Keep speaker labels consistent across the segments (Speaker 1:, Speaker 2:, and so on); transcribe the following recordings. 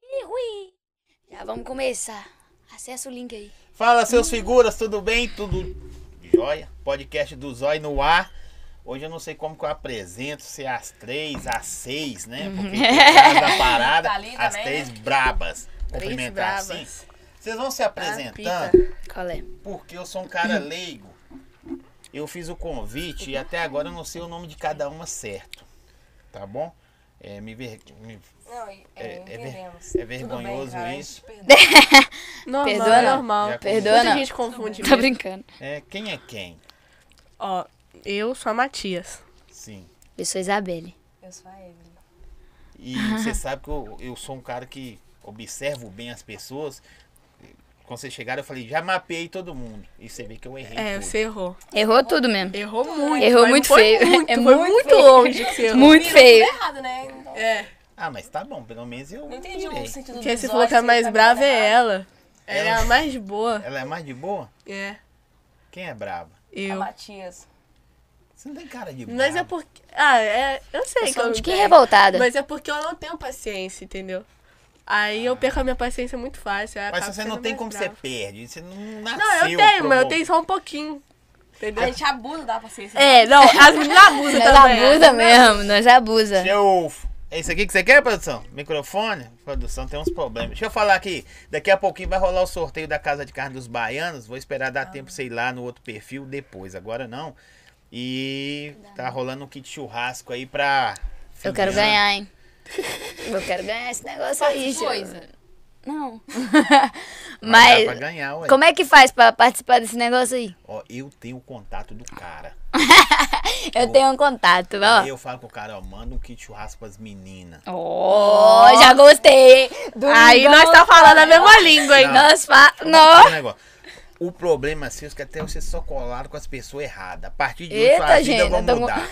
Speaker 1: ui. Já vamos começar. Acessa o link aí.
Speaker 2: Fala, seus figuras, tudo bem? Tudo jóia? Podcast do Zói no ar. Hoje eu não sei como que eu apresento, se é às três, às seis, né? Porque por causa da parada,
Speaker 3: Uhum. Tá ali
Speaker 2: as
Speaker 3: também,
Speaker 2: três brabas.
Speaker 1: Três
Speaker 2: Cumprimentar
Speaker 1: brabas.
Speaker 2: assim. Vocês vão
Speaker 3: Ah,
Speaker 2: se apresentando,
Speaker 1: Pica. Qual é?
Speaker 2: porque eu sou um cara leigo. Eu fiz o convite e até agora eu não sei o nome de cada uma certo. Tá bom? É, me ver- me-
Speaker 3: Não, é,
Speaker 2: é- é ver-
Speaker 3: entendemos.
Speaker 2: é vergonhoso
Speaker 3: Tudo bem, cara,
Speaker 2: isso.
Speaker 3: perdão.
Speaker 4: Normal,
Speaker 1: Perdoa,
Speaker 4: é
Speaker 1: não.
Speaker 4: normal.
Speaker 2: Já
Speaker 1: Perdoa,
Speaker 4: Muita
Speaker 1: não.
Speaker 4: gente confunde
Speaker 1: Tá
Speaker 4: mesmo.
Speaker 1: brincando.
Speaker 2: é, quem é quem?
Speaker 4: Ó, eu sou a Matias.
Speaker 2: Sim.
Speaker 1: Eu sou Isabelle.
Speaker 3: Eu sou a Evelyn.
Speaker 2: E você sabe que eu, eu sou um cara que observo bem as pessoas. Quando vocês chegaram, eu falei, já mapeei todo mundo. E você vê que eu errei.
Speaker 4: É,
Speaker 2: tudo.
Speaker 4: você errou.
Speaker 1: Errou tudo mesmo.
Speaker 4: Errou muito.
Speaker 1: Errou
Speaker 4: mas
Speaker 1: muito
Speaker 4: foi
Speaker 1: feio.
Speaker 4: Muito,
Speaker 1: É
Speaker 4: foi
Speaker 1: muito
Speaker 4: muito,
Speaker 1: feio.
Speaker 4: longe que você errou.
Speaker 1: Muito
Speaker 3: Viram
Speaker 1: feio.
Speaker 3: tudo errado, né? Então,
Speaker 4: É.
Speaker 2: Ah, mas tá bom, pelo menos eu.
Speaker 3: Não entendi
Speaker 2: virei.
Speaker 3: o sentido
Speaker 4: Porque
Speaker 3: dos
Speaker 4: você falou que a
Speaker 3: olhos,
Speaker 4: mais
Speaker 3: tá
Speaker 4: brava é
Speaker 3: errado.
Speaker 4: ela. Ela é a mais boa.
Speaker 2: Ela é mais de boa?
Speaker 4: É.
Speaker 2: Quem é braba?
Speaker 3: A
Speaker 4: Eu.
Speaker 3: Matias.
Speaker 2: Você não tem cara de braba.
Speaker 4: Mas é porque. Ah, é. Eu sei
Speaker 1: Eu
Speaker 4: que eu
Speaker 1: sou
Speaker 4: não
Speaker 1: de que
Speaker 4: tenho.
Speaker 1: revoltada.
Speaker 4: Mas é porque eu não tenho paciência, entendeu? Aí eu perco a minha paciência muito fácil. aí eu
Speaker 2: Mas
Speaker 4: acabo
Speaker 2: você não
Speaker 4: tá sendo
Speaker 2: tem
Speaker 4: mais
Speaker 2: como
Speaker 4: brava.
Speaker 2: você perde. Você não nasceu.
Speaker 4: Não, eu tenho,
Speaker 2: pro
Speaker 4: mas eu
Speaker 2: mundo.
Speaker 4: tenho só um pouquinho. Entendeu?
Speaker 3: A gente abusa da paciência.
Speaker 4: É, não, as meninas abusam
Speaker 1: Nós
Speaker 4: também.
Speaker 1: abusa mesmo, nós abusa.
Speaker 2: Seu... É isso aqui que você quer, produção? Microfone? Produção tem uns problemas. Deixa eu falar aqui. Daqui a pouquinho vai rolar o sorteio da Casa de Carne dos Baianos. Vou esperar
Speaker 1: Ah.
Speaker 2: dar tempo, sei lá, no outro perfil depois. Agora não. E tá rolando um kit churrasco aí pra.
Speaker 1: Eu quero
Speaker 2: Filhão.
Speaker 1: ganhar, hein? Eu quero ganhar esse negócio aí, tio.
Speaker 5: coisa.
Speaker 1: Não.
Speaker 2: Mas.
Speaker 1: Mas
Speaker 2: Dá pra ganhar, ué.
Speaker 1: como é que faz pra participar desse negócio aí?
Speaker 2: Ó, eu tenho o contato do cara.
Speaker 1: Eu
Speaker 2: Ó.
Speaker 1: tenho um contato,
Speaker 2: Aí
Speaker 1: ó.
Speaker 2: eu falo com o cara, ó, manda um kit churrasco pras meninas.
Speaker 1: Ó, já gostei. hein?
Speaker 4: Aí
Speaker 1: Domingão,
Speaker 4: nós tá falando a mesma língua, hein?
Speaker 1: Nós fa...
Speaker 2: Esse
Speaker 1: Nó.
Speaker 2: negócio. O problema, Cisco, é que até vocês só colaram com as pessoas erradas. A partir de hoje,
Speaker 1: Eita,
Speaker 2: sua vida
Speaker 1: gente.
Speaker 2: eu vou
Speaker 1: Estamos
Speaker 2: mudar.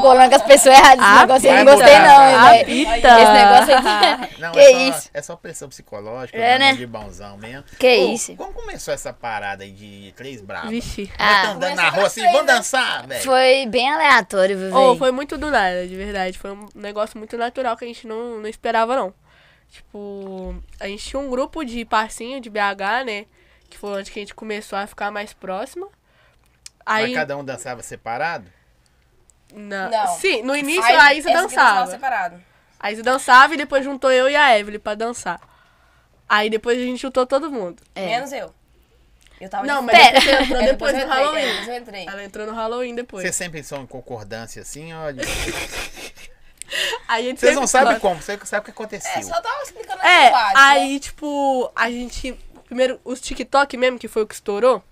Speaker 1: colando com as pessoas erradas. Esse
Speaker 4: Ah,
Speaker 1: negócio aí eu
Speaker 2: vai
Speaker 1: não gostei,
Speaker 2: mudar,
Speaker 1: não,
Speaker 2: vai.
Speaker 1: hein, velho. Esse negócio aí.
Speaker 2: Não,
Speaker 1: que
Speaker 2: é, só,
Speaker 1: isso?
Speaker 2: é só pressão psicológica,
Speaker 1: É,
Speaker 2: é,
Speaker 1: né?
Speaker 2: de bonzão mesmo.
Speaker 1: Que
Speaker 2: Ô,
Speaker 1: isso?
Speaker 2: Como começou essa parada aí de três bravos? Nós
Speaker 4: Vixe.
Speaker 2: tá
Speaker 1: Ah,
Speaker 2: andando na rua assim, vamos dançar, velho.
Speaker 1: é. foi bem aleatório, viu,
Speaker 4: Ou
Speaker 1: velho?
Speaker 4: foi muito do nada, de verdade. Foi um negócio muito natural que a gente não, não esperava, não. Tipo, a gente tinha um grupo de parcinho de BH, né? Que foi onde que a gente começou a ficar mais próximo.
Speaker 2: Mas
Speaker 4: Aí.
Speaker 2: cada um dançava separado?
Speaker 4: na-
Speaker 3: Não.
Speaker 4: Sim, no início
Speaker 3: Aí,
Speaker 4: a
Speaker 3: essa
Speaker 4: Isa
Speaker 3: que nós falamos
Speaker 4: dançava.
Speaker 3: separado.
Speaker 4: A Isa dançava e depois juntou eu e a Evelyn pra dançar. Aí depois a gente juntou todo mundo.
Speaker 1: É.
Speaker 3: Menos eu. Eu tava
Speaker 4: Não,
Speaker 3: de
Speaker 4: mas
Speaker 3: férias.
Speaker 1: Pera.
Speaker 4: você entrou
Speaker 3: É,
Speaker 4: depois
Speaker 3: eu
Speaker 4: do
Speaker 3: entrei, é,
Speaker 4: Halloween.
Speaker 3: depois eu entrei.
Speaker 4: Ela entrou no Halloween depois.
Speaker 2: Vocês sempre são em concordância assim, olha.
Speaker 4: Aí a gente
Speaker 2: Vocês
Speaker 4: sempre
Speaker 2: não sabem
Speaker 4: gosta.
Speaker 2: como, vocês sabem o que aconteceu.
Speaker 3: É, só tava explicando a
Speaker 4: É,
Speaker 3: linguagem, né?
Speaker 4: aí, tipo, a gente. Primeiro, os TikTok mesmo, que foi o que estourou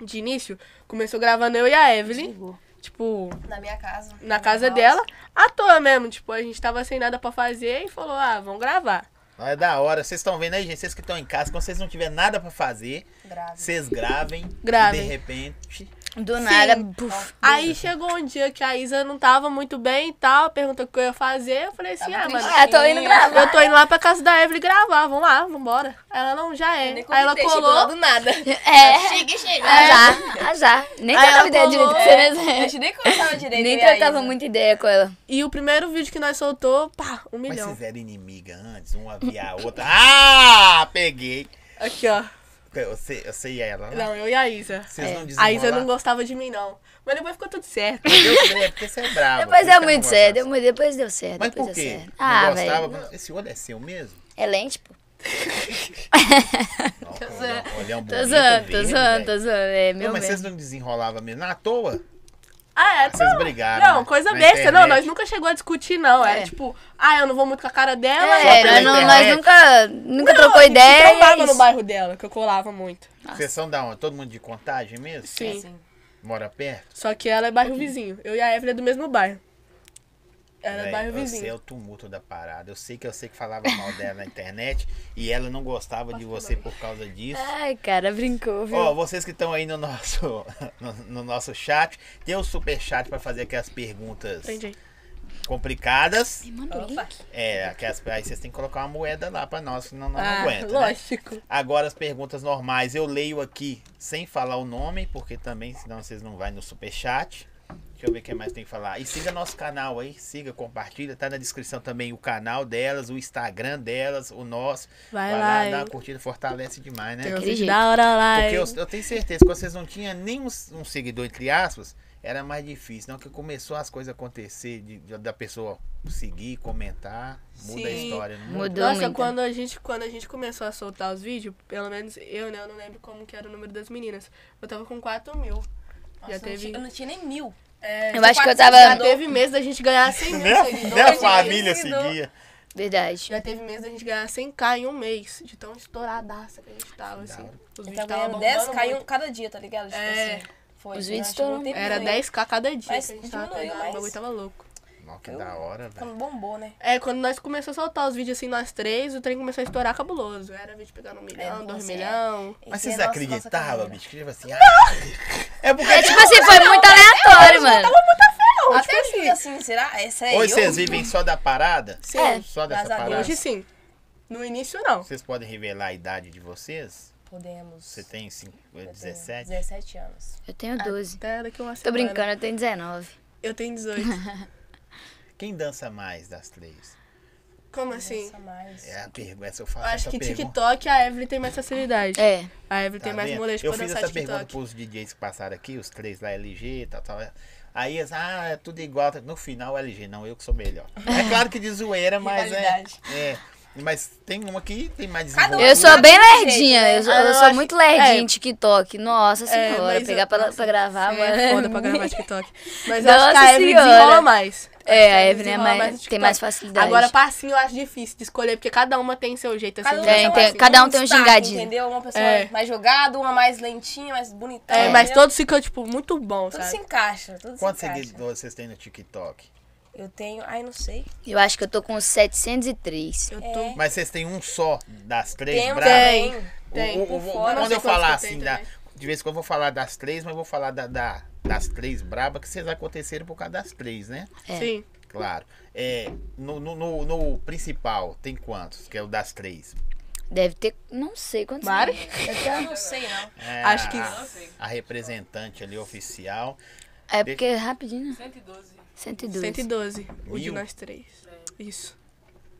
Speaker 4: de início, começou gravando eu e a Evelyn. Tipo,
Speaker 3: Na minha casa.
Speaker 4: na casa é
Speaker 3: Nossa.
Speaker 4: dela, à toa mesmo. Tipo, a gente tava sem nada pra fazer e falou, ah, vamos gravar.
Speaker 2: Não É da hora. Vocês estão vendo aí, gente? Vocês que estão em casa, quando vocês não tiverem nada pra fazer,
Speaker 3: Grave.
Speaker 2: vocês gravem.
Speaker 4: Gravem.
Speaker 2: E de repente.
Speaker 1: Do nada, buf.
Speaker 4: Aí chegou um dia que a Isa não tava muito bem e tal, perguntou o que eu ia fazer. Eu falei assim,
Speaker 3: Tava
Speaker 4: ah, mano.
Speaker 1: Ah, tô indo gravar.
Speaker 4: Eu tô indo lá pra casa da Evelyn gravar, vamos lá, vambora. Ela não, já é.
Speaker 3: Nem
Speaker 4: Aí ela
Speaker 3: comentei, chegou lá
Speaker 4: colou.
Speaker 3: do nada.
Speaker 1: É.
Speaker 3: Cheguei, cheguei.
Speaker 1: Azar, azar. Nem
Speaker 4: Aí
Speaker 1: tratava
Speaker 4: ela
Speaker 1: ideia direito
Speaker 4: falou,
Speaker 1: com
Speaker 4: é,
Speaker 1: você, né?
Speaker 3: A gente nem conversava direito.
Speaker 1: Nem
Speaker 3: eu e né? a
Speaker 1: tratava
Speaker 3: Isa.
Speaker 1: muita ideia com ela.
Speaker 4: E o primeiro vídeo que nós soltou, pá, um
Speaker 2: Mas
Speaker 4: milhão.
Speaker 2: vocês eram inimigas antes, uma via a outra. Ah! Peguei!
Speaker 4: Aqui, ó.
Speaker 2: Você, você e ela. né?
Speaker 4: Não, eu e a Isa.
Speaker 2: Vocês
Speaker 1: é.
Speaker 2: não
Speaker 4: A
Speaker 2: desenrolam?
Speaker 4: Isa não gostava de mim, não. Mas depois ficou tudo certo.
Speaker 2: Eu creio, porque você é bravo.
Speaker 1: Depois
Speaker 2: é
Speaker 1: deu muito certo, deu muito- depois deu certo.
Speaker 2: Mas
Speaker 1: depois deu
Speaker 2: por quê?
Speaker 1: certo.
Speaker 2: Não
Speaker 1: Ah,
Speaker 2: gostava?
Speaker 1: velho.
Speaker 2: Esse olho é seu mesmo?
Speaker 1: É lente, pô. Tô
Speaker 2: Não, com olhão- olhão um bonito,
Speaker 1: zoando, tô
Speaker 2: verde,
Speaker 1: zoando,
Speaker 2: velho.
Speaker 1: tô zoando. É
Speaker 2: Não,
Speaker 1: meu
Speaker 2: mas
Speaker 1: mesmo.
Speaker 2: vocês não desenrolavam mesmo? Na toa?
Speaker 4: Ah, é,
Speaker 2: Vocês
Speaker 4: não.
Speaker 2: brigaram,
Speaker 4: Não,
Speaker 2: né?
Speaker 4: coisa
Speaker 2: Na
Speaker 4: besta. Não,
Speaker 2: internet.
Speaker 4: nós nunca chegou a discutir, não. É,
Speaker 1: É.
Speaker 4: tipo, ah, eu não vou muito com a cara dela.
Speaker 1: É,
Speaker 2: pela
Speaker 1: nós, não-
Speaker 2: internet.
Speaker 1: nós nunca, nunca
Speaker 4: Não,
Speaker 1: trocou
Speaker 4: a gente
Speaker 1: ideia. e é
Speaker 4: trombava no
Speaker 1: isso.
Speaker 4: bairro dela, que eu colava muito.
Speaker 2: Vocês são da onde? Todo mundo de contagem mesmo?
Speaker 3: É
Speaker 4: Sim.
Speaker 3: assim,
Speaker 2: Mora perto?
Speaker 4: Só que ela é bairro vizinho. Eu e a Evelyn é do mesmo bairro. Ela é
Speaker 2: Véi,
Speaker 4: bairro
Speaker 2: eu sei
Speaker 4: vizinho.
Speaker 2: o tumulto da parada. Eu sei que eu sei que falava mal dela na internet e ela não gostava de você por causa disso.
Speaker 1: Ai, cara, brincou, É, viu?
Speaker 2: Ó, vocês que estão aí no nosso, no, no nosso chat, tem o super chat pra fazer aquelas perguntas
Speaker 4: Entendi.
Speaker 2: complicadas.
Speaker 1: Me manda o link.
Speaker 3: Opa.
Speaker 2: É, aquelas, aí vocês têm que colocar uma moeda lá pra nós, senão não
Speaker 4: Ah,
Speaker 2: aguenta. né?
Speaker 4: lógico.
Speaker 2: Agora as perguntas normais eu leio aqui sem falar o nome, porque também senão vocês não vai no superchat. Deixa eu ver o que mais tem que falar. E siga nosso canal aí, siga, compartilha. Tá na descrição também o canal delas, o Instagram delas, o nosso.
Speaker 4: Vai lá,
Speaker 2: lá, dá
Speaker 4: hein?
Speaker 2: uma curtida, fortalece demais, né?
Speaker 4: Tem
Speaker 1: Daquele
Speaker 4: uns
Speaker 1: jeito.
Speaker 4: da hora lá,
Speaker 2: Porque
Speaker 4: hein?
Speaker 2: eu, eu tenho certeza que vocês não tinham nem um, um seguidor, entre aspas, era mais difícil. Não, que começou as coisas a acontecer, de- de- da pessoa seguir, comentar, muda a
Speaker 4: Sim.
Speaker 2: história. Não muda?
Speaker 1: Muda. Mudou
Speaker 4: Nossa,
Speaker 1: muito.
Speaker 4: quando a gente quando a gente começou a soltar os vídeos, pelo menos eu, né, eu não lembro como que era o número das meninas. Eu tava com 4 mil.
Speaker 3: Nossa, eu
Speaker 4: já
Speaker 3: não
Speaker 4: teve.
Speaker 3: tinha- Eu não tinha nem mil.
Speaker 4: É,
Speaker 1: Eu acho que eu tava.
Speaker 4: Já um teve mês da gente ganhar 100 mil
Speaker 2: Nem Né? a-
Speaker 4: seguidores. né?
Speaker 2: nem a família
Speaker 3: seguidor.
Speaker 2: seguia.
Speaker 1: Verdade.
Speaker 4: Já teve mês da gente ganhar 100k em um mês. De tão estouradaça que a gente tava, assim. Os
Speaker 3: Eu
Speaker 4: vídeos
Speaker 3: tava
Speaker 4: tava
Speaker 3: ganhando 10
Speaker 4: bombando
Speaker 3: caiu
Speaker 4: muito.
Speaker 3: cada dia, tá ligado? Tipo
Speaker 4: É.
Speaker 3: assim. Foi.
Speaker 1: Os vídeos
Speaker 3: durante um
Speaker 1: estouram.
Speaker 3: tempo
Speaker 4: Era
Speaker 3: também.
Speaker 4: 10k cada dia
Speaker 3: Mas
Speaker 4: que a gente tava
Speaker 3: diminuiu,
Speaker 4: pegando. O
Speaker 3: mas-
Speaker 4: bagulho tava louco.
Speaker 2: Nossa, que da hora, velho.
Speaker 3: Quando bombou, né?
Speaker 4: É, quando nós começamos a soltar os vídeos assim, nós três, o trem começou a estourar cabuloso. Era vídeo pegando um milhão,
Speaker 3: É,
Speaker 4: dois
Speaker 3: nossa, é.
Speaker 4: milhão.
Speaker 2: Mas vocês
Speaker 3: Esse é nosso- nossa
Speaker 2: acreditavam,
Speaker 3: carreira.
Speaker 2: bicho? Que tipo assim, ah, é porque.
Speaker 1: É tipo assim, foi muito aleatório, mano.
Speaker 3: Até assim, assim, será? Essa é
Speaker 2: Hoje
Speaker 3: eu?
Speaker 2: vocês vivem só da parada?
Speaker 4: Sim.
Speaker 1: É.
Speaker 2: Só dessa
Speaker 3: Graças a
Speaker 2: parada?
Speaker 3: Deus.
Speaker 4: Hoje sim. No início, não.
Speaker 2: Vocês podem revelar a idade de vocês?
Speaker 3: Podemos.
Speaker 2: Você tem cinco,
Speaker 3: Eu tenho
Speaker 2: 17?
Speaker 3: 17 anos.
Speaker 1: Eu tenho 12.
Speaker 4: Até daqui uma
Speaker 1: Tô
Speaker 4: semana.
Speaker 1: brincando, eu tenho 19.
Speaker 4: Eu tenho 18.
Speaker 2: Quem dança mais das três?
Speaker 4: Como assim?
Speaker 3: Nossa, mais.
Speaker 2: É a pergunta. Essa eu faço
Speaker 4: Eu acho
Speaker 2: essa
Speaker 4: que
Speaker 2: pergunta.
Speaker 4: TikTok a Evelyn tem mais facilidade.
Speaker 1: É.
Speaker 4: A Evelyn
Speaker 2: Tá
Speaker 4: tem mais
Speaker 2: vendo?
Speaker 4: molejo
Speaker 2: Eu
Speaker 4: pra
Speaker 2: fiz
Speaker 4: dançar
Speaker 2: essa pergunta
Speaker 4: TikTok.
Speaker 2: pros DJs que passaram aqui, os três lá, LG, tal, tal. Aí eles, ah, é tudo igual. No final, LG, não, eu que sou melhor. É claro que de zoeira, mas é,
Speaker 3: Rivalidade.
Speaker 2: é. Mas tem uma que tem mais
Speaker 3: Cada um-
Speaker 2: desenvolvimento.
Speaker 1: Eu sou
Speaker 4: é
Speaker 1: bem lerdinha, eu sou,
Speaker 4: Ah,
Speaker 1: eu
Speaker 4: eu
Speaker 1: sou
Speaker 4: acho-
Speaker 1: muito lerdinha
Speaker 4: é.
Speaker 1: em TikTok. Nossa
Speaker 4: É,
Speaker 1: senhora,
Speaker 4: mas
Speaker 1: pegar
Speaker 4: eu-
Speaker 1: pra,
Speaker 4: nossa,
Speaker 1: pra gravar,
Speaker 4: você
Speaker 1: mano.
Speaker 4: É foda pra gravar TikTok. Mas eu acho que
Speaker 1: Nossa
Speaker 4: a Evelyn
Speaker 1: senhora.
Speaker 4: desenrola mais.
Speaker 1: É, a Evelyn
Speaker 4: Ela
Speaker 1: é
Speaker 4: desenrola
Speaker 1: mais-
Speaker 4: no
Speaker 1: tem
Speaker 4: TikTok.
Speaker 1: mais facilidade.
Speaker 4: Agora, passinho eu acho difícil de escolher, porque cada uma tem seu jeito. Assim,
Speaker 1: uma
Speaker 4: de
Speaker 1: tem-
Speaker 4: dançar
Speaker 1: tem-
Speaker 4: passinho.
Speaker 1: cada um tem um
Speaker 3: destaque,
Speaker 1: gingadinho.
Speaker 3: Entendeu? Uma pessoa
Speaker 4: É.
Speaker 3: mais jogada, uma mais lentinha, mais bonitona.
Speaker 4: É, mas
Speaker 3: entendeu?
Speaker 4: todos ficam, tipo, muito bom,
Speaker 3: Tudo se
Speaker 4: sabe?
Speaker 3: encaixa, tudo
Speaker 2: Quantos
Speaker 3: se encaixa.
Speaker 2: seguidores vocês têm no TikTok?
Speaker 3: Eu tenho, ai, não sei.
Speaker 1: Eu acho que eu tô com 703.
Speaker 4: Eu tô...
Speaker 2: Mas vocês têm um só das três
Speaker 3: Tem,
Speaker 2: brava?
Speaker 3: tem.
Speaker 2: O-
Speaker 4: um Tem,
Speaker 2: o-
Speaker 4: por
Speaker 2: o-
Speaker 4: fora. Não
Speaker 2: Quando
Speaker 4: sei
Speaker 2: eu
Speaker 4: quantos
Speaker 2: falar
Speaker 4: que tem
Speaker 2: assim, da,
Speaker 4: também.
Speaker 2: de vez em quando eu vou falar das três, mas eu vou falar da, da- das três brabas que vocês aconteceram por causa das três, né?
Speaker 4: Sim.
Speaker 2: Claro. É, no, no, no- no principal, tem quantos? Que é o das três.
Speaker 1: Deve ter, não sei quantos.
Speaker 4: Mari?
Speaker 3: Eu não sei, não.
Speaker 2: É,
Speaker 4: Acho que-
Speaker 2: A, a representante ali oficial.
Speaker 1: É porque rapidinho. 112. 112.
Speaker 4: 112. O de
Speaker 2: Mil?
Speaker 4: nós três. Isso.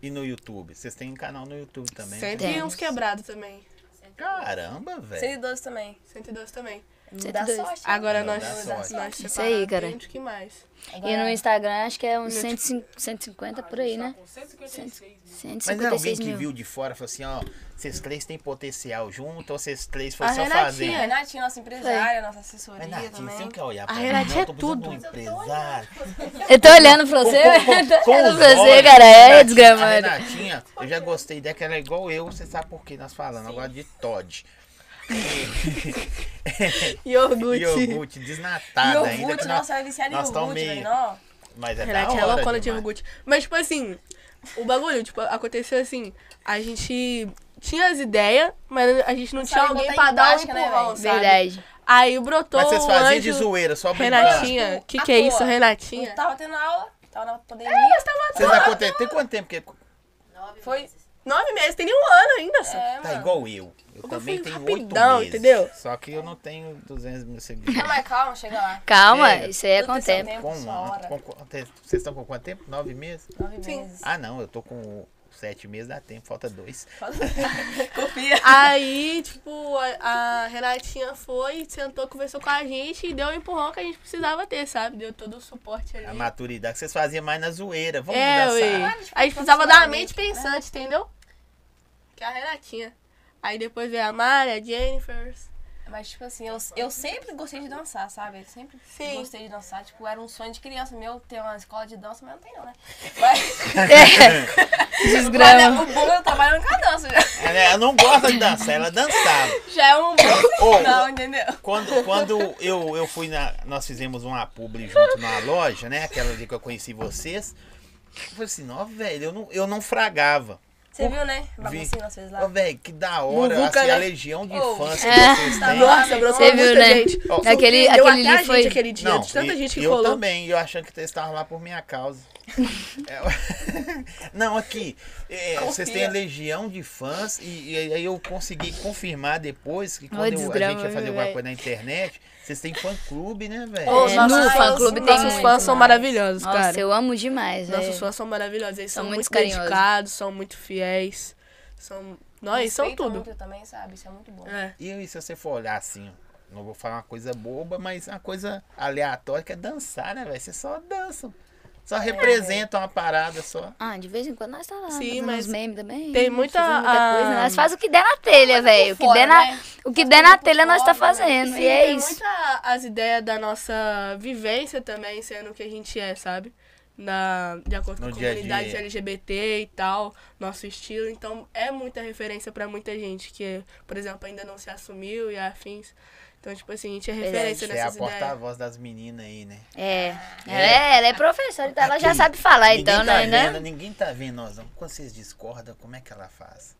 Speaker 2: E no YouTube? Vocês têm um canal no YouTube também. né?
Speaker 4: Cento e uns quebrados também.
Speaker 2: Caramba, velho.
Speaker 3: 112 também.
Speaker 4: 112 também.
Speaker 3: Não dá
Speaker 1: 112.
Speaker 3: sorte. né?
Speaker 4: Agora
Speaker 2: Não
Speaker 4: nós,
Speaker 2: dá
Speaker 4: nós,
Speaker 2: sorte.
Speaker 4: nós
Speaker 1: Isso aí, cara.
Speaker 4: separadamente, que mais?
Speaker 1: E no
Speaker 3: Agora,
Speaker 1: Instagram acho que é uns 150, 150 por aí, né? 156
Speaker 2: Mas é alguém que
Speaker 1: mil.
Speaker 2: viu de fora e falou assim, ó, vocês três têm potencial junto, ou vocês três
Speaker 4: A
Speaker 2: foram só
Speaker 4: Renatinha.
Speaker 2: fazer.
Speaker 3: a Renatinha, né? nossa empresária, nossa assessoria
Speaker 2: Renatinho, você
Speaker 3: também.
Speaker 2: não quer olhar
Speaker 4: A
Speaker 2: pra
Speaker 4: Renatinha
Speaker 2: mim, não?
Speaker 4: é
Speaker 2: Tô precisando de
Speaker 4: tudo.
Speaker 2: um empresário.
Speaker 1: Eu tô olhando pra você,
Speaker 2: Com- com-
Speaker 1: eu tô
Speaker 2: com
Speaker 1: olhando
Speaker 2: os
Speaker 1: pra você,
Speaker 2: olhos. né?
Speaker 1: cara. É
Speaker 2: Renatinha- A
Speaker 1: desgramado.
Speaker 2: Renatinha, eu já gostei dela, que ela é igual eu, você sabe por que nós falamos. Agora de Todd.
Speaker 4: Iogurte.
Speaker 2: Iogurte desnatado ainda.
Speaker 3: Iogurte,
Speaker 2: que nós-
Speaker 3: nossa, ela é viciada em
Speaker 2: nós tamo
Speaker 3: iogurte,
Speaker 2: meio-
Speaker 3: velho. ó.
Speaker 2: Mas é da
Speaker 4: Renatinha é
Speaker 2: hora
Speaker 4: loucona de
Speaker 2: demais.
Speaker 4: iogurte. Mas, tipo assim, o bagulho, tipo, aconteceu assim. A gente tinha as ideias, mas a gente não tinha
Speaker 3: sabia
Speaker 4: alguém
Speaker 3: botar
Speaker 4: pra
Speaker 3: em
Speaker 4: dar um
Speaker 3: prática, né,
Speaker 4: empurrão,
Speaker 3: velho?
Speaker 4: sabe?
Speaker 1: Verdade.
Speaker 4: Aí brotou
Speaker 2: Mas vocês
Speaker 4: o
Speaker 2: faziam de
Speaker 4: anjo
Speaker 2: zoeira, só brincando.
Speaker 4: Renatinha.
Speaker 3: Tipo,
Speaker 4: Que
Speaker 3: à
Speaker 4: que é isso,
Speaker 3: toa.
Speaker 4: Renatinha? Ah,
Speaker 3: Eu tava tendo aula, tava na pandemia.
Speaker 2: Vocês acontecem. Tem quanto tempo que é? Tá
Speaker 3: Foi.
Speaker 4: Nove meses, tem nem um ano ainda, só.
Speaker 3: É,
Speaker 2: tá
Speaker 3: mano.
Speaker 2: igual eu? Eu também
Speaker 4: fui
Speaker 2: tenho oito
Speaker 4: rapidão,
Speaker 2: meses.
Speaker 4: entendeu? É
Speaker 2: Só que eu não tenho 200 mil seguidores.
Speaker 3: Não, mas calma, chega lá.
Speaker 1: Calma,
Speaker 2: Chega.
Speaker 1: isso aí é
Speaker 3: Tudo
Speaker 1: com o
Speaker 3: tem seu
Speaker 1: tempo.
Speaker 3: tempo,
Speaker 2: Com
Speaker 3: sua hora.
Speaker 2: um, com- com- vocês estão com quanto tempo? Nove meses?
Speaker 3: Nove
Speaker 4: Sim.
Speaker 3: meses.
Speaker 2: Ah, não, eu tô com sete meses, dá tempo, falta dois.
Speaker 3: Confia.
Speaker 4: Ah. Aí, tipo, a, a Renatinha foi, sentou, conversou com a gente e deu o empurrão que a gente precisava ter, sabe? Deu todo o suporte ali.
Speaker 2: A maturidade que vocês faziam mais na zoeira. Vamos
Speaker 4: É,
Speaker 2: dançar.
Speaker 4: ué. A gente precisava dar uma mente pensante, entendeu? Que é a Renatinha. Aí depois veio a Mari, a Jennifer.
Speaker 3: Mas, tipo assim, eu, eu sempre gostei de dançar, sabe? Eu sempre
Speaker 4: Sim.
Speaker 3: gostei de dançar. Tipo, era um sonho de criança meu ter uma escola de dança, mas não tem não, né? Mas,
Speaker 1: É. Desgrama.
Speaker 3: o bom é eu trabalhando com a dança. Já,
Speaker 2: Ela, ela É, não gosta de dançar, ela dançava.
Speaker 3: já é um bom
Speaker 2: Ô,
Speaker 3: sinal, entendeu?
Speaker 2: Quando, quando eu, eu fui na. Nós fizemos uma publi junto numa loja, né? Aquela dia que eu conheci vocês. Eu falei assim, ó, velho, eu não, eu não fragava.
Speaker 3: Você viu, né? A
Speaker 2: Vi.
Speaker 3: baguncinha que nós fez lá.
Speaker 2: Ó, velho, que da hora.
Speaker 4: Muvuca,
Speaker 2: assim, a
Speaker 4: né?
Speaker 2: legião de
Speaker 3: Ô,
Speaker 2: fãs que
Speaker 1: é.
Speaker 2: vocês
Speaker 3: Tá
Speaker 2: têm.
Speaker 3: bom.
Speaker 4: Nossa, brotou
Speaker 1: Você viu,
Speaker 4: muita
Speaker 1: né?
Speaker 4: gente.
Speaker 2: Ó,
Speaker 4: Surpreendeu
Speaker 1: Naquele- aquele
Speaker 4: até a
Speaker 1: dia
Speaker 4: gente
Speaker 1: foi-
Speaker 4: aquele dia, de É tanta
Speaker 2: e-
Speaker 4: gente que
Speaker 2: eu
Speaker 4: colou.
Speaker 2: também, eu achando que eles estavam lá por minha causa. É, Não, aqui. é,
Speaker 3: Confia.
Speaker 2: vocês têm a legião de fãs e, e aí eu consegui confirmar depois que quando
Speaker 1: Ô,
Speaker 2: eu- a
Speaker 1: desgrama,
Speaker 2: gente ia fazer
Speaker 1: viu,
Speaker 2: alguma
Speaker 1: véi?
Speaker 2: coisa na internet, vocês têm fã clube, né, velho?
Speaker 4: Ô,
Speaker 1: É,
Speaker 4: nossos
Speaker 1: no fã-clube tem
Speaker 4: nossos
Speaker 1: muito
Speaker 4: fãs são
Speaker 1: mais.
Speaker 4: maravilhosos,
Speaker 1: Nossa,
Speaker 4: cara.
Speaker 1: eu amo demais, né?
Speaker 4: Nossos fãs são maravilhosos. Eles
Speaker 1: São
Speaker 4: são,
Speaker 1: muito
Speaker 4: muito
Speaker 1: carinhosos.
Speaker 4: dedicados, são muito fiéis. São. Nós, são
Speaker 3: Respeita
Speaker 4: é tudo.
Speaker 3: muito também, sabe? Isso é muito bom.
Speaker 4: É.
Speaker 2: E aí, se você for olhar assim, ó, não vou falar uma coisa boba, mas uma coisa aleatória que é dançar, né, velho? Vocês só dançam.
Speaker 4: É.
Speaker 2: Só representam uma parada só.
Speaker 1: Ah, de vez em quando nós tá lá,
Speaker 4: Sim,
Speaker 1: fazendo
Speaker 4: mas
Speaker 1: uns memes também.
Speaker 4: tem muita-
Speaker 1: fazendo
Speaker 4: a-
Speaker 1: coisa. né? Nós faz o que der na telha, velho. O que
Speaker 3: fora,
Speaker 1: der na,
Speaker 3: né?
Speaker 1: o que der na
Speaker 3: muito
Speaker 1: telha nós tá
Speaker 3: fora, né?
Speaker 1: fazendo.
Speaker 4: Sim,
Speaker 1: E é
Speaker 4: tem
Speaker 1: isso.
Speaker 4: muita as ideias da nossa vivência também sendo o que a gente é, sabe? Na, de acordo com
Speaker 2: No
Speaker 4: a
Speaker 2: dia a
Speaker 4: comunidade
Speaker 2: dia.
Speaker 4: LGBT e tal, nosso estilo. Então é muita referência pra muita gente que, por exemplo, ainda não se assumiu e afins. Então, tipo assim, a gente é
Speaker 1: Verdade.
Speaker 4: referência
Speaker 2: Você é a
Speaker 4: nessas ideias.
Speaker 2: porta-voz das meninas aí, né?
Speaker 1: É. Ela é, ela é professora, então ela já
Speaker 2: Aqui,
Speaker 1: sabe falar,
Speaker 2: ninguém
Speaker 1: então,
Speaker 2: tá
Speaker 1: né? né?
Speaker 2: Vendo, ninguém tá vendo nós, não. Quando vocês discordam, como é que ela faz?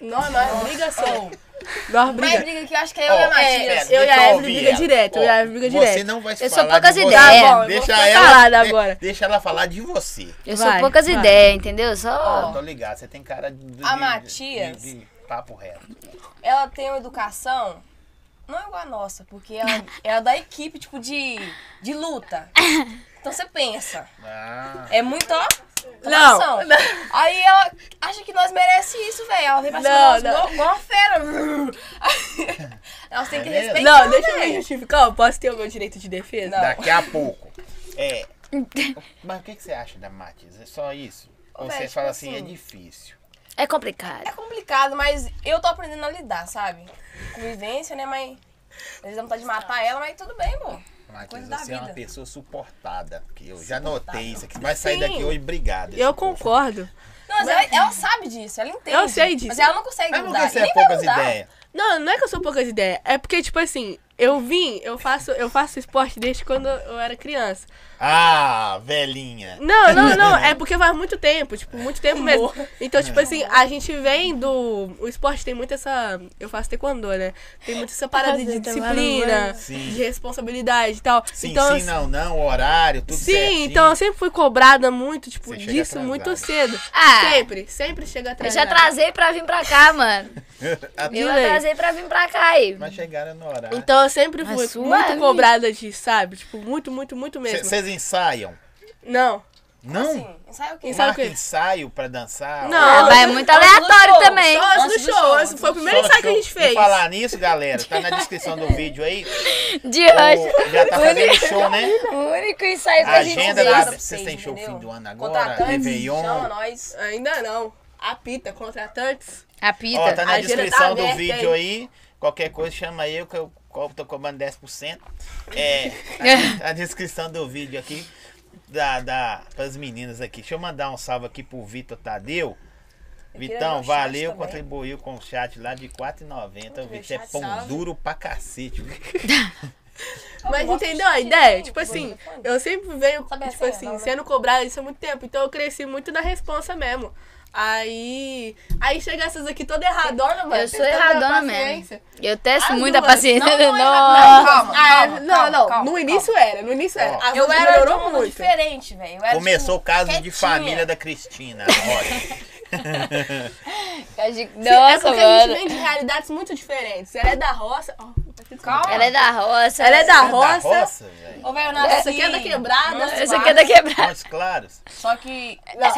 Speaker 4: Nós, nós, é briga só. Nós
Speaker 3: Mas
Speaker 4: briga.
Speaker 3: briga que eu acho que é eu e a
Speaker 2: Ó,
Speaker 3: Matias.
Speaker 4: eu e
Speaker 2: deixa
Speaker 4: a Evelyn
Speaker 2: ouvir
Speaker 4: briga
Speaker 2: ela.
Speaker 4: direto, eu e a Evelyn briga
Speaker 2: Você
Speaker 4: direto.
Speaker 2: não vai falar
Speaker 1: Eu sou poucas
Speaker 2: de
Speaker 1: ideias.
Speaker 2: você.
Speaker 1: Tá bom, eu
Speaker 2: deixa
Speaker 4: vou ficar
Speaker 2: ela,
Speaker 4: calada agora.
Speaker 2: Deixa ela falar de você.
Speaker 1: Eu
Speaker 4: Vai,
Speaker 1: sou poucas
Speaker 4: vai.
Speaker 1: ideias, entendeu? Só.
Speaker 2: Ó, tô ligado, você tem cara de, de-
Speaker 3: A
Speaker 2: de-
Speaker 3: Matias.
Speaker 2: de- de papo reto.
Speaker 3: Ela tem uma educação não é igual a nossa, porque ela, ela é da equipe, tipo, de, de luta. Então você pensa.
Speaker 2: Ah,
Speaker 3: É muito, ó.
Speaker 4: Não.
Speaker 3: coração. Aí ela acha que nós merece isso, velho. Ela vem pra cima
Speaker 4: Não,
Speaker 3: de nós
Speaker 4: não.
Speaker 3: igual- igual uma fera. Nós tem que
Speaker 2: É mesmo?
Speaker 3: respeitar.
Speaker 4: Não, deixa eu me justificar, eu posso ter o meu direito de defesa?
Speaker 3: Não.
Speaker 2: daqui a pouco. É. Mas o que, que você acha da Matias? É só isso? Ou
Speaker 3: Véi,
Speaker 2: você
Speaker 3: tipo
Speaker 2: fala assim, é
Speaker 3: assim,
Speaker 2: difícil.
Speaker 1: É
Speaker 3: É
Speaker 1: complicado.
Speaker 3: complicado, mas eu tô aprendendo a lidar, sabe? Convivência, né, mas... Às vezes dá vontade de matar ela, mas tudo bem, pô.
Speaker 2: Matias,
Speaker 3: coisa da
Speaker 2: você é uma
Speaker 3: vida.
Speaker 2: pessoa suportada. Que eu já notei isso aqui. Vai sair daqui hoje, obrigado. esse
Speaker 4: Eu
Speaker 2: povo.
Speaker 4: concordo.
Speaker 3: Não, mas ela, ela sabe disso, ela entende.
Speaker 4: Eu sei disso.
Speaker 3: Mas ela não consegue
Speaker 2: Mas por
Speaker 3: mudar.
Speaker 2: que
Speaker 3: e
Speaker 2: você
Speaker 3: nem
Speaker 2: é
Speaker 3: vai
Speaker 2: poucas
Speaker 3: mudar.
Speaker 2: ideias?
Speaker 4: Não, não é que eu sou poucas ideias. É porque, tipo assim, eu vim, eu faço, eu faço esporte desde quando eu era criança.
Speaker 2: Ah, velhinha.
Speaker 4: Não, não, não. É porque faz muito tempo, tipo, muito tempo mesmo. Então, tipo assim, a gente vem do. O esporte tem muito essa. Eu faço taekwondo, né? Tem muito essa parada de
Speaker 1: Fazer tomar no
Speaker 4: disciplina,
Speaker 1: banho.
Speaker 2: Sim.
Speaker 4: de responsabilidade e tal.
Speaker 2: Sim,
Speaker 4: então,
Speaker 2: sim, não, não, horário, tudo
Speaker 4: Sim,
Speaker 2: certinho.
Speaker 4: então eu sempre fui cobrada muito, tipo,
Speaker 2: Você chega
Speaker 4: disso
Speaker 2: atrasada.
Speaker 4: muito cedo.
Speaker 1: Ah.
Speaker 4: Sempre, sempre chega
Speaker 1: Eu
Speaker 4: atrás.
Speaker 1: já atrasei pra vir pra cá, mano.
Speaker 4: assim,
Speaker 2: Até-
Speaker 1: Eu
Speaker 4: Direito.
Speaker 1: atrasei pra vir pra cá aí.
Speaker 2: Mas chegaram no horário.
Speaker 4: Então eu sempre
Speaker 1: Mas
Speaker 4: fui
Speaker 1: suave.
Speaker 4: muito cobrada disso, sabe? Tipo, muito, muito, muito mesmo.
Speaker 2: Vocês ensaiam?
Speaker 4: Não.
Speaker 2: Não?
Speaker 3: Assim, sabe o quê?
Speaker 4: Ensaio- o
Speaker 2: Marca
Speaker 4: quê?
Speaker 2: ensaio pra dançar?
Speaker 4: Não,
Speaker 1: Ah, vai, é muito aleatório
Speaker 3: show,
Speaker 1: também.
Speaker 4: Só antes, do show,
Speaker 3: antes
Speaker 4: esse foi o primeiro
Speaker 2: Só
Speaker 4: ensaio que a
Speaker 2: show.
Speaker 4: gente
Speaker 2: E
Speaker 4: fez.
Speaker 2: falar nisso, galera, tá na descrição do vídeo aí.
Speaker 1: De hoje.
Speaker 2: O- já tá fazendo show, né?
Speaker 1: O único ensaio que
Speaker 2: A
Speaker 1: a gente
Speaker 2: agenda
Speaker 1: fez.
Speaker 2: da-
Speaker 3: Nada pra
Speaker 2: vocês têm show
Speaker 3: entendeu?
Speaker 2: fim do ano agora,
Speaker 3: Contratantes,
Speaker 2: Réveillon.
Speaker 3: Chama nós.
Speaker 4: Ainda não. Apita, contratantes.
Speaker 1: A pita.
Speaker 2: Ó, tá na
Speaker 4: A agenda tá
Speaker 2: descrição do
Speaker 4: aberta
Speaker 2: vídeo aí. Qualquer coisa chama eu que eu co- tô cobrando 10%. É, tá na descrição do vídeo aqui da, da, pras meninas aqui. Deixa eu mandar um salve aqui pro Vitor Tadeu.
Speaker 3: Eu queria ver
Speaker 2: Vitão,
Speaker 3: o chat
Speaker 2: valeu,
Speaker 3: também.
Speaker 2: contribuiu com o chat lá de 4,90. O
Speaker 3: ver o
Speaker 2: Vitor é
Speaker 3: chat,
Speaker 2: pão
Speaker 3: salve.
Speaker 2: duro pra cacete.
Speaker 4: Mas
Speaker 3: gosto
Speaker 4: entendeu a
Speaker 3: de-
Speaker 4: ideia?
Speaker 3: de-
Speaker 4: Tipo
Speaker 3: de-
Speaker 4: assim,
Speaker 3: de- de-
Speaker 4: eu sempre venho,
Speaker 3: Sabe
Speaker 4: tipo
Speaker 3: assim, não,
Speaker 4: assim,
Speaker 3: né?
Speaker 4: sendo cobrada isso há muito tempo. Então eu cresci muito na responsa mesmo. Aí. Aí chega essas aqui toda erradona, mano.
Speaker 1: Eu sou
Speaker 4: testando a
Speaker 1: erradona
Speaker 4: paciência.
Speaker 1: mesmo. Eu testo
Speaker 4: As
Speaker 1: muito a
Speaker 4: duas.
Speaker 1: paciência.
Speaker 3: Não, não é
Speaker 1: Nossa.
Speaker 3: errado, Calma,
Speaker 4: Ah,
Speaker 3: calma,
Speaker 4: não,
Speaker 3: calma,
Speaker 4: não.
Speaker 3: calma,
Speaker 4: no início era, no início era.
Speaker 2: Ó.
Speaker 4: Agora
Speaker 3: Eu era de um
Speaker 4: melhorou
Speaker 3: mundo
Speaker 4: muito.
Speaker 3: diferente, velho. Eu era,
Speaker 2: Começou o
Speaker 3: tipo,
Speaker 2: caso de
Speaker 3: quietinha.
Speaker 2: família da Cristina. Olha,
Speaker 1: A gente-
Speaker 4: é
Speaker 1: Nossa,
Speaker 4: porque a gente
Speaker 1: mano.
Speaker 4: vem de realidades muito diferentes. Ela é da roça. ó, tá
Speaker 3: Calma.
Speaker 1: Ela é da roça.
Speaker 4: Ela é da
Speaker 2: da
Speaker 4: roça.
Speaker 2: roça, velho.
Speaker 3: Ô, velho, eu nasci-
Speaker 4: Essa aqui é da quebrada.
Speaker 1: Essa aqui é da quebrada.
Speaker 2: Montes Claros.
Speaker 3: Só que.
Speaker 1: Da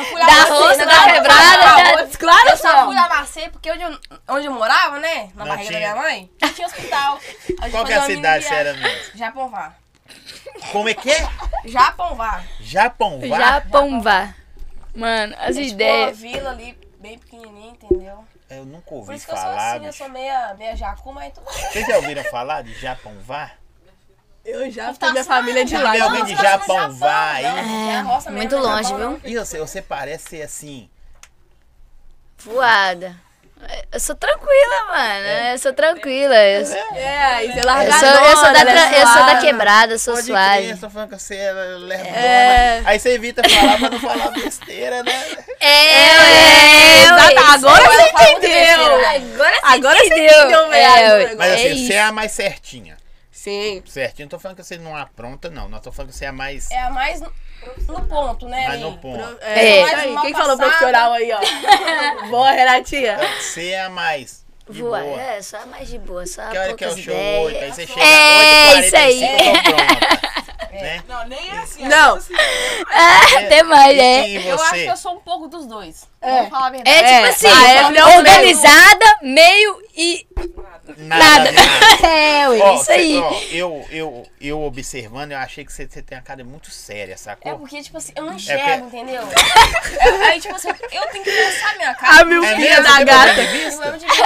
Speaker 1: roça, da quebrada. da-
Speaker 4: assim. Claro,
Speaker 3: Eu só
Speaker 4: não.
Speaker 3: fui lá nascer porque onde eu, onde eu morava, né? Na
Speaker 2: Não
Speaker 3: barriga
Speaker 2: tinha.
Speaker 3: da minha mãe, não tinha hospital. A gente
Speaker 2: Qual que é
Speaker 3: fazia
Speaker 2: a
Speaker 3: uma mini
Speaker 2: cidade você
Speaker 3: viagem.
Speaker 2: era mesmo?
Speaker 3: Japonvá.
Speaker 2: Como é que é?
Speaker 3: Japonvá.
Speaker 2: Japão, vá.
Speaker 1: Japomba. Mano, as
Speaker 3: É tipo uma
Speaker 1: ideias.
Speaker 3: vila ali bem pequenininha, entendeu?
Speaker 2: Eu nunca
Speaker 3: Por
Speaker 2: ouvi
Speaker 3: isso que eu sou
Speaker 2: falar. né?
Speaker 3: assim, eu
Speaker 2: bicho.
Speaker 3: sou meia, meia jacu, mas tudo bem.
Speaker 2: Vocês já ouviram falar de Japão Vá?
Speaker 4: Eu já
Speaker 3: Tá
Speaker 4: fui minha família de
Speaker 3: suave,
Speaker 4: lá.
Speaker 2: Tem alguém
Speaker 3: Não,
Speaker 2: de
Speaker 3: você tá no
Speaker 2: Japão, vai.
Speaker 3: não, é a roça mesmo,
Speaker 1: Muito
Speaker 3: não é
Speaker 1: longe,
Speaker 3: Japão,
Speaker 1: viu?
Speaker 3: não.
Speaker 2: E você, você parece ser assim.
Speaker 1: Voada. Eu sou tranquila, mano. Eu sou tranquila. Eu sou,
Speaker 4: É, aí você
Speaker 1: eu
Speaker 4: larga
Speaker 1: sou, eu sou da,
Speaker 4: agora,
Speaker 1: tra- eu sou da
Speaker 4: é suave.
Speaker 1: quebrada, eu sou
Speaker 2: Pode
Speaker 1: suave.
Speaker 2: crer, só falando que você é lerdona.
Speaker 4: É.
Speaker 2: Aí você evita falar pra não falar besteira, né?
Speaker 1: É,
Speaker 4: é, Exato,
Speaker 1: ué,
Speaker 4: agora
Speaker 1: isso
Speaker 4: você
Speaker 1: aí.
Speaker 4: entendeu.
Speaker 3: é
Speaker 1: Agora você
Speaker 4: Agora você
Speaker 1: entendeu.
Speaker 4: entendeu
Speaker 1: É,
Speaker 4: mesmo.
Speaker 1: ué.
Speaker 2: Mas assim,
Speaker 1: É
Speaker 2: você
Speaker 1: isso.
Speaker 2: é a mais certinha.
Speaker 4: Sim.
Speaker 2: Certinho, não tô falando que você não apronta, não. Não tô falando que você é a mais.
Speaker 3: É a mais. no ponto, né?
Speaker 2: Mas
Speaker 3: ali?
Speaker 2: no ponto.
Speaker 4: É,
Speaker 3: É.
Speaker 4: isso aí.
Speaker 3: Mal
Speaker 4: Quem falou
Speaker 3: passada.
Speaker 4: profissional aí, ó? Boa, Renatinha.
Speaker 2: Você é a mais. De
Speaker 1: Voa,
Speaker 2: boa.
Speaker 1: é, só mais de boa, só
Speaker 2: Que hora que é
Speaker 1: poucas
Speaker 2: o show?
Speaker 1: ideias.
Speaker 2: Oito. Aí você chega
Speaker 1: É,
Speaker 2: às 8h45,
Speaker 1: isso aí.
Speaker 2: tá pronta. Né?
Speaker 5: Não, nem é assim.
Speaker 4: Não.
Speaker 5: É assim, né?
Speaker 1: Até mais, né?
Speaker 2: E
Speaker 3: É, Eu acho
Speaker 2: você?
Speaker 3: que eu sou um pouco dos dois.
Speaker 4: É.
Speaker 3: Vamos falar a verdade.
Speaker 1: É tipo
Speaker 4: É,
Speaker 1: assim,
Speaker 4: a Evelyn é o
Speaker 1: organizada, meio e nada.
Speaker 2: de nada.
Speaker 1: é, ué,
Speaker 2: Ó,
Speaker 1: isso
Speaker 2: cê-
Speaker 1: aí.
Speaker 2: ó, eu, eu, eu observando, eu achei que você tem uma cara muito séria,
Speaker 3: É
Speaker 2: sacou?
Speaker 3: porque, tipo assim, eu não enxergo,
Speaker 2: porque-
Speaker 3: entendeu? É- aí, tipo assim, eu tenho que pensar minha
Speaker 1: Ah,
Speaker 3: cara.
Speaker 4: A mil
Speaker 2: É
Speaker 4: filha
Speaker 2: mesmo?
Speaker 4: da
Speaker 2: Você tem problema
Speaker 4: gata.
Speaker 2: de
Speaker 3: Eu eu
Speaker 2: vista?
Speaker 3: de vez-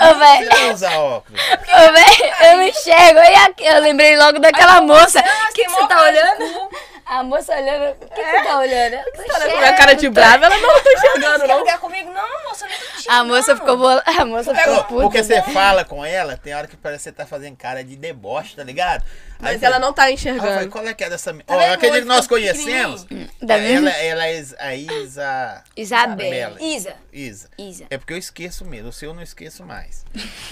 Speaker 1: Ô, velho,
Speaker 2: Você usa óculos.
Speaker 1: ô, velho, eu não enxergo. E aqui, eu lembrei logo daquela moça. O que, que
Speaker 3: tem
Speaker 1: você
Speaker 3: mó
Speaker 1: tá
Speaker 3: cara de
Speaker 1: olhando? A moça olhando. O que, que você tá olhando? Eu não
Speaker 4: Ela com
Speaker 1: enxergo.
Speaker 4: a cara de brava, ela não tá enxergando,
Speaker 3: Você quer
Speaker 4: não.
Speaker 3: brigar comigo? Não, moça, eu não tô te
Speaker 1: A moça
Speaker 3: xingando.
Speaker 1: ficou bola... A moça ficou
Speaker 2: Não,
Speaker 1: puta.
Speaker 2: porque
Speaker 4: né?
Speaker 2: você fala com ela, tem hora que parece que você tá fazendo cara de deboche, tá ligado? Aí eu
Speaker 4: Mas
Speaker 2: falei,
Speaker 4: ela não tá
Speaker 2: Ah, eu falei,
Speaker 4: enxergando.
Speaker 2: qual é que é dessa. Ó,
Speaker 3: vendo?
Speaker 2: aquele dia que nós
Speaker 3: Ficou pequenininho.
Speaker 2: conhecemos.
Speaker 1: Da mesma-
Speaker 2: Ela, ela é Is- a Isa.
Speaker 1: Isabela.
Speaker 2: Isabela.
Speaker 1: Isa.
Speaker 2: Isa.
Speaker 1: Isa.
Speaker 2: É porque eu esqueço mesmo, o seu eu não esqueço mais.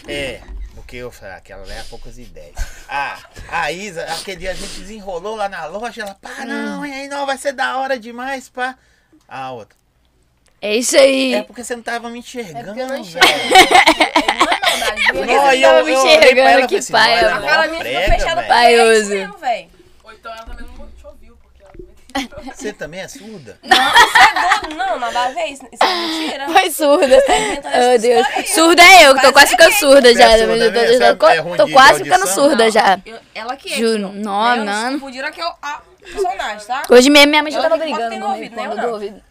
Speaker 2: É, porque eu falei, aquela leva poucas ideias. Ah, a Isa, aquele dia a gente desenrolou lá na loja, ela, pá, não, e aí não, vai ser da hora demais, pá. A outra.
Speaker 1: É isso aí.
Speaker 2: É porque você não tava me enxergando,
Speaker 3: Eu
Speaker 2: velho.
Speaker 3: não enxergo. É, Não é maldade.
Speaker 1: você não
Speaker 2: Não, e
Speaker 1: tava me
Speaker 2: olhei pra
Speaker 1: enxergando,
Speaker 2: ela e
Speaker 1: que
Speaker 2: falei assim, "Não,
Speaker 1: pai,
Speaker 2: ela
Speaker 1: ó."
Speaker 2: é mó
Speaker 3: A cara minha
Speaker 2: prega,
Speaker 3: ficou fechada
Speaker 2: velho.
Speaker 3: pra ele, é isso
Speaker 1: Paioso.
Speaker 3: mesmo, velho.
Speaker 5: Ou então ela também não te ouviu, porque ela
Speaker 2: Você também é surda?
Speaker 3: Não, nada a ver. Isso isso é mentira.
Speaker 1: Foi surda.
Speaker 3: inventando
Speaker 1: Oh,
Speaker 3: essa
Speaker 1: Deus.
Speaker 3: história aí.
Speaker 1: Surda é eu, que tô
Speaker 3: Parece
Speaker 1: quase ficando
Speaker 3: que-
Speaker 1: surda já.
Speaker 2: surda
Speaker 1: Eu tô-
Speaker 2: mesmo?
Speaker 1: eu
Speaker 2: Você
Speaker 1: tô-
Speaker 2: é ruim
Speaker 1: tô
Speaker 2: de
Speaker 1: quase ficando
Speaker 2: audição?
Speaker 1: surda já.
Speaker 3: Eu- ela que é.
Speaker 1: Juro,
Speaker 3: não.
Speaker 1: nó,
Speaker 3: Eu
Speaker 1: nana.
Speaker 3: não confundiram que é o a personagem, tá?
Speaker 1: Hoje mesmo minha mãe já
Speaker 3: Ela
Speaker 1: tava
Speaker 3: que bota
Speaker 1: brigando
Speaker 3: no
Speaker 1: comigo
Speaker 3: ouvido, né,
Speaker 1: quando Tá do
Speaker 3: ou não?
Speaker 1: ouvido.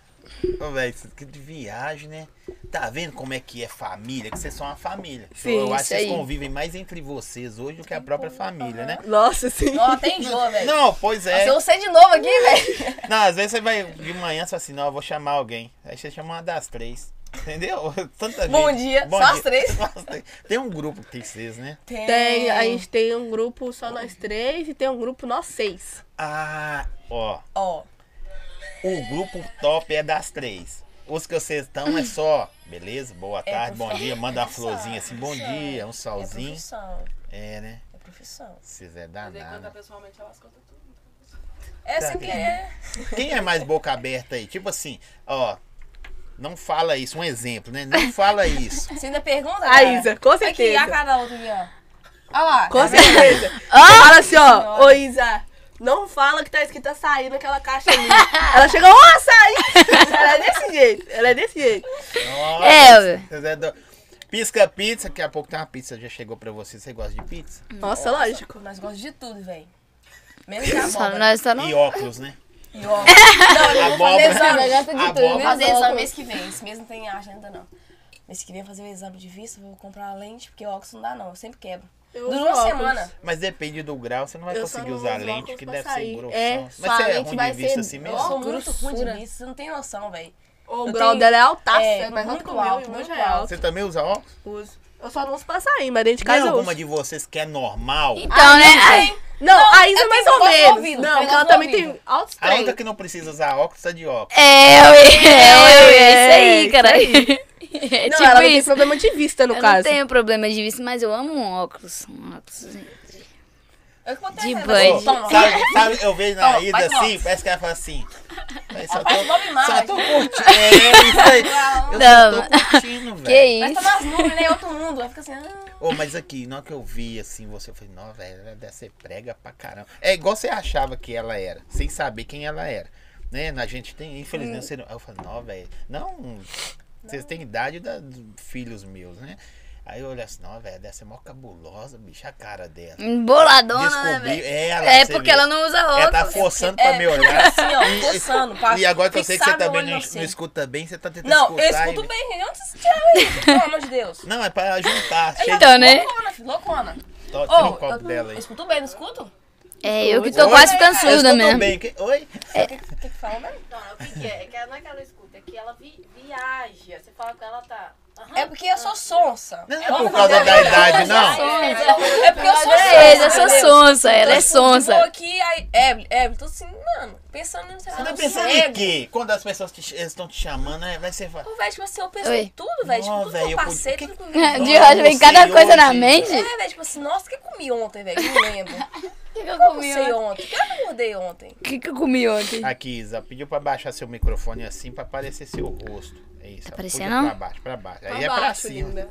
Speaker 2: Ô, velho, isso- que de viagem, né? Tá vendo como é que é família? Que vocês são uma família.
Speaker 4: Sim,
Speaker 2: eu acho
Speaker 1: isso
Speaker 2: que vocês
Speaker 1: aí.
Speaker 2: convivem mais entre vocês hoje do que a própria família, né?
Speaker 4: Nossa, sim.
Speaker 3: Não, até enjoa, velho.
Speaker 2: Não, pois é.
Speaker 3: Se eu sei de novo aqui, velho.
Speaker 2: Não, às vezes você vai de manhã e fala assim, não, eu vou chamar alguém. Aí você chama uma das três. Entendeu? Tanta gente.
Speaker 3: Bom dia. Só as três?
Speaker 2: Só as três. Tem um grupo que tem seis, né?
Speaker 4: É. Tem, a gente tem um grupo só nós três e tem um grupo nós seis.
Speaker 2: Ah, ó.
Speaker 3: Ó. é
Speaker 2: O grupo top é das três. Os que vocês estão é só, beleza? Boa tarde, bom dia. Manda uma florzinha assim, bom dia, um
Speaker 3: É
Speaker 2: solzinho.
Speaker 3: profissão.
Speaker 2: É, né?
Speaker 3: É profissão.
Speaker 2: Vocês é
Speaker 5: Daí canta
Speaker 2: danado.
Speaker 5: pessoalmente, elas contam tudo.
Speaker 2: Tá
Speaker 3: É sempre é.
Speaker 2: Quem é mais boca aberta aí? Tipo assim, ó. Não fala isso, um exemplo, né? Não fala isso.
Speaker 3: Você ainda pergunta?
Speaker 4: A Isa, com certeza.
Speaker 3: Aqui, a cada outra aqui, ó. Olha lá. tá
Speaker 4: Com certeza. Fala assim, ó. Ô, Isa, não fala que tá escrito açaí naquela caixa
Speaker 3: é
Speaker 4: ali. Ela chega, ô, açaí! Ela é desse jeito, ela é desse jeito.
Speaker 2: Nossa,
Speaker 1: É, ué.
Speaker 2: vocês é do- Pisca pizza, daqui a pouco tem uma pizza, já chegou pra você. Você gosta de pizza?
Speaker 4: Nossa, lógico.
Speaker 3: Nós gostamos de tudo, velho. Menos que a
Speaker 1: Só
Speaker 3: abóbora.
Speaker 1: nós tá só não.
Speaker 2: E óculos, né?
Speaker 3: E ó. Não, eu vou fazer
Speaker 2: Abóbora.
Speaker 3: exame.
Speaker 1: Ela gosta de tudo,
Speaker 2: Abóbora.
Speaker 3: Vou
Speaker 1: né?
Speaker 3: fazer
Speaker 1: Abóbora.
Speaker 3: exame mês que vem. Esse mês não tem agenda, não. Mês que vem eu vou fazer o exame de vista, vou comprar a lente, porque o óculos não dá, não. Eu sempre quebro.
Speaker 4: Eu
Speaker 3: Dura
Speaker 4: uso
Speaker 3: uma
Speaker 4: óculos.
Speaker 3: semana.
Speaker 2: Mas depende do grau, você não vai
Speaker 4: Eu só
Speaker 2: conseguir
Speaker 4: não
Speaker 2: usar
Speaker 4: uso
Speaker 2: lente,
Speaker 4: óculos
Speaker 2: que
Speaker 4: pra
Speaker 2: deve ser
Speaker 4: sair.
Speaker 2: grossão.
Speaker 4: É,
Speaker 2: Mas
Speaker 4: sua
Speaker 2: você é
Speaker 4: lente
Speaker 2: ruim
Speaker 4: vai
Speaker 2: de vista
Speaker 4: ser-
Speaker 2: assim
Speaker 3: Eu
Speaker 2: mesmo?
Speaker 3: sou muito
Speaker 1: grossura.
Speaker 3: ruim de vista, você não tem noção, velho.
Speaker 4: O
Speaker 3: Eu
Speaker 4: grau
Speaker 3: tenho-
Speaker 4: dela é altaço,
Speaker 3: é,
Speaker 4: é mais alto que o
Speaker 3: muito
Speaker 4: meu, e
Speaker 3: alto,
Speaker 4: o meu já
Speaker 3: muito
Speaker 4: é alto.
Speaker 2: Você também usa óculos?
Speaker 4: Uso. Eu só não uso pra sair, mas dentro de
Speaker 2: Tem
Speaker 4: casa eu uso.
Speaker 2: alguma de vocês que é normal?
Speaker 1: Então, né? Ai,
Speaker 4: Não, a Isa
Speaker 3: eu
Speaker 4: mais
Speaker 3: tenho
Speaker 4: ou
Speaker 3: voz no
Speaker 4: menos.
Speaker 3: ouvido,
Speaker 4: não,
Speaker 3: tem
Speaker 4: porque
Speaker 3: voz
Speaker 4: ela tá
Speaker 3: no
Speaker 4: também
Speaker 3: ouvido.
Speaker 4: tem altos
Speaker 2: A
Speaker 4: três.
Speaker 2: única que não precisa usar óculos é de óculos.
Speaker 1: É, ué, é, ué, é isso aí, cara. É
Speaker 4: Não,
Speaker 1: tipo
Speaker 4: ela não tem
Speaker 1: isso.
Speaker 4: problema de vista, no
Speaker 1: eu não
Speaker 4: caso.
Speaker 1: tenho problema de vista, mas eu amo um óculos. Um óculos.
Speaker 3: Eu que contei
Speaker 1: De
Speaker 3: essa,
Speaker 1: banho.
Speaker 3: mas- Toma,
Speaker 2: sabe, sabe, eu vejo na
Speaker 3: Toma,
Speaker 2: ida
Speaker 3: faz
Speaker 2: assim,
Speaker 3: nota.
Speaker 2: parece que ela fala assim. "Mas Só
Speaker 3: faz nova
Speaker 2: tô,
Speaker 3: imagem.
Speaker 2: só tô curtindo. É isso aí. Eu só
Speaker 1: Não.
Speaker 2: tô curtindo, velho.
Speaker 1: Que
Speaker 3: Vai
Speaker 1: isso?
Speaker 3: tomar as nuvens, né? Outro mundo. Vai ficar assim, ah,
Speaker 2: Ô, mas aqui, na hora que eu vi assim, você, eu falei, não, velho, ela deve ser prega pra caramba. É igual você achava que ela era, sem saber quem ela era. Né? A gente tem, infelizmente, você não. Aí Eu falei, não, velho, não. Vocês têm idade da- dos filhos meus, né? Aí eu olhei assim, não, velho, deve ser mó cabulosa, bicho, a cara dela.
Speaker 1: Boladona, né,
Speaker 2: Descobri
Speaker 1: velho?
Speaker 2: ela.
Speaker 1: É
Speaker 2: você
Speaker 1: porque
Speaker 2: vê.
Speaker 1: ela não usa
Speaker 2: Ela tá
Speaker 1: óculos.
Speaker 2: forçando
Speaker 3: é,
Speaker 2: pra me olhar.
Speaker 3: assim, ó, coçando. pra
Speaker 2: E agora que eu sei que você
Speaker 3: fixar meu
Speaker 2: também
Speaker 3: olho
Speaker 2: não,
Speaker 3: no
Speaker 2: não
Speaker 3: seu.
Speaker 2: escuta bem, você tá tentando
Speaker 3: Não, eu
Speaker 2: escutar.
Speaker 3: escuto
Speaker 2: e-
Speaker 3: bem. De onde você tirou isso? Pelo amor de Deus.
Speaker 2: Não, é pra juntar. cheio de-
Speaker 1: Então, né?
Speaker 3: Loucona, filho, loucona.
Speaker 2: Tó-
Speaker 3: Ô,
Speaker 2: Tira o um copo
Speaker 3: eu,
Speaker 2: dela aí.
Speaker 3: eu escuto bem, não escuto?
Speaker 1: É, eu que tô
Speaker 2: Oi?
Speaker 1: quase ficando
Speaker 2: Eu
Speaker 1: surda
Speaker 2: escuto
Speaker 1: mesmo.
Speaker 2: bem. que- Oi?
Speaker 3: O que, que que fala, né?
Speaker 6: Não, não, o que, que é? É que ela não é que ela escuta, é que ela vi- viaja. Você fala que ela tá. Aham.
Speaker 3: É porque eu sou sonsa.
Speaker 2: Não é por causa da idade, não.
Speaker 3: É porque eu sou sonsa.
Speaker 1: É, eu sou
Speaker 3: entendeu? tipo,
Speaker 1: sonsa, ela é
Speaker 3: Eu escuto de
Speaker 1: sonsa.
Speaker 3: boa aqui, aí, Evelyn, Evelyn, tô assim, mano. pensando em você.
Speaker 2: Você tá pensando em quê? Quando as pessoas te ch- estão te chamando, né? Vai ser.
Speaker 3: Pô, velho, tipo assim, eu penso em
Speaker 1: Oi.
Speaker 3: tudo, velho. Tipo,
Speaker 2: Nossa,
Speaker 3: tudo
Speaker 2: velho,
Speaker 3: que
Speaker 2: eu
Speaker 3: eu passei,
Speaker 2: podia-
Speaker 3: tudo que eu
Speaker 1: De
Speaker 3: vivi.
Speaker 2: é
Speaker 1: hoje vem cada
Speaker 2: Nossa,
Speaker 1: coisa na
Speaker 2: hoje.
Speaker 1: mente.
Speaker 3: É, velho, tipo assim, nossa, o que eu comi ontem, velho? Não lembro. O
Speaker 1: que eu
Speaker 3: que eu
Speaker 1: comi
Speaker 3: sei
Speaker 1: ontem?
Speaker 3: ontem? O que eu acordei ontem?
Speaker 1: O que, que eu comi ontem?
Speaker 2: Aqui, Isa, pediu pra baixar seu microfone assim pra aparecer seu rosto. É isso. ó,
Speaker 1: Aparecer
Speaker 2: puxa
Speaker 1: não?
Speaker 2: Pra baixo, pra baixo. Aí é pra
Speaker 4: Tá baixo,
Speaker 2: cima.
Speaker 4: linda.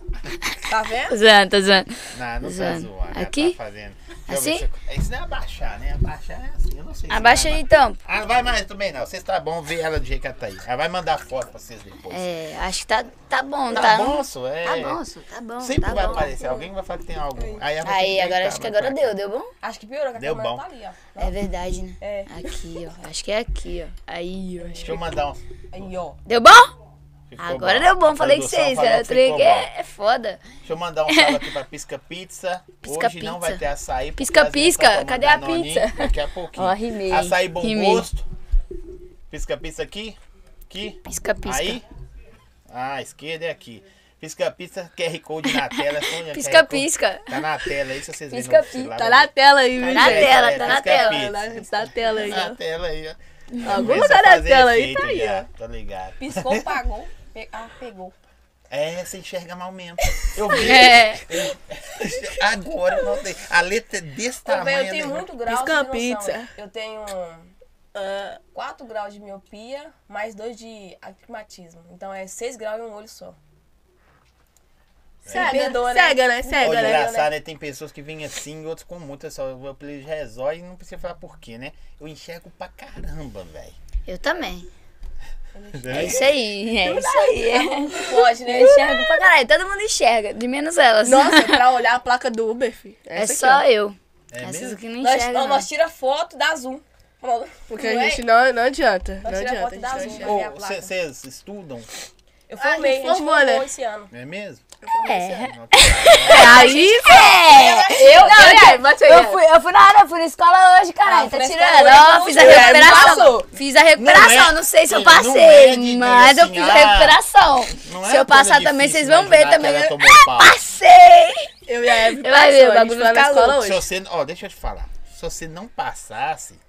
Speaker 3: Tá vendo?
Speaker 1: Tô zoando, tô zoando.
Speaker 2: Não, não tá
Speaker 1: Zan,
Speaker 2: zoando. ela
Speaker 1: aqui?
Speaker 2: Tá fazendo. Deixa eu
Speaker 1: Assim?
Speaker 2: ver se eu- Isso não é abaixar, né? Abaixar é assim. Eu não sei. se
Speaker 1: Abaixa
Speaker 2: vai
Speaker 1: aí
Speaker 2: aba-
Speaker 1: então.
Speaker 2: Ah, não vai mais também não. Vocês tá bom ver ela do jeito que ela tá aí. Ela vai mandar foto pra vocês depois.
Speaker 1: É, acho que tá, tá bom,
Speaker 2: Tá,
Speaker 1: tá?
Speaker 2: bom, só é.
Speaker 1: Tá bom, senhor, tá bom.
Speaker 2: Sempre
Speaker 1: tá
Speaker 2: vai
Speaker 1: bom.
Speaker 2: aparecer. Alguém vai falar que tem algo. Aí, ela vai ter
Speaker 1: Aí,
Speaker 2: que
Speaker 1: agora
Speaker 2: deitar,
Speaker 1: acho que
Speaker 2: vai
Speaker 1: agora
Speaker 2: pra
Speaker 1: deu, deu bom?
Speaker 3: Acho que piorou, que a
Speaker 2: Deu
Speaker 3: câmera
Speaker 2: bom.
Speaker 3: tá ali, ó.
Speaker 1: É verdade, né?
Speaker 3: É.
Speaker 1: Aqui, ó. Acho que é aqui, ó. Aí, ó. Acho
Speaker 2: Deixa
Speaker 1: que...
Speaker 2: eu mandar um.
Speaker 3: Aí, ó.
Speaker 1: Deu bom?
Speaker 2: Ficou
Speaker 1: Agora
Speaker 2: bom.
Speaker 1: deu bom,
Speaker 2: A
Speaker 1: falei que
Speaker 2: produção
Speaker 1: vocês,
Speaker 2: falou
Speaker 1: cara.
Speaker 2: que
Speaker 1: Trem
Speaker 2: ficou
Speaker 1: que
Speaker 2: bom.
Speaker 1: é, é foda.
Speaker 2: Deixa eu mandar um salve aqui pra Pisca Pizza.
Speaker 1: Pisca
Speaker 2: Hoje não vai
Speaker 1: Pizza.
Speaker 2: ter açaí. porque
Speaker 1: Pisca
Speaker 2: as meninas
Speaker 1: Pisca,
Speaker 2: tão tomando
Speaker 1: cadê a
Speaker 2: Danoninho
Speaker 1: pizza?
Speaker 2: Daqui a pouquinho.
Speaker 1: Ó, rimei,
Speaker 2: Açaí bom
Speaker 1: rimei.
Speaker 2: gosto. Pisca Pizza aqui. Aqui.
Speaker 1: Pisca, pisca.
Speaker 2: Aí. Ah, a esquerda é aqui. Pisca Pizza, QR Code na tela. Sonha,
Speaker 1: Pisca,
Speaker 2: QR Code.
Speaker 1: pisca.
Speaker 2: Tá na tela aí, se vocês verem.
Speaker 1: Pisca
Speaker 2: no celular,
Speaker 4: Tá
Speaker 2: vai
Speaker 4: na tela aí,
Speaker 1: Tá
Speaker 4: viu,
Speaker 1: na
Speaker 4: gente?
Speaker 1: tela,
Speaker 2: é,
Speaker 1: tá na
Speaker 2: pisca
Speaker 1: tela.
Speaker 2: pizza.
Speaker 4: Tá na tela aí,
Speaker 2: Na
Speaker 4: ó.
Speaker 2: tela aí, ó.
Speaker 4: Algum
Speaker 2: Começa a
Speaker 4: lugar na
Speaker 2: fazer
Speaker 4: tela aí,
Speaker 2: efeito
Speaker 4: tá aí,
Speaker 2: já,
Speaker 4: ó.
Speaker 2: Tá ligado.
Speaker 3: Piscou, pagou. Pe- Ah, pegou.
Speaker 2: É, você enxerga mal mesmo. Eu vi.
Speaker 1: É.
Speaker 2: Agora eu notei. A letra é desse
Speaker 3: Então,
Speaker 2: tamanho.
Speaker 3: velho, eu tenho
Speaker 2: né?
Speaker 3: muito grau
Speaker 4: Tá, Pisca
Speaker 3: de
Speaker 4: pizza.
Speaker 3: pizza. Eu tenho 4 graus de miopia, mais 2 de astigmatismo. Então é 6 graus em um olho só.
Speaker 4: Cega,
Speaker 3: Perdoa, né?
Speaker 4: cega, né? Cega,
Speaker 2: Olha,
Speaker 4: né?
Speaker 2: engraçado, né? Tem pessoas que vêm assim e outras com muita só. O apelido resolve e não precisa falar por quê, né? Eu enxergo pra caramba, velho.
Speaker 1: Eu também. É
Speaker 2: Né?
Speaker 1: isso aí, é isso aí. é.
Speaker 3: Pode, né?
Speaker 1: Eu enxergo pra caralho, todo mundo enxerga, de menos elas.
Speaker 4: Nossa, pra olhar a placa do Uber, fi.
Speaker 1: é
Speaker 4: Essa aqui,
Speaker 1: só
Speaker 4: ó.
Speaker 1: eu.
Speaker 2: É
Speaker 1: Essas
Speaker 2: mesmo?
Speaker 1: aqui não
Speaker 3: Nós,
Speaker 1: enxergam.
Speaker 3: nós tira foto da Zoom.
Speaker 4: Porque
Speaker 3: é?
Speaker 4: a gente não, não adianta. Não
Speaker 3: Nós tiramos
Speaker 4: adianta.
Speaker 3: foto
Speaker 4: A gente
Speaker 3: da
Speaker 4: não
Speaker 3: Zoom.
Speaker 4: enxerga.
Speaker 3: Olha a placa.
Speaker 2: Vocês estudam?
Speaker 3: Eu
Speaker 4: Ah, a
Speaker 3: formei, a
Speaker 4: gente
Speaker 3: gente
Speaker 4: formou,
Speaker 3: formou
Speaker 4: né?
Speaker 3: esse ano.
Speaker 2: É mesmo?
Speaker 1: É.
Speaker 2: Não, que legal.
Speaker 4: É aí,
Speaker 1: É, eu,
Speaker 4: aí,
Speaker 1: não,
Speaker 4: bate
Speaker 1: eu,
Speaker 4: aí, é.
Speaker 1: eu, fui, eu fui na hora, eu fui na escola hoje, caralho.
Speaker 3: Ah,
Speaker 1: tá
Speaker 3: foi na
Speaker 1: tirando.
Speaker 3: escola hoje,
Speaker 1: Ó, fiz a
Speaker 3: mulher,
Speaker 1: recuperação.
Speaker 3: passou.
Speaker 1: Fiz a
Speaker 2: é, Não
Speaker 1: recuperação.
Speaker 2: é-
Speaker 1: Não sei se eu
Speaker 2: não é de
Speaker 1: passei,
Speaker 2: dizer
Speaker 1: mas eu
Speaker 2: assim,
Speaker 1: fiz a
Speaker 2: ah,
Speaker 1: recuperação.
Speaker 2: não é
Speaker 1: Se eu
Speaker 2: uma coisa
Speaker 1: passar também,
Speaker 2: difícil né,
Speaker 1: vocês vão ver
Speaker 2: imaginar que
Speaker 1: também.
Speaker 2: ela
Speaker 1: Eu-
Speaker 2: tomou pau.
Speaker 1: Ah, passei!
Speaker 4: Eu e a Eve
Speaker 1: Vai ver, o
Speaker 4: passou, a gente
Speaker 1: bagulho
Speaker 4: foi na
Speaker 1: fica
Speaker 4: escola
Speaker 2: Se
Speaker 4: hoje.
Speaker 2: você, ó, deixa eu te falar. Se você não passasse,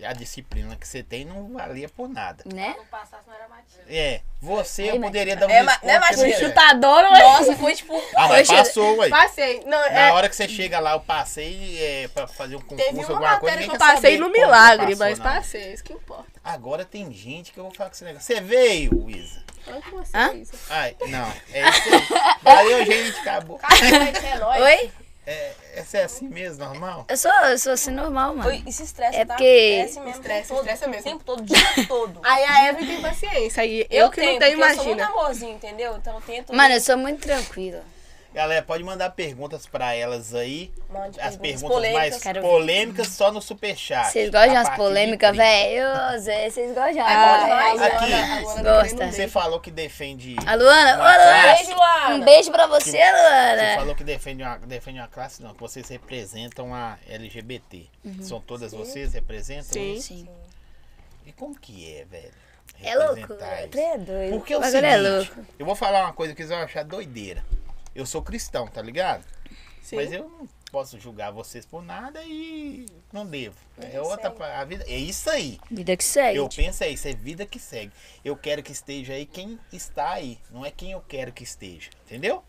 Speaker 2: a disciplina que você tem não valia por nada.
Speaker 1: Né?
Speaker 6: Não passasse, não era matilha.
Speaker 2: É, você eu
Speaker 1: Aí,
Speaker 2: poderia dar um
Speaker 3: É, mas-
Speaker 2: desconto.
Speaker 3: né,
Speaker 2: que
Speaker 3: Matilde?
Speaker 2: você-
Speaker 1: Chutadora, mas.
Speaker 3: Nossa, foi tipo.
Speaker 2: Ah, mas
Speaker 1: Eu cheguei-
Speaker 2: passou, ué.
Speaker 4: Passei. Não,
Speaker 2: Na
Speaker 4: é,
Speaker 2: hora que você chega lá, eu passei é, pra fazer um concurso,
Speaker 4: teve uma
Speaker 2: alguma coisa.
Speaker 4: matéria
Speaker 2: ninguém
Speaker 4: que eu
Speaker 2: quer
Speaker 4: passei
Speaker 2: saber
Speaker 4: no
Speaker 2: como você
Speaker 4: milagre,
Speaker 2: passou,
Speaker 4: mas
Speaker 2: não.
Speaker 4: passei, isso que importa.
Speaker 2: Agora tem gente que eu vou falar com esse negócio. Você veio, Isa?
Speaker 4: Fala com você,
Speaker 1: Hã?
Speaker 4: Isa.
Speaker 2: Ai, não. É isso aí. Valeu, gente. Acabou.
Speaker 3: Cacete, é nóis.
Speaker 1: Oi?
Speaker 2: É, essa é assim mesmo, normal?
Speaker 1: Eu sou, eu sou assim normal, mano.
Speaker 3: Oi, Isso estressa,
Speaker 1: É
Speaker 3: tá?
Speaker 1: porque-
Speaker 3: Estresse mesmo.
Speaker 4: Estressa,
Speaker 3: tempo todo,
Speaker 4: estressa mesmo.
Speaker 3: Tempo todo, dia todo.
Speaker 4: Aí a Eve tem paciência, aí eu, que não tenho,
Speaker 3: porque Eu sou muito
Speaker 4: imagina.
Speaker 3: amorzinho, entendeu? Então eu tento.
Speaker 1: Mano, eu sou muito tranquila.
Speaker 2: Galera, pode mandar perguntas pra elas aí.
Speaker 3: Mande
Speaker 2: As
Speaker 3: perguntas
Speaker 2: perguntas mais
Speaker 3: polêmicas.
Speaker 1: Quero ver.
Speaker 2: polêmicas só no superchat.
Speaker 1: Vocês gostam de
Speaker 2: Ah, A
Speaker 1: umas
Speaker 2: partir
Speaker 1: polêmicas,
Speaker 2: de é.
Speaker 1: velho? Zé, Vocês gostam de
Speaker 3: Ah,
Speaker 1: umas
Speaker 3: demais.
Speaker 1: polêmicas?
Speaker 2: Aqui.
Speaker 1: Gosta.
Speaker 2: Você falou que defende.
Speaker 1: A Luana, ô Luana,
Speaker 2: classe.
Speaker 3: Beijo, Luana.
Speaker 1: um beijo pra você,
Speaker 2: Você
Speaker 1: Luana.
Speaker 2: falou que defende uma, defende uma classe, não, que vocês representam a LGBT.
Speaker 1: Uhum.
Speaker 2: São todas vocês representam
Speaker 4: Sim.
Speaker 2: isso?
Speaker 1: Sim.
Speaker 2: E como que é, velho?
Speaker 1: É louco,
Speaker 2: representar isso?
Speaker 1: tu é doido.
Speaker 2: Porque é o
Speaker 1: O bagulho é
Speaker 2: seguinte,
Speaker 1: louco.
Speaker 2: eu vou falar uma coisa que vocês vão achar doideira. Eu sou cristão, tá ligado?
Speaker 4: Sim.
Speaker 2: Mas eu não posso julgar vocês por nada e não devo. É outra pa- a vida, é isso aí.
Speaker 1: Vida que segue.
Speaker 2: Eu penso é isso, é vida que segue. Eu quero que esteja aí quem está aí, não é quem eu quero que esteja, entendeu?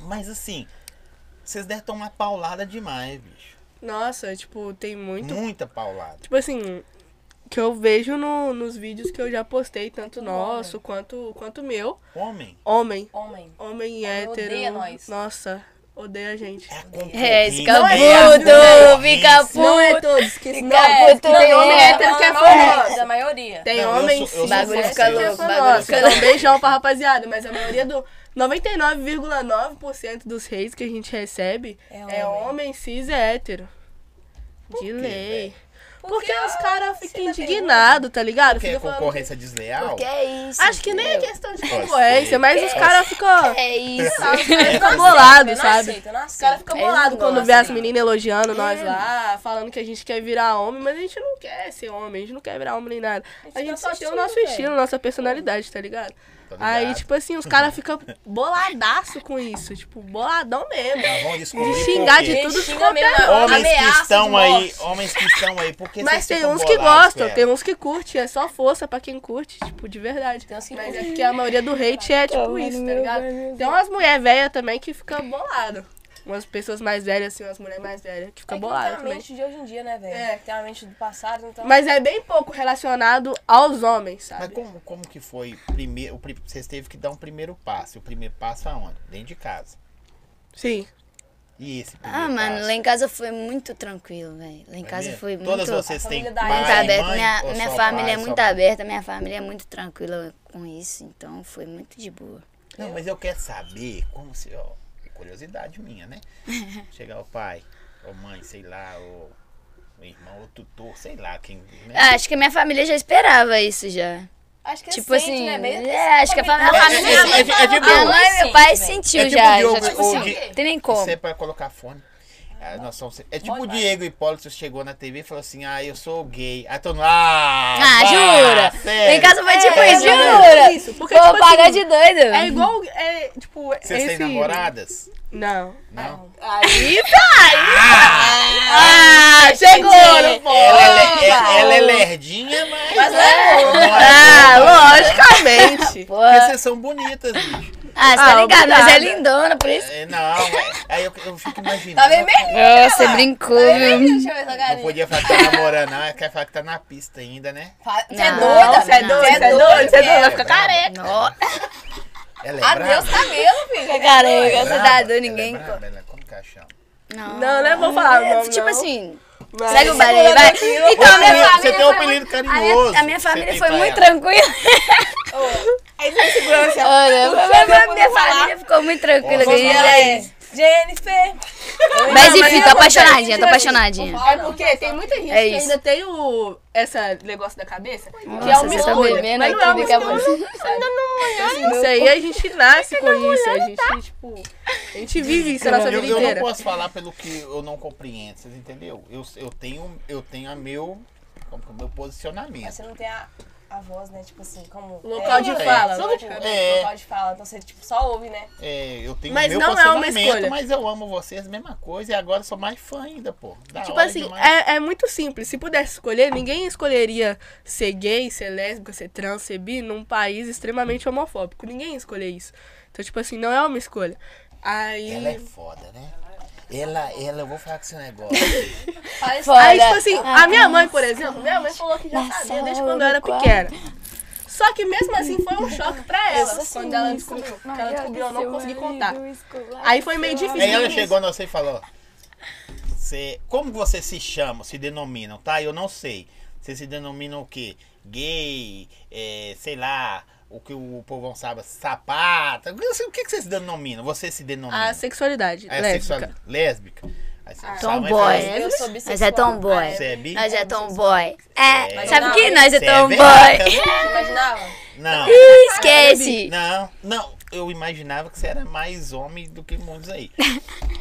Speaker 2: Mas assim, vocês devem tomar paulada demais, bicho.
Speaker 4: Nossa, tipo, tem muito.
Speaker 2: Muita paulada.
Speaker 4: Tipo assim, que eu vejo no- nos vídeos que eu já postei, tanto nosso quanto, quanto meu.
Speaker 2: Homem
Speaker 4: Homem.
Speaker 3: Homem.
Speaker 4: Homem
Speaker 3: Homem
Speaker 4: hétero.
Speaker 3: odeia nós.
Speaker 4: Nossa, odeia a gente.
Speaker 2: é a concorrência.
Speaker 1: É, esse
Speaker 2: é a
Speaker 1: cabudo,
Speaker 2: concorrência.
Speaker 1: fica puto.
Speaker 4: Não é todos que
Speaker 1: Fica puto,
Speaker 4: tem homem
Speaker 1: né?
Speaker 4: hétero que é
Speaker 3: Da
Speaker 4: famoso.
Speaker 3: maioria, Da maioria.
Speaker 4: Tem
Speaker 2: Não, eu sou-
Speaker 4: homem
Speaker 2: eu
Speaker 4: sim.
Speaker 2: sou
Speaker 1: Bagulho
Speaker 2: fã,
Speaker 1: fica
Speaker 2: assim, eu
Speaker 1: louco,
Speaker 2: sou
Speaker 1: bagulho
Speaker 4: Nossa,
Speaker 1: fica
Speaker 4: então
Speaker 1: louco.
Speaker 4: beijão pra rapaziada, mas a maioria do 99,9% dos reis que a gente recebe
Speaker 3: É
Speaker 4: é homem,
Speaker 3: homem.
Speaker 4: cis e hétero. De lei.
Speaker 2: velho?
Speaker 4: Porque, os caras ficam
Speaker 3: tá
Speaker 4: indignados, tá ligado?
Speaker 2: Porque é
Speaker 4: Fica falando...
Speaker 2: concorrência desleal?
Speaker 1: Que é isso?
Speaker 4: Acho que nem é
Speaker 1: entendeu?
Speaker 4: questão de
Speaker 2: Pode
Speaker 4: concorrência,
Speaker 2: ser.
Speaker 4: mas os caras ficam.
Speaker 1: É isso.
Speaker 4: Ficam
Speaker 3: Eu
Speaker 4: bolados,
Speaker 3: não
Speaker 4: sabe?
Speaker 3: aceito, eu não
Speaker 4: Os caras
Speaker 3: aceito.
Speaker 4: ficam
Speaker 1: Eles não
Speaker 4: bolados É, quando
Speaker 1: gostam,
Speaker 4: vê as
Speaker 1: né?
Speaker 4: meninas elogiando nós
Speaker 1: É.
Speaker 4: lá, falando que a gente quer virar homem, mas a gente não quer ser homem, a gente não quer virar homem nem nada.
Speaker 3: tem
Speaker 4: A gente
Speaker 3: nosso
Speaker 4: só tem o
Speaker 3: estilo,
Speaker 4: nosso
Speaker 3: velho.
Speaker 4: estilo, nossa personalidade, tá ligado?
Speaker 2: Tô ligado.
Speaker 4: Aí, tipo assim, os caras ficam boladaço com isso. Tipo, boladão mesmo.
Speaker 2: Mas vamos descobrir
Speaker 4: de xingar
Speaker 2: por quê.
Speaker 4: de
Speaker 3: Gente,
Speaker 4: tudo é que
Speaker 3: xinga mesmo,
Speaker 4: qualquer-
Speaker 3: a-
Speaker 2: Homens que
Speaker 3: ameaça de
Speaker 2: estão aí,
Speaker 3: morte.
Speaker 2: homens que estão aí, por que
Speaker 4: Mas
Speaker 2: vocês
Speaker 4: tem
Speaker 2: ficam
Speaker 4: uns que
Speaker 2: bolados com
Speaker 4: gostam,
Speaker 2: ela?
Speaker 1: um-
Speaker 4: tem uns que curtem, é só força pra quem curte, tipo, de verdade.
Speaker 3: Tem uns que
Speaker 4: Mas é
Speaker 3: curtem.
Speaker 4: porque a maioria do hate é tipo isso, tá ligado? Tem umas mulheres velhas também que ficam boladas. Umas pessoas mais velhas, assim, umas mulheres mais velhas, que ficam
Speaker 3: É que
Speaker 4: boladas
Speaker 3: Tem a
Speaker 4: também.
Speaker 3: mente de hoje em dia, né, velho?
Speaker 4: É.
Speaker 3: Tem a mente do passado, então.
Speaker 4: Mas é bem pouco relacionado aos homens,
Speaker 2: Mas
Speaker 4: sabe?
Speaker 2: como, como que foi primeiro, o pri- vocês teve que dar um primeiro passo, e o primeiro passo aonde? Dentro de casa.
Speaker 4: Sim.
Speaker 2: E esse primeiro
Speaker 1: Ah, mano,
Speaker 2: passo?
Speaker 1: lá em casa foi muito tranquilo, velho. Lá em
Speaker 2: É
Speaker 1: casa
Speaker 2: mesmo?
Speaker 1: foi muito.
Speaker 2: Todas vocês
Speaker 3: A
Speaker 2: têm
Speaker 3: família
Speaker 2: pai,
Speaker 3: da
Speaker 1: Muito
Speaker 3: Pai,
Speaker 1: aberta.
Speaker 2: mãe,
Speaker 1: minha
Speaker 2: ou
Speaker 1: minha família
Speaker 2: só pai,
Speaker 1: é
Speaker 2: só
Speaker 1: muito
Speaker 2: mãe?
Speaker 1: aberta, minha família é muito tranquila com isso, então foi muito de boa.
Speaker 2: Não, mas eu quero saber como se, ó, curiosidade minha, né? Chegar o pai, ou mãe, sei lá, ou o irmão, ou tutor, sei lá quem, né?
Speaker 1: Ah, Acho que minha família já esperava isso já.
Speaker 3: Acho que é
Speaker 1: tipo
Speaker 3: recente,
Speaker 1: assim,
Speaker 3: né? Meio-
Speaker 1: é, acho que a família, a
Speaker 3: É,
Speaker 1: família
Speaker 2: é, é, é de
Speaker 1: a
Speaker 2: boa.
Speaker 1: mãe e meu pai sentiu
Speaker 2: É tipo
Speaker 1: já,
Speaker 2: o Diogo,
Speaker 1: já, tipo
Speaker 2: o
Speaker 1: assim,
Speaker 2: Di-
Speaker 1: não tem nem
Speaker 2: Isso
Speaker 1: como.
Speaker 2: é pra colocar fone. Ah, nós somos- é tipo o
Speaker 3: Pode, vai.
Speaker 2: Diego Hipólito chegou na TV e falou assim: Ah, eu sou gay. Aí todo mundo. Ah,
Speaker 1: Ah,
Speaker 2: vá,
Speaker 1: jura?
Speaker 2: sério?"
Speaker 1: Lá em casa foi tipo
Speaker 2: é
Speaker 1: isso,
Speaker 2: verdade.
Speaker 1: jura?
Speaker 4: Isso, porque,
Speaker 1: Vou
Speaker 4: tipo
Speaker 1: pagar
Speaker 4: assim,
Speaker 1: de doido.
Speaker 4: É igual, é, tipo,
Speaker 2: Vocês
Speaker 4: esse...
Speaker 2: têm namoradas?
Speaker 4: Não.
Speaker 2: Não.
Speaker 1: Aí vai! Ah, chegou! não
Speaker 4: Ah,
Speaker 1: foi?
Speaker 2: Ela, é, é- ela é lerdinha, mas.
Speaker 4: né?
Speaker 3: Mas é bom.
Speaker 2: Não é boa,
Speaker 4: Ah, logicamente.
Speaker 2: Porque
Speaker 1: Pô.
Speaker 2: vocês são bonitas, bicho.
Speaker 1: Ah, você tá
Speaker 4: Ah,
Speaker 1: ligado, mas é
Speaker 4: obrigada.
Speaker 1: lindona, por isso.
Speaker 2: É, Não, é- aí eu, eu fico imaginando.
Speaker 3: Tá
Speaker 4: né?
Speaker 3: vermelho?
Speaker 1: Ah, você brincou, viu?
Speaker 3: Deixa eu ver essa
Speaker 2: Não
Speaker 3: galinha.
Speaker 2: podia falar que tá namorando, não. Quer falar que tá na pista ainda, né?
Speaker 3: Fa- Você é
Speaker 1: Não,
Speaker 3: doida?
Speaker 1: você é doida,
Speaker 3: Você é
Speaker 4: doido,
Speaker 3: doida?
Speaker 4: você é doido, vai ficar
Speaker 2: brava.
Speaker 4: careca.
Speaker 1: Nossa.
Speaker 2: Ela é
Speaker 3: Adeus
Speaker 2: brava.
Speaker 3: cabelo, filho.
Speaker 1: Careca,
Speaker 2: Ela é
Speaker 1: você
Speaker 2: brava?
Speaker 1: tá
Speaker 2: Ela é
Speaker 1: doido, ninguém.
Speaker 2: brava, ela é como caixão.
Speaker 1: Não,
Speaker 4: Não, não vou falar o
Speaker 1: É,
Speaker 4: nome,
Speaker 1: Tipo
Speaker 4: não.
Speaker 1: assim,
Speaker 4: Mas- é
Speaker 1: segue o baile aí, vai. Então, a minha família.
Speaker 2: Você tem um
Speaker 1: foi
Speaker 2: apelido
Speaker 1: muito- a minha-
Speaker 2: carinhoso.
Speaker 1: A minha
Speaker 2: Você
Speaker 1: família
Speaker 2: tem
Speaker 1: foi
Speaker 2: pra
Speaker 1: muito
Speaker 2: ela.
Speaker 1: tranquila.
Speaker 3: Aí você segurando assim, ó.
Speaker 1: Olha,
Speaker 3: Puxa,
Speaker 1: mas
Speaker 3: eu
Speaker 1: a
Speaker 3: vou
Speaker 1: minha
Speaker 3: falar.
Speaker 1: família ficou muito tranquila.
Speaker 2: Vamos
Speaker 1: que
Speaker 2: falar
Speaker 1: já-
Speaker 2: aí.
Speaker 3: Jennifer.
Speaker 1: Mas
Speaker 4: mas é
Speaker 1: enfim,
Speaker 4: eu
Speaker 1: tô
Speaker 4: vou-
Speaker 1: apaixonadinha, tô
Speaker 4: tipo assim,
Speaker 1: apaixonadinha.
Speaker 4: É
Speaker 3: tá
Speaker 4: porque tem muita gente
Speaker 1: É
Speaker 4: que
Speaker 1: isso.
Speaker 4: ainda tem o essa negócio da cabeça, que é
Speaker 1: Nossa,
Speaker 4: uma
Speaker 1: você tá
Speaker 4: escolha,
Speaker 1: bebendo
Speaker 4: mas não é
Speaker 1: aqui,
Speaker 4: uma
Speaker 1: daqui a
Speaker 4: escolha.
Speaker 1: pouco.
Speaker 4: Sabe? Isso aí a gente nasce com isso, a gente, tipo, a gente vive isso a nossa
Speaker 2: eu,
Speaker 4: vida
Speaker 2: eu
Speaker 4: inteira.
Speaker 2: não posso falar pelo que eu não compreendo, vocês entendeu? Eu, eu tenho, eu tenho a meu, como que é, o meu
Speaker 3: Mas
Speaker 2: posicionamento.
Speaker 3: você não tem a, a voz, né? Tipo assim, como.
Speaker 4: O local
Speaker 3: é,
Speaker 4: de
Speaker 2: é.
Speaker 4: fala,
Speaker 3: Só
Speaker 4: lógico.
Speaker 3: tipo,
Speaker 2: É.
Speaker 3: local de fala. Então você tipo, só ouve, né?
Speaker 2: É, eu tenho
Speaker 4: Mas
Speaker 2: meu
Speaker 4: não é uma
Speaker 2: posicionamento,
Speaker 4: escolha.
Speaker 2: mas eu amo vocês, mesma coisa, e agora sou mais fã ainda, pô. Da
Speaker 4: Tipo
Speaker 2: hora
Speaker 4: assim,
Speaker 2: demais.
Speaker 4: é, é muito simples. Se pudesse escolher, ninguém escolheria ser gay, ser lésbica, ser trans, ser bi num país extremamente homofóbico. Ninguém ia escolher isso. Então, tipo assim, não é uma escolha. Aí.
Speaker 2: Ela é foda, né? Ela, ela, eu vou falar com esse negócio.
Speaker 3: Parece
Speaker 4: Aí,
Speaker 1: Olha,
Speaker 4: tipo assim, a minha mãe, por exemplo, minha mãe falou que
Speaker 3: é
Speaker 4: já sabia desde quando eu era pequena. Só que mesmo assim foi um choque pra ela, quando ela descobriu. Porque ela descobriu, eu não consegui contar. Aí foi meio difícil.
Speaker 2: Aí ela
Speaker 4: no início.
Speaker 2: chegou em você e falou: "Você- Como vocês se chamam, se denominam, tá? Eu não sei. Vocês se denominam o quê? Gay, é, sei lá, o que o povão sabe, sapata. O que o que que vocês se denominam? Você se denomina?
Speaker 1: Ah,
Speaker 4: A sexualidade
Speaker 2: Aí a
Speaker 4: lésbica.
Speaker 2: sexual- lésbica. Aí você- sua mãe
Speaker 1: Tomboy.
Speaker 2: falou,
Speaker 3: Eu sou bissexual.
Speaker 1: Nós é tomboy.
Speaker 2: Você é bi?
Speaker 1: Nós é tomboy. É,
Speaker 2: É.
Speaker 1: sabe que nós é
Speaker 2: "Você é
Speaker 1: tomboy?
Speaker 2: velhaca."
Speaker 3: Imaginava?
Speaker 2: Não,
Speaker 1: Esquece.
Speaker 2: não, não. Eu imaginava que você era mais homem do que muitos aí.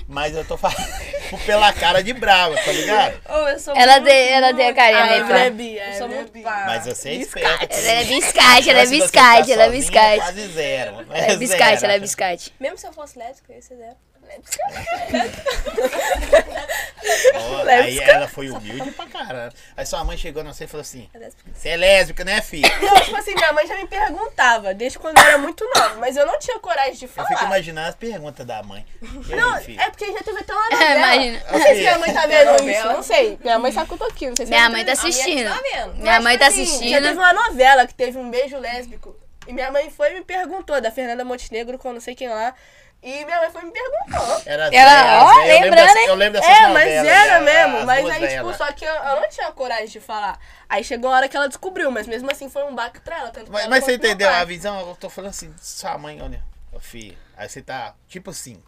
Speaker 2: Mas eu tô falando pela cara de brava, tá ligado?
Speaker 3: Oh, eu sou
Speaker 1: Ela
Speaker 3: muito,
Speaker 1: tem, ela tem a carinha
Speaker 4: Aí
Speaker 1: meio
Speaker 4: eu falei,
Speaker 1: pra...
Speaker 4: "Bi,
Speaker 3: Eu
Speaker 4: é,
Speaker 3: sou
Speaker 4: né,
Speaker 3: muito
Speaker 4: bi."
Speaker 1: Ah,
Speaker 3: pá.
Speaker 2: Mas você é esperta. que
Speaker 1: Ela é biscate, ela é
Speaker 2: Chance de você
Speaker 1: biscate,
Speaker 2: ficar
Speaker 1: ela é
Speaker 2: sozinha é
Speaker 1: biscate.
Speaker 2: Quase zero.
Speaker 1: Ela é biscate, ela é biscate.
Speaker 3: Mesmo se eu fosse lésbica, eu ia ser zero.
Speaker 2: Ó,
Speaker 1: é
Speaker 2: Aí ela foi humilde pra caramba. Aí sua mãe chegou na você e falou assim: Você é lésbica, né, filho?
Speaker 4: Não, tipo assim, minha mãe já me perguntava, desde quando eu era muito nova, mas eu não tinha coragem de
Speaker 2: Eu fico
Speaker 4: falar.
Speaker 2: imaginando as perguntas da mãe. E aí, filho?
Speaker 4: Não,
Speaker 2: Assim, é
Speaker 4: é porque já teve até uma
Speaker 1: É,
Speaker 4: novela.
Speaker 1: imagina.
Speaker 4: Não sei se minha
Speaker 2: Filho.
Speaker 4: mãe tá vendo isso, não sei. Minha mãe sacou aqui, não é sei se
Speaker 1: Minha
Speaker 4: ela
Speaker 1: mãe
Speaker 4: vendo.
Speaker 1: tá
Speaker 3: Minha
Speaker 1: assistindo.
Speaker 3: tá vendo?
Speaker 1: Minha mãe tá
Speaker 4: Já teve
Speaker 1: assistindo.
Speaker 4: uma novela que teve um beijo lésbico. E minha mãe foi e me perguntou, da Fernanda Montenegro com não sei quem lá. E minha mãe foi e me perguntou.
Speaker 2: Era zero,
Speaker 1: Ela- ó,
Speaker 2: zero. Eu lembro
Speaker 1: lembrando,
Speaker 2: dessa-
Speaker 1: hein?
Speaker 2: Eu lembro dessas
Speaker 4: É, mas
Speaker 2: novelas,
Speaker 4: era
Speaker 2: né,
Speaker 4: mesmo.
Speaker 2: as
Speaker 4: Mas
Speaker 2: duas
Speaker 4: aí, tipo,
Speaker 2: velas.
Speaker 4: só que eu, eu não tinha coragem de falar. Aí chegou a hora que ela descobriu, mas mesmo assim foi um baque pra ela. Tanto que
Speaker 2: Mas,
Speaker 4: ela
Speaker 2: mas você
Speaker 4: contou pro meu
Speaker 2: entendeu
Speaker 4: pai.
Speaker 2: a visão? Eu tô falando assim, sua mãe, olha, ô filho, aí você tá, tipo assim,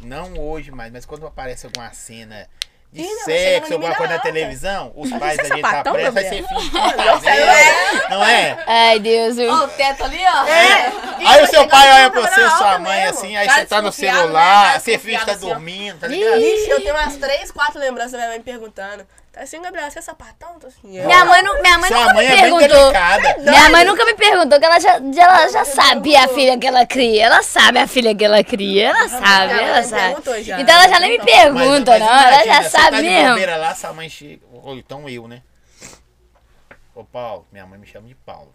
Speaker 2: não hoje mais, mas quando aparece alguma cena de
Speaker 4: Ih, minha mãe chegando
Speaker 2: sexo,
Speaker 4: em
Speaker 2: alguma
Speaker 4: mim
Speaker 2: coisa
Speaker 4: na
Speaker 2: na
Speaker 4: hora.
Speaker 2: televisão, os
Speaker 4: Mas
Speaker 2: pais da
Speaker 4: você é
Speaker 2: gente tá
Speaker 4: sapatão,
Speaker 2: prestes, vai ser
Speaker 4: Gabriel?
Speaker 2: filho, não é?
Speaker 1: Ai, Deus. eu-
Speaker 3: Ó, o teto ali, ó.
Speaker 2: Aí o seu
Speaker 4: chegando
Speaker 2: pai olha
Speaker 4: na
Speaker 2: pra
Speaker 4: hora
Speaker 2: você,
Speaker 4: alta
Speaker 2: sua mãe,
Speaker 4: mesmo.
Speaker 2: assim, aí
Speaker 3: Cara
Speaker 2: você tá no
Speaker 3: desconfiado, né?
Speaker 2: celular,
Speaker 3: Cara
Speaker 2: você finge que tá
Speaker 3: desconfiado, assim, ó.
Speaker 2: dormindo, tá ligado?
Speaker 4: Ixi, eu tenho umas três, quatro lembranças da minha mãe perguntando. Tá assim, Gabriela, você é sapatão? Tô assim, é.
Speaker 2: Não,
Speaker 4: Não,
Speaker 1: Minha
Speaker 2: Ó,
Speaker 1: mãe, nu- minha mãe
Speaker 2: Sua
Speaker 1: nunca
Speaker 2: mãe
Speaker 1: me
Speaker 2: é bem
Speaker 1: perguntou.
Speaker 2: delicada.
Speaker 1: Minha mãe nunca me perguntou, que ela já, já- ela já sabia a filha que ela cria. Ela sabe a filha que ela cria, ela sabe,
Speaker 4: ela
Speaker 1: ela
Speaker 4: me
Speaker 1: sabe.
Speaker 4: perguntou já.
Speaker 1: Então ela já nem me pergunta, não, ela
Speaker 2: imagina,
Speaker 1: já
Speaker 2: você
Speaker 1: sabe
Speaker 2: tá De
Speaker 1: mesmo.
Speaker 2: bobeira lá, sua mãe chega. Ou então eu, né? Ô, Paulo, minha mãe me chama de Paulo.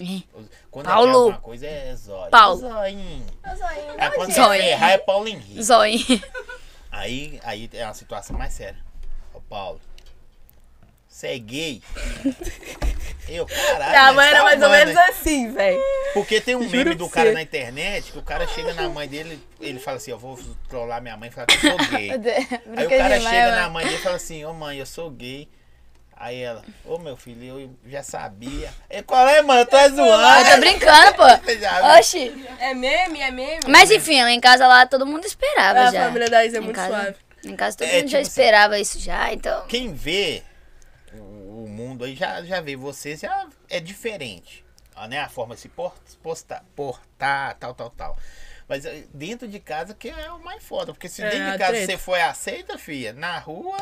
Speaker 2: Quando
Speaker 1: Paulo.
Speaker 2: é alguma coisa, é zóio.
Speaker 1: Paulo.
Speaker 2: Zóinho.
Speaker 3: Zoinho.
Speaker 2: Aí quando você
Speaker 1: Zóio.
Speaker 2: ferrar, é Paulo Henrique.
Speaker 1: Zói.
Speaker 2: Aí, aí é uma situação mais séria. Ô, Paulo, você é gay? Eu, caralho.
Speaker 4: Minha
Speaker 2: mas
Speaker 4: mãe era
Speaker 2: tá
Speaker 4: mais ou
Speaker 2: amando,
Speaker 4: menos
Speaker 2: hein?
Speaker 4: assim, velho.
Speaker 2: Porque tem um
Speaker 4: Juro
Speaker 2: meme
Speaker 4: pra
Speaker 2: do
Speaker 4: você.
Speaker 2: cara na internet que o cara chega na mãe dele, ele fala assim: Eu vou trollar minha mãe e falar que eu sou gay. Aí o cara chega na mãe dele e fala assim: Ô mãe, eu sou gay. Aí ela, ô meu filho, eu já sabia. E qual é, mano? Tu é
Speaker 1: Eu tô
Speaker 2: zoando.
Speaker 1: Ah, tá brincando, pô.
Speaker 2: Você já viu?
Speaker 1: Oxi.
Speaker 3: É meme, é meme.
Speaker 1: Mas enfim, lá em casa lá todo mundo esperava
Speaker 4: A
Speaker 1: já.
Speaker 4: família da Isa é
Speaker 1: Em
Speaker 4: muito
Speaker 1: casa-
Speaker 4: suave.
Speaker 1: Em casa todo
Speaker 2: É,
Speaker 1: mundo já
Speaker 2: tipo assim-
Speaker 1: esperava isso já, então.
Speaker 2: Quem vê o, o mundo aí já, já vê você, já é diferente. Ah, né? A forma de se por- se postar, portar, tal, tal, tal. Mas eh, dentro de casa que é o mais foda. Porque se
Speaker 4: É,
Speaker 2: dentro de
Speaker 4: a
Speaker 2: casa
Speaker 4: treta.
Speaker 2: você foi aceita, filha, na rua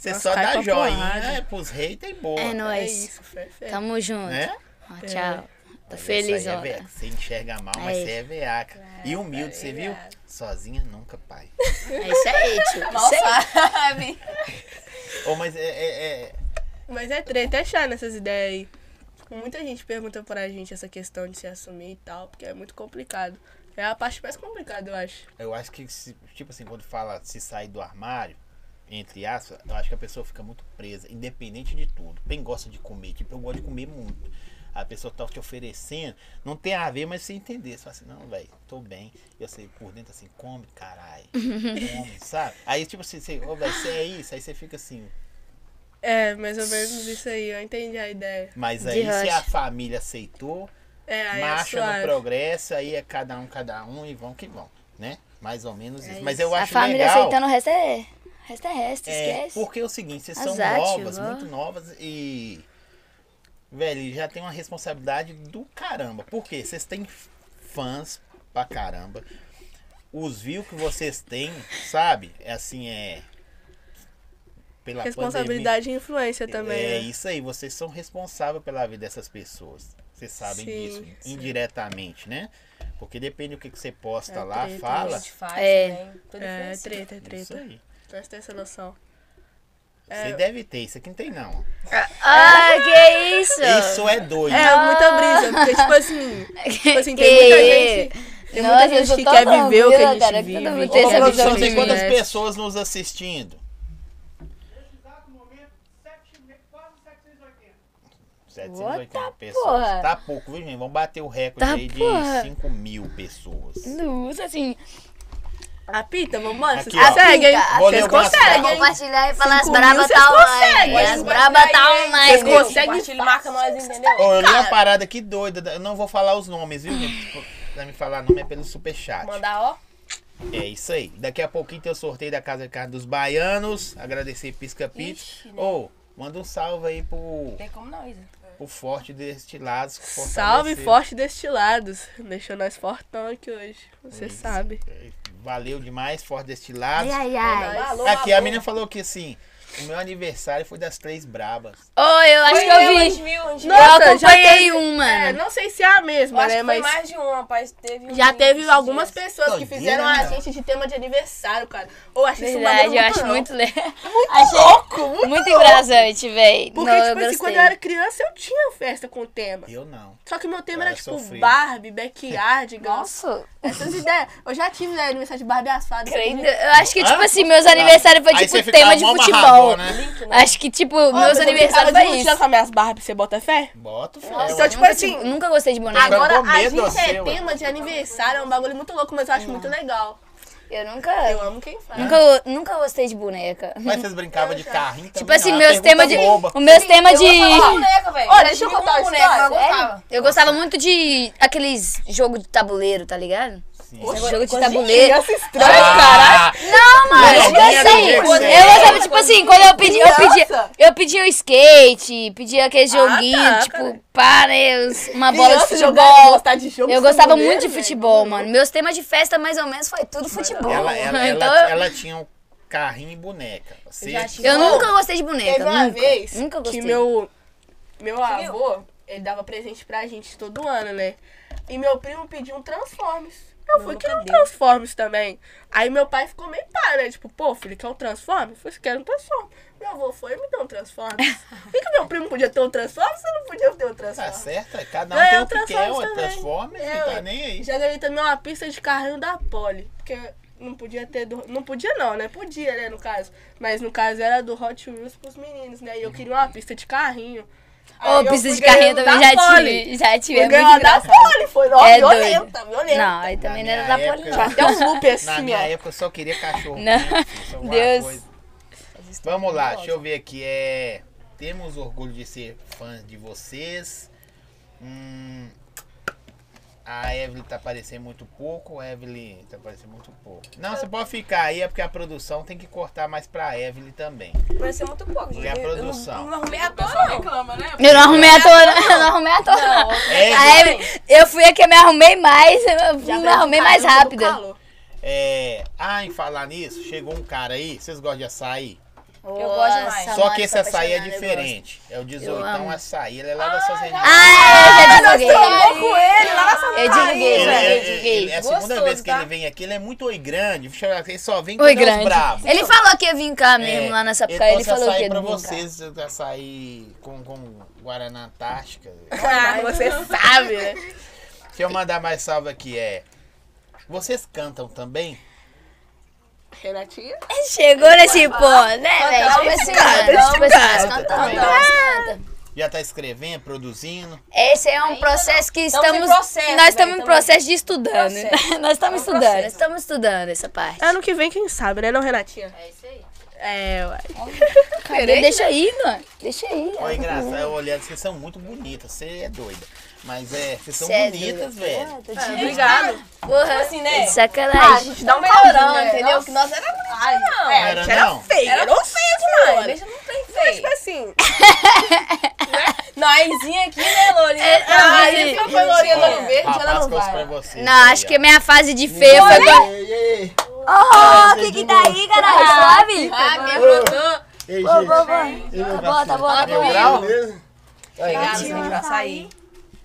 Speaker 2: você
Speaker 4: Nós
Speaker 2: só
Speaker 4: cai
Speaker 2: dá
Speaker 4: pra
Speaker 2: joinha
Speaker 4: porrada.
Speaker 2: é, pros haters e boa.
Speaker 1: É
Speaker 4: É
Speaker 1: nóis.
Speaker 4: isso, fé, fé.
Speaker 1: Tamo junto.
Speaker 2: né?
Speaker 1: Ó, tchau. Tô
Speaker 2: Mas
Speaker 1: feliz,
Speaker 2: essa aí é
Speaker 1: ó.
Speaker 2: veaca. Você enxerga mal, mas
Speaker 1: Aí.
Speaker 2: você é veaca. E humilde,
Speaker 4: tá
Speaker 2: você viu? Sozinha nunca, pai.
Speaker 1: É isso aí, tio.
Speaker 3: Mal sabe.
Speaker 2: Ô, mas é, é- é-
Speaker 4: Mas é treta, é chato essas ideias aí. Tipo, Muita gente pergunta pra gente essa questão de se assumir e tal, porque é muito complicado. É a parte mais complicada, eu acho.
Speaker 2: Eu acho que, se- tipo assim, quando fala se sair do armário, entre aspas, eu acho que a pessoa fica muito presa, independente de tudo. Quem gosta de comer, tipo, eu gosto de comer muito. A pessoa tá te oferecendo, não tem a ver, mas você entender. Você fala assim, não, velho, tô bem. E você por dentro assim, come, caralho. Come, sabe? Aí, tipo assim, você, ô, velho, você é isso. Aí você fica assim,
Speaker 4: É, mais ou menos isso aí, eu entendi a ideia.
Speaker 2: Mas
Speaker 1: De
Speaker 2: aí se
Speaker 1: rocha.
Speaker 2: a família aceitou,
Speaker 4: É, aí é
Speaker 2: marcha no
Speaker 4: suave.
Speaker 2: progresso, aí é cada um, cada um e vão que vão, né? Mais ou menos isso. Mas eu
Speaker 1: A
Speaker 2: acho
Speaker 1: família
Speaker 2: legal.
Speaker 1: aceitando o resto é. O resto é resto,
Speaker 2: é,
Speaker 1: esquece.
Speaker 2: porque é o seguinte, vocês são
Speaker 1: Azar, tio,
Speaker 2: novas,
Speaker 1: ó.
Speaker 2: muito novas e. Velho, já tem uma responsabilidade do caramba. Por quê? Vocês têm fãs pra caramba. Os views que vocês têm, sabe? É assim, é. Pela pandemia-
Speaker 4: Responsabilidade e influência também.
Speaker 2: é
Speaker 4: né?
Speaker 2: isso aí, vocês são responsáveis pela vida dessas pessoas. Vocês sabem
Speaker 4: Sim,
Speaker 2: disso,
Speaker 4: sim.
Speaker 2: indiretamente, né? Porque depende do que, que você posta
Speaker 4: É
Speaker 2: lá,
Speaker 4: treta,
Speaker 3: A
Speaker 2: fala.
Speaker 3: gente faz
Speaker 1: É.
Speaker 3: também. Tudo
Speaker 4: É,
Speaker 3: influencia.
Speaker 4: treta, é
Speaker 2: Isso
Speaker 4: treta. É.
Speaker 2: aí.
Speaker 4: Nós temos essa noção.
Speaker 2: Você deve ter, isso aqui não tem não.
Speaker 1: Ah, que isso?
Speaker 2: Isso é doido.
Speaker 4: É, muita brisa, porque tipo assim, tipo assim, tem
Speaker 1: Que-
Speaker 4: muita gente. Tem
Speaker 1: Nossa,
Speaker 4: muita
Speaker 1: eu
Speaker 4: gente
Speaker 1: sou
Speaker 4: que
Speaker 1: tão
Speaker 4: quer viver o que a
Speaker 1: tranquila,
Speaker 4: gente
Speaker 1: cara, que
Speaker 4: vive.
Speaker 1: todo mundo
Speaker 4: quer
Speaker 1: essa
Speaker 2: Ô,
Speaker 4: viver
Speaker 2: produção,
Speaker 4: o que a
Speaker 2: tem
Speaker 4: gente
Speaker 2: quantas
Speaker 4: merece.
Speaker 2: pessoas nos assistindo?
Speaker 1: What
Speaker 2: 780
Speaker 1: porra?
Speaker 2: pessoas. Tá pouco, viu, gente? Vamos bater o recorde
Speaker 1: Tá
Speaker 2: aí de
Speaker 1: porra.
Speaker 2: 5 mil pessoas.
Speaker 1: Nossa, assim.
Speaker 4: Apita, vambora,
Speaker 2: Aqui,
Speaker 4: vocês
Speaker 1: tá
Speaker 2: ó.
Speaker 4: conseguem?
Speaker 1: Apita.
Speaker 2: Vou ler
Speaker 4: Vocês
Speaker 2: algumas
Speaker 1: Cara,
Speaker 4: conseguem?
Speaker 1: compartilhar e falar as
Speaker 4: Cinco mil,
Speaker 1: brabas
Speaker 4: vocês
Speaker 1: tá
Speaker 4: conseguem,
Speaker 1: online. As
Speaker 4: vocês
Speaker 1: brabas tá
Speaker 3: conseguem,
Speaker 1: online.
Speaker 4: Vocês conseguem.
Speaker 3: Compartilha e marca nós, entendeu?
Speaker 2: Ô, eu li uma parada aqui doida. da- Eu não vou falar os nomes, viu? gente? Pra me falar nome é pelo superchat.
Speaker 3: Mandar, ó.
Speaker 2: É isso aí. Daqui a pouquinho tem o sorteio da Casa de Carne dos Baianos. Agradecer Pisca Pit.
Speaker 3: Ixi, né?
Speaker 2: Ô, manda um salve aí pro,
Speaker 3: Tem como não, Isa.
Speaker 2: pro Forte Destilados. que
Speaker 4: Salve,
Speaker 2: fortaleceu.
Speaker 4: forte destilados. Deixou nós fortão aqui hoje. Você
Speaker 2: Isso.
Speaker 4: sabe.
Speaker 2: Valeu demais, Forte Destilados.
Speaker 1: Ai, ai,
Speaker 4: É
Speaker 1: ai.
Speaker 3: Alô,
Speaker 2: Aqui, a
Speaker 3: alô.
Speaker 2: menina falou que assim, o meu aniversário foi das três brabas.
Speaker 1: Oh, eu acho que
Speaker 3: Foi
Speaker 1: eu
Speaker 3: umas
Speaker 1: vi.
Speaker 3: mil, umas mil.
Speaker 1: Eu
Speaker 4: Nossa, já
Speaker 1: acompanhei
Speaker 4: teve-
Speaker 1: uma.
Speaker 4: É, não sei se é a
Speaker 3: Eu
Speaker 4: mesma,
Speaker 3: acho
Speaker 4: né?
Speaker 3: que foi
Speaker 4: Mas
Speaker 3: mais de um, rapaz. Teve
Speaker 4: já
Speaker 3: um
Speaker 4: teve
Speaker 3: esses
Speaker 4: algumas
Speaker 3: dias.
Speaker 4: pessoas que
Speaker 2: Doideira,
Speaker 4: fizeram a
Speaker 2: né?
Speaker 4: gente de tema de aniversário, cara. Ou acho isso um bagulho
Speaker 1: Verdade, eu
Speaker 4: muito
Speaker 1: acho muito
Speaker 4: louco.
Speaker 1: legal. Achei
Speaker 4: louco, muito
Speaker 1: muito engraçante, véi.
Speaker 4: Porque,
Speaker 1: não, eu
Speaker 4: tipo assim,
Speaker 1: gostei.
Speaker 4: quando eu era criança, eu tinha festa com tema.
Speaker 2: Eu não.
Speaker 4: Só que meu tema
Speaker 2: Cara,
Speaker 4: era, tipo,
Speaker 2: sofrido.
Speaker 4: Barbie, backyard, Nossa.
Speaker 1: Nossa,
Speaker 4: essas ideias. Eu já tive né, aniversário de Barbie assado.
Speaker 1: credo. Eu acho que, tipo
Speaker 2: Hã?
Speaker 1: assim, meus aniversários foi
Speaker 2: Aí
Speaker 1: tipo
Speaker 2: você ficava
Speaker 1: tema de
Speaker 2: mó
Speaker 1: futebol.
Speaker 2: amarradão, né?
Speaker 1: Acho que, tipo, meus aniversários
Speaker 4: foi
Speaker 1: foi
Speaker 4: é isso.
Speaker 1: isso.
Speaker 4: com as minhas Barbie, você bota fé?
Speaker 2: Bota o
Speaker 4: Então,
Speaker 2: ferro.
Speaker 4: tipo
Speaker 1: Nunca,
Speaker 4: assim,
Speaker 1: tive- nunca gostei de boneco.
Speaker 4: agora
Speaker 2: Trancou
Speaker 4: a
Speaker 2: medo
Speaker 4: gente é
Speaker 2: seu, ué.
Speaker 4: tema de aniversário, é um bagulho muito louco, mas eu acho
Speaker 1: Ah.
Speaker 4: muito legal.
Speaker 1: Eu nunca.
Speaker 4: Eu amo quem faz.
Speaker 1: Nunca, nunca gostei de boneca.
Speaker 2: Mas vocês brincavam de carrinho
Speaker 1: Tipo
Speaker 2: também,
Speaker 1: assim,
Speaker 2: não, é
Speaker 1: meus
Speaker 2: pergunta
Speaker 1: temas de.
Speaker 2: boba.
Speaker 1: Os meus temas de.
Speaker 3: Boneca, velho.
Speaker 4: Olha, deixa eu contar uma
Speaker 3: boneca, mas eu
Speaker 4: história,
Speaker 3: gostava.
Speaker 1: Eu gostava muito de aqueles jogo de tabuleiro, tá ligado?
Speaker 2: Sim.
Speaker 1: Esse jogo de tabuleiro.
Speaker 2: Ah,
Speaker 1: Não, mano,
Speaker 2: Não,
Speaker 1: eu
Speaker 2: alguém era
Speaker 1: sei. Eu
Speaker 2: louco, né?
Speaker 1: gostava, tipo assim, quando eu pedi, eu pedi,
Speaker 4: Criança?
Speaker 1: eu pedi o skate, pedia aquele joguinho,
Speaker 4: tá,
Speaker 1: tipo, para, uma bola de
Speaker 4: Criança jogar,
Speaker 1: futebol.
Speaker 4: gostar de jogo,
Speaker 1: Eu gostava
Speaker 4: tabuleiro,
Speaker 1: muito de
Speaker 4: velho.
Speaker 1: futebol, mano. Meus temas de festa, mais ou menos, foi tudo futebol.
Speaker 2: Ela, ela,
Speaker 1: então,
Speaker 2: ela, ela tinha um carrinho e boneca. Você tá
Speaker 3: já tive-
Speaker 1: Eu
Speaker 3: Bom,
Speaker 1: nunca gostei de boneca.
Speaker 4: teve uma
Speaker 1: nunca.
Speaker 4: vez
Speaker 1: Nunca
Speaker 4: que
Speaker 1: gostei.
Speaker 4: meu, meu avô, ele dava presente pra gente todo ano, né? E meu primo pediu um Transformers. Eu fui, quero um Transformers também. Aí meu pai ficou meio pá, né? Tipo, pô, filho, quer um Transformers? Eu falei, quero um Transformers. Meu avô foi e me deu um Transformers. Por que, que meu primo podia ter um Transformers? Você não podia ter um
Speaker 2: tá
Speaker 4: Transformers.
Speaker 2: certo? é, Cada um
Speaker 4: Ganhei
Speaker 2: tem
Speaker 4: um
Speaker 2: o que quer,
Speaker 4: Transformers
Speaker 2: ué,
Speaker 4: também.
Speaker 2: transforma
Speaker 4: É,
Speaker 2: e tá
Speaker 4: ué.
Speaker 2: nem aí.
Speaker 4: Já ganhei também uma pista de carrinho da Poli. Porque não podia ter do... Não podia não, né? Podia, né, no caso. Mas no caso era do Hot Wheels pros meninos, né? E eu queria uma pista de carrinho.
Speaker 1: Ô,
Speaker 4: Aí eu
Speaker 1: pista
Speaker 4: fui
Speaker 1: de carrinho
Speaker 4: ganhando
Speaker 1: também
Speaker 4: da
Speaker 1: já
Speaker 4: Poli.
Speaker 1: tive. Já tive.
Speaker 4: Fui
Speaker 1: É muito
Speaker 4: ganhando da
Speaker 1: engraçado.
Speaker 4: Poli, foi ó,
Speaker 1: É doido.
Speaker 4: violenta, violenta.
Speaker 1: Não, aí também não
Speaker 2: minha
Speaker 1: era da Poli,
Speaker 2: época-
Speaker 1: não.
Speaker 4: Até um loop
Speaker 2: Na
Speaker 4: assim,
Speaker 2: minha
Speaker 4: ó.
Speaker 2: época eu só queria cachorro. né,
Speaker 1: Não.
Speaker 2: quente, alguma
Speaker 1: Deus.
Speaker 2: coisa. Vamos lá, deixa eu ver aqui. É, temos orgulho de ser fãs de vocês. Hum, a Evelyn tá aparecendo muito pouco. A Evelyn tá aparecendo muito pouco. Não, você pode ficar aí, é porque a produção tem que cortar mais pra Evelyn também.
Speaker 3: Parecia muito pouco, gente.
Speaker 2: E a
Speaker 3: Eu- eu
Speaker 2: produção?
Speaker 3: Não, não arrumei a
Speaker 5: O pessoal
Speaker 3: toa, não.
Speaker 5: reclama, né?
Speaker 1: Eu não arrumei a toa, não. Eu não arrumei a toa, não.
Speaker 3: É,
Speaker 1: A Evelyn, eu fui a que me arrumei mais, eu
Speaker 4: Já
Speaker 1: me arrumei mais
Speaker 4: caramba do
Speaker 1: rápida.
Speaker 4: calor.
Speaker 2: É, ah, em falar nisso, chegou um cara aí. Vocês gostam de açaí?
Speaker 1: Eu
Speaker 3: gosto demais.
Speaker 2: Só
Speaker 1: tá
Speaker 2: que esse açaí é diferente. É o 18
Speaker 1: amo.
Speaker 2: açaí. Ele é lá da Sazeni.
Speaker 1: Ah, eu já divulguei.
Speaker 3: com ele lá na
Speaker 1: Eu divulguei,
Speaker 2: Ele,
Speaker 1: já,
Speaker 2: é-
Speaker 1: eu
Speaker 2: é- ele- é
Speaker 1: divulguei.
Speaker 2: a segunda
Speaker 3: Gostoso,
Speaker 2: vez que
Speaker 3: tá?
Speaker 2: ele vem aqui, ele é muito oi grande. Deixa eu ver, Ele só vem quando
Speaker 1: Oi,
Speaker 2: é os
Speaker 1: grande.
Speaker 2: bravos.
Speaker 1: Ele falou que ia vir cá mesmo,
Speaker 2: É,
Speaker 1: lá nessa época. Ele
Speaker 2: trouxe
Speaker 1: falou que
Speaker 2: açaí
Speaker 1: ia
Speaker 2: pra
Speaker 1: vir cá.
Speaker 2: vocês, açaí com, com Guaraná Antártica.
Speaker 4: Ah,
Speaker 1: é,
Speaker 4: você sabe, né?
Speaker 2: Deixa eu mandar mais salve aqui, é... Vocês cantam também?
Speaker 4: Renatinha?
Speaker 1: Chegou nesse ponto, né, velho? Tipo assim, mano, tipo assim,
Speaker 2: canta,
Speaker 1: cantando, canta.
Speaker 2: Já tá escrevendo, produzindo?
Speaker 1: Esse é um processo que
Speaker 3: Estamos em
Speaker 1: estamos.
Speaker 3: processo,
Speaker 1: nós
Speaker 3: né?
Speaker 1: estamos em
Speaker 3: Estamos-
Speaker 1: processo de estudando.
Speaker 3: Processo.
Speaker 1: Nós estamos
Speaker 3: É um
Speaker 1: estudando,
Speaker 3: processo.
Speaker 1: estamos estudando essa parte.
Speaker 4: Ano que vem, quem sabe, né, não, Renatinha?
Speaker 6: É isso aí.
Speaker 4: É, uai.
Speaker 1: Cadê? Deixa
Speaker 4: né?
Speaker 1: aí, mano. Deixa aí.
Speaker 2: Olha, engraçado, eu olhando, vocês são muito bonitas, você é doida. Mas é, vocês são
Speaker 1: Cê é
Speaker 2: bonitas,
Speaker 1: doida.
Speaker 2: velho.
Speaker 4: Obrigado.
Speaker 1: Porra.
Speaker 3: assim, né?
Speaker 4: A
Speaker 1: Sacanagem.
Speaker 4: gente dá um
Speaker 3: Melhorando,
Speaker 4: calorão,
Speaker 3: entendeu?
Speaker 4: entendeu?
Speaker 3: Que nós era bonitinha, não.
Speaker 4: É, a gente era
Speaker 2: Não.
Speaker 4: feia. Era ofensa,
Speaker 3: Ai,
Speaker 4: mano.
Speaker 3: Deixa não tem feio.
Speaker 4: Tipo assim,
Speaker 3: Não, a Izinha aqui, né, Lourinha?
Speaker 1: não,
Speaker 3: Ah,
Speaker 1: mas-
Speaker 3: Izinha foi Lourinha do Ano Verde, ela
Speaker 2: Rapaz,
Speaker 3: não
Speaker 2: coisa um pra
Speaker 3: vai.
Speaker 2: vocês.
Speaker 1: Não,
Speaker 2: aí,
Speaker 1: acho
Speaker 2: ó.
Speaker 1: que a minha fase de feia foi agora.
Speaker 7: Ei, ei,
Speaker 1: Oh, o que que tá aí, cara? Sabe?
Speaker 3: Ah, me brotou.
Speaker 7: ei, gente. Ei, meu
Speaker 1: Tá bom, tá
Speaker 7: parceiro.
Speaker 1: bom, tá
Speaker 2: Meu
Speaker 1: bom.
Speaker 2: grau?
Speaker 7: Beleza? Aí,
Speaker 1: Tá.
Speaker 3: Obrigada,
Speaker 7: gente.
Speaker 3: Izinha, pra sair.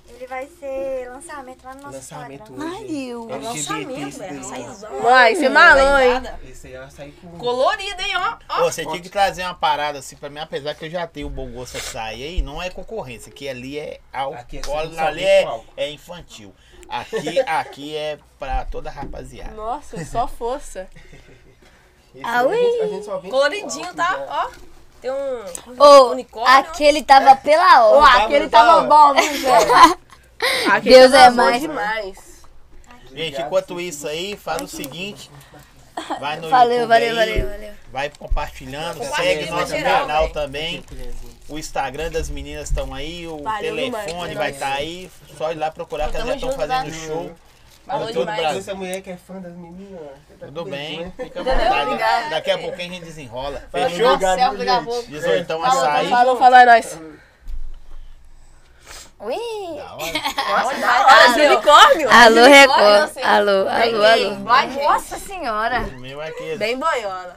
Speaker 8: Ele vai ser lançamento lá no nosso
Speaker 7: Lançamento
Speaker 8: Instagram.
Speaker 7: hoje.
Speaker 2: É
Speaker 3: Lançamento, velho. Saizão.
Speaker 4: Uai, você malou, hein?
Speaker 7: Esse aí vai sair com...
Speaker 3: é Colorido, hein, ó.
Speaker 2: Ô, Você tinha que trazer uma parada assim pra mim, apesar que eu já tenho o bom gosto açaí aí, não é concorrência, que ali é
Speaker 7: Aqui é
Speaker 2: álcool,
Speaker 7: sem
Speaker 2: ali
Speaker 7: sabor,
Speaker 2: é,
Speaker 7: com álcool.
Speaker 2: é infantil. Aqui, aqui é pra toda rapaziada.
Speaker 4: Nossa, só força.
Speaker 7: Esse
Speaker 1: Ah,
Speaker 7: aí a gente- a gente só vem com
Speaker 3: Coloridinho,
Speaker 7: álcool,
Speaker 3: tá?
Speaker 7: já.
Speaker 3: Ó. Tem um
Speaker 1: Ô,
Speaker 3: unicórnio.
Speaker 1: aquele tava pela hora.
Speaker 4: aquele tava bom, viu, velho? Aquele
Speaker 1: Deus
Speaker 4: tava
Speaker 1: é
Speaker 4: bom
Speaker 1: mais.
Speaker 4: demais.
Speaker 2: Gente, enquanto isso aí, fala o seguinte. Vai no
Speaker 1: Valeu,
Speaker 2: YouTube
Speaker 1: valeu,
Speaker 2: aí,
Speaker 1: valeu, valeu.
Speaker 2: Vai compartilhando,
Speaker 3: Compartilha
Speaker 2: segue
Speaker 3: pra
Speaker 2: nosso
Speaker 3: geral, né?
Speaker 2: canal
Speaker 3: velho.
Speaker 2: também.
Speaker 7: né?
Speaker 2: O Instagram das meninas estão aí, o
Speaker 4: Valeu demais,
Speaker 2: telefone
Speaker 4: valeu.
Speaker 2: vai estar aí. Só ir lá procurar que elas já
Speaker 3: Tamo
Speaker 2: estão
Speaker 3: junto,
Speaker 2: fazendo
Speaker 3: tá?
Speaker 2: show.
Speaker 3: Valeu
Speaker 2: Todo
Speaker 3: demais.
Speaker 2: Brasil.
Speaker 7: Essa mulher que é fã das meninas. você tá
Speaker 2: Tudo
Speaker 7: com
Speaker 2: bem,
Speaker 7: vergonha.
Speaker 2: fica à vontade.
Speaker 3: Obrigada.
Speaker 2: Daqui a pouquinho a gente desenrola.
Speaker 7: Valeu,
Speaker 2: Fechou?
Speaker 7: obrigado,
Speaker 3: Selfie
Speaker 7: viu,
Speaker 3: da
Speaker 7: gente?
Speaker 3: boca.
Speaker 2: Desertão
Speaker 7: Falou,
Speaker 2: então, açaí.
Speaker 4: Falou, falou, é nóis.
Speaker 1: Ui.
Speaker 2: Da hora.
Speaker 4: Ah, unicórnio.
Speaker 1: Alô,
Speaker 3: Olha,
Speaker 1: Record.
Speaker 3: você-
Speaker 1: Alô, alô, alô.
Speaker 3: Vai,
Speaker 1: Nossa senhora.
Speaker 2: O meu é que.
Speaker 4: Bem boiola.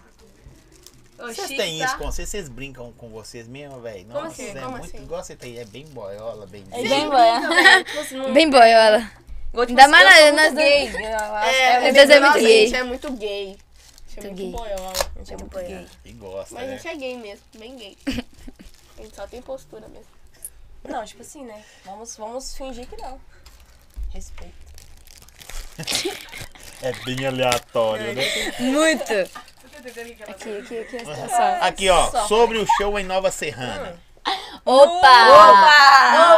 Speaker 2: Vocês têm isso com vocês? Vocês brincam com vocês mesmo, velho? Nossa,
Speaker 3: assim?
Speaker 2: é
Speaker 3: Como
Speaker 2: muito.
Speaker 3: assim?
Speaker 2: Igual você tem, é bem boiola, bem.
Speaker 4: É
Speaker 1: Bem
Speaker 4: né?
Speaker 1: boiola.
Speaker 4: Tipo assim,
Speaker 1: Bem boiola.
Speaker 3: Ainda
Speaker 1: Ainda mais nós- nós dois.
Speaker 3: gay.
Speaker 1: é
Speaker 3: É,
Speaker 1: muito
Speaker 4: bem-
Speaker 1: gay.
Speaker 4: nossa, gente é muito gay. A gente é
Speaker 1: Muito
Speaker 4: muito
Speaker 1: gay.
Speaker 4: boiola. A gente é muito gay.
Speaker 2: E gosta,
Speaker 4: Mas a
Speaker 2: né?
Speaker 4: gente é gay mesmo, bem gay. A gente só tem postura mesmo.
Speaker 3: Não, tipo assim, né? Vamos, vamos fingir que não. Respeito.
Speaker 2: É bem aleatório, né?
Speaker 1: Muito.
Speaker 2: Aqui, ó. Sobre o show em Nova Serrana.
Speaker 3: Ah!
Speaker 1: Opa!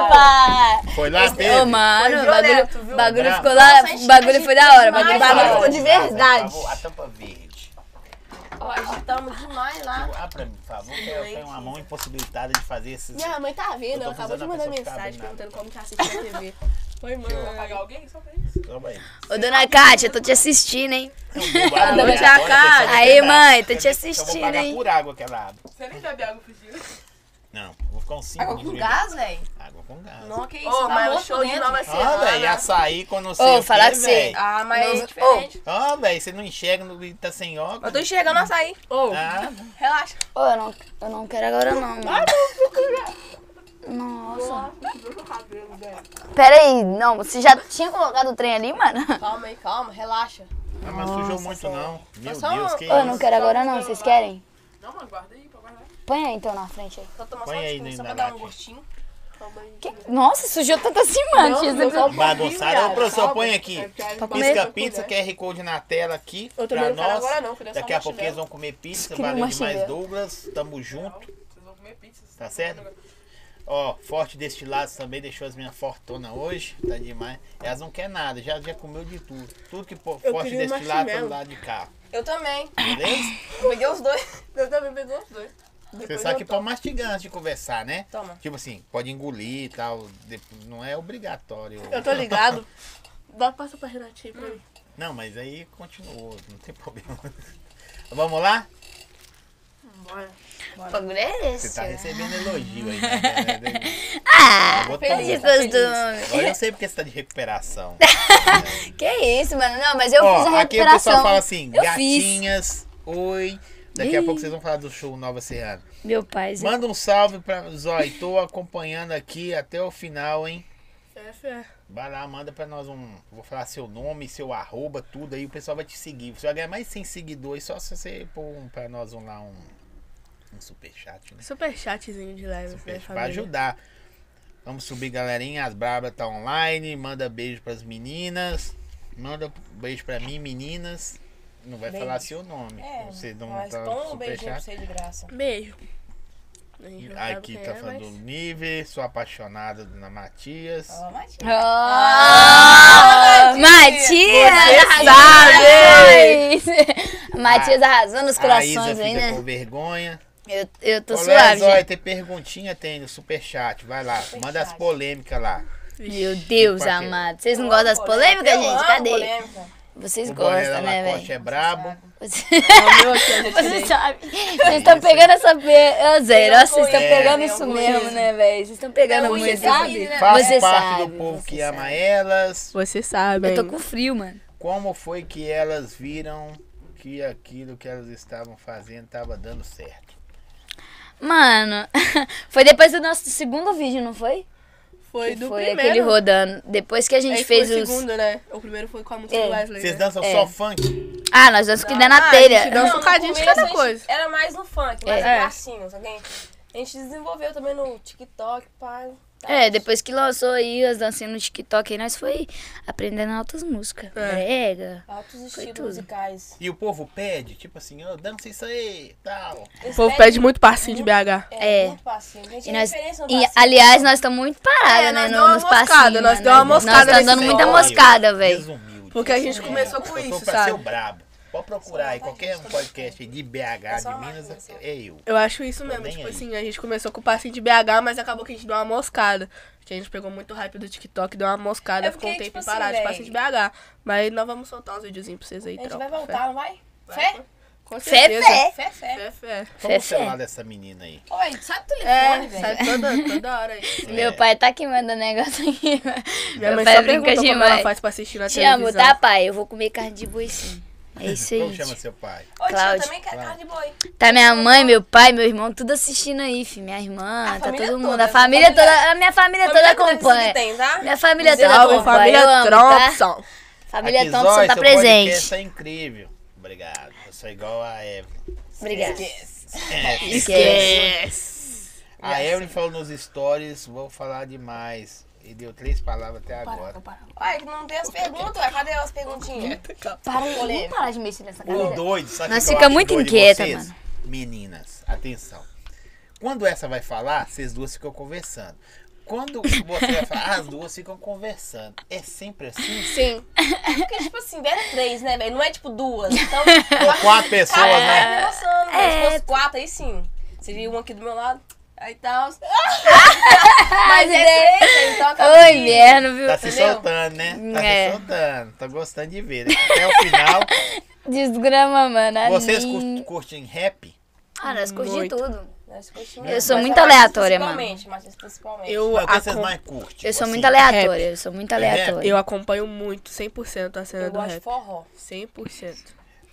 Speaker 1: Opa!
Speaker 2: Foi lá,
Speaker 1: Ô,
Speaker 2: teve?
Speaker 1: mano, é o
Speaker 4: violento,
Speaker 1: bagulho,
Speaker 4: viu?
Speaker 1: bagulho
Speaker 2: Bravo.
Speaker 1: ficou lá, o bagulho foi da hora, o bagulho,
Speaker 2: Fala,
Speaker 1: bagulho ficou de
Speaker 2: por favor,
Speaker 1: verdade.
Speaker 2: A tampa verde.
Speaker 3: Ó, agitamos demais lá.
Speaker 2: Ah, pra mim, por favor, que eu tenho uma mão impossibilitada de fazer esses.
Speaker 4: Minha mãe tá vendo,
Speaker 2: tô
Speaker 4: ela acabou de
Speaker 2: precisando da
Speaker 4: mandar
Speaker 2: pessoa ficar
Speaker 4: mensagem
Speaker 2: bem nada.
Speaker 4: perguntando como que assiste a TV. Oi, mãe.
Speaker 5: Pagar alguém só pra isso.
Speaker 2: Calma aí.
Speaker 1: Ô, dona Kátia, tô te assistindo, hein?
Speaker 2: É um Não,
Speaker 4: tia Cátia.
Speaker 1: Aí, mãe, tô te
Speaker 2: é Então Eu vou
Speaker 1: assistindo,
Speaker 2: pagar
Speaker 1: hein?
Speaker 2: por água que ela abre.
Speaker 5: Você nem bebe água fugiu.
Speaker 2: Não, vou com cinco
Speaker 3: Água com
Speaker 2: indivíduos.
Speaker 3: gás, velho?
Speaker 2: Água com gás.
Speaker 3: Não, que isso,
Speaker 4: Ô,
Speaker 3: tá
Speaker 4: mas o
Speaker 3: morto
Speaker 4: show de
Speaker 3: dentro.
Speaker 4: Nova
Speaker 2: Ah, velho,
Speaker 4: Zelândia.
Speaker 2: açaí quando não sei
Speaker 1: Ô, assim.
Speaker 2: o
Speaker 1: falar
Speaker 2: quê,
Speaker 1: pra você.
Speaker 2: velho.
Speaker 3: Ah, mas...
Speaker 6: Não,
Speaker 3: Ô,
Speaker 6: diferente.
Speaker 2: Ah, velho, você não enxerga no e tá sem óculos.
Speaker 3: eu tô enxergando açaí.
Speaker 4: Ô,
Speaker 2: Ah,
Speaker 3: Relaxa.
Speaker 1: Ô, eu não, eu não quero agora não, mano. Nossa. Pera aí, não, você já tinha colocado o trem ali, mano?
Speaker 3: Calma aí, calma. Relaxa.
Speaker 2: ah, mas sujou muito não. Meu
Speaker 3: só
Speaker 2: Deus,
Speaker 3: um-
Speaker 2: que
Speaker 1: Ô, eu não
Speaker 2: isso.
Speaker 1: quero agora não, vocês querem?
Speaker 5: Não, mano, guarda aí pra guardar.
Speaker 1: Põe aí então na frente aí.
Speaker 3: Só tomar só
Speaker 2: Põe aí
Speaker 3: um pouquinho,
Speaker 2: dentro
Speaker 3: só
Speaker 2: da
Speaker 3: pra dar um
Speaker 2: lata.
Speaker 3: gostinho.
Speaker 1: Que- Nossa, sujou tanto assim, mano. tia, você-
Speaker 2: Bagunçado. Ô, professor, põe aqui.
Speaker 4: Tá
Speaker 1: comer?
Speaker 2: Pisca pizza, QR Code na tela aqui.
Speaker 4: né? Eu também
Speaker 2: pra
Speaker 4: não quero
Speaker 2: nós.
Speaker 4: agora não, filho, é só
Speaker 2: Daqui a
Speaker 4: uma
Speaker 2: pouco
Speaker 4: chinela.
Speaker 2: eles vão comer pizza.
Speaker 1: Queria
Speaker 2: Valeu
Speaker 1: uma
Speaker 2: demais,
Speaker 1: chinela.
Speaker 2: Douglas. Tamo junto.
Speaker 5: Vocês vão comer pizza. vocês
Speaker 2: Tá
Speaker 5: não
Speaker 2: certo?
Speaker 5: comendo agora.
Speaker 2: Ó, forte destilados também deixou as minhas fortuna hoje. Tá demais. Elas não querem nada, já, já comeu de tudo. Tudo que pô,
Speaker 4: Eu
Speaker 2: forte
Speaker 4: queria um
Speaker 2: destilado tá do
Speaker 4: marshmallow.
Speaker 2: lado de cá.
Speaker 3: Eu também.
Speaker 2: Beleza?
Speaker 3: Eu peguei os dois.
Speaker 4: Eu também peguei os dois.
Speaker 2: Você sabe que pode mastigar antes de conversar, né?
Speaker 4: Tá.
Speaker 3: Toma.
Speaker 2: Tipo assim, pode engolir e tal. de- Não é obrigatório.
Speaker 4: Eu tô ligado. Dá passa pra Renatinha pra mim.
Speaker 2: Não, mas aí continuou, não tem problema. Vamos lá?
Speaker 4: Bora.
Speaker 1: O bagulho é
Speaker 2: Você
Speaker 1: esse.
Speaker 2: tá recebendo elogio aí, né?
Speaker 1: Ah,
Speaker 2: Botou.
Speaker 1: de costume.
Speaker 2: Agora eu sei porque você tá de recuperação.
Speaker 1: Que isso, mano. Não, mas eu fiz
Speaker 2: Ó,
Speaker 1: a
Speaker 2: aqui o
Speaker 1: recuperação.
Speaker 2: pessoal fala assim,
Speaker 1: Eu fiz.
Speaker 2: gatinhas, oi. Daqui a
Speaker 1: Ih.
Speaker 2: pouco vocês vão falar do show Nova Serrana.
Speaker 1: Meu pai, Zé.
Speaker 2: Manda um salve pra Zói, tô acompanhando aqui até o final, hein?
Speaker 4: Fé, fé.
Speaker 2: Vai lá, manda pra nós um. Vou falar seu nome, seu arroba, tudo aí. O pessoal vai te seguir. Você vai ganhar mais 100 seguidores só se você pôr um, pra nós um lá, um, um superchat, né?
Speaker 4: Super chatzinho de leve, né,
Speaker 2: Superchat pra
Speaker 4: família?
Speaker 2: ajudar. Vamos subir, galerinha. As Brabas tá online. Manda beijo pras meninas. Manda beijo pra mim, meninas. Não vai
Speaker 3: Beijo.
Speaker 2: falar seu nome.
Speaker 3: É,
Speaker 2: você não
Speaker 3: mas
Speaker 2: tá
Speaker 3: toma um beijinho pra
Speaker 2: superchat.
Speaker 3: você de graça.
Speaker 4: Beijo. A gente não sabe
Speaker 2: Aqui
Speaker 4: quem
Speaker 2: tá
Speaker 4: é,
Speaker 2: falando do
Speaker 4: mas-
Speaker 2: Nive, sou apaixonada na Matias.
Speaker 3: Ó, Matias.
Speaker 1: Ah, Matias arrasou! Sabe. Matias arrasou nos
Speaker 2: Ah, A Isa
Speaker 1: corações
Speaker 2: fica
Speaker 1: aí,
Speaker 2: com
Speaker 1: né?
Speaker 2: vergonha.
Speaker 1: Eu, eu tô
Speaker 2: Olé,
Speaker 1: suave,
Speaker 2: Zóia,
Speaker 1: gente.
Speaker 2: tem perguntinha, tem no superchat. Vai lá, manda as polêmicas lá.
Speaker 1: Meu Deus,
Speaker 2: Tipo aqui.
Speaker 1: amado. Vocês não gostam das polêmicas,
Speaker 3: Eu
Speaker 1: gente?
Speaker 3: amo
Speaker 1: Cadê?
Speaker 3: polêmica.
Speaker 1: Vocês
Speaker 2: o Borella
Speaker 1: gostam, né,
Speaker 2: Lacoste
Speaker 1: velho?
Speaker 2: é brabo.
Speaker 4: né?
Speaker 1: Vocês sabem. Vocês estão pegando essa. Pe... Zero,
Speaker 3: Eu
Speaker 1: vocês estão
Speaker 2: conheço,
Speaker 1: pegando
Speaker 3: eu
Speaker 1: isso
Speaker 3: conheço.
Speaker 1: mesmo, né, velho? Vocês estão pegando
Speaker 3: Você
Speaker 1: muito.
Speaker 3: sabe, né?
Speaker 2: Faz
Speaker 1: Você
Speaker 2: parte
Speaker 1: sabe,
Speaker 2: do povo
Speaker 1: você
Speaker 2: que
Speaker 1: sabe.
Speaker 2: ama elas.
Speaker 4: Você sabe,
Speaker 1: Eu tô
Speaker 4: hein?
Speaker 1: com frio, mano.
Speaker 2: Como foi que elas viram que aquilo que elas estavam fazendo estava dando certo?
Speaker 1: Mano, foi depois do nosso segundo vídeo, não foi?
Speaker 4: Foi
Speaker 1: Que
Speaker 4: do
Speaker 1: foi
Speaker 4: primeiro.
Speaker 1: aquele rodando. Depois que a gente
Speaker 4: Aí foi
Speaker 1: fez
Speaker 4: o
Speaker 1: os.
Speaker 4: segundo, né? O primeiro foi com a música
Speaker 1: É.
Speaker 4: do Wesley.
Speaker 2: Vocês
Speaker 4: né?
Speaker 2: dançam
Speaker 1: É.
Speaker 2: só funk?
Speaker 1: Ah, nós damos que dar na
Speaker 4: Ah, a gente
Speaker 1: telha.
Speaker 4: dá um
Speaker 3: no
Speaker 4: socadinho de
Speaker 3: começo
Speaker 4: cada
Speaker 3: a gente
Speaker 4: coisa.
Speaker 3: Era mais no funk, mais
Speaker 1: É.
Speaker 3: no passinho, sabe? A gente desenvolveu também no TikTok, pai.
Speaker 1: É, depois que lançou aí as dancinhas no TikTok, aí nós foi aprendendo altas
Speaker 4: É.
Speaker 1: músicas. Brega.
Speaker 3: Altos estilos
Speaker 1: tudo.
Speaker 3: musicais.
Speaker 2: E o povo pede, tipo assim, ô, dança isso aí, tal.
Speaker 4: O povo pede muito passinho de BH.
Speaker 1: É.
Speaker 3: É, muito passinho. A gente
Speaker 1: E, nós,
Speaker 3: referência no
Speaker 1: e,
Speaker 3: passinho.
Speaker 1: aliás, nós estamos muito parados, né?
Speaker 4: É,
Speaker 1: No,
Speaker 4: nós deu uma
Speaker 1: nos
Speaker 4: moscada,
Speaker 1: passinhos.
Speaker 4: nós deu uma moscada
Speaker 1: Nós estamos dando
Speaker 4: nesse
Speaker 1: muita
Speaker 4: negócio.
Speaker 1: moscada, velho.
Speaker 2: Desumilde. É,
Speaker 4: Porque a gente começou com
Speaker 2: Eu tô
Speaker 4: isso,
Speaker 2: pra ser o
Speaker 4: sabe?
Speaker 2: brabo. Pode procurar aí, qualquer um podcast de BH,
Speaker 3: só
Speaker 2: de
Speaker 3: uma
Speaker 2: Minas,
Speaker 3: máquina,
Speaker 2: é eu.
Speaker 4: Eu acho isso
Speaker 2: Tô
Speaker 4: mesmo.
Speaker 2: nem
Speaker 4: Tipo
Speaker 2: aí.
Speaker 4: assim, a gente começou com o passinho de BH, mas acabou que a gente deu uma moscada. Que a gente pegou muito hype do TikTok, deu uma moscada,
Speaker 3: É
Speaker 4: ficou um
Speaker 3: porque, tipo
Speaker 4: tempo
Speaker 3: assim,
Speaker 4: parado de
Speaker 3: véi.
Speaker 4: passinho de BH. Mas nós vamos soltar uns videozinhos pra vocês aí,
Speaker 3: A gente
Speaker 4: tropa.
Speaker 3: vai voltar, não vai? Fé?
Speaker 4: Com
Speaker 1: Fé,
Speaker 4: certeza.
Speaker 1: fé.
Speaker 3: Fé, fé.
Speaker 4: Fé, fé.
Speaker 2: Como
Speaker 1: Fefé.
Speaker 2: o celular dessa menina aí?
Speaker 3: Oi, sabe o telefone,
Speaker 4: É,
Speaker 3: velho?
Speaker 4: sai toda, toda hora aí.
Speaker 1: Meu pai tá aqui mandando negócio aqui.
Speaker 4: Minha
Speaker 1: Meu
Speaker 4: mãe
Speaker 1: pai
Speaker 4: só
Speaker 1: brinca
Speaker 4: perguntou como ela
Speaker 1: demais.
Speaker 4: faz pra assistir na
Speaker 1: Te
Speaker 4: televisão.
Speaker 1: amo, tá, pai? Eu vou comer carne de boi sim. É isso aí.
Speaker 2: Como chama seu pai?
Speaker 3: Ô, tio, eu
Speaker 1: Cláudio.
Speaker 3: também quero carne de boi.
Speaker 1: Tá minha mãe, meu pai, meu irmão, tudo assistindo aí, filho. Minha irmã, tá
Speaker 3: família
Speaker 1: todo mundo.
Speaker 3: toda,
Speaker 1: a família
Speaker 3: família-
Speaker 1: toda, a minha família,
Speaker 3: Família
Speaker 1: toda
Speaker 3: tradição que
Speaker 1: acompanha.
Speaker 3: tem, tá?
Speaker 1: Minha família toda
Speaker 4: Salve,
Speaker 1: acompanha.
Speaker 4: família
Speaker 1: eu amo, tá?
Speaker 4: Thompson.
Speaker 1: Família
Speaker 2: Aqui,
Speaker 1: Thompson
Speaker 2: Zói,
Speaker 1: tá
Speaker 2: seu
Speaker 1: presente.
Speaker 2: podcast é incrível. Obrigado. Eu sou igual a Evelyn. É,
Speaker 1: Obrigada.
Speaker 2: A Evelyn falou nos stories, vou falar demais. E deu três palavras até agora.
Speaker 3: Ué, que não tem as perguntas, ué. Cadê as perguntinhas? um
Speaker 1: Para aí, vamos parar de mexer nessa
Speaker 2: O
Speaker 1: cadeira.
Speaker 2: doido, sabe o
Speaker 1: Nós
Speaker 2: que eu
Speaker 1: fica
Speaker 2: acho
Speaker 1: muito
Speaker 2: doido em
Speaker 1: inquieta,
Speaker 2: vocês?
Speaker 1: mano.
Speaker 2: Meninas, atenção. Quando essa vai falar, vocês duas ficam conversando. Quando você vai falar, as duas ficam conversando. É sempre assim?
Speaker 3: Sim. Porque, tipo assim, deram três, né, velho? Não é tipo duas. Então,
Speaker 2: Ou quatro pessoas, né?
Speaker 3: Tá passando, mas
Speaker 1: É.
Speaker 3: se fosse quatro, aí sim. Seria um aqui do meu lado. Aí tal.
Speaker 1: Mas
Speaker 3: É três, então acaba
Speaker 1: Oi,
Speaker 3: que-
Speaker 1: inverno, viu?
Speaker 2: Tá se
Speaker 3: Entendeu?
Speaker 2: soltando, né? Tá
Speaker 1: É.
Speaker 2: se soltando. Tô gostando de ver. né? Até o final.
Speaker 1: Desgrama, mano.
Speaker 2: Vocês
Speaker 1: ali.
Speaker 2: cur- curtem rap?
Speaker 1: Ah, nós curtimos
Speaker 4: Muito.
Speaker 1: tudo.
Speaker 3: Nós continuamos.
Speaker 1: Eu sou
Speaker 3: um, Mas
Speaker 1: muito
Speaker 3: a Martins
Speaker 1: aleatória, mano.
Speaker 3: Principalmente, Martins, principalmente.
Speaker 4: Eu,
Speaker 2: Ué, o que vocês
Speaker 4: acom-
Speaker 2: mais curtem?
Speaker 1: Eu sou
Speaker 2: Assim,
Speaker 1: muito aleatória, eu sou muito aleatória.
Speaker 4: eu acompanho muito, 100% a cena
Speaker 3: Eu
Speaker 4: do
Speaker 3: gosto de
Speaker 4: rap.
Speaker 3: forró.
Speaker 4: 100%.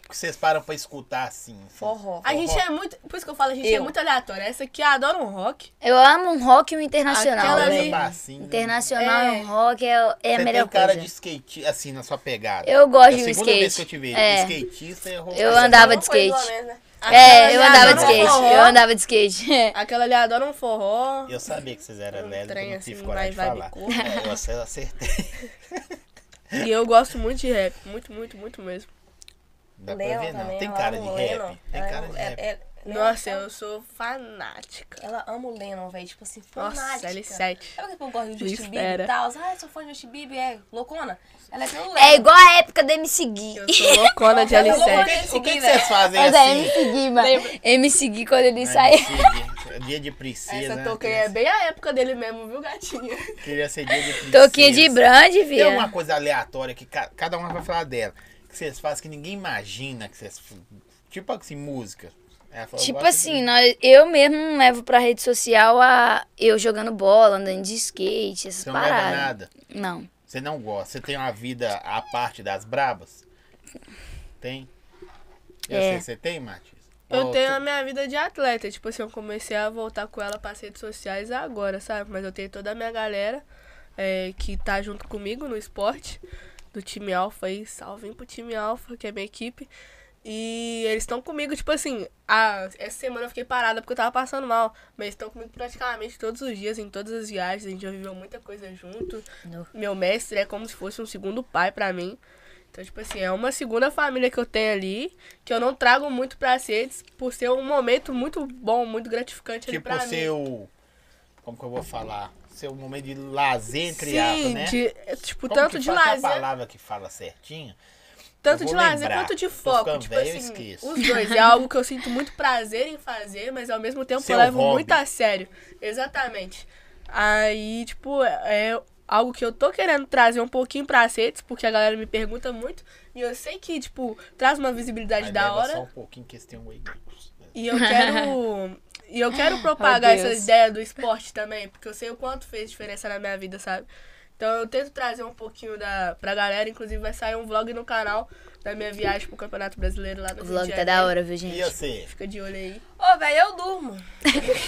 Speaker 2: O que vocês param pra escutar assim? assim?
Speaker 3: Forró.
Speaker 4: A gente é muito. Por isso que eu falo, a gente é
Speaker 3: Eu.
Speaker 4: muito aleatória. Essa aqui adora um rock.
Speaker 1: Eu amo um rock e um internacional.
Speaker 4: Aquela
Speaker 2: Ela
Speaker 1: velho.
Speaker 4: ali-
Speaker 2: é bacinha.
Speaker 1: Internacional
Speaker 4: É.
Speaker 1: e um rock é, é a
Speaker 2: Você
Speaker 1: melhor
Speaker 2: tem cara
Speaker 1: coisa.
Speaker 2: de skate, assim, na sua pegada.
Speaker 1: Eu gosto
Speaker 2: é
Speaker 1: de
Speaker 2: a
Speaker 1: um
Speaker 2: segunda vez
Speaker 1: skate.
Speaker 2: que eu te vejo.
Speaker 1: É.
Speaker 2: Skatista e roqueiro.
Speaker 1: Eu andava de
Speaker 3: Uma coisa
Speaker 1: skate.
Speaker 3: menos, né?
Speaker 4: Aquela
Speaker 1: É, eu
Speaker 4: ali
Speaker 1: andava de
Speaker 4: adora um forró.
Speaker 1: skate. Eu andava de skate.
Speaker 4: Aquela ali adora um forró.
Speaker 2: Eu sabia que vocês eram
Speaker 4: Um
Speaker 2: velhos,
Speaker 4: trem
Speaker 2: eu não
Speaker 4: assim,
Speaker 2: tive coragem de
Speaker 4: vai, vai,
Speaker 2: falar. É, eu ace- acertei.
Speaker 4: E eu gosto muito de rap. Muito, muito, muito mesmo.
Speaker 2: Dá pra
Speaker 3: Lennon
Speaker 2: ver, não.
Speaker 3: também,
Speaker 2: Tem
Speaker 3: ela
Speaker 2: cara de
Speaker 3: ama o Lennon.
Speaker 2: rap. Tem
Speaker 3: Ela
Speaker 2: cara
Speaker 3: ama-
Speaker 2: de
Speaker 3: é-
Speaker 2: rap.
Speaker 3: é- Lennon
Speaker 4: Nossa,
Speaker 3: ama-
Speaker 4: eu sou fanática.
Speaker 3: Ela ama o Lennon, velho. Tipo assim,
Speaker 4: Nossa,
Speaker 3: fanática.
Speaker 4: L7.
Speaker 3: Sabe o que eu gosto do
Speaker 4: Me
Speaker 3: Justin Bieber
Speaker 4: espera.
Speaker 3: e tal? Ah, eu sou fã de Justin Bieber, é loucona. Ela é pelo Lennon.
Speaker 1: É igual a época do MC Gui.
Speaker 4: Eu sou loucona de
Speaker 3: Eu vou
Speaker 2: O
Speaker 3: mandar
Speaker 4: L7.
Speaker 2: que-
Speaker 3: esse
Speaker 2: O que
Speaker 3: aqui,
Speaker 2: que vocês fazem
Speaker 1: Mas é
Speaker 2: assim?
Speaker 1: MC Gui, mano. MC Gui quando ele
Speaker 2: Ai,
Speaker 1: saiu.
Speaker 2: esse É Dia dia de princesa.
Speaker 4: Essa
Speaker 2: né?
Speaker 4: touquinha é bem a época dele mesmo, viu, gatinha?
Speaker 2: Queria ser dia de princesa.
Speaker 1: Toquinha de é. brande,
Speaker 2: Tem
Speaker 1: viu?
Speaker 2: uma coisa aleatória que ca- cada uma vai falar dela. Que vocês fazem que ninguém imagina que vocês. f- Tipo assim, música. Ela falou, eu
Speaker 1: Tipo
Speaker 2: gosto
Speaker 1: assim, nós, eu mesmo não levo pra rede social a eu jogando bola, andando de skate, essas
Speaker 2: Você não leva
Speaker 1: paradas.
Speaker 2: nada.
Speaker 1: Não.
Speaker 2: Você não gosta. Você tem uma vida à parte das brabas? Tem? Eu
Speaker 1: É.
Speaker 2: sei, você tem, Matias?
Speaker 4: Eu
Speaker 2: Ou
Speaker 4: tenho
Speaker 2: tu-
Speaker 4: a minha vida de atleta. Tipo assim, eu comecei a voltar com ela para redes sociais agora, sabe? Mas eu tenho toda a minha galera é, que tá junto comigo no esporte, do time Alfa aí. Salve pro time Alfa, que é minha equipe. E eles estão comigo, tipo assim, a, essa semana eu fiquei parada porque eu tava passando mal. Mas estão comigo praticamente todos os dias, em todas as viagens. A gente já viveu muita coisa junto.
Speaker 1: No.
Speaker 4: Meu mestre é como se fosse um segundo pai pra mim. Então, tipo assim, é uma segunda família que eu tenho ali, que eu não trago muito pras redes, por ser um momento muito bom, muito gratificante ali
Speaker 2: Tipo
Speaker 4: pra mim.
Speaker 2: seu. Como que eu vou falar? Seu momento de lazer, entre aspas,
Speaker 4: Sim,
Speaker 2: né?
Speaker 4: de- é, tipo,
Speaker 2: Como
Speaker 4: tanto
Speaker 2: que
Speaker 4: de
Speaker 2: fala? Tem uma
Speaker 4: lazer,
Speaker 2: palavra que fala certinho.
Speaker 4: tanto
Speaker 2: Eu
Speaker 4: de
Speaker 2: vou
Speaker 4: lazer
Speaker 2: lembrar.
Speaker 4: quanto de
Speaker 2: Tô
Speaker 4: foco.
Speaker 2: ficando
Speaker 4: Tipo
Speaker 2: velho, eu
Speaker 4: assim,
Speaker 2: esqueço.
Speaker 4: os dois. É algo que eu sinto muito prazer em fazer, mas ao mesmo tempo
Speaker 2: Seu
Speaker 4: eu levo
Speaker 2: hobby.
Speaker 4: muito a sério. Exatamente. Aí, tipo, é algo que eu tô querendo trazer um pouquinho pras redes, porque a galera me pergunta muito. E eu sei que, tipo, traz uma visibilidade
Speaker 2: Aí
Speaker 4: da
Speaker 2: leva
Speaker 4: hora.
Speaker 2: Só um pouquinho que eles têm um whey goals, né?
Speaker 4: E eu quero. e eu quero propagar
Speaker 1: Oh, Deus.
Speaker 4: essa ideia do esporte também, porque eu sei o quanto fez diferença na minha vida, sabe? Então eu tento trazer um pouquinho da, pra galera, inclusive vai sair um vlog no canal da minha viagem pro Campeonato Brasileiro lá no
Speaker 1: O
Speaker 4: Rio
Speaker 1: vlog
Speaker 4: de
Speaker 2: é
Speaker 1: tá
Speaker 4: Janeiro.
Speaker 1: da hora, viu,
Speaker 2: E
Speaker 1: gente?
Speaker 2: você?
Speaker 4: Fica de olho aí.
Speaker 3: Ô, velho, eu durmo.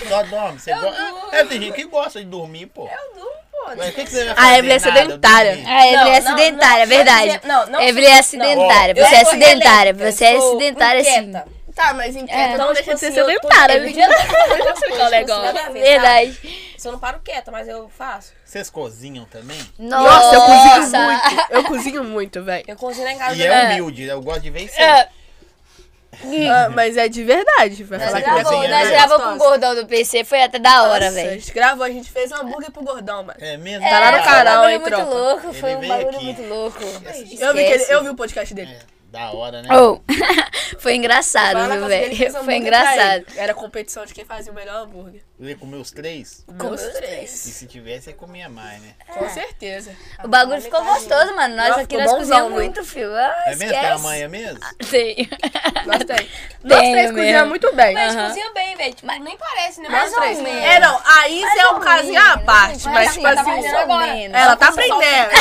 Speaker 2: Só dorme? Você gosta? É, tem gente que gosta de dormir, pô.
Speaker 3: Eu durmo, pô.
Speaker 2: Mas o que, que você vai fazer?
Speaker 1: A Evelyn é
Speaker 2: Nada, eu
Speaker 1: sedentária.
Speaker 2: dormi.
Speaker 1: A Evelyn é
Speaker 3: Não, não,
Speaker 1: sedentária, é
Speaker 3: não,
Speaker 1: verdade.
Speaker 3: não, não, não,
Speaker 1: Evelyn é sedentária.
Speaker 3: Eu
Speaker 1: Você é
Speaker 3: sou
Speaker 1: sedentária.
Speaker 3: relenta,
Speaker 1: Você é
Speaker 3: sou
Speaker 1: sedentária, sim. É.
Speaker 3: inquieta.
Speaker 4: Tá, mas inquieta
Speaker 3: Então,
Speaker 4: não
Speaker 3: tipo
Speaker 4: deixa de ser
Speaker 3: assim, eu tô-
Speaker 4: sedentária,
Speaker 3: eu
Speaker 4: né?
Speaker 3: entendo algumas coisas,
Speaker 4: o
Speaker 3: tipo,
Speaker 4: negócio.
Speaker 3: nada a ver,
Speaker 1: Verdade.
Speaker 3: sabe? Se eu não paro quieta, mas eu faço.
Speaker 2: Vocês cozinham também?
Speaker 4: Nossa, eu cozinho
Speaker 1: Nossa.
Speaker 4: muito. Eu cozinho muito, velho.
Speaker 3: Eu cozinho lá em casa.
Speaker 2: E é humilde, eu gosto de ver isso. aí.
Speaker 4: É. Ah, mas é de verdade, vai
Speaker 2: Mas
Speaker 4: falar
Speaker 2: é
Speaker 1: Nós
Speaker 2: bom,
Speaker 4: que minha
Speaker 1: gravou,
Speaker 4: comida
Speaker 2: né?
Speaker 1: nós
Speaker 4: é
Speaker 1: gravou com o
Speaker 4: gostosa.
Speaker 1: gordão do PC, foi até da hora,
Speaker 4: Nossa, a
Speaker 1: velho.
Speaker 4: gente gravou, a gente fez um hambúrguer pro gordão, mano.
Speaker 2: É mesmo?
Speaker 1: É,
Speaker 4: Tá lá no
Speaker 1: foi um
Speaker 4: canal,
Speaker 1: bagulho
Speaker 4: hein,
Speaker 1: muito
Speaker 4: tropa?
Speaker 1: louco,
Speaker 2: Ele
Speaker 1: foi um
Speaker 2: veio
Speaker 1: bagulho
Speaker 2: aqui.
Speaker 1: muito louco.
Speaker 4: Eu vi, que ele-
Speaker 1: Esquece.
Speaker 4: eu vi o podcast dele.
Speaker 2: É, da hora, né?
Speaker 1: Oh, foi engraçado,
Speaker 4: Lá na
Speaker 1: viu,
Speaker 4: casa dele, fez um
Speaker 1: velho? Foi
Speaker 4: hambúrguer pra
Speaker 1: engraçado.
Speaker 4: ele. Era competição de quem fazia o melhor hambúrguer.
Speaker 2: Eu ia comer os três.
Speaker 4: Com os três.
Speaker 2: E se tivesse, eu comia mais, né?
Speaker 4: Com certeza.
Speaker 1: O bagulho ficou gostoso, mano. Nós
Speaker 4: Nossa,
Speaker 1: aqui
Speaker 4: ficou
Speaker 1: nós
Speaker 4: bonzão,
Speaker 1: cozinhamos
Speaker 4: viu?
Speaker 1: muito, filho. Ah,
Speaker 2: É mesmo? Tem
Speaker 1: esquece.
Speaker 2: amanhã mesmo?
Speaker 1: Tem.
Speaker 4: Nós três. Nós três
Speaker 1: mesmo.
Speaker 4: cozinhamos muito bem.
Speaker 3: Mas
Speaker 1: Aham.
Speaker 3: cozinha bem, velho. Tipo, nem parece, né?
Speaker 1: mais
Speaker 3: Nós
Speaker 1: ou
Speaker 3: três.
Speaker 1: menos.
Speaker 4: É, não, a Isa é um casinho à parte, mas tipo
Speaker 3: tá
Speaker 4: assim,
Speaker 3: aprendendo agora.
Speaker 4: ela tá aprendendo.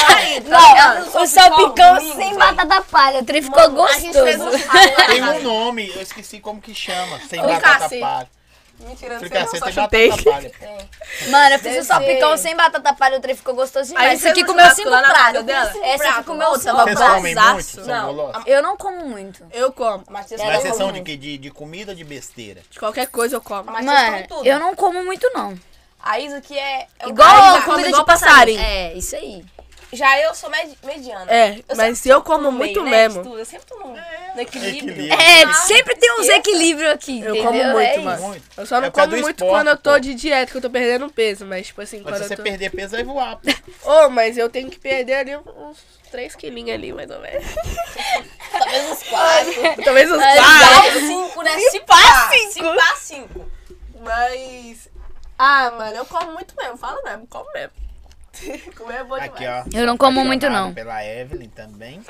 Speaker 1: Não, o salpicão
Speaker 3: domingo,
Speaker 1: sem batata palha. O trem ficou
Speaker 4: A gente fez um
Speaker 1: gostoso.
Speaker 4: churrasco
Speaker 2: Tem
Speaker 4: lá
Speaker 2: um nome, eu esqueci como que chama. Sem
Speaker 4: Fricassê.
Speaker 2: batata
Speaker 1: assim.
Speaker 2: palha.
Speaker 3: Mentira, não sei não,
Speaker 2: Fricassê
Speaker 3: só
Speaker 2: tem
Speaker 4: chutei.
Speaker 2: batata palha. pô.
Speaker 1: Mano, eu fiz o
Speaker 3: Deve
Speaker 1: salpicão
Speaker 3: ser.
Speaker 1: sem batata palha. O trem ficou gostoso
Speaker 4: Aí
Speaker 1: demais. Isso
Speaker 4: fez
Speaker 1: aqui
Speaker 4: um
Speaker 1: comeu
Speaker 4: churrasco
Speaker 1: cinco
Speaker 4: lá na
Speaker 1: pratos. assim,
Speaker 4: casa dela?
Speaker 1: Essa aqui
Speaker 4: Prato,
Speaker 1: comeu
Speaker 4: nossa,
Speaker 1: cinco
Speaker 4: tava
Speaker 2: Vocês comem muito?
Speaker 4: Brasaço.
Speaker 2: São
Speaker 4: Não,
Speaker 2: golosos?
Speaker 1: Eu não como muito.
Speaker 4: Eu como.
Speaker 3: a Matias
Speaker 2: Mas
Speaker 3: falou.
Speaker 2: vocês são de que? De, de comida ou de besteira?
Speaker 4: De qualquer coisa eu como.
Speaker 3: Mas vocês
Speaker 1: Mano,
Speaker 3: comem tudo.
Speaker 1: eu não como muito, não.
Speaker 3: A Isa que é... é o
Speaker 1: Igual
Speaker 4: Aí
Speaker 1: a
Speaker 4: come
Speaker 1: comida
Speaker 4: igual
Speaker 1: de passarinho.
Speaker 4: passarinho.
Speaker 1: É, isso aí.
Speaker 3: Já eu sou med- mediana.
Speaker 4: É,
Speaker 3: sempre
Speaker 4: mas
Speaker 3: tô
Speaker 4: eu como
Speaker 3: no
Speaker 4: muito
Speaker 3: né,
Speaker 4: mesmo.
Speaker 3: de tudo. Eu sempre tô no, no equilíbrio.
Speaker 2: Equilíbrio.
Speaker 1: É, sempre tem uns
Speaker 3: esqueça.
Speaker 1: equilíbrios aqui.
Speaker 4: Eu
Speaker 1: entendeu?
Speaker 4: como
Speaker 1: É
Speaker 4: muito,
Speaker 1: isso.
Speaker 4: mano.
Speaker 2: Muito.
Speaker 4: Eu só não
Speaker 2: É por causa
Speaker 4: como
Speaker 2: do
Speaker 4: muito
Speaker 2: esporte,
Speaker 4: quando eu tô
Speaker 2: pô.
Speaker 4: de dieta, que eu tô perdendo peso, mas tipo assim,
Speaker 2: Mas
Speaker 4: quando
Speaker 2: se
Speaker 4: eu
Speaker 2: você
Speaker 4: tô.
Speaker 2: perder peso, vai voar. pô.
Speaker 4: Ô, mas eu tenho que perder ali uns 3 quilinhos ali, mais ou menos.
Speaker 3: Talvez uns quatro.
Speaker 4: Talvez uns
Speaker 1: vai.
Speaker 4: 4.
Speaker 3: Quatro, cinco, né? Se pá, se pá, cinco.
Speaker 4: Mas. Ah, mano, eu como muito mesmo. Fala mesmo, como mesmo. Comer é bom
Speaker 2: Aqui,
Speaker 4: demais.
Speaker 2: ó. tá
Speaker 1: Eu não como
Speaker 2: Apaixonado
Speaker 1: muito, não.
Speaker 2: Pela Evelyn também.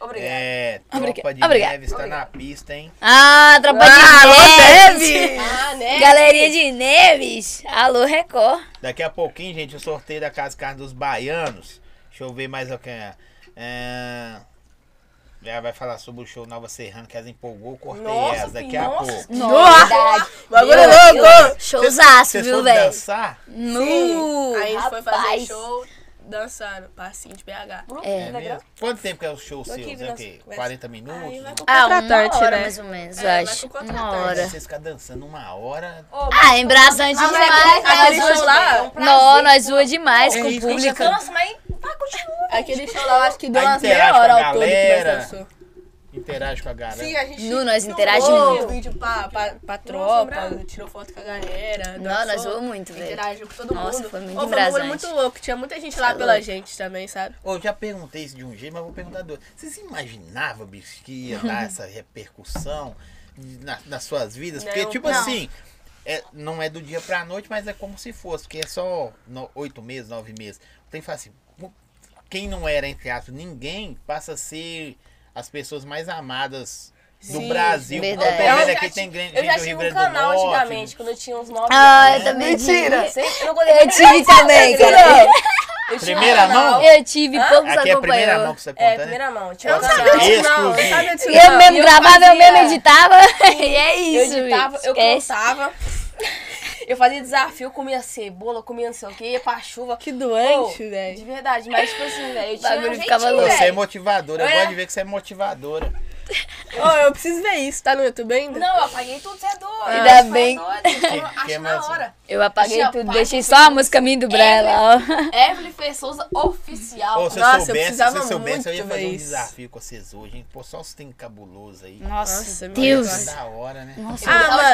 Speaker 3: Obrigada.
Speaker 2: É, tropa
Speaker 1: Obrigada.
Speaker 2: de
Speaker 1: Obrigada.
Speaker 2: Neves tá na pista, hein?
Speaker 1: Ah, tropa
Speaker 2: Alô,
Speaker 1: de Neves!
Speaker 2: Neves!
Speaker 3: Ah, né?
Speaker 1: Galerinha de Neves! Alô, Record!
Speaker 2: Daqui a pouquinho, gente, o sorteio da Casa Carne dos Baianos. Deixa eu ver mais o que é. É, Ela vai falar sobre o show Nova Serrana, que elas empolgou, cortei
Speaker 3: Nossa,
Speaker 2: elas daqui a
Speaker 3: nossa.
Speaker 2: pouco.
Speaker 1: Nossa!
Speaker 4: Bagulho
Speaker 1: Meu
Speaker 4: é louco!
Speaker 1: Showzaço,
Speaker 2: Vocês
Speaker 1: viu,
Speaker 2: foram
Speaker 1: velho?
Speaker 2: dançar?
Speaker 1: Nu!
Speaker 4: Aí a gente foi
Speaker 1: rapaz. Ah,
Speaker 4: fazer show dançando, passinho de BH.
Speaker 2: É mesmo? Quanto tempo que é o show seu?
Speaker 3: aqui,
Speaker 2: É o
Speaker 3: nossa,
Speaker 2: quê?
Speaker 3: conversa.
Speaker 2: 40 minutos?
Speaker 4: Aí vai pro
Speaker 1: Ah, uma
Speaker 4: contratante,
Speaker 1: hora
Speaker 4: né?
Speaker 1: mais ou menos, eu
Speaker 4: É, vai
Speaker 1: acho.
Speaker 4: com o
Speaker 1: Uma
Speaker 4: contratante.
Speaker 1: hora.
Speaker 2: Vocês ficam dançando uma hora.
Speaker 1: Ah, embrasante demais,
Speaker 4: Aquele
Speaker 1: nós
Speaker 4: show
Speaker 1: duas.
Speaker 4: lá,
Speaker 1: Não, nós duas demais
Speaker 2: É
Speaker 1: com o
Speaker 2: isso que eu
Speaker 1: público.
Speaker 2: tô
Speaker 3: Nossa, mas vai, continua.
Speaker 4: aquele show lá, eu acho que deu
Speaker 2: Aí
Speaker 4: umas
Speaker 2: interage
Speaker 4: meia
Speaker 2: com a
Speaker 4: hora ao todo que
Speaker 2: galera.
Speaker 4: nós dançou.
Speaker 2: Interage com a galera.
Speaker 4: Sim, a gente
Speaker 1: Nu, nós
Speaker 4: filmou
Speaker 1: interagimos.
Speaker 4: vídeo pra, pra, pra tropa, tirou foto com a galera.
Speaker 1: Não, nós
Speaker 4: dançou,
Speaker 1: zoamos muito, velho.
Speaker 4: Interagiu com todo
Speaker 1: Nossa,
Speaker 4: mundo.
Speaker 1: foi muito
Speaker 4: Ô, foi um bagulho
Speaker 1: embrasante. é
Speaker 4: muito louco. Tinha muita gente lá pela gente também, sabe?
Speaker 2: Ô, Eu já perguntei isso de um jeito, mas vou perguntar do outro. Vocês imaginavam, bicho, que ia dar essa repercussão na- nas suas vidas? Porque,
Speaker 4: Não.
Speaker 2: tipo assim, é, não é do dia pra noite, mas é como se fosse, porque é só no- oito meses, nove meses. Tem que falar assim, mu- quem não era, entre aspas, ninguém, passa a ser as pessoas mais amadas do
Speaker 4: Sim,
Speaker 2: Brasil.
Speaker 1: verdade.
Speaker 2: Porque o
Speaker 3: Eu
Speaker 2: Pereira
Speaker 3: já
Speaker 2: aqui
Speaker 3: ti-
Speaker 2: tem grande
Speaker 3: Eu já
Speaker 2: gente do Rio
Speaker 3: tive um
Speaker 2: Grande do
Speaker 3: canal
Speaker 2: Norte,
Speaker 3: antigamente, quando eu tinha uns 9
Speaker 1: Ah, eu
Speaker 3: anos.
Speaker 1: também Mentira.
Speaker 3: Sei, eu não
Speaker 1: Eu tive também, cara.
Speaker 2: Primeira mão?
Speaker 1: Eu tive poucos
Speaker 2: Aqui é a primeira mão
Speaker 1: acompanhando.
Speaker 2: que você conta,
Speaker 3: É,
Speaker 2: né?
Speaker 3: primeira mão. Tinha um
Speaker 2: Nossa,
Speaker 3: canal.
Speaker 2: que
Speaker 4: Não,
Speaker 2: exclusivo.
Speaker 4: sabe disso,
Speaker 1: E eu
Speaker 4: não.
Speaker 1: mesmo
Speaker 3: eu
Speaker 1: gravava,
Speaker 4: é-
Speaker 1: eu mesmo
Speaker 3: fazia-
Speaker 1: editava. E é isso,
Speaker 3: eu editava,
Speaker 1: Will.
Speaker 3: eu
Speaker 1: Esquece.
Speaker 3: cantava. Eu fazia desafio, comia cebola, comia não sei o que, ia pra chuva.
Speaker 4: Que
Speaker 3: Pô,
Speaker 4: doente, velho.
Speaker 3: De verdade, mas tipo assim, velho, eu
Speaker 1: bagulho
Speaker 3: tinha um
Speaker 1: ficava
Speaker 3: jeitinho,
Speaker 1: louco.
Speaker 2: Você é
Speaker 3: velho.
Speaker 2: motivadora, eu
Speaker 3: É.
Speaker 2: gosto de ver que você é motivadora.
Speaker 4: Ô, eu preciso ver isso. Tá no YouTube ainda?
Speaker 3: Não, eu apaguei tudo, você é doido.
Speaker 1: Ainda
Speaker 3: você é
Speaker 1: bem.
Speaker 3: doido, eu não
Speaker 2: Que- que
Speaker 3: Acho
Speaker 2: mais-
Speaker 3: na hora.
Speaker 1: Eu apaguei
Speaker 3: Deixa eu
Speaker 1: tudo,
Speaker 3: apagar
Speaker 1: deixei
Speaker 3: tudo.
Speaker 1: só a música minha do Brela, ó.
Speaker 3: Evelyn Fê Souza oficial.
Speaker 2: Ô, se
Speaker 4: Nossa, eu
Speaker 2: eu soubesse, se
Speaker 4: precisava
Speaker 2: eu soubesse, eu ia
Speaker 4: muito
Speaker 2: fazer um
Speaker 4: ver isso.
Speaker 2: desafio com vocês hoje, hein? Pô, só os tem cabuloso aí.
Speaker 1: Nossa,
Speaker 4: meu
Speaker 1: Deus.
Speaker 2: Tá Da hora, né?
Speaker 4: Ah,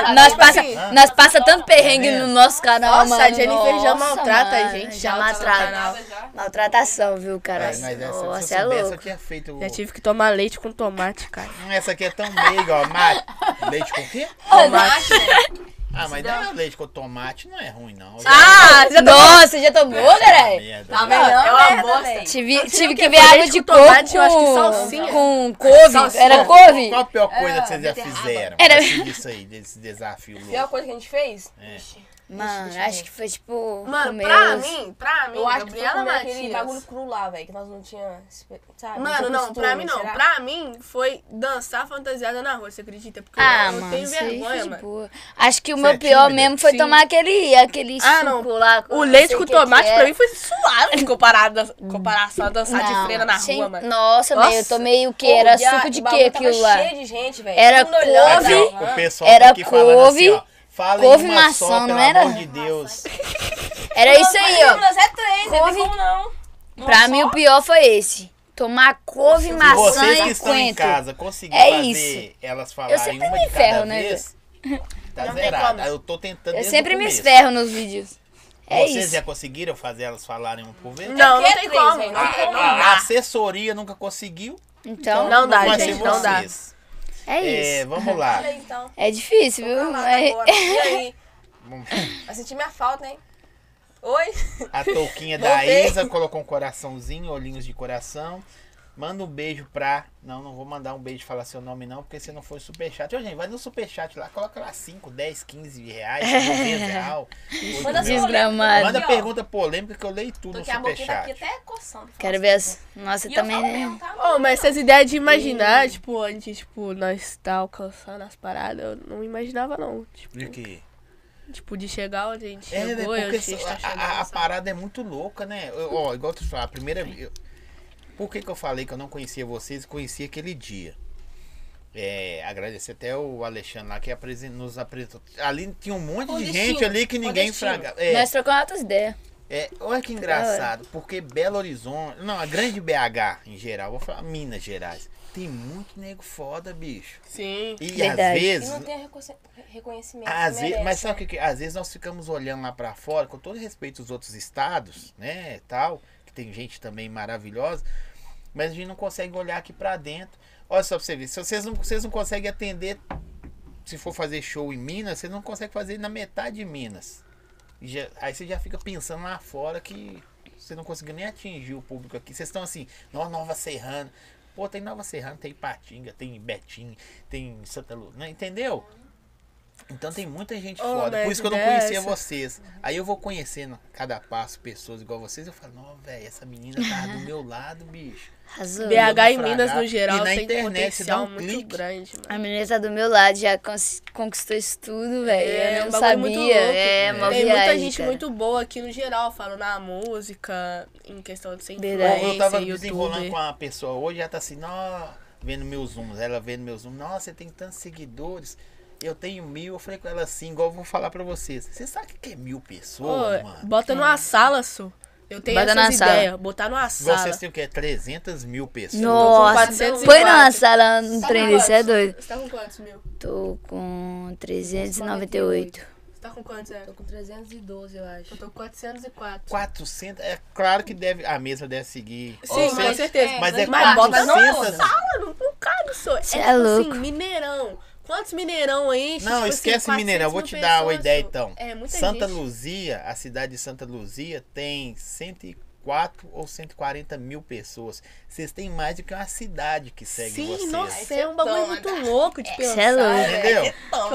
Speaker 4: mano,
Speaker 1: Nós
Speaker 4: tipo
Speaker 1: passa,
Speaker 4: assim,
Speaker 1: nós passa tanto perrengue no nosso canal,
Speaker 4: Nossa,
Speaker 1: mano.
Speaker 4: a Jennifer já maltrata a
Speaker 1: mano,
Speaker 4: gente,
Speaker 1: Já
Speaker 4: já tá no
Speaker 1: maltrata.
Speaker 4: canal.
Speaker 5: Já?
Speaker 1: Maltratação, viu, cara?
Speaker 2: Mas, mas essa, se
Speaker 1: Nossa,
Speaker 2: eu
Speaker 1: é
Speaker 2: soubesse, eu
Speaker 1: louco.
Speaker 2: tinha feito.
Speaker 4: Já tive que tomar leite com tomate, cara.
Speaker 2: Hum, essa aqui é tão meiga, ó. Mate. Leite com o quê?
Speaker 4: Tomate.
Speaker 2: Ah, mas dá leite com tomate não é ruim, não.
Speaker 1: Ah, nossa, já tomou, galera?
Speaker 2: merda.
Speaker 3: Tá vendo? É uma bosta.
Speaker 1: Tive, tive
Speaker 4: que
Speaker 1: que
Speaker 4: é
Speaker 1: ver água
Speaker 4: leite
Speaker 1: de
Speaker 2: tipo
Speaker 4: com
Speaker 1: coco
Speaker 4: tomate, eu acho que salsinha.
Speaker 1: com couve.
Speaker 4: Salsinha.
Speaker 1: Era couve?
Speaker 2: Qual a pior coisa que vocês já fizeram?
Speaker 1: É, Era-
Speaker 2: assim, disso aí, desse desafio
Speaker 3: A pior
Speaker 2: louco.
Speaker 3: coisa que a gente fez?
Speaker 2: É.
Speaker 1: Mano, acho que foi tipo.
Speaker 4: Mano,
Speaker 1: comer
Speaker 4: pra
Speaker 1: os-
Speaker 4: mim, pra mim,
Speaker 3: Eu acho que foi
Speaker 4: Gabriela
Speaker 3: comer aquele bagulho
Speaker 4: Matias.
Speaker 3: cru lá, velho, que nós não tinha, espe- sabe?
Speaker 4: Mano,
Speaker 3: tinha
Speaker 4: não, pra
Speaker 3: costume,
Speaker 4: mim não.
Speaker 3: será?
Speaker 4: Pra mim foi dançar fantasiada na rua, você acredita? Porque
Speaker 1: Ah,
Speaker 4: eu eu
Speaker 1: mano,
Speaker 4: tenho
Speaker 1: isso aí foi
Speaker 4: vergonha,
Speaker 1: de
Speaker 4: mano.
Speaker 1: boa. Acho que o
Speaker 2: Você
Speaker 1: meu
Speaker 2: é
Speaker 1: pior
Speaker 2: tímida?
Speaker 1: mesmo foi
Speaker 4: Sim.
Speaker 1: tomar aquele, aquele
Speaker 4: Ah, não.
Speaker 1: suco lá.
Speaker 4: O leite com tomate pra mim foi suave comparado, comparação a dançar de
Speaker 1: é. Não,
Speaker 4: freira na
Speaker 1: sem-
Speaker 4: rua, mano.
Speaker 1: Nossa, velho, eu
Speaker 4: Nossa.
Speaker 1: tomei o que?
Speaker 3: Pô,
Speaker 1: Era
Speaker 3: e a-
Speaker 1: suco de
Speaker 3: o
Speaker 1: quê
Speaker 3: bagulho
Speaker 1: aquilo
Speaker 3: tava
Speaker 1: lá?
Speaker 3: cheio de gente, velho.
Speaker 1: Era
Speaker 3: Todo mundo olhando,
Speaker 1: couve,
Speaker 2: Aqui,
Speaker 3: assim,
Speaker 2: ó, o
Speaker 3: ó.
Speaker 2: pessoal
Speaker 1: era
Speaker 2: tá aqui falando assim, ó.
Speaker 1: couve,
Speaker 2: Fala
Speaker 1: couve
Speaker 2: em uma
Speaker 1: maçã,
Speaker 2: só,
Speaker 1: não
Speaker 2: pelo
Speaker 1: era?
Speaker 2: amor de Deus.
Speaker 1: Era isso aí, ó.
Speaker 3: Mas é três, não tem como não.
Speaker 1: Pra mim o pior foi esse. Tomar couve,
Speaker 2: Se
Speaker 1: maçã
Speaker 2: vocês que
Speaker 1: e
Speaker 2: estão em
Speaker 1: coentro.
Speaker 2: casa conseguirem
Speaker 1: É
Speaker 2: fazer
Speaker 1: isso.
Speaker 2: elas
Speaker 1: Eu
Speaker 2: falarem
Speaker 1: sempre
Speaker 2: uma
Speaker 1: me
Speaker 2: de cada
Speaker 1: ferro, né,
Speaker 2: vez, tá
Speaker 4: Não tem
Speaker 2: zerado.
Speaker 4: como.
Speaker 2: Eu tô tentando
Speaker 1: Eu
Speaker 2: desde o
Speaker 1: sempre me
Speaker 2: começo.
Speaker 1: esferro nos vídeos. É
Speaker 2: Vocês
Speaker 1: isso.
Speaker 2: já conseguiram fazer elas falarem um por vez?
Speaker 4: Não, não
Speaker 3: é
Speaker 4: tem
Speaker 3: três,
Speaker 4: como.
Speaker 3: velho,
Speaker 4: Não,
Speaker 3: não tem
Speaker 4: não
Speaker 2: A,
Speaker 4: dá.
Speaker 2: a assessoria nunca conseguiu.
Speaker 1: Então,
Speaker 4: Não dá,
Speaker 2: vai ser
Speaker 4: gente, não dá.
Speaker 2: vocês.
Speaker 1: é
Speaker 2: É,
Speaker 1: isso.
Speaker 2: vamos lá.
Speaker 3: Olha aí, então.
Speaker 1: É difícil,
Speaker 3: Tá
Speaker 1: viu?
Speaker 3: lá
Speaker 1: É-
Speaker 3: agora. E aí? Vai sentir minha falta, hein? Oi?
Speaker 2: A touquinha da
Speaker 3: Voltei.
Speaker 2: Isa colocou um coraçãozinho, olhinhos de coração. Manda um beijo pra. Não, não vou mandar um beijo falar seu nome, não, porque você não foi superchat. Ô, gente, vai no superchat lá, coloca lá 5, 10, 15 reais, 90 reais. oito
Speaker 3: Manda
Speaker 2: mil.
Speaker 3: sua
Speaker 1: Desgramado.
Speaker 2: Manda
Speaker 3: Aqui, ó.
Speaker 2: pergunta polêmica que eu leio tudo no
Speaker 3: Porque a boquinha tá aqui
Speaker 2: superchat.
Speaker 3: até coçando.
Speaker 1: Quero ver as... Nossa,
Speaker 3: E eu
Speaker 1: também,
Speaker 3: falo
Speaker 1: né?
Speaker 3: mesmo, tá?
Speaker 4: Ô, mas essas ideias de imaginar, tipo, onde, tipo, nós tá alcançando as paradas, eu não imaginava, não. Tipo,
Speaker 2: De quê?
Speaker 4: tipo, de chegar onde a gente
Speaker 2: É, né?
Speaker 4: chegou, e onde
Speaker 2: Porque
Speaker 4: a gente tá
Speaker 2: a-
Speaker 4: chegando.
Speaker 2: a, a
Speaker 4: sabe?
Speaker 2: parada é muito louca, né? Eu- Ó, igual tu falar, a primeira vez. eu- Por que, que eu falei que eu não conhecia vocês e conheci aquele dia? É, agradecer até o Alexandre lá que apresen- nos apresentou. Ali tinha um monte de gente ali que ninguém fragava. É,
Speaker 1: Nós trocamos altas ideias.
Speaker 2: é, olha que engraçado, porque Belo Horizonte, não, a grande BH em geral, vou falar Minas Gerais, tem muito nego foda, bicho.
Speaker 4: Sim.
Speaker 2: E
Speaker 1: Verdade.
Speaker 2: às
Speaker 3: E
Speaker 2: vezes,
Speaker 3: não tem reconhe- reconhecimento.
Speaker 2: Ah, às vezes,
Speaker 3: que merece. né?
Speaker 2: mas sabe o que, que- Às vezes nós ficamos olhando lá pra fora, com todo respeito aos outros estados, né, tal, que tem gente também maravilhosa, mas a gente não consegue olhar aqui pra dentro. Olha só pra você ver, se vocês não, vocês não conseguem atender, se for fazer show em Minas, vocês não conseguem fazer na metade de Minas. E já- aí você já fica pensando lá fora que você não conseguiu nem atingir o público aqui. Vocês estão assim, numa nova serrana. Pô, tem Nova Serrana, tem Patinga, tem Betim, tem Santa Lu, né? entendeu? Então tem muita gente
Speaker 4: Ô,
Speaker 2: foda. Por
Speaker 4: Ned,
Speaker 2: isso que eu não
Speaker 4: dessa.
Speaker 2: conhecia vocês. Aí eu vou conhecendo cada passo pessoas igual vocês. Eu falo, não, velho, essa menina tá do meu lado, bicho.
Speaker 1: Arrasou.
Speaker 2: Minha-
Speaker 4: BH e
Speaker 2: Fraga.
Speaker 4: Minas, no
Speaker 2: E
Speaker 4: geral,
Speaker 2: na
Speaker 4: tem um
Speaker 2: internet,
Speaker 4: potencial
Speaker 2: dá um
Speaker 4: muito
Speaker 2: clique.
Speaker 4: grande, mano.
Speaker 1: A menina tá do meu lado, já cons- conquistou isso tudo, velho.
Speaker 4: É,
Speaker 1: eu
Speaker 4: um
Speaker 1: não
Speaker 4: bagulho
Speaker 1: sabia.
Speaker 4: muito louco.
Speaker 1: É, uma
Speaker 4: Tem
Speaker 1: viagem,
Speaker 4: muita gente
Speaker 1: cara.
Speaker 4: muito boa aqui no geral, falo na música, em questão de ser
Speaker 1: Verdade.
Speaker 4: influencer,
Speaker 2: Eu, eu tava desenrolando
Speaker 4: youtuber.
Speaker 2: com uma pessoa hoje, ela tá assim, ó, vendo meus zooms, ela vendo meus zooms, nossa, você tem tantos seguidores, eu tenho mil, eu falei com ela assim, igual eu vou falar pra vocês. Você sabe o que é mil pessoas,
Speaker 4: Ô,
Speaker 2: mano?
Speaker 4: bota numa sala, su. Eu tenho
Speaker 1: Bota
Speaker 4: essas
Speaker 1: na sala.
Speaker 4: ideias, botar numa
Speaker 2: Igual
Speaker 4: sala.
Speaker 2: Vocês têm o quê? 300 mil pessoas.
Speaker 1: Nossa,
Speaker 4: 404.
Speaker 1: põe na sala no
Speaker 4: Tá
Speaker 1: trem
Speaker 4: com
Speaker 1: desse, é
Speaker 4: quantos?
Speaker 1: doido.
Speaker 4: Você tá com quantos, meu?
Speaker 1: Tô com 398.
Speaker 4: Você tá com quantos, é?
Speaker 3: Tô com 312, eu acho.
Speaker 4: Eu tô com 404.
Speaker 2: 400, é claro que deve, a mesa deve seguir.
Speaker 4: Sim,
Speaker 2: Vocês-
Speaker 4: com certeza.
Speaker 2: Mas é
Speaker 4: Mas bota numa
Speaker 2: 400.
Speaker 4: sala, não não cabe, só. É,
Speaker 1: Cê
Speaker 4: tipo
Speaker 1: é
Speaker 4: assim,
Speaker 1: louco.
Speaker 4: Mineirão. Quantos Mineirão aí? que,
Speaker 2: Não,
Speaker 4: tipo assim,
Speaker 2: esquece
Speaker 4: 400
Speaker 2: Mineirão, eu vou
Speaker 4: mil
Speaker 2: te dar uma
Speaker 4: pessoas,
Speaker 2: ideia
Speaker 4: só.
Speaker 2: então.
Speaker 4: É, muita
Speaker 2: Santa
Speaker 4: gente.
Speaker 2: Luzia, a cidade de Santa Luzia tem 104 ou 140 mil pessoas. Vocês têm mais do que uma cidade que segue
Speaker 4: Sim,
Speaker 2: vocês.
Speaker 4: nossa, é um bagulho muito
Speaker 2: né?
Speaker 4: louco de pensar.
Speaker 1: cê é louco.
Speaker 4: velho.
Speaker 2: Entendeu?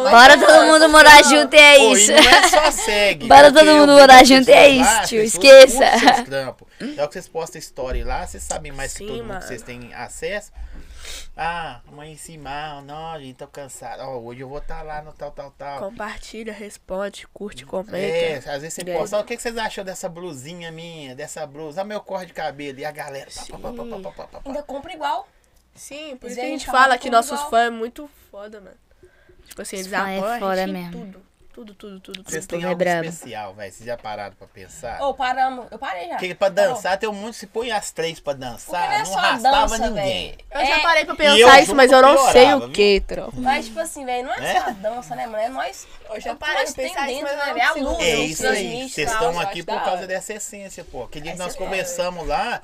Speaker 1: Bora todo
Speaker 4: um
Speaker 1: mundo morar junto e é
Speaker 2: Pô,
Speaker 1: isso.
Speaker 2: E não é só segue.
Speaker 1: Bora
Speaker 2: porque
Speaker 1: todo
Speaker 2: eu
Speaker 1: mundo
Speaker 2: vejo
Speaker 1: morar
Speaker 2: as
Speaker 1: junto, é
Speaker 2: pessoas
Speaker 1: isso,
Speaker 2: as
Speaker 1: tio,
Speaker 2: pessoas
Speaker 1: esqueça.
Speaker 2: curtem seus trampos. É o que vocês postam story lá, vocês sabem mais que
Speaker 4: Sim,
Speaker 2: todo mundo
Speaker 4: mano.
Speaker 2: que vocês têm acesso. Ah, amanheci mal, não, gente, tô cansado. Ó, hoje eu vou estar lá no tal, tal, tal.
Speaker 4: Compartilha, responde, curte, comenta.
Speaker 2: É, às vezes você
Speaker 4: Entendeu?
Speaker 2: posta, "Ah, o que que vocês acham dessa blusinha minha, dessa blusa, Olha meu corte de cabelo, e a galera. pá, pá, pá, pá, pá, pá, pá, pá.
Speaker 3: Ainda compra igual.
Speaker 4: Sim, por
Speaker 3: Mas
Speaker 4: isso que
Speaker 3: a
Speaker 4: a
Speaker 3: gente
Speaker 4: gente
Speaker 3: fala
Speaker 4: fala que
Speaker 3: como
Speaker 4: nossos
Speaker 3: igual.
Speaker 4: fãs é muito foda, mano. Tipo assim, eles
Speaker 1: Os fãs é
Speaker 4: apoiam
Speaker 1: foda
Speaker 4: a gente em
Speaker 1: mesmo.
Speaker 4: tudo. Tudo, tudo, tudo,
Speaker 2: Vocês
Speaker 4: tudo.
Speaker 2: têm
Speaker 1: é
Speaker 2: algo
Speaker 1: brabo.
Speaker 2: especial, velho. Vocês já pararam pra pensar?
Speaker 3: Ô, paramos. Eu parei já.
Speaker 2: Porque pra dançar, tem um monte se põe as três pra dançar,
Speaker 3: Porque não é
Speaker 2: não
Speaker 3: só a
Speaker 2: arrastava
Speaker 3: dança,
Speaker 2: ninguém.
Speaker 4: Eu
Speaker 3: É,
Speaker 4: já parei pra
Speaker 2: tá- eu
Speaker 4: pensar isso,
Speaker 2: junto
Speaker 4: mas eu não
Speaker 2: piorava,
Speaker 4: sei o
Speaker 2: viu?
Speaker 4: que, tropa.
Speaker 3: Mas, tipo assim, velho, não é só a dança, né, mano? É nós.
Speaker 4: Eu já
Speaker 3: é o que
Speaker 4: parei
Speaker 3: nós
Speaker 4: pra pensar
Speaker 3: tem
Speaker 4: isso,
Speaker 3: dentro,
Speaker 4: mas eu
Speaker 3: né? É a
Speaker 4: não consigo.
Speaker 3: luz,
Speaker 2: É
Speaker 3: a luz
Speaker 2: isso aí.
Speaker 3: transmite,
Speaker 2: Vocês
Speaker 3: tal.
Speaker 2: estão
Speaker 4: eu
Speaker 2: aqui
Speaker 4: acho
Speaker 2: por
Speaker 4: da
Speaker 2: causa
Speaker 4: hora.
Speaker 2: dessa essência, pô. Aquele dia que
Speaker 4: Essa
Speaker 2: nós
Speaker 4: é da hora.
Speaker 2: conversamos lá,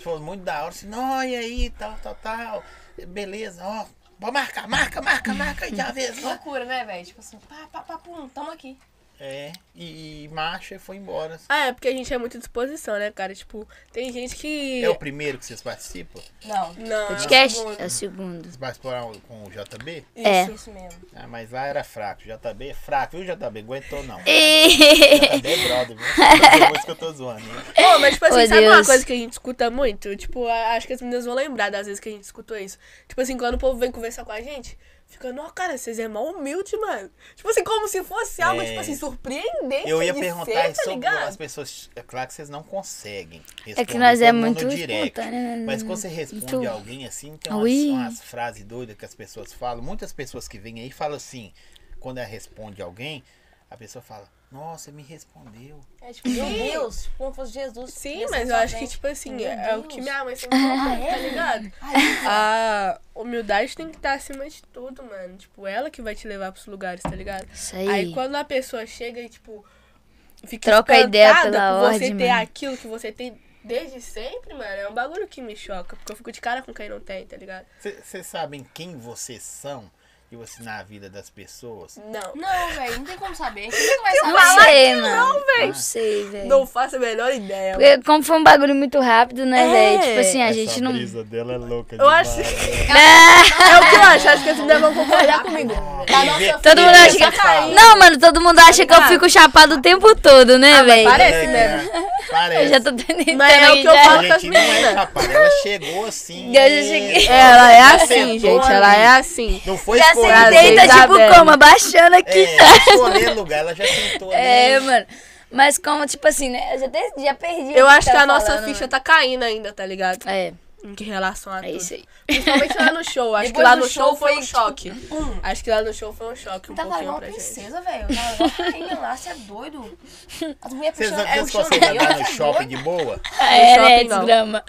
Speaker 2: foi muito da hora. Assim, ó, e aí, tal, tal, tal. Beleza, ó. Vou marcar, marca, marca, marca aí de uma vez. ó.
Speaker 3: Loucura, né, velho? Tipo assim, pá, pá, pá, pum, tamo aqui.
Speaker 2: É, e, e marcha e foi embora. assim.
Speaker 4: Ah, é, porque a gente é muito disposição, né, cara? Tipo, tem gente que.
Speaker 2: É o primeiro que vocês participam?
Speaker 3: Não.
Speaker 4: Não,
Speaker 1: Podcast?
Speaker 4: é
Speaker 1: É o segundo.
Speaker 2: Vocês participaram com o JB?
Speaker 1: É.
Speaker 3: Isso, isso mesmo.
Speaker 2: Ah, mas lá era fraco. JB é fraco, viu, JB? Aguentou não.
Speaker 1: E...
Speaker 2: JB é brother, viu? Depois que eu tô zoando, hein?
Speaker 4: Pô, mas, tipo assim,
Speaker 1: Ô,
Speaker 4: sabe uma
Speaker 1: Deus.
Speaker 4: coisa que a gente escuta muito? Tipo, a- acho que as meninas vão lembrar das vezes que a gente escutou isso. Tipo assim, quando o povo vem conversar com a gente, fica, não, cara, vocês é mó humilde, mano. Tipo assim, como se fosse algo,
Speaker 2: É.
Speaker 4: tipo assim, surpreendente.
Speaker 2: Eu ia
Speaker 4: de
Speaker 2: perguntar
Speaker 4: ser,
Speaker 2: isso
Speaker 4: tá
Speaker 2: sobre
Speaker 4: ligado?
Speaker 2: as pessoas. É claro que vocês não conseguem.
Speaker 1: É que
Speaker 2: responder
Speaker 1: nós é
Speaker 2: todo mundo
Speaker 1: muito
Speaker 2: no direct.
Speaker 1: espontâneo, né?
Speaker 2: Mas quando você responde
Speaker 1: Muito.
Speaker 2: alguém assim, tem umas,
Speaker 1: Ui.
Speaker 2: umas frases doidas que as pessoas falam. Muitas pessoas que vêm aí falam assim, quando ela responde alguém, a pessoa fala, nossa, me respondeu.
Speaker 3: É tipo, meu Deus, como fosse Jesus.
Speaker 4: Sim,
Speaker 3: Jesus
Speaker 4: mas eu
Speaker 3: na
Speaker 4: acho que,
Speaker 3: frente.
Speaker 4: tipo assim,
Speaker 3: Meu
Speaker 4: é, é o
Speaker 3: Deus.
Speaker 4: que minha mãe sempre
Speaker 1: É.
Speaker 4: falou, tá ligado? A humildade tem que estar acima de tudo, mano. Tipo, ela que vai te levar pros lugares, tá ligado?
Speaker 1: Isso
Speaker 4: Aí
Speaker 1: aí.
Speaker 4: quando a pessoa chega e, tipo, fica
Speaker 1: Troca ideia
Speaker 4: encantada
Speaker 1: pela
Speaker 4: por você
Speaker 1: ordem,
Speaker 4: ter
Speaker 1: mano.
Speaker 4: aquilo que você tem desde sempre, mano, é um bagulho que me choca. Porque eu fico de cara com quem não tem, tá ligado?
Speaker 2: Vocês sabem quem vocês são e você na vida das pessoas?
Speaker 4: Não.
Speaker 3: Não, velho, não tem como saber. Quem é vai saber?
Speaker 1: Não sei, mano. Não sei, velho.
Speaker 4: Não faço a melhor ideia. mano.
Speaker 1: Porque como foi um bagulho muito rápido, né,
Speaker 4: É.
Speaker 1: velho? Tipo assim, a
Speaker 2: Essa
Speaker 1: gente não.
Speaker 2: brisa dela é louca
Speaker 4: Eu acho que. É o que eu acho, acho que as meninas vão concordar comigo. Da nossa
Speaker 1: Todo mundo acha
Speaker 4: filha,
Speaker 1: que. Não, mano, todo mundo acha que eu
Speaker 4: ligado?
Speaker 1: fico chapado o tempo todo, né, velho?
Speaker 4: Ah, parece. mesmo.
Speaker 1: Eu
Speaker 2: é, Parece.
Speaker 1: já tô tentando.
Speaker 4: Mas é o que eu
Speaker 1: aqui já.
Speaker 4: falo.
Speaker 2: A gente não é chapada, ela chegou assim.
Speaker 1: Eu já cheguei.
Speaker 4: Ela é assim,
Speaker 2: Sentou
Speaker 4: gente, ela
Speaker 2: ali.
Speaker 4: é assim.
Speaker 2: Não foi
Speaker 1: Já
Speaker 2: escolher.
Speaker 1: sentei, tá
Speaker 4: Isabela.
Speaker 1: tipo como? Abaixando aqui.
Speaker 2: É, não escolher lugar, ela já sentou né? ali.
Speaker 1: É, mano. Mas como, tipo assim, né? Eu já, até, já perdi. o
Speaker 4: Eu acho que
Speaker 1: tava
Speaker 4: a nossa
Speaker 1: falando,
Speaker 4: ficha tá caindo ainda, tá ligado?
Speaker 1: mano. É,
Speaker 4: Em que relação a
Speaker 1: é
Speaker 4: tudo.
Speaker 1: isso aí.
Speaker 4: Principalmente lá no show. Acho que
Speaker 3: Depois
Speaker 4: lá
Speaker 3: do
Speaker 4: no show
Speaker 3: show
Speaker 4: foi um
Speaker 3: foi,
Speaker 4: choque. Acho que lá no show foi um choque um
Speaker 3: Tava igual Tá uma
Speaker 4: pouquinho pra gente.
Speaker 3: princesa, velho. Tava igual uma rainha lá, você é doido. As mulheres
Speaker 2: Vocês
Speaker 3: puxando,
Speaker 2: não-
Speaker 3: é,
Speaker 2: vocês
Speaker 3: puxando
Speaker 2: conseguem
Speaker 3: eu,
Speaker 2: andar
Speaker 3: tá
Speaker 2: no shopping
Speaker 3: doido?
Speaker 2: de boa?
Speaker 1: É, né?
Speaker 4: shopping não.
Speaker 1: Desgrama.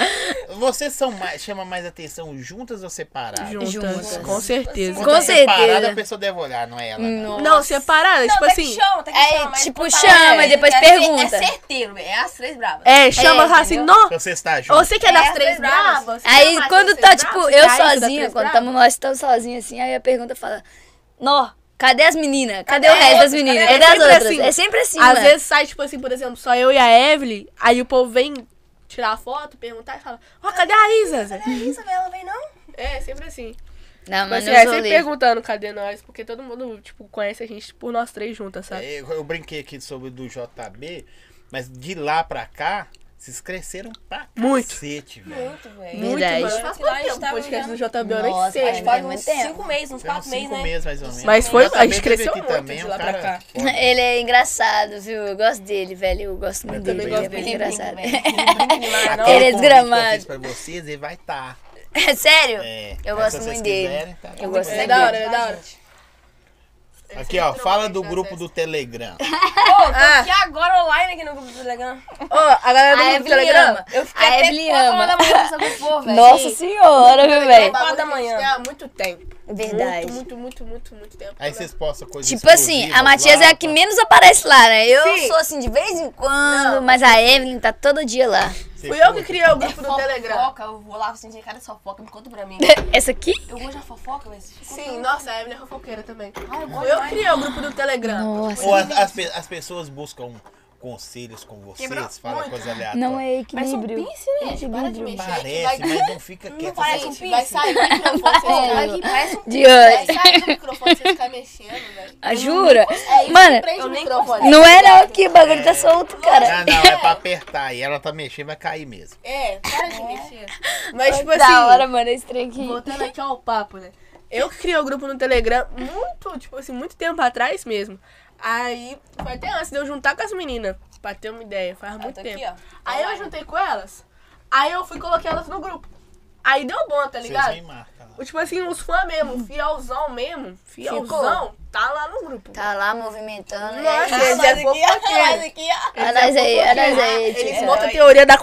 Speaker 2: Vocês são mais, chama mais atenção juntas ou separadas?
Speaker 4: Juntas,
Speaker 1: Juntas.
Speaker 4: com certeza.
Speaker 2: Quando
Speaker 1: Com
Speaker 2: é Separada,
Speaker 1: certeza.
Speaker 2: a pessoa deve olhar, não é ela. não.
Speaker 4: Não, separada,
Speaker 3: Não,
Speaker 4: tipo
Speaker 3: tem que
Speaker 4: assim.
Speaker 3: chama, tem que
Speaker 1: é,
Speaker 3: chamar,
Speaker 1: tipo,
Speaker 3: ele
Speaker 1: chama,
Speaker 3: é,
Speaker 1: e depois
Speaker 3: é,
Speaker 1: pergunta.
Speaker 3: É certeiro, velho. É as três bravas.
Speaker 4: É, chama
Speaker 3: entendeu?
Speaker 4: assim, não.
Speaker 2: Você está junto.
Speaker 4: Você que é das
Speaker 3: as
Speaker 4: três
Speaker 3: três bravas.
Speaker 4: bravas?
Speaker 1: Aí
Speaker 4: Você é
Speaker 1: quando
Speaker 4: das
Speaker 1: tá,
Speaker 4: três
Speaker 1: tipo,
Speaker 4: bravas?
Speaker 1: eu
Speaker 4: Você é das
Speaker 1: sozinha,
Speaker 4: três
Speaker 1: quando
Speaker 4: bravas?
Speaker 1: tamo, nós estamos sozinhos assim, aí a pergunta fala: Nó, cadê as meninas? Cadê, o resto das meninas?
Speaker 4: Cadê
Speaker 1: Cadê,
Speaker 4: as
Speaker 1: as
Speaker 4: outras?
Speaker 1: outras? É sempre assim,
Speaker 4: assim. Às
Speaker 1: mano.
Speaker 4: vezes sai, tipo assim, por exemplo, só eu e a Evelyn, aí o povo vem tirar a foto, perguntar e falar, ó, cadê a Isa? Zé?"
Speaker 3: Isso, velho, ela vem não?
Speaker 4: É, sempre assim.
Speaker 1: Não, mas
Speaker 4: Mas
Speaker 1: não
Speaker 4: é,
Speaker 1: sou
Speaker 4: sempre
Speaker 1: livre.
Speaker 4: perguntando cadê nós, porque todo mundo, tipo, conhece a gente por nós três juntas, sabe?
Speaker 2: É, Eu, eu brinquei aqui sobre o do JB, mas de lá pra cá, vocês cresceram pra
Speaker 4: Muito.
Speaker 2: cacete, velho.
Speaker 3: Muito, velho.
Speaker 4: Muito,
Speaker 1: Verdade.
Speaker 4: mano.
Speaker 3: Faz
Speaker 4: Faz
Speaker 3: quanto
Speaker 4: quanto tá
Speaker 3: tempo o podcast
Speaker 4: podcast do JB? Eu nem
Speaker 1: Nossa, é
Speaker 4: sei.
Speaker 1: acho que
Speaker 3: Faz
Speaker 1: Tem
Speaker 3: uns
Speaker 1: muito tempo.
Speaker 3: cinco meses, uns
Speaker 2: Tivemos
Speaker 3: quatro meses,
Speaker 2: cinco
Speaker 3: né?
Speaker 2: meses, mais ou menos.
Speaker 4: Mas foi- a
Speaker 2: JB teve
Speaker 4: gente cresceu
Speaker 2: aqui um
Speaker 4: muito de lá pra cá.
Speaker 2: foda.
Speaker 1: Ele é engraçado, viu? Eu gosto dele, velho. Eu gosto muito
Speaker 2: Eu
Speaker 1: dele.
Speaker 2: também
Speaker 1: Ele é
Speaker 2: gosto
Speaker 1: muito
Speaker 2: dele.
Speaker 1: engraçado. Ele
Speaker 2: Aquele
Speaker 1: é
Speaker 2: convite que eu
Speaker 1: desgramado.
Speaker 2: fiz Pra vocês, ele vai estar.
Speaker 1: É sério?
Speaker 2: É,
Speaker 1: Eu
Speaker 2: mas se
Speaker 1: gosto
Speaker 2: vocês
Speaker 1: muito dele.
Speaker 2: quiserem, tá bom.
Speaker 1: Eu gosto
Speaker 4: É
Speaker 1: muito
Speaker 4: da hora,
Speaker 1: dele.
Speaker 4: é da hora.
Speaker 2: Aqui, ó, fala do grupo do Telegram.
Speaker 3: Pô, tô aqui agora online aqui no grupo do Telegram.
Speaker 4: Ó, a galera do
Speaker 1: Ah. A
Speaker 4: grupo do
Speaker 1: Evelyn
Speaker 4: Telegram.
Speaker 1: ama.
Speaker 3: Eu fiquei
Speaker 1: A
Speaker 3: até
Speaker 1: Evelyn
Speaker 3: 4
Speaker 1: ama.
Speaker 3: horas da manhã pensando que for, velho.
Speaker 1: Nossa senhora, viu, velho?
Speaker 3: Quatro da manhã.
Speaker 4: Há muito tempo.
Speaker 1: Verdade.
Speaker 4: Muito, muito, muito, muito, muito tempo.
Speaker 2: Aí vocês postam coisas
Speaker 1: Tipo assim, a Matias é a que menos aparece lá, né? Eu sou assim de vez em quando, mas a Evelyn tá todo dia lá.
Speaker 4: Fui eu que criei o grupo do Telegram.
Speaker 3: É Fofoca, eu vou lá, você tem cara de fofoca, me conta pra mim.
Speaker 1: Essa aqui?
Speaker 3: Eu gosto de fofoca, mas...
Speaker 4: Sim, nossa, a Evelyn é fofoqueira também.
Speaker 3: Ai, eu gosto
Speaker 4: Eu
Speaker 3: demais.
Speaker 4: criei o grupo do Telegram.
Speaker 1: Nossa.
Speaker 2: Ou as, as pe- as pessoas buscam conselhos com vocês, falam coisas aleatórias.
Speaker 1: Não é
Speaker 3: Parece um
Speaker 1: equilíbrio.
Speaker 3: pince, né? gente? Para de mexer. que vai-
Speaker 2: Parece, mas não fica quieto. assim.
Speaker 3: parece um
Speaker 1: assim.
Speaker 2: Vocês-
Speaker 3: pince.
Speaker 6: Vai sair do microfone, vocês ficarem
Speaker 3: Olha aqui, parece um
Speaker 1: De hoje.
Speaker 6: Sai do microfone, vocês ficarem mexendo, velho.
Speaker 1: Ah, jura? Mano,
Speaker 6: Prende o
Speaker 3: nem
Speaker 6: microfone.
Speaker 1: não era aqui, o bagulho tá solto, cara.
Speaker 2: É. Não, não, é pra apertar. E ela tá mexendo, vai cair mesmo.
Speaker 4: É, para de mexer. Mas, tipo assim,
Speaker 1: Da hora, mano, esse trem aqui.
Speaker 4: voltando aqui ao papo, né? Eu criei o grupo no Telegram muito, tipo assim, muito tempo atrás mesmo. Aí, foi até antes de eu juntar com as meninas, pra ter uma ideia, faz muito
Speaker 3: tô
Speaker 4: tempo.
Speaker 3: aqui, ó.
Speaker 4: Aí eu juntei com elas, aí eu fui e coloquei elas no grupo. Aí deu bom, tá
Speaker 2: Vocês
Speaker 4: ligado?
Speaker 2: me marcam. lá.
Speaker 4: O, Tipo assim, os fãs mesmo, fielzão mesmo, fielzão, tá lá no grupo.
Speaker 1: Tá lá movimentando.
Speaker 4: Nossa, eles é fofoqueiro.
Speaker 1: Olha nós aí, olha nós aí.
Speaker 4: Eles
Speaker 1: tia.
Speaker 4: montam a teoria da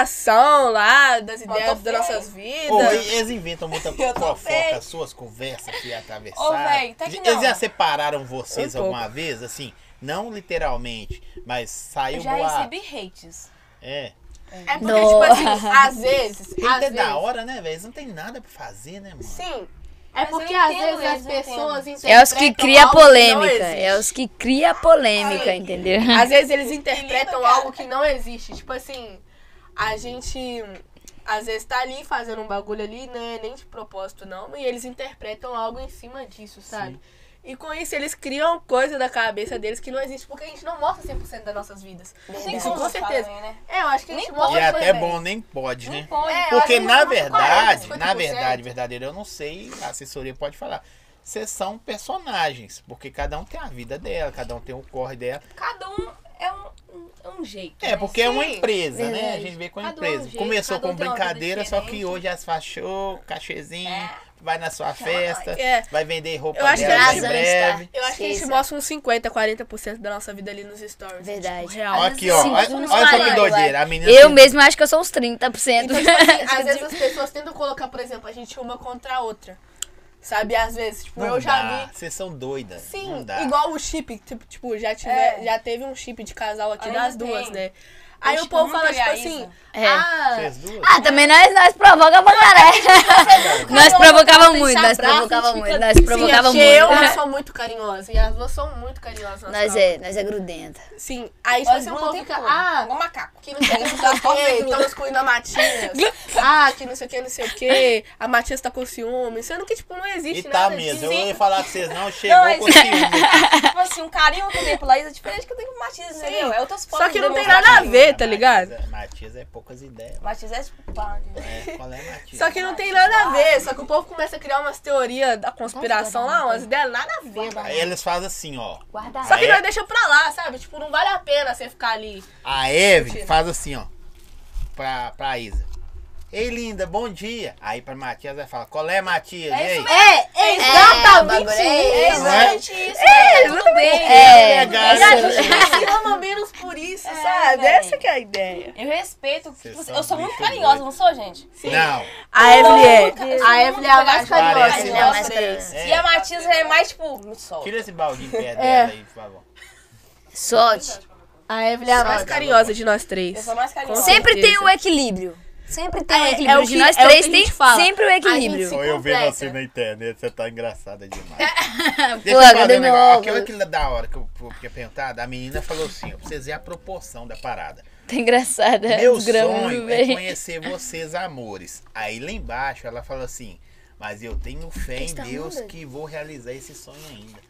Speaker 4: conspiração lá, das ideias das nossas
Speaker 2: Pô,
Speaker 4: vidas.
Speaker 2: e- eles inventam muita fofoca, suas conversas que atravessaram.
Speaker 3: Ô, véi, tá que
Speaker 2: Eles
Speaker 3: não.
Speaker 2: já separaram vocês
Speaker 4: Um pouco.
Speaker 2: alguma vez, assim? Não literalmente, mas
Speaker 3: Eu
Speaker 2: saiu
Speaker 3: já
Speaker 2: boato.
Speaker 3: recebi hates.
Speaker 2: É.
Speaker 4: É porque,
Speaker 1: Nossa.
Speaker 4: tipo assim, às vezes. às
Speaker 2: Eita, é
Speaker 4: vezes
Speaker 2: da hora, né, velho? Eles não tem nada pra fazer, né, mano?
Speaker 4: Sim. É
Speaker 3: eu
Speaker 4: porque
Speaker 3: entendo
Speaker 4: às vezes
Speaker 3: eles,
Speaker 4: as
Speaker 3: eu entendo.
Speaker 4: pessoas
Speaker 1: É os que
Speaker 4: interpretam
Speaker 1: cria
Speaker 4: algo que
Speaker 1: polêmica.
Speaker 4: não
Speaker 1: É
Speaker 4: existe.
Speaker 1: os que cria polêmica, entendeu?
Speaker 4: Às vezes eles interpretam algo que não existe. Tipo assim, a gente às vezes tá ali fazendo um bagulho ali, né? Nem de propósito não, e eles interpretam algo em cima disso, sabe? E com isso eles criam coisa da cabeça deles que não existe, porque a gente não mostra 100% das nossas vidas.
Speaker 3: Não
Speaker 4: Sim,
Speaker 3: tem
Speaker 4: com
Speaker 3: como você falar,
Speaker 4: certeza.
Speaker 3: né?
Speaker 4: É, eu acho que a gente
Speaker 3: Nem
Speaker 4: mostra
Speaker 2: E é
Speaker 4: coisa
Speaker 2: até
Speaker 4: bem.
Speaker 2: bom, nem pode, né?
Speaker 3: Pode.
Speaker 4: É, eu acho
Speaker 2: Porque
Speaker 4: que
Speaker 2: na
Speaker 4: não pode,
Speaker 2: verdade,
Speaker 4: 40%.
Speaker 2: na verdade, verdadeira, eu não sei, a assessoria pode falar. Vocês são personagens, porque cada um tem a vida dela, cada um tem o corre dela.
Speaker 3: Cada um é um, é um jeito.
Speaker 2: É,
Speaker 3: né?
Speaker 2: porque é uma empresa, né? A
Speaker 1: Verdade.
Speaker 2: gente vê com a
Speaker 3: Cada um é um
Speaker 2: empresa.
Speaker 3: jeito,
Speaker 2: Começou
Speaker 3: cada um
Speaker 2: com
Speaker 3: tem uma
Speaker 2: brincadeira,
Speaker 3: vida
Speaker 2: só que
Speaker 3: diferente.
Speaker 2: hoje as fachou, cachezinho, vai na sua festa,
Speaker 4: É.
Speaker 2: vai vender roupa
Speaker 4: Eu acho que
Speaker 2: dela
Speaker 4: a
Speaker 2: em
Speaker 4: gente-
Speaker 2: breve.
Speaker 4: Eu acho que a gente
Speaker 1: Esqueça.
Speaker 4: mostra uns 50, 40% da nossa vida ali nos stories.
Speaker 1: É Verdade.
Speaker 4: Tipo, real.
Speaker 2: Ó,
Speaker 1: Às
Speaker 2: Aqui,
Speaker 1: vezes
Speaker 2: ó.
Speaker 1: sim,
Speaker 2: Olha
Speaker 1: tudo
Speaker 2: olha
Speaker 1: nos
Speaker 2: só que assim.
Speaker 1: paralelo,
Speaker 2: doideira.
Speaker 1: vai.
Speaker 2: A menina
Speaker 1: Eu
Speaker 2: tem-
Speaker 1: mesmo acho que eu sou uns 30%.
Speaker 4: Então, tipo assim, às vezes as pessoas tentam colocar, por exemplo, a gente uma contra a outra. Sabe? Às vezes, tipo,
Speaker 2: Não
Speaker 4: eu já
Speaker 2: dá,
Speaker 4: vi.
Speaker 2: Vocês são doidas.
Speaker 4: Sim,
Speaker 2: não dá.
Speaker 4: igual o chip, tipo, tipo, já, tive, já teve um chip de casal aqui
Speaker 3: Ainda
Speaker 4: das duas,
Speaker 3: tem.
Speaker 4: né? Aí
Speaker 3: Eu
Speaker 4: o povo
Speaker 3: chipo
Speaker 4: fala,
Speaker 3: muito eu
Speaker 4: tipo
Speaker 3: e a
Speaker 4: assim,
Speaker 3: Isa.
Speaker 1: É.
Speaker 4: ah,
Speaker 2: Vocês duas?
Speaker 1: Ah, também nós, nós provocava pra caralho. nós provocava
Speaker 4: Deixar
Speaker 1: muito, nós
Speaker 4: abraço,
Speaker 1: provocava
Speaker 4: fica-
Speaker 1: muito, nós
Speaker 4: sim,
Speaker 1: provocava
Speaker 4: achei Eu eu
Speaker 1: muito.
Speaker 4: sou muito carinhosa. E as duas são muito carinhosas. nas
Speaker 1: Nós
Speaker 4: calças.
Speaker 1: é, nós é grudenta.
Speaker 4: Sim. Aí, tipo
Speaker 3: Nós
Speaker 4: assim, o
Speaker 3: duas
Speaker 4: povo
Speaker 3: tem
Speaker 4: fica,
Speaker 3: como.
Speaker 4: ah, Tá
Speaker 3: Igual macaco.
Speaker 4: que não sei o
Speaker 3: tá
Speaker 4: que, não sei o que, estamos excluindo a Matias. Ah, que não sei o que, não sei o que, a Matias tá com ciúme. Sendo que, tipo, não
Speaker 2: E
Speaker 4: existe
Speaker 2: tá
Speaker 4: nada disso.
Speaker 2: mesmo. Eu ia falar pra vocês, não, chegou
Speaker 3: mas-
Speaker 2: com o ciúme.
Speaker 3: Tipo assim, um carinho que eu tenho pela Isa é diferente que eu tenho pro Matias, entendeu? É outras formas
Speaker 4: Só que
Speaker 3: de
Speaker 4: não tem
Speaker 3: demonstrar
Speaker 4: nada a
Speaker 3: carinho.
Speaker 4: ver, tá ligado?
Speaker 2: Matias- Matias é poucas ideias.
Speaker 3: Matias é tipo... pá, entendeu?
Speaker 2: É, qual é Matias?
Speaker 4: Só que não tem nada a ver. Só que o povo começa a criar umas teorias da conspiração lá, umas ideias nada a ver.
Speaker 2: Aí eles fazem assim, ó.
Speaker 4: Só que é
Speaker 2: Aí-
Speaker 4: nós deixa pra lá, sabe? Tipo, não vale a pena você ficar ali.
Speaker 2: A Eve faz assim, ó. Pra, pra Isa. Ei, linda, bom dia. Aí pra Matias ela fala, qual é, Matias? É Ei,
Speaker 1: É, exatamente
Speaker 3: É
Speaker 1: isso. né?
Speaker 3: exatamente isso. É, tudo bem.
Speaker 1: É,
Speaker 2: Legal,
Speaker 1: isso.
Speaker 2: né?
Speaker 4: Se ama menos por isso, sabe?
Speaker 3: véi.
Speaker 4: Essa que é a ideia.
Speaker 3: Eu respeito.
Speaker 2: Vocês
Speaker 3: tipo,
Speaker 2: são
Speaker 3: eu sou muito
Speaker 2: bicho
Speaker 3: carinhosa,
Speaker 2: doido.
Speaker 3: não sou, gente?
Speaker 2: Não.
Speaker 4: A Evelyn é.
Speaker 3: Deus.
Speaker 4: A Evelyn é a
Speaker 2: Parece,
Speaker 4: mais carinhosa.
Speaker 2: né?
Speaker 4: de nós
Speaker 1: Mais
Speaker 4: três.
Speaker 2: É.
Speaker 3: E a Matias é mais tipo... Me solta.
Speaker 2: Tira esse baldinho perto dela aí, por favor.
Speaker 1: Solte.
Speaker 4: A Evelyn é a mais carinhosa de nós três.
Speaker 3: Eu sou mais carinhosa.
Speaker 1: Sempre tem
Speaker 4: certeza.
Speaker 1: um equilíbrio. Sempre tem um
Speaker 4: É, é
Speaker 1: equilíbrio.
Speaker 4: o
Speaker 1: De
Speaker 4: que-
Speaker 1: nós
Speaker 4: é o
Speaker 1: três
Speaker 4: que a
Speaker 1: tem
Speaker 4: gente fala.
Speaker 1: sempre o equilíbrio.
Speaker 4: se
Speaker 2: Ou eu vejo
Speaker 4: completa.
Speaker 2: você na internet, você tá engraçada demais.
Speaker 1: Pô,
Speaker 2: Deixa eu fazer
Speaker 1: cadê
Speaker 2: um
Speaker 1: meu
Speaker 2: negócio. Aquilo
Speaker 1: óculos?
Speaker 2: que da hora que eu que eu tinha perguntado, a menina falou assim, ó, pra vocês verem a proporção da parada.
Speaker 1: Tá engraçada.
Speaker 2: Meu
Speaker 1: os gramas
Speaker 2: sonho
Speaker 1: do
Speaker 2: é
Speaker 1: bem.
Speaker 2: conhecer vocês, amores. Aí lá embaixo ela fala assim, mas eu tenho fé em Deus que vou realizar esse sonho ainda.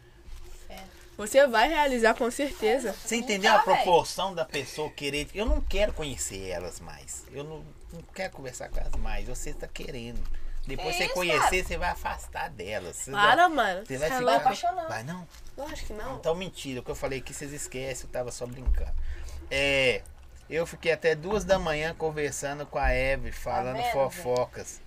Speaker 4: Você vai realizar com certeza.
Speaker 2: Você entendeu a proporção da pessoa querer? Eu não quero conhecer elas mais. Eu não, não quero conversar com elas mais. Você está querendo. Depois você conhecer, você vai afastar delas. Você
Speaker 4: Para, mano. é
Speaker 2: Você vai
Speaker 3: vai
Speaker 2: ficar.
Speaker 3: apaixonar.
Speaker 2: Vai não?
Speaker 4: Lógico que não.
Speaker 2: Então mentira, o que eu falei aqui vocês esquecem, eu tava só brincando. É, eu fiquei até duas da manhã conversando com a Eve, falando
Speaker 3: vendo, gente?
Speaker 2: fofocas.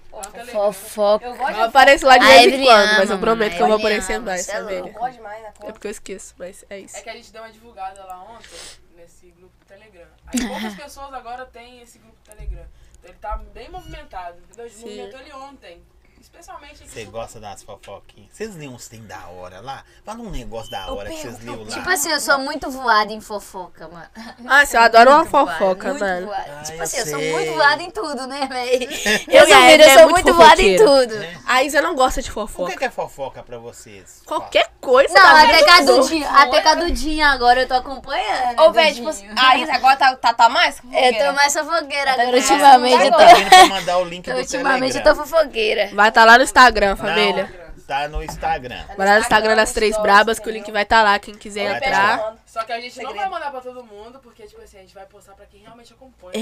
Speaker 1: Fofoca.
Speaker 3: Eu gosto,
Speaker 4: Eu apareço lá de
Speaker 1: A
Speaker 4: vez em
Speaker 1: Evelyn
Speaker 4: quando,
Speaker 1: ama,
Speaker 4: mas eu prometo
Speaker 1: mano,
Speaker 4: que eu vou
Speaker 1: Evelyn
Speaker 4: aparecer
Speaker 1: ama,
Speaker 4: mais,
Speaker 1: cê é
Speaker 4: sabe?
Speaker 3: eu gosto demais da
Speaker 4: É
Speaker 3: conta.
Speaker 4: porque eu esqueço, mas é isso.
Speaker 5: É que a gente deu uma divulgada lá ontem, nesse grupo do Telegram. Aí poucas pessoas agora têm esse grupo do Telegram. Então ele tá bem movimentado. entendeu? A gente
Speaker 4: Sim.
Speaker 5: movimentou ele ontem. Especialmente aqui.
Speaker 2: Você gosta das fofoquinhas? Vocês liam uns tem da hora lá? Fala um negócio da hora que vocês liam lá.
Speaker 1: Tipo assim, eu sou muito voada em fofoca, mano.
Speaker 4: Ah, eu adoro uma
Speaker 1: Muito voada,
Speaker 4: fofoca,
Speaker 1: muito
Speaker 4: mano.
Speaker 1: voada.
Speaker 2: Ah,
Speaker 1: tipo
Speaker 2: eu
Speaker 1: assim, eu sou
Speaker 2: sei.
Speaker 1: muito voada em tudo, né, véi?
Speaker 4: Gabi,
Speaker 1: Resumindo,
Speaker 4: ela
Speaker 1: eu
Speaker 4: é
Speaker 1: sou
Speaker 4: muito
Speaker 1: muito voada em
Speaker 4: fofoqueira.
Speaker 1: tudo.
Speaker 2: Né?
Speaker 4: A Isa não gosta de
Speaker 2: o que
Speaker 4: fofoca.
Speaker 2: que é fofoca pra vocês?
Speaker 4: Qualquer coisa. tá
Speaker 1: Não, é
Speaker 4: da
Speaker 1: até
Speaker 4: vida
Speaker 1: com a
Speaker 4: dos outros.
Speaker 1: Dudinha, até com a Dudinha agora eu tô acompanhando.
Speaker 3: Ou, velho, tipo assim, a Isa agora tá, tá, tá mais?
Speaker 1: Eu tô mais fofoqueira agora,
Speaker 3: mais
Speaker 1: ultimamente eu
Speaker 2: Tá
Speaker 1: tô...
Speaker 2: vendo pra mandar o link do
Speaker 1: Ultimamente eu
Speaker 2: Telegram.
Speaker 1: tô fofoqueira.
Speaker 4: Vai estar lá no Instagram,
Speaker 2: Não,
Speaker 4: família.
Speaker 2: tá no Instagram.
Speaker 4: Vai lá no Instagram das Três Brabas, que o link vai estar lá. Quem quiser
Speaker 2: Vai tá
Speaker 4: entrar.
Speaker 2: lá.
Speaker 5: Só que a gente não
Speaker 3: Segredo.
Speaker 5: vai mandar pra todo mundo, porque, tipo assim, a gente vai postar pra quem realmente acompanha.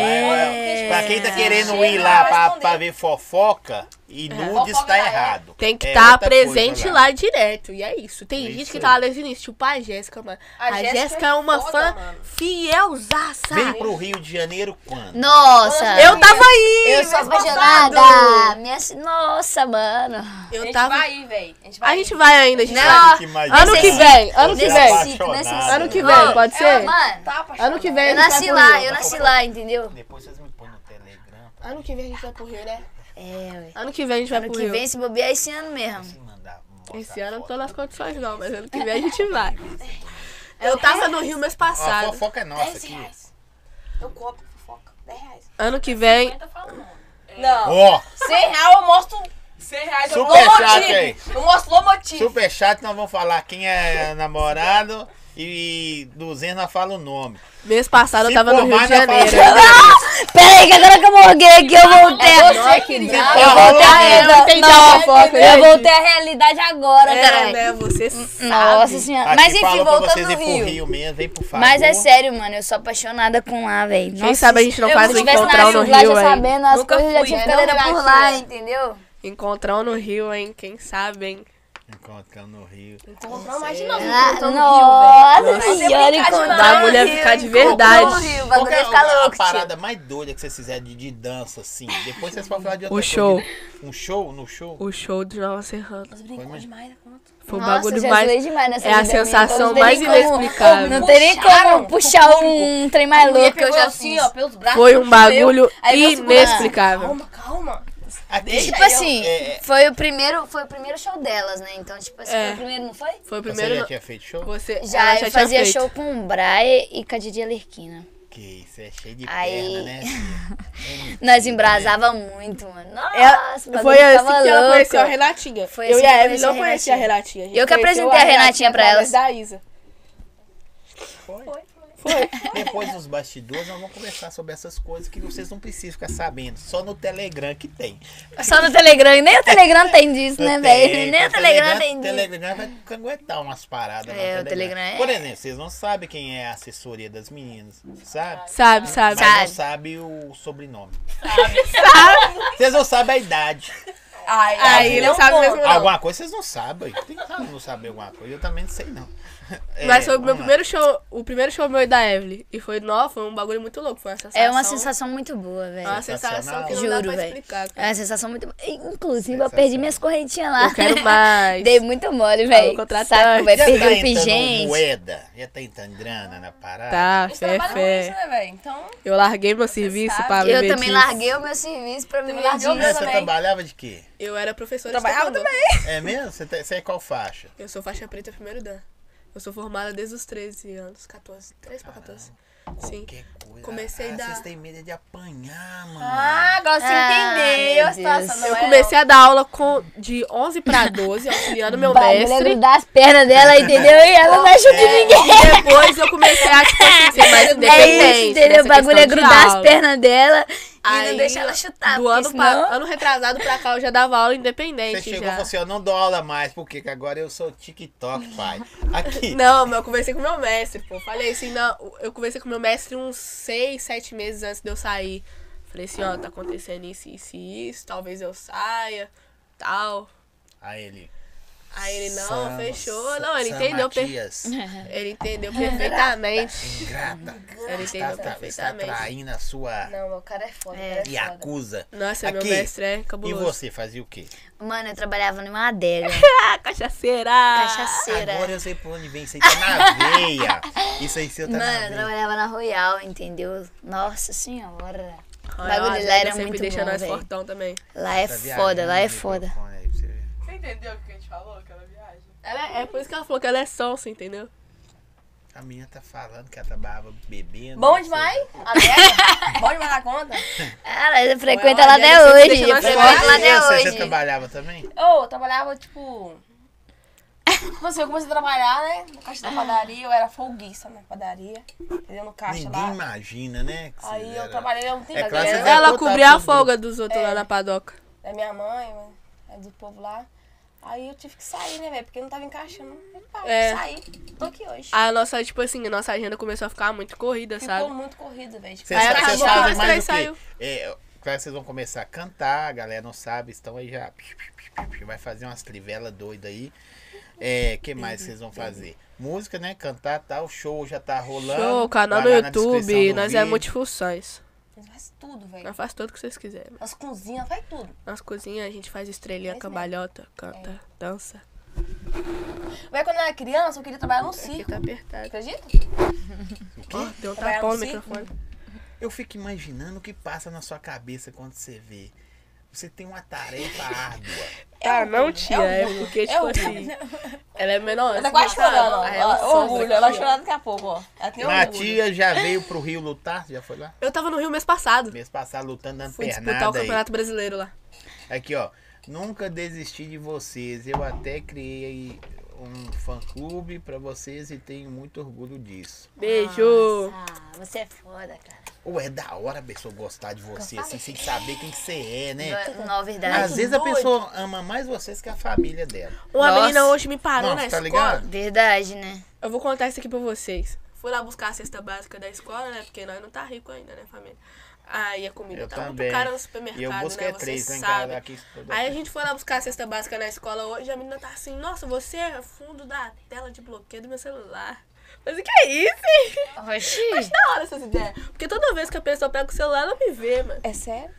Speaker 4: É.
Speaker 2: Pra quem tá querendo ir
Speaker 3: Chega,
Speaker 2: lá
Speaker 3: vai
Speaker 2: pra,
Speaker 3: responder.
Speaker 2: pra ver fofoca e nudes
Speaker 3: Fofoca
Speaker 2: tá
Speaker 3: já é.
Speaker 2: errado.
Speaker 4: Tem que
Speaker 2: É
Speaker 4: estar
Speaker 2: outra coisa
Speaker 4: presente lá. direto. E é isso. Tem
Speaker 2: É
Speaker 4: gente
Speaker 2: isso
Speaker 4: que
Speaker 2: aí.
Speaker 4: tá lá desde o início. Tipo a Jéssica, mano.
Speaker 3: A
Speaker 4: A,
Speaker 3: Jéssica
Speaker 4: Jéssica,
Speaker 3: é
Speaker 4: é uma
Speaker 3: foda,
Speaker 4: fã
Speaker 3: mano.
Speaker 4: fielzaça.
Speaker 2: Vem pro Rio de Janeiro quando?
Speaker 1: Nossa,
Speaker 4: Eu tava aí!
Speaker 1: eu sou
Speaker 4: mês passado.
Speaker 1: apaixonada. Minha... Nossa, mano.
Speaker 3: A
Speaker 4: Eu
Speaker 3: gente
Speaker 4: tava.
Speaker 3: vai aí, velem. A gente vai
Speaker 4: A
Speaker 3: aí.
Speaker 4: gente vai ainda, a gente vai.
Speaker 1: Não,
Speaker 2: Que mais-
Speaker 4: Ano que vem, ano que
Speaker 2: Você
Speaker 1: Nesse
Speaker 4: vem.
Speaker 1: ciclo, nesse
Speaker 2: apaixonada.
Speaker 1: ciclo.
Speaker 4: Ano que vem, pode
Speaker 1: Eu-
Speaker 4: ser?
Speaker 1: É, Mano,
Speaker 3: Tá apaixonado.
Speaker 4: Ano que vem.
Speaker 1: eu
Speaker 4: a gente
Speaker 1: nasci
Speaker 4: vai pro
Speaker 1: lá,
Speaker 4: Rio.
Speaker 1: eu nasci lá, entendeu?
Speaker 2: Depois vocês me põem no Telegram pra
Speaker 4: Ano que vem a gente vai pro Rio, né?
Speaker 1: É, ué.
Speaker 4: Ano que vem a gente vai
Speaker 1: Ano
Speaker 4: pro
Speaker 1: que
Speaker 4: Rio.
Speaker 1: vem, se bobear, esse ano mesmo.
Speaker 2: me mandar. mostrar
Speaker 4: Esse ano eu não tô
Speaker 2: foto.
Speaker 4: nas condições não, mas ano que vem a gente vai.
Speaker 1: É
Speaker 4: Eu tava no Rio mês
Speaker 2: Ó, A
Speaker 4: passado.
Speaker 2: fofoca é nossa aqui.
Speaker 3: Eu compro fofoca. 10 reais.
Speaker 4: Ano que vem.
Speaker 3: Não.
Speaker 2: Ó,
Speaker 3: 100 reais eu mostro
Speaker 5: 100 reais
Speaker 3: um
Speaker 5: eu
Speaker 2: super chat aí.
Speaker 3: lomotivo. Eu mostro lomotivo.
Speaker 2: Super chat, nós vamos falar quem é namorado e 200 nós fala o nome.
Speaker 4: Mês passado eu tava no Rio de Janeiro.
Speaker 1: Pera aí, que agora que eu morguei aqui, eu voltei. a-
Speaker 2: eu
Speaker 1: voltei a
Speaker 4: Eu
Speaker 1: realidade.
Speaker 4: entendi a fofoca,
Speaker 1: eu
Speaker 4: gente.
Speaker 1: voltei à realidade agora,
Speaker 4: É,
Speaker 1: caralho.
Speaker 4: né? Você
Speaker 1: Hum,
Speaker 4: sabe.
Speaker 1: Nossa senhora. Mas enfim, voltando no
Speaker 2: ir pro
Speaker 1: Rio.
Speaker 2: Rio mesmo, vem por favor.
Speaker 1: Mas é sério, mano, eu sou apaixonada com lá, velho.
Speaker 4: Quem sabe a gente não faz o
Speaker 1: se eu tivesse
Speaker 4: encontrão no
Speaker 1: nascido lá,
Speaker 4: Rio,
Speaker 1: já
Speaker 4: hein?
Speaker 1: sabendo, as
Speaker 3: Nunca
Speaker 1: coisas já
Speaker 3: fui,
Speaker 1: tinha
Speaker 3: né?
Speaker 1: ficado
Speaker 3: Não
Speaker 1: por
Speaker 3: gratidão.
Speaker 1: lá, entendeu?
Speaker 4: Encontrão no Rio, hein? Quem sabe, hein?
Speaker 2: Encontrando no Rio.
Speaker 3: Comprou mais de novo.
Speaker 1: Ah, nossa
Speaker 4: velho.
Speaker 1: senhora,
Speaker 3: Nossa,
Speaker 1: encontrar
Speaker 4: Da
Speaker 1: no
Speaker 4: mulher
Speaker 1: Rio,
Speaker 4: ficar de
Speaker 1: encontrar no
Speaker 4: verdade.
Speaker 1: Rio, O
Speaker 2: Qual
Speaker 1: bagulho
Speaker 2: que é
Speaker 1: ia ficar
Speaker 2: a-
Speaker 1: louco,
Speaker 2: a
Speaker 1: tio.
Speaker 2: parada mais doida que vocês fizeram de, de dança, assim? Depois vocês podem falar de outra
Speaker 4: O
Speaker 2: coisa.
Speaker 4: show.
Speaker 2: Um show? No show?
Speaker 4: O show de Nova Serrana.
Speaker 2: Foi mesmo?
Speaker 3: demais da conta.
Speaker 4: Foi o
Speaker 1: Nossa,
Speaker 4: bagulho
Speaker 1: já zoei
Speaker 4: mais.
Speaker 1: demais nessa
Speaker 4: é a
Speaker 1: vida minha,
Speaker 4: sensação
Speaker 1: então não
Speaker 4: mais
Speaker 1: tem nem como-
Speaker 4: inexplicável.
Speaker 1: Não tem nem como
Speaker 3: Puxaram,
Speaker 1: puxar
Speaker 3: público.
Speaker 1: um trem
Speaker 4: É
Speaker 1: mais louco que eu já
Speaker 3: assim,
Speaker 1: fiz.
Speaker 3: ó, pelos braços.
Speaker 4: Foi um
Speaker 3: meu.
Speaker 4: bagulho
Speaker 3: Aí eu segurando.
Speaker 1: "Ah,
Speaker 4: inexplicável.
Speaker 3: Calma, calma.
Speaker 2: Aqui,
Speaker 1: Tipo assim,
Speaker 2: É, é,
Speaker 1: foi o primeiro, foi o primeiro show delas, né? Então, tipo assim,
Speaker 4: É.
Speaker 1: foi o primeiro, não foi?
Speaker 4: Foi o
Speaker 2: você já
Speaker 4: primeiro.
Speaker 2: tinha feito show?
Speaker 4: Você
Speaker 1: Já,
Speaker 4: ela
Speaker 1: eu
Speaker 4: tinha
Speaker 1: fazia
Speaker 4: feito.
Speaker 1: show com o Brahe e com a Didi Alerquina.
Speaker 2: Que isso, é cheio de
Speaker 1: Aí-
Speaker 2: perna, né? filha?
Speaker 1: Nós embrasava muito, mano.
Speaker 4: Ela-
Speaker 1: Nossa, o
Speaker 4: foi
Speaker 1: bagulho
Speaker 4: assim
Speaker 1: ficava
Speaker 4: que ela
Speaker 1: louco.
Speaker 4: conheceu a Renatinha.
Speaker 1: Foi
Speaker 4: eu
Speaker 1: assim
Speaker 4: e
Speaker 1: que
Speaker 4: a
Speaker 1: eu
Speaker 4: Evelyn não
Speaker 1: conheci a
Speaker 4: conhecia a Renatinha. A gente
Speaker 1: Eu que
Speaker 4: conheceu
Speaker 1: apresentei a Renatinha pra
Speaker 4: através
Speaker 1: elas.
Speaker 4: Da Isa.
Speaker 2: Depois nos bastidores nós vamos conversar sobre essas coisas que vocês não precisam ficar sabendo. Só no Telegram que tem.
Speaker 1: Só no Telegram. E nem o Telegram tem disso, né,
Speaker 2: Tem,
Speaker 1: velho? Nem
Speaker 2: tem
Speaker 1: o Telegram tem disso.
Speaker 2: Telegram vai aguentar umas paradas.
Speaker 1: É,
Speaker 2: no
Speaker 1: o Telegram é-
Speaker 2: Por exemplo, vocês não sabem quem é a assessoria das meninas, sabe?
Speaker 4: Sabe,
Speaker 2: Mas
Speaker 4: sabe.
Speaker 2: não sabe o sobrenome. Vocês não sabem a idade.
Speaker 3: Ai,
Speaker 4: Aí
Speaker 3: ele é um
Speaker 4: não sabe mesmo não.
Speaker 2: Alguma coisa vocês não sabem. Tem que não saber alguma coisa. Eu também não sei, não. É,
Speaker 4: Mas foi o meu
Speaker 2: vamos lá.
Speaker 4: primeiro show, o primeiro show meu e da Evelyn. E foi, nossa, foi um bagulho muito louco. Foi uma sensação. É
Speaker 1: É uma sensação muito boa, velho.
Speaker 4: Uma sensação que não dá
Speaker 1: Juro,
Speaker 4: pra
Speaker 1: velho.
Speaker 4: explicar.
Speaker 1: É uma sensação muito boa. Inclusive, eu
Speaker 2: Sensação.
Speaker 1: perdi minhas correntinhas lá.
Speaker 4: Eu quero mais.
Speaker 1: Dei muito mole, velho. é
Speaker 4: contratante.
Speaker 1: Saco, velho. Perdi
Speaker 2: Já tá
Speaker 1: o
Speaker 2: entrando
Speaker 1: pingente.
Speaker 2: moeda. Já tá entrando grana na parada.
Speaker 4: Tá,
Speaker 3: Eles
Speaker 4: fé,
Speaker 3: trabalham com isso,
Speaker 4: fé.
Speaker 3: né, velho? Então,
Speaker 4: Eu larguei meu serviço
Speaker 3: sabe.
Speaker 4: pra viver
Speaker 1: Eu também
Speaker 4: disso.
Speaker 1: larguei o meu serviço pra me
Speaker 3: larguei o
Speaker 1: disso.
Speaker 3: meu
Speaker 2: Mas você
Speaker 3: também.
Speaker 2: trabalhava de quê?
Speaker 4: Eu era professora
Speaker 3: trabalhava
Speaker 4: de taekwondo.
Speaker 3: também.
Speaker 2: É mesmo? Você, tá- você é qual faixa?
Speaker 4: Eu sou faixa preta primeiro dan. Eu sou formada desde os 13 anos, 14, 13 pra 14. Sim.
Speaker 2: Qualquer coisa.
Speaker 4: Comecei
Speaker 2: ah,
Speaker 4: da-
Speaker 2: Vocês têm medo de apanhar, mano.
Speaker 3: Ah, agora você
Speaker 1: Ah,
Speaker 3: entendeu a
Speaker 1: meu Deus.
Speaker 3: situação. não
Speaker 4: Eu
Speaker 3: é,
Speaker 4: comecei a dar aula com, de 11 pra 12, auxiliando meu
Speaker 1: Bah, a mulher
Speaker 4: mestre.
Speaker 1: é grudar as pernas dela, entendeu? E ela não acha
Speaker 4: é.
Speaker 1: de ninguém.
Speaker 4: E depois eu comecei a, tipo assim, ser mais independente.
Speaker 1: É isso, entendeu? O
Speaker 4: nessa
Speaker 1: bagulho é
Speaker 4: questão de
Speaker 1: grudar as
Speaker 4: aula.
Speaker 1: pernas dela e
Speaker 4: Aí,
Speaker 1: não deixa ela chutar.
Speaker 4: Do
Speaker 1: porque
Speaker 4: ano, pra-
Speaker 1: senão...
Speaker 4: ano retrasado pra cá eu já dava aula
Speaker 2: Você
Speaker 4: independente
Speaker 2: chegou e
Speaker 4: já.
Speaker 2: falou assim, ó, não dou aula mais, porque agora eu sou TikTok, pai. Aqui.
Speaker 4: Não, mas eu conversei com meu mestre, pô. Falei assim, não, eu conversei com meu mestre uns seis, sete meses antes de eu sair. Falei assim, ó, tá acontecendo isso, isso e isso, talvez eu saia, tal.
Speaker 2: Aí ele.
Speaker 4: Aí ele, não,
Speaker 2: Sam-
Speaker 4: fechou.
Speaker 2: Sam-
Speaker 4: Não, ele
Speaker 2: Sam
Speaker 4: entendeu, per...
Speaker 2: Matias,
Speaker 4: ele entendeu perfeitamente.
Speaker 2: Ingrata.
Speaker 4: Ele
Speaker 2: Está,
Speaker 4: entendeu
Speaker 2: tra- está
Speaker 4: perfeitamente.
Speaker 2: traindo a sua
Speaker 3: Não, meu cara é foda.
Speaker 1: É.
Speaker 3: cara
Speaker 2: e
Speaker 3: é foda.
Speaker 2: acusa.
Speaker 4: Nossa, meu
Speaker 2: Aqui.
Speaker 4: mestre é
Speaker 2: E
Speaker 4: cabuloso.
Speaker 2: você fazia o quê?
Speaker 1: Mano, eu trabalhava numa adega,
Speaker 4: Ah, cachaceira!
Speaker 1: cachaceira.
Speaker 2: Agora eu sei por onde vem. Isso aí tá na veia. Isso aí seu tá
Speaker 1: Mano,
Speaker 2: na
Speaker 1: eu
Speaker 2: veia.
Speaker 1: trabalhava na Royal, entendeu? Nossa senhora.
Speaker 4: Olha,
Speaker 1: bagulho
Speaker 4: ó, a
Speaker 1: lá
Speaker 4: Adega
Speaker 1: era
Speaker 4: sempre
Speaker 1: muito
Speaker 4: deixa
Speaker 1: bom,
Speaker 4: nós
Speaker 1: véi.
Speaker 4: fortão também.
Speaker 1: Lá é
Speaker 2: Tá
Speaker 1: foda, lá é
Speaker 2: viajando
Speaker 4: né,
Speaker 2: no
Speaker 1: foda.
Speaker 2: microfone aí pra você ver.
Speaker 5: Você entendeu o que a gente falou, aquela viagem?
Speaker 4: Ela é, é por isso que ela falou que ela é sonsa, entendeu?
Speaker 2: A menina tá falando que ela trabalhava bebendo.
Speaker 3: Bom
Speaker 2: não sei o
Speaker 3: demais? Adega? Bom demais na conta?
Speaker 1: Ela frequenta
Speaker 4: Olha,
Speaker 1: lá
Speaker 4: olha,
Speaker 1: até
Speaker 4: você
Speaker 1: hoje.
Speaker 4: deixa nós
Speaker 1: Frequenta
Speaker 4: trabalhar.
Speaker 1: lá
Speaker 2: E você,
Speaker 1: até
Speaker 2: você
Speaker 1: hoje.
Speaker 2: trabalhava também?
Speaker 3: Ô, eu trabalhava, tipo... Tipo assim, eu comecei a trabalhar, né? No caixa da padaria, eu era folguista na padaria. Entendeu? No caixa
Speaker 2: Ninguém
Speaker 3: lá.
Speaker 2: imagina, né? que
Speaker 3: Aí
Speaker 2: vocês
Speaker 3: eu
Speaker 2: eram-
Speaker 3: trabalhei um tempo.
Speaker 2: É
Speaker 3: na
Speaker 2: claro que
Speaker 3: minha-
Speaker 2: vai
Speaker 4: Ela
Speaker 2: contar
Speaker 4: cobria a
Speaker 2: tudo.
Speaker 4: folga dos outros lá na padoca.
Speaker 3: da minha mãe, né, é do povo lá. Aí eu tive que sair, né, velho? Porque não tava encaixando. Eu falei, "Ah,
Speaker 4: É.
Speaker 3: saí. Tô aqui hoje.
Speaker 4: A nossa, tipo assim, a nossa agenda começou a ficar muito É corrida,
Speaker 3: Ficou
Speaker 4: sabe?
Speaker 3: muito corrido, velho. Tipo,
Speaker 2: Vocês,
Speaker 4: Aí
Speaker 2: vocês
Speaker 4: acabou,
Speaker 2: fazem
Speaker 4: mas
Speaker 2: mais
Speaker 4: três
Speaker 2: o quê? É, claro que vocês vão começar a cantar, a galera não sabe, estão aí já. Vai fazer umas trivelas doidas aí. É, que mais vocês vão fazer? Música, né? Cantar, tal, show já tá rolando.
Speaker 4: Show, canal
Speaker 2: Vai
Speaker 4: no
Speaker 2: lá na descrição
Speaker 4: YouTube,
Speaker 2: do
Speaker 4: nós é
Speaker 2: vídeo.
Speaker 4: multifunções.
Speaker 3: Mas assim, faz tudo, velho.
Speaker 4: Nós faz tudo que vocês quiserem.
Speaker 3: As cozinhas, faz tudo.
Speaker 4: Nas cozinhas a gente faz É. estrelinha,
Speaker 3: Faz
Speaker 4: cambalhota, canta, dança.
Speaker 3: Velho, quando eu era criança, eu queria trabalhar num
Speaker 4: Aqui
Speaker 3: circo.
Speaker 4: tá apertado.
Speaker 3: Acredita?
Speaker 4: Ó, deu um
Speaker 3: Trabalhar
Speaker 4: tapão no
Speaker 3: no circo?
Speaker 4: microfone.
Speaker 2: Eu fico imaginando o que passa na sua cabeça quando você vê. Você tem uma tarefa árdua.
Speaker 4: Ah, não, tia, é porque, tipo
Speaker 3: orgulho.
Speaker 4: assim, ela é menor.
Speaker 3: Ela tá quase chorando, ó.
Speaker 4: Aí é um
Speaker 3: Ó,
Speaker 4: ela
Speaker 3: Orgulho, ela é vai
Speaker 4: sonsa.
Speaker 3: chorar daqui a pouco, ó. Ela
Speaker 4: É um
Speaker 3: tem
Speaker 2: Minha
Speaker 3: orgulho.
Speaker 2: tia já veio pro Rio lutar, você já foi lá?
Speaker 4: Eu tava no Rio mês passado.
Speaker 2: Mês passado lutando, dando
Speaker 4: Fui disputar o
Speaker 2: pernada aí.
Speaker 4: Campeonato Brasileiro lá.
Speaker 2: Aqui, ó. Nunca desisti de vocês. Eu até criei um fã-clube pra vocês e tenho muito orgulho disso.
Speaker 4: Beijo!
Speaker 1: Ah, você é foda, cara.
Speaker 2: Ou é da hora a pessoa gostar de você, assim, sem saber quem que você é, né?
Speaker 1: Não, não, verdade.
Speaker 2: Às vezes a pessoa ama mais vocês que a família dela.
Speaker 4: Uma
Speaker 1: Nossa.
Speaker 4: menina hoje me parou na
Speaker 2: Nossa, tá
Speaker 4: escola.
Speaker 2: ligado?
Speaker 1: Verdade, né?
Speaker 4: Eu vou contar isso aqui pra vocês. Fui lá buscar a cesta básica da escola, né? Porque nós não tá rico ainda, né, família? Aí a comida
Speaker 2: Eu
Speaker 4: tá
Speaker 2: também.
Speaker 4: muito cara no supermercado,
Speaker 2: E eu busco
Speaker 4: né?
Speaker 2: é
Speaker 4: Vocês
Speaker 2: três, né,
Speaker 4: sabem.
Speaker 2: cara? Aqui, toda-
Speaker 4: Aí a gente foi lá buscar a cesta básica na escola hoje, a menina tá assim, nossa, você é fundo da tela de bloqueio do meu celular. Mas o que é isso, hein?
Speaker 1: Oxi.
Speaker 4: Da hora essas ideias. Porque toda vez que a pessoa pega o celular, ela me vê, mano.
Speaker 3: É sério?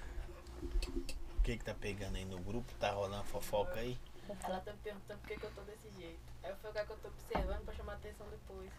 Speaker 2: O que que tá pegando aí no grupo? Tá rolando fofoca aí?
Speaker 6: Ela tá me perguntando por que, que eu tô desse jeito. Aí eu fui o que eu tô observando pra chamar atenção depois.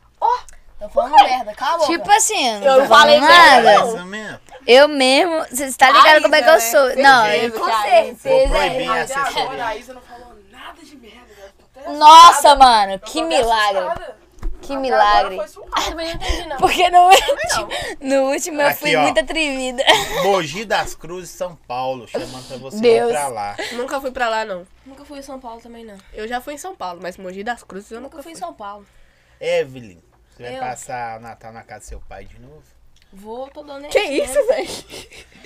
Speaker 3: Tô falando merda, cala a boca.
Speaker 1: Tipo assim, eu
Speaker 4: Eu
Speaker 1: não tô
Speaker 4: não falei
Speaker 1: falando nada.
Speaker 2: É Isso mesmo?
Speaker 1: Eu mesmo, você tá ligado como é que eu sou. Não, eu- com
Speaker 2: Vou
Speaker 1: certeza. é.
Speaker 2: proibir a
Speaker 5: Até agora a
Speaker 2: assessoria.
Speaker 5: Isa não falou nada de merda. né? Tô até-
Speaker 1: Nossa, mano,
Speaker 5: eu tô
Speaker 1: que
Speaker 5: até
Speaker 1: milagre.
Speaker 5: assustada.
Speaker 1: Que
Speaker 5: Até
Speaker 1: milagre.
Speaker 5: Agora foi surreal.
Speaker 3: Também não entendi, não.
Speaker 1: Porque no último, no último eu
Speaker 2: Aqui,
Speaker 1: fui
Speaker 2: ó.
Speaker 1: muito atrevida.
Speaker 2: Mogi das Cruzes, São Paulo, chamando pra você ir
Speaker 1: Deus.
Speaker 2: pra lá.
Speaker 4: Nunca fui pra lá, não.
Speaker 3: Nunca fui em São Paulo também, não.
Speaker 4: Eu já fui em São Paulo, mas Mogi das Cruzes eu
Speaker 3: Nunca
Speaker 4: nunca
Speaker 3: fui
Speaker 4: fui.
Speaker 3: em São Paulo.
Speaker 2: Evelyn, você vai
Speaker 3: Eu?
Speaker 2: passar Natal na casa do seu pai de novo?
Speaker 3: Vou, tô dando né?
Speaker 4: Que isso, velho?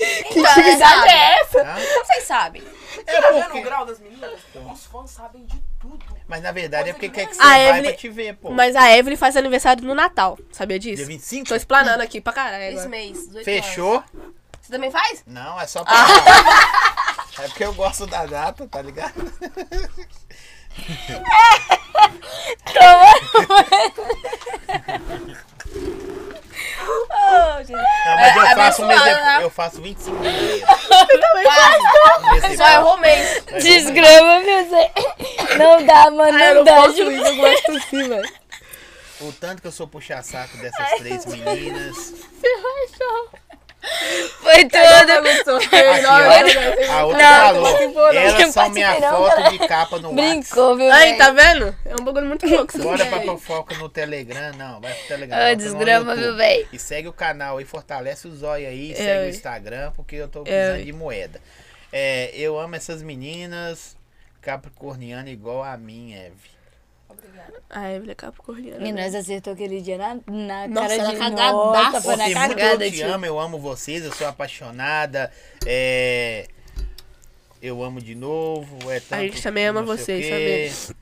Speaker 3: atividade é essa?
Speaker 2: Tá?
Speaker 3: Vocês sabem.
Speaker 5: Você tá vendo
Speaker 2: É, porque-
Speaker 5: o grau das meninas?
Speaker 2: Então.
Speaker 5: Os fãs sabem de tudo.
Speaker 2: Mas na verdade é porque quer que você
Speaker 4: A
Speaker 2: vai
Speaker 4: Evelyn-
Speaker 2: pra te ver, pô.
Speaker 4: Mas a Evelyn faz aniversário no Natal, sabia disso?
Speaker 2: Dia 25?
Speaker 4: Tô explanando aqui pra caralho.
Speaker 3: Esse
Speaker 4: agora.
Speaker 3: mês, 18 anos.
Speaker 2: Fechou?
Speaker 3: Você também faz?
Speaker 2: Não, é só pra. É porque eu gosto da data, tá ligado? Não, mas eu faço um mês depois. Eu faço 25 dias. Você também
Speaker 3: Só errou o mês.
Speaker 2: É,
Speaker 1: Desgrama, meu Deus. Não dá, mano, não dá. Ju.
Speaker 4: eu gosto sim, velho.
Speaker 2: O tanto que eu sou puxa-saco dessas três meninas.
Speaker 1: Foi
Speaker 4: um
Speaker 1: tudo. né?
Speaker 2: Aqui, ó. A outra falou. Elas são minha
Speaker 1: participei, não,
Speaker 2: foto
Speaker 1: galera.
Speaker 2: de capa no WhatsApp.
Speaker 1: Brincou, viu?
Speaker 4: Aí,
Speaker 1: Ai,
Speaker 4: tá vendo? É um bagulho muito louco. isso
Speaker 2: Bora
Speaker 4: aí.
Speaker 2: pra fofoca no Telegram, não. Vai pro Telegram.
Speaker 1: Ô,
Speaker 2: fofoca tá no
Speaker 1: desgrama,
Speaker 2: YouTube.
Speaker 1: viu, véi?
Speaker 2: E segue o canal aí, fortalece o zóio aí, segue o
Speaker 4: ui.
Speaker 2: Instagram, porque eu tô precisando
Speaker 4: ui.
Speaker 2: de moeda. É, eu amo essas meninas capricorniana igual a é mim, Eve.
Speaker 4: Ah, Evelyn é capricorniana.
Speaker 1: E nós acertou aquele dia na, na cara
Speaker 4: Nossa,
Speaker 1: de
Speaker 4: ela
Speaker 1: cagadaça,
Speaker 4: nossa.
Speaker 1: foi na
Speaker 2: Tem muito eu
Speaker 1: cagada,
Speaker 2: te
Speaker 1: tio.
Speaker 2: amo, eu amo vocês, eu sou apaixonada. É, eu amo de novo. É tanto
Speaker 4: gente também ama
Speaker 2: não sei o
Speaker 4: vocês,
Speaker 2: quê.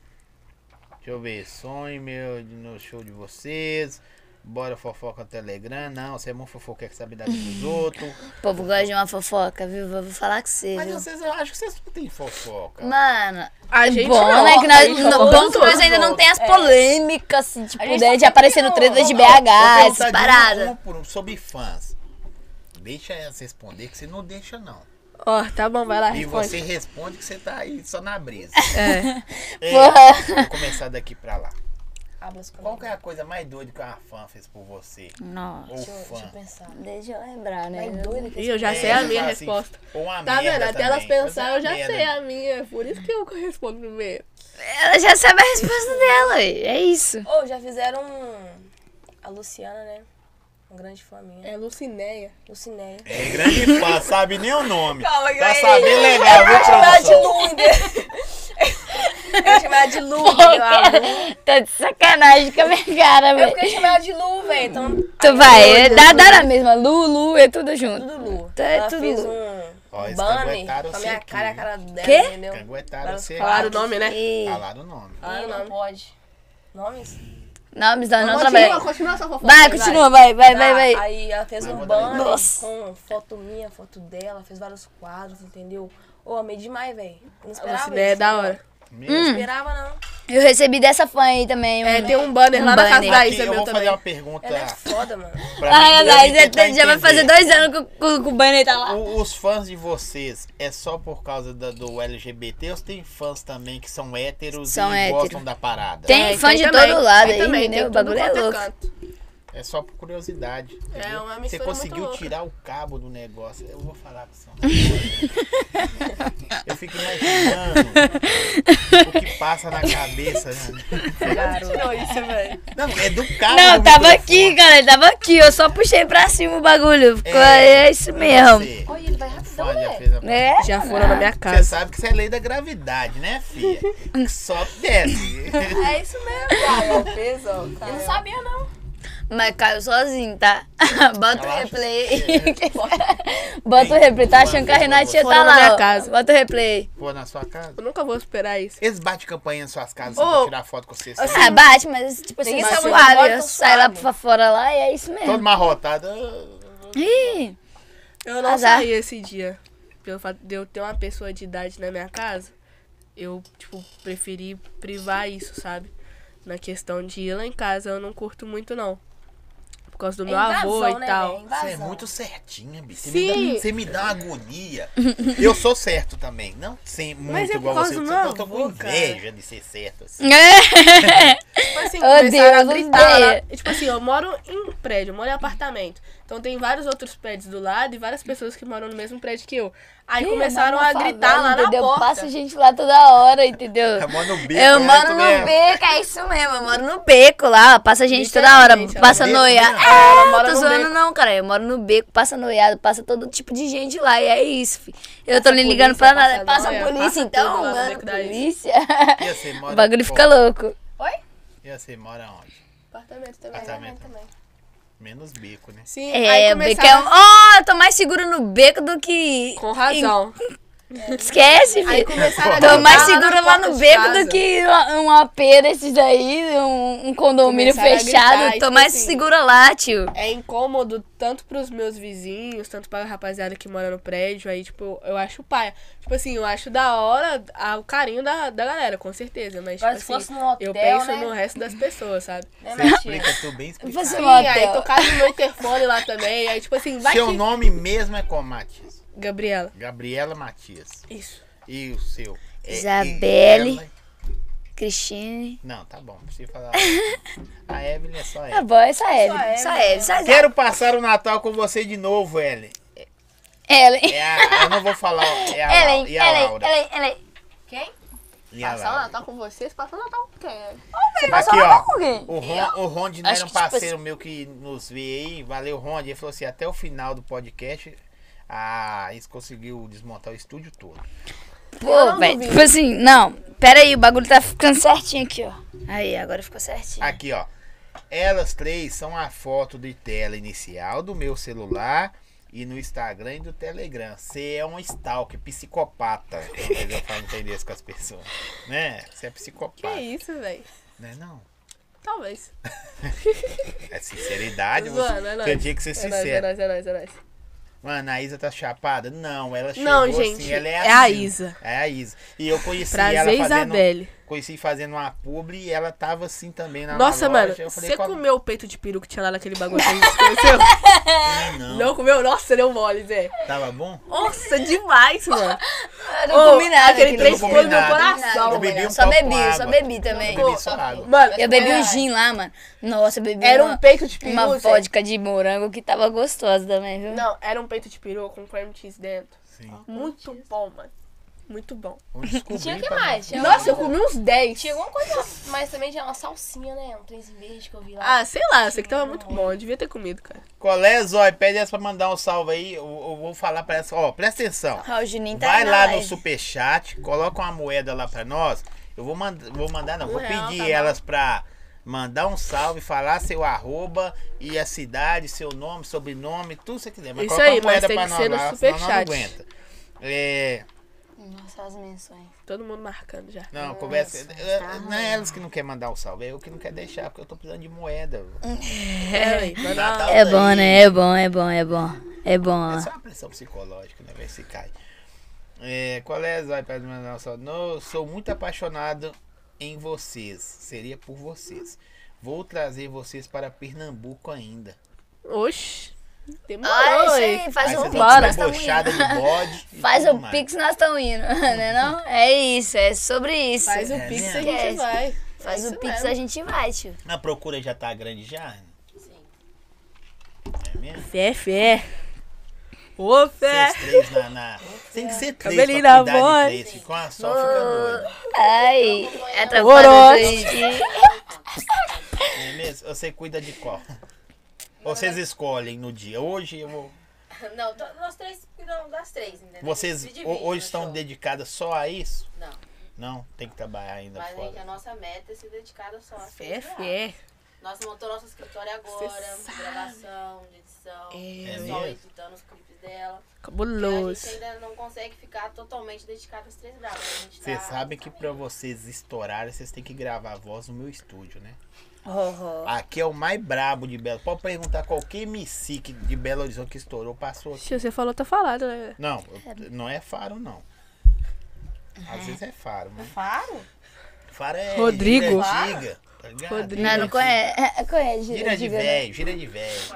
Speaker 2: Deixa eu ver, sonho meu de- no show de vocês. Bora fofoca no Telegram. Não, você é muito fofoqueiro que sabe da vida dos outros.
Speaker 1: O povo gosta de uma fofoca, viu? Vou vou falar com você,
Speaker 2: Mas
Speaker 1: viu?
Speaker 2: vocês, eu acho que vocês não têm fofoca.
Speaker 1: Mano,
Speaker 4: A
Speaker 1: é
Speaker 4: gente
Speaker 1: bom,
Speaker 4: não,
Speaker 1: né? Que
Speaker 4: a
Speaker 1: nós,
Speaker 4: gente tá
Speaker 1: no, bom
Speaker 4: não
Speaker 1: que
Speaker 4: contou.
Speaker 1: nós ainda não tem as polêmicas, assim, tipo,
Speaker 3: A gente
Speaker 1: né,
Speaker 3: só
Speaker 1: de
Speaker 3: tem
Speaker 1: aparecer
Speaker 3: que
Speaker 1: no
Speaker 3: não-
Speaker 1: treta de
Speaker 3: não-
Speaker 1: BH,
Speaker 4: é
Speaker 2: Vou
Speaker 1: essas
Speaker 2: perguntar de
Speaker 1: paradas.
Speaker 2: um por um sobre fãs. Deixa elas responder que você não deixa, não.
Speaker 4: Ó, tá bom, vai lá,
Speaker 2: E
Speaker 4: responde.
Speaker 2: você responde que você tá aí só na brisa.
Speaker 4: É.
Speaker 2: É,
Speaker 1: Porra.
Speaker 2: Vou começar daqui pra lá.
Speaker 3: Hablas comigo.
Speaker 2: Qual que é a coisa mais doida que uma fã fez por você?
Speaker 1: Nossa,
Speaker 2: Ou
Speaker 3: Deixa eu
Speaker 2: fã?
Speaker 3: pensar.
Speaker 1: deixa eu lembrar, né?
Speaker 4: Ih, eu já
Speaker 2: É,
Speaker 4: sei a
Speaker 2: eu
Speaker 4: minha
Speaker 2: falo assim,
Speaker 4: resposta.
Speaker 2: Ou uma
Speaker 4: Tá vendo?
Speaker 2: merda
Speaker 4: Até elas
Speaker 2: também.
Speaker 4: pensarem, eu já
Speaker 2: Coisa
Speaker 4: sei a
Speaker 2: merda.
Speaker 4: minha. É Por isso que eu respondo primeiro.
Speaker 1: Ela já sabe a resposta dela, ué, é isso.
Speaker 3: Ou já fizeram um... A Luciana, né? Uma grande fã minha.
Speaker 4: É Lucinéia.
Speaker 3: Lucinéia.
Speaker 2: É grande fã, sabe nem o nome.
Speaker 3: Fala,
Speaker 2: Tá
Speaker 3: galera.
Speaker 2: sabendo legal, viu,
Speaker 3: chamar de
Speaker 2: produção?
Speaker 3: Lunder. Eu ia chamar de Lu, meu amor.
Speaker 1: Tá de sacanagem com a minha cara,
Speaker 3: Eu
Speaker 1: velho.
Speaker 3: queria chamar de Lu, velho. Então,
Speaker 1: Tu vai, dá, dá na mesma. Lulu, é tudo junto.
Speaker 3: tudo Lu.
Speaker 1: Tá, é
Speaker 3: Ela
Speaker 1: tudo
Speaker 3: fez
Speaker 1: Lu.
Speaker 3: um
Speaker 2: Ó, é eles
Speaker 3: banner
Speaker 2: aguentaram
Speaker 3: com a
Speaker 2: você
Speaker 3: minha
Speaker 2: aqui,
Speaker 3: cara e a
Speaker 2: viu?
Speaker 3: cara dela,
Speaker 1: Quê?
Speaker 3: entendeu?
Speaker 2: Aguentaram você.
Speaker 4: Falaram o nome, né?
Speaker 1: E...
Speaker 2: Falaram o nome.
Speaker 3: Ih,
Speaker 4: Falaram o
Speaker 3: não
Speaker 4: nome.
Speaker 3: pode. Nomes?
Speaker 1: Nomes da não
Speaker 4: Continua,
Speaker 1: trabalha.
Speaker 4: continua sua fofoca. Tá.
Speaker 1: Vai, continua, vai, vai, vai, vai.
Speaker 3: Ah, Aí ela fez um
Speaker 2: Vai, bota aí.
Speaker 3: banner
Speaker 1: Nossa.
Speaker 3: com foto minha, foto dela, fez vários quadros, entendeu? Ô, amei demais, velho. Não
Speaker 4: A
Speaker 3: esperava
Speaker 4: Lucinéia é
Speaker 3: isso.
Speaker 4: da hora.
Speaker 2: Meu
Speaker 3: Não
Speaker 2: Deus.
Speaker 3: esperava, não.
Speaker 1: Eu recebi dessa fã aí também.
Speaker 4: É,
Speaker 1: um-
Speaker 4: tem um banner
Speaker 1: Um
Speaker 4: lá na casa
Speaker 1: banner.
Speaker 4: da
Speaker 2: Aqui,
Speaker 4: Isa
Speaker 2: eu vou
Speaker 4: meu
Speaker 2: fazer uma
Speaker 4: também.
Speaker 2: pergunta.
Speaker 3: Ela é foda, mano.
Speaker 2: pra
Speaker 4: um
Speaker 1: Ah,
Speaker 2: mim, pra
Speaker 1: guys,
Speaker 2: mim tentar
Speaker 1: já,
Speaker 4: tá
Speaker 1: já vai fazer
Speaker 2: entender.
Speaker 1: dois anos que, o- que o banner tá lá.
Speaker 2: O- os fãs de vocês é só por causa da- do LGBT ou tem fãs também que são héteros
Speaker 1: São
Speaker 2: e
Speaker 1: hétero.
Speaker 2: gostam da parada?
Speaker 1: Tem
Speaker 4: É,
Speaker 1: fã de
Speaker 4: também,
Speaker 1: todo lado
Speaker 4: tem
Speaker 1: aí,
Speaker 4: também,
Speaker 1: entendeu?
Speaker 4: tem
Speaker 1: O bagulho
Speaker 4: tudo
Speaker 1: é
Speaker 4: quanto
Speaker 1: louco.
Speaker 4: canto.
Speaker 2: É só por curiosidade. entendeu?
Speaker 4: uma
Speaker 2: Você
Speaker 4: mistura
Speaker 2: conseguiu
Speaker 4: muito louca.
Speaker 2: tirar o cabo do negócio. Eu vou falar com você. uma coisa. Eu fico imaginando o que passa na cabeça. Né?
Speaker 4: Tirou isso, velho.
Speaker 2: Não, é do cabo.
Speaker 1: Não,
Speaker 2: do
Speaker 1: tava
Speaker 2: microfone.
Speaker 1: aqui, galera, tava aqui. Eu só puxei pra cima o bagulho. Ficou,
Speaker 2: É.
Speaker 1: é, isso mesmo.
Speaker 2: Você,
Speaker 6: Olha, ele vai
Speaker 2: o
Speaker 6: rapidão,
Speaker 2: fã já
Speaker 6: né?
Speaker 2: fez a
Speaker 1: É?
Speaker 4: Já foram na minha
Speaker 2: Você
Speaker 1: Né?
Speaker 4: casa.
Speaker 2: sabe que isso é lei da gravidade, né, filha? Que Sobe e desce.
Speaker 3: É isso mesmo.
Speaker 4: Ah, é o peso, ó,
Speaker 3: Eu
Speaker 4: cara.
Speaker 3: não sabia, não.
Speaker 1: Mas caiu sozinho, tá? Bota o
Speaker 2: Relaxa.
Speaker 1: replay. Bota o replay. Tá achando que a Renatinha tá
Speaker 4: Foram na minha
Speaker 1: lá. ó.
Speaker 4: casa.
Speaker 1: Bota o replay.
Speaker 2: Pô, na sua casa.
Speaker 4: Eu nunca vou superar isso.
Speaker 2: Eles batem campainha em suas casas
Speaker 4: Ô,
Speaker 2: pra tirar foto com vocês. também?
Speaker 1: Ah, bate, mas tipo assim,
Speaker 3: Ninguém
Speaker 1: é
Speaker 3: sabe
Speaker 4: um
Speaker 3: onde
Speaker 1: suave.
Speaker 3: mora,
Speaker 1: Eu
Speaker 3: tô
Speaker 1: saio lá
Speaker 3: suave.
Speaker 1: pra fora lá e é isso
Speaker 2: Todo
Speaker 1: mesmo.
Speaker 2: tá marrotado.
Speaker 1: Ih,
Speaker 4: Eu não
Speaker 1: Azar.
Speaker 4: saí esse dia. Pelo fato de eu ter uma pessoa de idade na minha casa, eu, tipo, preferi privar isso, sabe? Na questão de ir lá em casa, eu não curto muito, não. Por causa do
Speaker 3: É
Speaker 4: meu avô
Speaker 3: né,
Speaker 4: e tal.
Speaker 2: Você é muito certinha, bicho. Você,
Speaker 4: Sim.
Speaker 2: me dá, você me dá uma agonia. Eu sou certo também. Não sem, muito
Speaker 4: é por
Speaker 2: igual
Speaker 4: causa
Speaker 2: você.
Speaker 4: do
Speaker 2: Eu
Speaker 4: meu
Speaker 2: tô- tô com
Speaker 4: avô, cara.
Speaker 2: inveja de ser certo. Assim.
Speaker 1: É.
Speaker 4: Tipo assim,
Speaker 1: Odeio,
Speaker 4: começaram a
Speaker 1: eu
Speaker 4: gritar lá.
Speaker 1: odeio.
Speaker 4: E, Tipo assim, eu moro em prédio, eu moro em apartamento. Então tem vários outros prédios do lado e várias pessoas que moram no mesmo prédio que eu. Aí começaram a gritar lá na
Speaker 1: é entendeu?
Speaker 4: porta.
Speaker 1: Passa gente lá toda hora, entendeu?
Speaker 2: Eu moro no beco.
Speaker 1: Eu moro É, no
Speaker 2: É, mesmo.
Speaker 1: beco, é isso mesmo. Eu moro no beco lá, passa gente toda hora,
Speaker 4: Literalmente, é ela
Speaker 1: passa
Speaker 2: mora no
Speaker 1: noia.
Speaker 2: beco mesmo.
Speaker 1: É,
Speaker 4: Ela
Speaker 1: não
Speaker 4: mora
Speaker 1: tô
Speaker 4: no
Speaker 1: zoando
Speaker 4: beco.
Speaker 1: não, cara. Eu moro no beco, passa noiado, passa todo tipo de gente lá e é isso, fi. Eu tô nem ligando
Speaker 4: polícia,
Speaker 1: pra nada.
Speaker 4: passa
Speaker 1: Passa a
Speaker 4: noia,
Speaker 1: polícia
Speaker 4: passa
Speaker 1: então,
Speaker 4: tudo lá no
Speaker 1: mano,
Speaker 4: beco da Isa.
Speaker 1: polícia.
Speaker 2: E você mora
Speaker 1: O bagulho
Speaker 2: em
Speaker 1: fica louco.
Speaker 2: E você mora onde?
Speaker 3: né,
Speaker 4: Apartamento
Speaker 3: tá
Speaker 4: também.
Speaker 2: Apartamento. Menos beco, né?
Speaker 4: Sim, aí
Speaker 1: É, o beco é
Speaker 4: começaram
Speaker 1: um... Oh, eu tô mais seguro no beco do que...
Speaker 4: Com razão.
Speaker 1: Esquece,
Speaker 4: Aí
Speaker 1: filho.
Speaker 4: começaram a
Speaker 1: Tô
Speaker 4: gritar
Speaker 1: mais
Speaker 4: tá na
Speaker 1: Então, segura lá
Speaker 4: porta
Speaker 1: no
Speaker 4: de
Speaker 1: beco
Speaker 4: casa.
Speaker 1: do que um- um AP desses aí, um, um condomínio
Speaker 4: Começaram a gritar,
Speaker 1: fechado. Tô
Speaker 4: tipo
Speaker 1: mais
Speaker 4: assim.
Speaker 1: segura lá, tio.
Speaker 4: É incômodo tanto pros meus vizinhos, tanto pra rapaziada que mora no prédio. Aí, tipo, eu acho paia. Tipo assim, eu acho da hora a- o carinho da, da galera, com certeza. Mas, tipo
Speaker 3: Mas se
Speaker 4: assim,
Speaker 3: fosse num hotel,
Speaker 4: eu penso
Speaker 3: né?
Speaker 4: no resto das pessoas, sabe?
Speaker 3: Né,
Speaker 2: Você
Speaker 3: Matinha?
Speaker 2: explica, tu bem explicado.
Speaker 1: Você
Speaker 4: Sim,
Speaker 1: mora
Speaker 4: aí
Speaker 1: hotel.
Speaker 4: tocaram no meu interfone lá também. Aí, tipo assim, vai
Speaker 2: Seu
Speaker 4: que...
Speaker 2: nome mesmo é qual, Matias?
Speaker 4: Gabriela.
Speaker 2: Gabriela Matias.
Speaker 4: Isso.
Speaker 2: E o seu? É
Speaker 1: Isabelle.
Speaker 2: Isabela
Speaker 1: Cristine.
Speaker 2: Não, tá bom, não precisa falar. A Evelyn é só
Speaker 1: Tá
Speaker 2: ela.
Speaker 1: bom, é só Ellen. Só
Speaker 4: né?
Speaker 1: Ellen, só Ellen.
Speaker 2: Quero passar o Natal com você de novo, Ellen.
Speaker 1: Ellen.
Speaker 2: É a, eu não vou falar. É a, Lau-
Speaker 1: Ellen,
Speaker 2: e a
Speaker 1: Ellen,
Speaker 2: Laura.
Speaker 1: Ellen, Ellen.
Speaker 2: E a
Speaker 4: Passar o
Speaker 2: Laura.
Speaker 4: Natal com vocês, passar o Natal com quem?
Speaker 1: Você passou
Speaker 2: Aqui,
Speaker 1: lá
Speaker 2: ó.
Speaker 1: com alguém?
Speaker 2: O, Ron, o Rondi né,
Speaker 1: Acho
Speaker 2: era um
Speaker 1: que, tipo,
Speaker 4: assim
Speaker 2: parceiro meu que nos vê aí. Valeu, Rondi. Ele falou assim: até o final do podcast, ah, eles conseguiu desmontar o estúdio todo.
Speaker 1: Pô, velho. Tipo assim, não. Pera aí, o bagulho tá ficando certinho aqui, ó. Aí, agora ficou certinho.
Speaker 2: Aqui, ó. Elas três são a foto de tela inicial do meu celular e no Instagram e do Telegram. Você é um stalker, psicopata. É Às vezes Eu falo entender isso com as pessoas. Né? Você é
Speaker 4: Que
Speaker 2: psicopata.
Speaker 4: isso, velho.
Speaker 2: Né? Não.
Speaker 4: Talvez.
Speaker 2: É sinceridade.
Speaker 4: Tô
Speaker 2: Você,
Speaker 4: zoando, é
Speaker 2: você
Speaker 4: nóis.
Speaker 2: tinha que ser
Speaker 4: É nóis, é
Speaker 2: sincero.
Speaker 4: nóis, é nóis, é nóis.
Speaker 2: Mano, a Isa tá chapada? Não, ela chegou
Speaker 4: Não,
Speaker 2: assim,
Speaker 4: gente,
Speaker 2: ela é,
Speaker 4: é a
Speaker 2: assim.
Speaker 4: Isa.
Speaker 2: É a Isa. E eu conheci ela
Speaker 4: Prazer,
Speaker 2: fazendo,
Speaker 4: Isabelle.
Speaker 2: conheci fazendo uma publi e ela tava assim também na
Speaker 4: Nossa,
Speaker 2: na
Speaker 4: mano,
Speaker 2: loja. Eu falei,
Speaker 4: você
Speaker 2: qual-
Speaker 4: comeu o peito de peru que tinha lá naquele bagulho que a gente conheceu?
Speaker 2: Não,
Speaker 4: Não comeu? Nossa, deu mole, Zé.
Speaker 2: tava bom?
Speaker 4: Nossa, demais, mano.
Speaker 1: Eu não comi nada
Speaker 4: Aquele
Speaker 1: aqui,
Speaker 4: três
Speaker 1: não
Speaker 2: comi
Speaker 4: pulos no meu
Speaker 2: nada.
Speaker 4: coração.
Speaker 2: Eu bebi um
Speaker 1: Só
Speaker 2: copo
Speaker 1: bebi,
Speaker 2: com
Speaker 1: só
Speaker 2: água.
Speaker 1: bebi também.
Speaker 2: Eu bebi só água.
Speaker 4: Mano, um
Speaker 1: Eu bebi o gin lá, mano. Nossa, eu bebi
Speaker 4: era um
Speaker 1: uma,
Speaker 4: peito de peru.
Speaker 1: uma
Speaker 4: Zé.
Speaker 1: vodka de morango que tava gostosa também, viu?
Speaker 4: Não, era um peito de peru com cream cheese dentro.
Speaker 2: Sim.
Speaker 4: Muito bom, mano. Muito bom.
Speaker 2: Vamos descobrir
Speaker 3: Tinha o que
Speaker 2: pra-
Speaker 3: mais? Tinha
Speaker 4: Nossa, eu comi uns 10.
Speaker 3: Tinha alguma coisa, mas também tinha uma salsinha, né? Um trenzinho verde que eu vi lá.
Speaker 4: Ah, sei lá, eu sei que tava muito bom. Eu devia ter comido, cara.
Speaker 2: Colé, é, Zói, pede essa pra mandar um salve aí. Eu, eu vou falar pra essa. Ó, presta atenção.
Speaker 1: Ah, o Juninho tá
Speaker 2: Vai
Speaker 1: aí na
Speaker 2: lá no
Speaker 1: live.
Speaker 2: superchat, coloca uma moeda lá pra nós. Eu vou, mand vou mandar, não, vou
Speaker 4: real,
Speaker 2: pedir
Speaker 4: tá bom.
Speaker 2: elas pra mandar um salve, falar seu arroba e a cidade, seu nome, sobrenome, tudo que você quiser. Mas
Speaker 4: Isso
Speaker 2: coloca
Speaker 4: aí,
Speaker 2: uma
Speaker 4: mas
Speaker 2: moeda
Speaker 4: tem
Speaker 2: pra
Speaker 4: que
Speaker 2: nós
Speaker 4: ser no
Speaker 2: lá, senão nós
Speaker 4: superchat.
Speaker 2: não aguenta. É,
Speaker 3: Nossa, as menções.
Speaker 4: Todo mundo marcando já.
Speaker 2: não, conversa. é, não é elas que não querem mandar um salve, é eu que não quero deixar, porque eu tô precisando de moeda.
Speaker 4: É, véi, manda uma-
Speaker 2: Natal
Speaker 1: É
Speaker 2: tá
Speaker 1: bom,
Speaker 2: aí.
Speaker 1: né? É bom, é bom, é bom. É bom.
Speaker 2: É só uma pressão psicológica, né? Vai se cai. É, qual é, Zói Pedro Manuel? Só, "Não, Sou muito apaixonado em vocês. Seria por vocês. Vou trazer vocês para Pernambuco ainda.
Speaker 4: Oxi.
Speaker 1: Ah,
Speaker 4: Demorou,
Speaker 1: isso
Speaker 4: hein?
Speaker 1: aí, faz
Speaker 2: Aí
Speaker 1: um
Speaker 2: vocês
Speaker 1: pix,
Speaker 2: vão ter
Speaker 1: nós estamos
Speaker 2: debochada
Speaker 1: indo.
Speaker 2: de bode. e
Speaker 1: Faz
Speaker 2: tudo
Speaker 1: o
Speaker 2: mais.
Speaker 1: pix, nós estamos indo, né não? É isso, é sobre isso.
Speaker 4: Faz
Speaker 2: É,
Speaker 4: o pix
Speaker 2: né?
Speaker 4: a
Speaker 1: É
Speaker 4: gente
Speaker 1: isso.
Speaker 4: vai.
Speaker 1: Faz
Speaker 4: É
Speaker 1: o
Speaker 4: isso
Speaker 1: pix,
Speaker 4: mesmo.
Speaker 1: a gente vai, tio.
Speaker 2: A procura já tá grande já? É mesmo?
Speaker 4: Fé, fé. Ô, fé.
Speaker 2: Vocês três na, na- Tem que ser três
Speaker 4: Cabelinho
Speaker 2: pra
Speaker 4: na
Speaker 2: cuidar de
Speaker 4: voz.
Speaker 2: três. Fica uma só, fica doido.
Speaker 1: Ai, atrapalha
Speaker 4: Orochi.
Speaker 1: gente.
Speaker 2: É mesmo? Você cuida de qual? Ou vocês escolhem no dia. Hoje eu vou...
Speaker 6: Não, to- nós três cuidamos das três, entendeu?
Speaker 2: Vocês
Speaker 6: Se É, divide,
Speaker 2: ho- hoje
Speaker 6: né,
Speaker 2: estão
Speaker 6: show?
Speaker 2: dedicadas só a isso?
Speaker 6: Não.
Speaker 2: Não, tem que trabalhar ainda
Speaker 6: Mas é que
Speaker 2: fora.
Speaker 6: a nossa meta é ser dedicada só às
Speaker 4: Fé,
Speaker 6: três.
Speaker 4: fé.
Speaker 6: Nós montamos nosso escritório agora, de gravação, de edição,
Speaker 4: É,
Speaker 2: É
Speaker 6: só
Speaker 2: mesmo?
Speaker 6: editando os clipes dela. A gente
Speaker 4: Cabuloso.
Speaker 6: ainda não consegue ficar totalmente dedicado às três bravas. A gente
Speaker 2: Vocês
Speaker 6: tá-
Speaker 2: sabem que pra vocês estourarem, vocês têm que gravar a voz no meu estúdio, né?
Speaker 1: Oh, oh.
Speaker 2: Aqui é o mais brabo de Belo. Pode perguntar qualquer MC que- de Belo Horizonte que estourou, passou aqui.
Speaker 4: Se você falou, tá falado, né?
Speaker 2: Não, eu- não é faro, não. Às vezes é faro, mas.
Speaker 3: Faro?
Speaker 2: Faro é.
Speaker 4: Rodrigo.
Speaker 2: Gira antiga, tá ligado?
Speaker 4: Rodrigo.
Speaker 1: Não, não conhece. é, Conhece,
Speaker 2: Gira de
Speaker 1: diga, né?
Speaker 2: velho, gira de velho.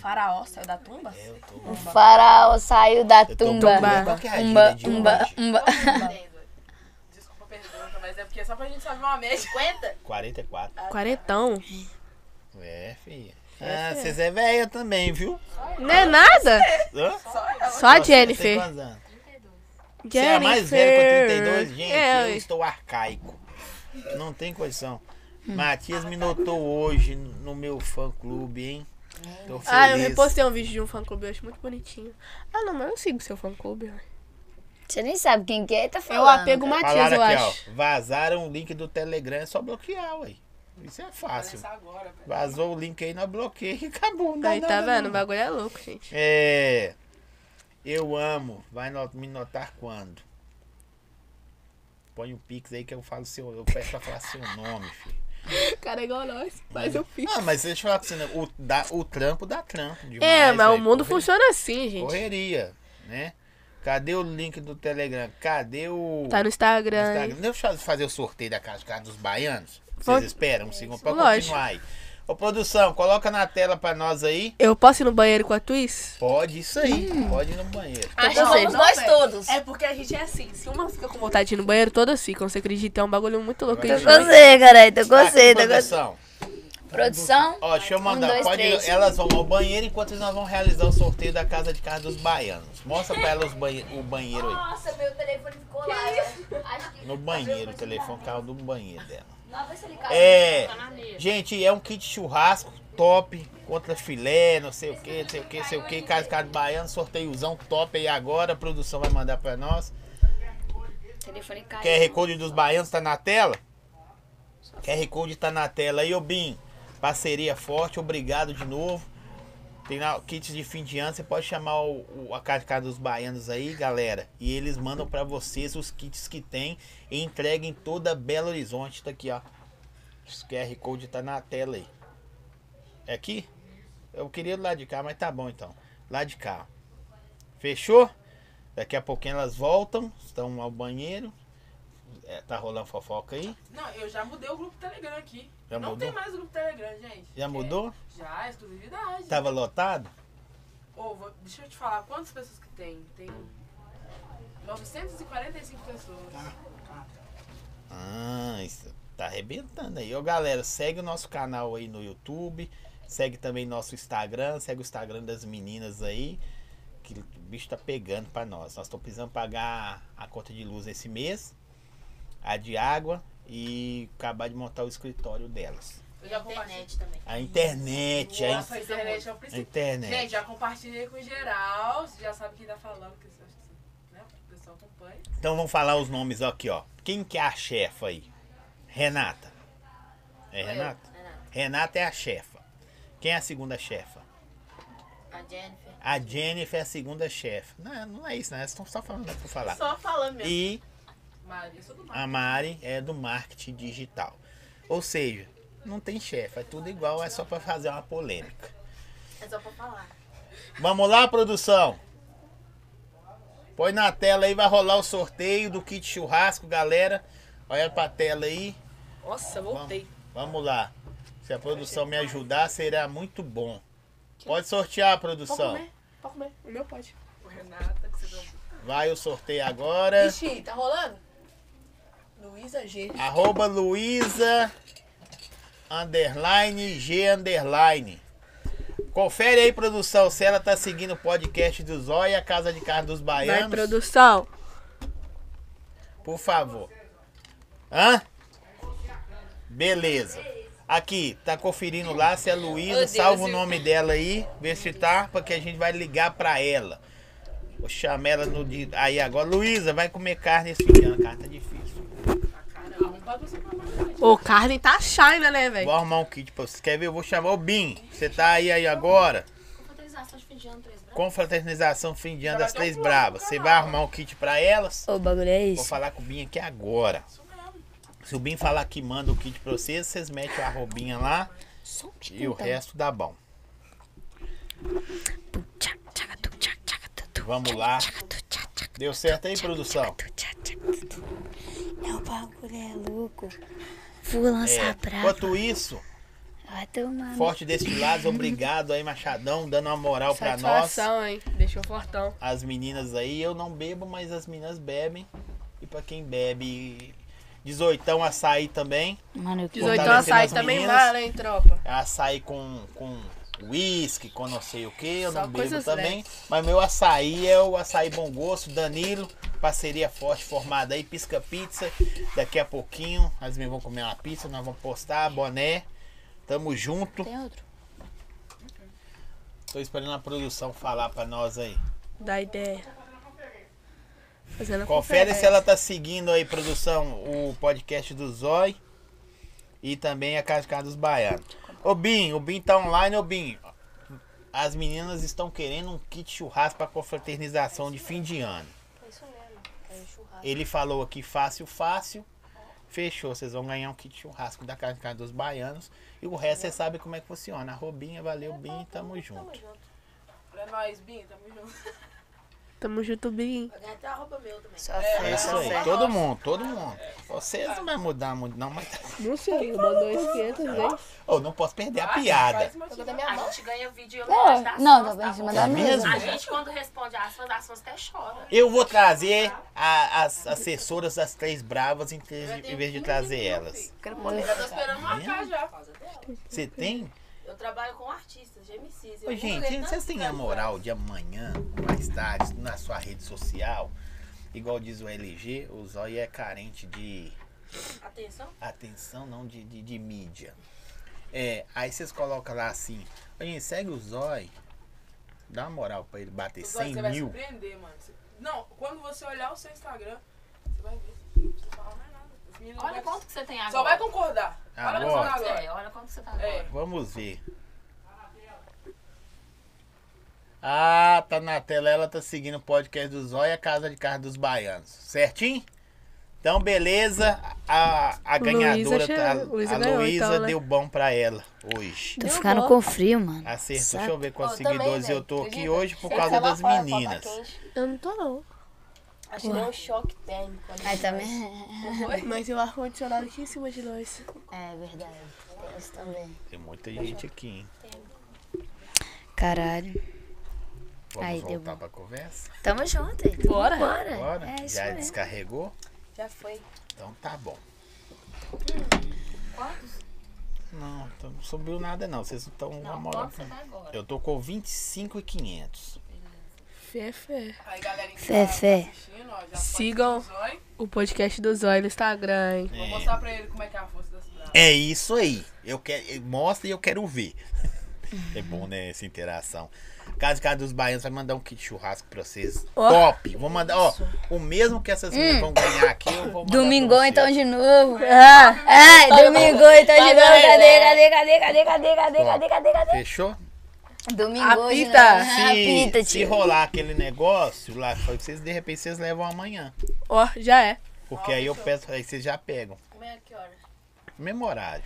Speaker 3: Faraó saiu da tumba?
Speaker 2: Eu tô.
Speaker 1: O faraó saiu da
Speaker 2: Eu tô
Speaker 1: tumba.
Speaker 2: tumba. Qual que é a gíria
Speaker 1: Umba,
Speaker 2: de
Speaker 1: umba,
Speaker 2: hoje?
Speaker 1: umba.
Speaker 5: Desculpa a pergunta, mas é porque é só pra gente saber uma média.
Speaker 2: 44.
Speaker 4: Quarentão.
Speaker 2: É, filha. Ah, vocês é velha também, viu?
Speaker 4: Não é nada?
Speaker 2: Hã?
Speaker 4: Só a
Speaker 2: Nossa, tem
Speaker 4: Jennifer.
Speaker 2: quantos anos?
Speaker 4: Jennifer.
Speaker 2: Você é mais velho com 32? Gente,
Speaker 4: É,
Speaker 2: eu
Speaker 4: ué.
Speaker 2: estou arcaico. Não tem condição. Matias me notou hoje no meu fã-clube, hein? Tô feliz.
Speaker 4: Ah, eu repostei um vídeo de um fã-clube, eu acho muito bonitinho. Ah, não, mas eu sigo seu fã-clube. ué.
Speaker 1: Você nem sabe quem que é, tá
Speaker 4: É o
Speaker 1: falando.
Speaker 4: Apego Matias, eu
Speaker 2: Falaram aqui,
Speaker 4: acho.
Speaker 2: ó. Vazaram o link do Telegram, é só bloquear, ué. Isso é fácil.
Speaker 5: Começar agora, velho.
Speaker 2: Vazou o link aí, nós bloqueia e acabou. né, Não dá
Speaker 4: Aí, tá
Speaker 2: nada,
Speaker 4: vendo?
Speaker 2: não.
Speaker 4: O bagulho é louco, gente.
Speaker 2: É. Eu amo. Vai no- me notar quando? Põe o Pix aí que eu falo seu. Eu peço pra falar seu nome, filho.
Speaker 4: O cara é igual nós, mas eu fico.
Speaker 2: Ah, mas deixa eu falar pra você, né? O, dá, o trampo dá trampo demais.
Speaker 4: É, mas o
Speaker 2: velho.
Speaker 4: mundo
Speaker 2: Corre-
Speaker 4: funciona assim, gente.
Speaker 2: Correria, né? Cadê o link do Telegram? Cadê o
Speaker 4: Tá no Instagram. hein?
Speaker 2: Instagram? Deixa eu fazer o sorteio da Casa de Cards dos Baianos. Vocês
Speaker 4: Pode-
Speaker 2: esperam um segundo pra
Speaker 4: Lógico.
Speaker 2: continuar aí. Ô, produção, coloca na tela pra nós aí.
Speaker 4: Eu posso ir no banheiro com a Twiz?
Speaker 2: Pode, isso aí.
Speaker 4: Hum.
Speaker 2: Pode ir no banheiro.
Speaker 3: Acho que
Speaker 4: Não,
Speaker 3: somos
Speaker 4: não,
Speaker 3: nós todos.
Speaker 4: É porque a gente é assim. Se uma fica com vontade de ir no banheiro, todas ficam. Você acredita? É um bagulho muito louco.
Speaker 1: Tô
Speaker 4: isso.
Speaker 1: com você, caralho. Tô com
Speaker 2: Tá aqui,
Speaker 1: você, tô com
Speaker 2: produção.
Speaker 1: Produção.
Speaker 2: Ó, deixa eu mandar.
Speaker 1: um, dois,
Speaker 2: Pode,
Speaker 1: três.
Speaker 2: elas vão ao banheiro enquanto nós vamos realizar o sorteio da casa de carro dos baianos. Mostra pra elas banhe- o banheiro aí.
Speaker 6: Nossa, meu telefone ficou lá. né? Acho que tá
Speaker 2: No banheiro, o telefone caiu do banheiro dela.
Speaker 6: não vai ser Tá ele caiu.
Speaker 2: É. Gente, é um kit churrasco top, contra filé, não sei o que, não sei o que, não sei o que, cascado baiano, sorteiozão top aí agora, a produção vai mandar pra nós.
Speaker 1: Telefone caiu.
Speaker 2: QR Code dos baianos tá na tela? QR Code tá na tela aí, ô Bim. Parceria forte, obrigado de novo. Tem lá o kit de fim de ano, você pode chamar o, o- a Cascada dos Baianos aí, galera. E eles mandam pra vocês os kits que tem e entrega em toda Belo Horizonte. Tá aqui, ó. Esse QR Code tá na tela aí. É aqui? Eu queria do lado de cá, mas tá bom então. Lá de cá. ó. Fechou? Daqui a pouquinho elas voltam, estão ao banheiro. É, tá rolando fofoca aí?
Speaker 5: Não, eu já mudei o grupo Telegram aqui.
Speaker 2: Já
Speaker 5: não
Speaker 2: mudou?
Speaker 5: tem mais o grupo Telegram, gente.
Speaker 2: Já mudou? Tá
Speaker 5: É, já, exclusividade.
Speaker 2: Tava lotado?
Speaker 5: Ô, vou- deixa eu te falar, quantas pessoas que tem? Tem 945 pessoas.
Speaker 2: Ah, isso tá arrebentando aí. Ô galera, segue o nosso canal aí no YouTube, segue também nosso Instagram, segue o Instagram das meninas aí, que o bicho tá pegando pra nós. Nós estamos precisando pagar a conta de luz esse mês, a de água e acabar de montar o escritório delas.
Speaker 5: Eu já compartilhei.
Speaker 6: Internet também.
Speaker 2: A internet, a, in-
Speaker 5: Nossa, a internet é o
Speaker 2: a
Speaker 5: principal. Gente,
Speaker 2: internet.
Speaker 5: já compartilhei com geral. Você já sabe quem tá falando, que eu acho que, né, o pessoal acompanha.
Speaker 2: Então vamos falar os nomes aqui, ó. Quem que é a chefa aí? Renata. É Renata? Renata é a chefa. Quem é a segunda chefa?
Speaker 6: A Jennifer.
Speaker 2: A Jennifer é a segunda chefe. Não, não é isso, né? Vocês estão só falando pra falar.
Speaker 6: Só falando mesmo.
Speaker 2: E
Speaker 5: Maria, eu sou do mar.
Speaker 2: a Mari é do marketing digital. Ou seja, não tem chefe, é tudo igual, é só pra fazer uma polêmica.
Speaker 6: É só pra falar.
Speaker 2: Vamos lá, produção? Põe na tela aí, vai rolar o sorteio do kit churrasco, galera. Olha pra tela aí.
Speaker 4: Nossa,
Speaker 2: voltei. Vamos lá. Se a produção me ajudar, será muito bom. Pode sortear,
Speaker 4: Pode
Speaker 2: produção.
Speaker 4: comer. Pode comer. O meu pode.
Speaker 5: Renata, que você deu.
Speaker 2: Vai o sorteio agora.
Speaker 4: Ixi, tá rolando? Luísa G.
Speaker 2: Arroba Luísa Underline G Underline. Confere aí, produção, se ela tá seguindo o podcast do Zóia, Casa de Carne dos
Speaker 4: Vai,
Speaker 2: Baianos.
Speaker 4: produção.
Speaker 2: Por favor. Hã? Beleza. Aqui, tá conferindo lá se é Luísa, salva o nome dela aí, vê se tá, porque a gente vai ligar pra ela. Vou chamar ela no dia. Aí agora, Luísa, vai comer carne esse fim de ano. Carne tá difícil.
Speaker 4: Ô, Carmen tá china, né, velho?
Speaker 2: Vou arrumar um kit pra você. Quer ver? Eu vou chamar o Bim. Você tá aí aí agora?
Speaker 6: Confraternização de fim de ano, três braços.
Speaker 2: Confraternização fim de ano das Três Bravas. Você vai arrumar um kit pra elas?
Speaker 1: O bagulho é
Speaker 2: Vou
Speaker 1: isso.
Speaker 2: falar com o Bim aqui agora. Se o Bim falar que manda o kit pra vocês, vocês metem a roubinha lá
Speaker 1: Som de
Speaker 2: e o
Speaker 1: tantão.
Speaker 2: resto dá bom.
Speaker 1: Tu, tchac, tchac, tu, tchac, tchac, tu, tu,
Speaker 2: Vamos
Speaker 1: tchac,
Speaker 2: lá.
Speaker 1: tchac, tu, tchac, tchac,
Speaker 2: Deu certo aí, produção?
Speaker 1: tu, tchac, tchac, tu, tu. É o bagulho é louco. Vou lançar
Speaker 2: É.
Speaker 1: brava.
Speaker 2: Enquanto isso,
Speaker 1: Vai tomar. no-
Speaker 2: Forte Destilados, obrigado aí, Machadão, dando uma moral pra nós.
Speaker 4: Satisfação, hein? Deixou fortão.
Speaker 2: As meninas aí, eu não bebo, mas as meninas bebem. E pra quem bebe, 18 açaí também.
Speaker 1: Mano, eu
Speaker 4: 18
Speaker 2: Fortalecendo
Speaker 4: anos sai
Speaker 2: as
Speaker 4: também
Speaker 2: meninas.
Speaker 4: vale, hein, tropa?
Speaker 2: açaí com, com whisky, com não sei o que, eu
Speaker 4: Só
Speaker 2: não bebo
Speaker 4: coisas
Speaker 2: também. Mas meu açaí é o açaí bom gosto, Danilo, parceria forte formada aí, pisca pizza. Daqui a pouquinho, as meninas vão comer uma pizza, nós vamos postar, boné. Tamo junto.
Speaker 1: Tem outro?
Speaker 2: Tô esperando a produção falar pra nós aí.
Speaker 4: Dá ideia. Fazendo a
Speaker 2: Confere se
Speaker 4: conferência.
Speaker 2: ela tá seguindo aí, produção, o podcast do Zói e também a Cascada dos Baianos. Ô Bim, o Bim tá online, ô Bim. As meninas estão querendo um kit churrasco pra confraternização de fim de ano. Ele falou aqui fácil, fácil. Fechou, vocês vão ganhar um kit churrasco da Cascada dos Baianos. E o resto vocês sabem como é que funciona. Robinha, valeu, Bim, tamo junto.
Speaker 5: Pra nós, Bim, tamo junto.
Speaker 4: Tamo junto, Bim.
Speaker 6: Vai ganhar até a roupa meu também.
Speaker 8: Só sei,
Speaker 2: É isso
Speaker 8: só
Speaker 2: aí,
Speaker 8: sei.
Speaker 2: todo mundo, todo mundo. Vocês não vão mudar muito, não, mas.
Speaker 4: Não sei, mandou 500 vezes.
Speaker 2: Oh, não posso perder
Speaker 6: Ah,
Speaker 2: a piada.
Speaker 6: A gente ganha vídeo e eu não gosto
Speaker 1: É,
Speaker 6: das
Speaker 1: não,
Speaker 6: suas,
Speaker 1: talvez
Speaker 6: tá
Speaker 1: de
Speaker 6: bom?
Speaker 1: mandar
Speaker 2: É
Speaker 1: mesmo.
Speaker 2: mesmo?
Speaker 6: A gente, quando responde as suas, as suas até chora.
Speaker 2: Eu vou trazer a- as assessoras das três bravas em, vez de- em vez de trazer elas.
Speaker 6: Eu tô esperando marcar
Speaker 2: Mesmo?
Speaker 6: já. Por causa dela.
Speaker 2: Você tem?
Speaker 6: Eu trabalho com artistas, de MCs. eu
Speaker 2: Ô,
Speaker 6: divulguei
Speaker 2: gente,
Speaker 6: tanto
Speaker 2: vocês têm a
Speaker 6: tanto
Speaker 2: moral de amanhã, mais tarde, na sua rede social, igual diz o LG, o Zóia é carente de
Speaker 6: Atenção.
Speaker 2: atenção, não de, de, de mídia. É, aí vocês colocam lá assim, "Ô, gente, segue o Zói, dá uma moral pra ele bater
Speaker 5: Agora
Speaker 2: 100
Speaker 5: você vai
Speaker 2: mil.
Speaker 5: surpreender, mano. Você- Não, quando você olhar o seu Instagram, você vai ver. Não precisa falar mais nada. Os meninos
Speaker 6: Olha
Speaker 5: vão-
Speaker 6: quanto que você tem agora.
Speaker 5: Só vai concordar. Olha
Speaker 2: Agora.
Speaker 5: concordar
Speaker 6: É,
Speaker 5: agora.
Speaker 6: olha quanto que você tá
Speaker 5: É.
Speaker 6: agora.
Speaker 2: Vamos ver. Ah, tá na tela, ela tá seguindo o podcast do Zóia, Casa de Carro dos Baianos. Certinho? Então, beleza. A, a ganhadora,
Speaker 4: che-
Speaker 2: tá,
Speaker 4: Luísa
Speaker 2: a
Speaker 4: ganhou,
Speaker 2: Luísa
Speaker 4: então, né?
Speaker 2: deu bom pra ela hoje.
Speaker 1: Tô ficando com frio, mano.
Speaker 2: Acerto,
Speaker 1: Saco.
Speaker 2: deixa eu ver quantos
Speaker 3: Eu também, né?
Speaker 2: seguidores eu
Speaker 3: velho.
Speaker 2: tô aqui
Speaker 3: Acredita?
Speaker 2: hoje por
Speaker 3: Sei
Speaker 2: causa
Speaker 3: que lá
Speaker 2: das
Speaker 3: fora,
Speaker 2: meninas.
Speaker 3: tá quente.
Speaker 4: Eu não tô, não.
Speaker 3: Acho que deu um choque térmico. ali.
Speaker 1: Aí também.
Speaker 4: Mas o ar-condicionado aqui em cima de nós.
Speaker 1: É verdade. Eu também.
Speaker 2: Tem muita gente aqui, hein?
Speaker 1: Caralho.
Speaker 2: Vamos
Speaker 1: Aí, deu
Speaker 2: voltar
Speaker 1: bom.
Speaker 2: pra conversa?
Speaker 1: Tamo junto, hein?
Speaker 4: Bora.
Speaker 1: Bora.
Speaker 2: Bora?
Speaker 1: É isso
Speaker 2: Já
Speaker 1: mesmo.
Speaker 2: descarregou?
Speaker 3: Já foi.
Speaker 2: Então tá bom. Não, então não subiu nada não. Vocês não estão
Speaker 6: Não,
Speaker 2: namorando.
Speaker 6: quanto você tá agora.
Speaker 2: Eu tô com 25,500.
Speaker 4: Fé, é fé.
Speaker 5: Aí, galerinha que
Speaker 1: Fé,
Speaker 5: tá
Speaker 1: fé.
Speaker 5: assistindo, ó, já
Speaker 4: Sigam.
Speaker 5: pode seguir o Zói.
Speaker 4: O podcast do Zóio no Instagram, hein?
Speaker 5: Vou mostrar pra ele como é que é a força das bravas.
Speaker 2: É isso aí. Eu quero, mostra e eu quero ver. É bom, né, essa interação. Casa Casa dos Baianos vai mandar um kit churrasco pra vocês.
Speaker 4: Ó.
Speaker 2: Top! Vou mandar, ó, o mesmo que essas meninas vão ganhar aqui, eu vou mandar pra
Speaker 1: Hum. Domingão
Speaker 2: vocês.
Speaker 1: então de novo.
Speaker 4: É.
Speaker 1: Ah, ai, domingão então de novo. Cadê, cadê, cadê, cadê, cadê, cadê, cadê, cadê, cadê?
Speaker 2: Fechou?
Speaker 1: Domingão de novo.
Speaker 4: Apita.
Speaker 1: Ah, Apita,
Speaker 2: se
Speaker 1: tio.
Speaker 2: rolar aquele negócio lá, foi que vocês de repente vocês levam amanhã.
Speaker 4: Ó, já é.
Speaker 2: Porque aí eu peço, aí vocês já pegam.
Speaker 6: Como é que hora?
Speaker 2: Mesmo horário.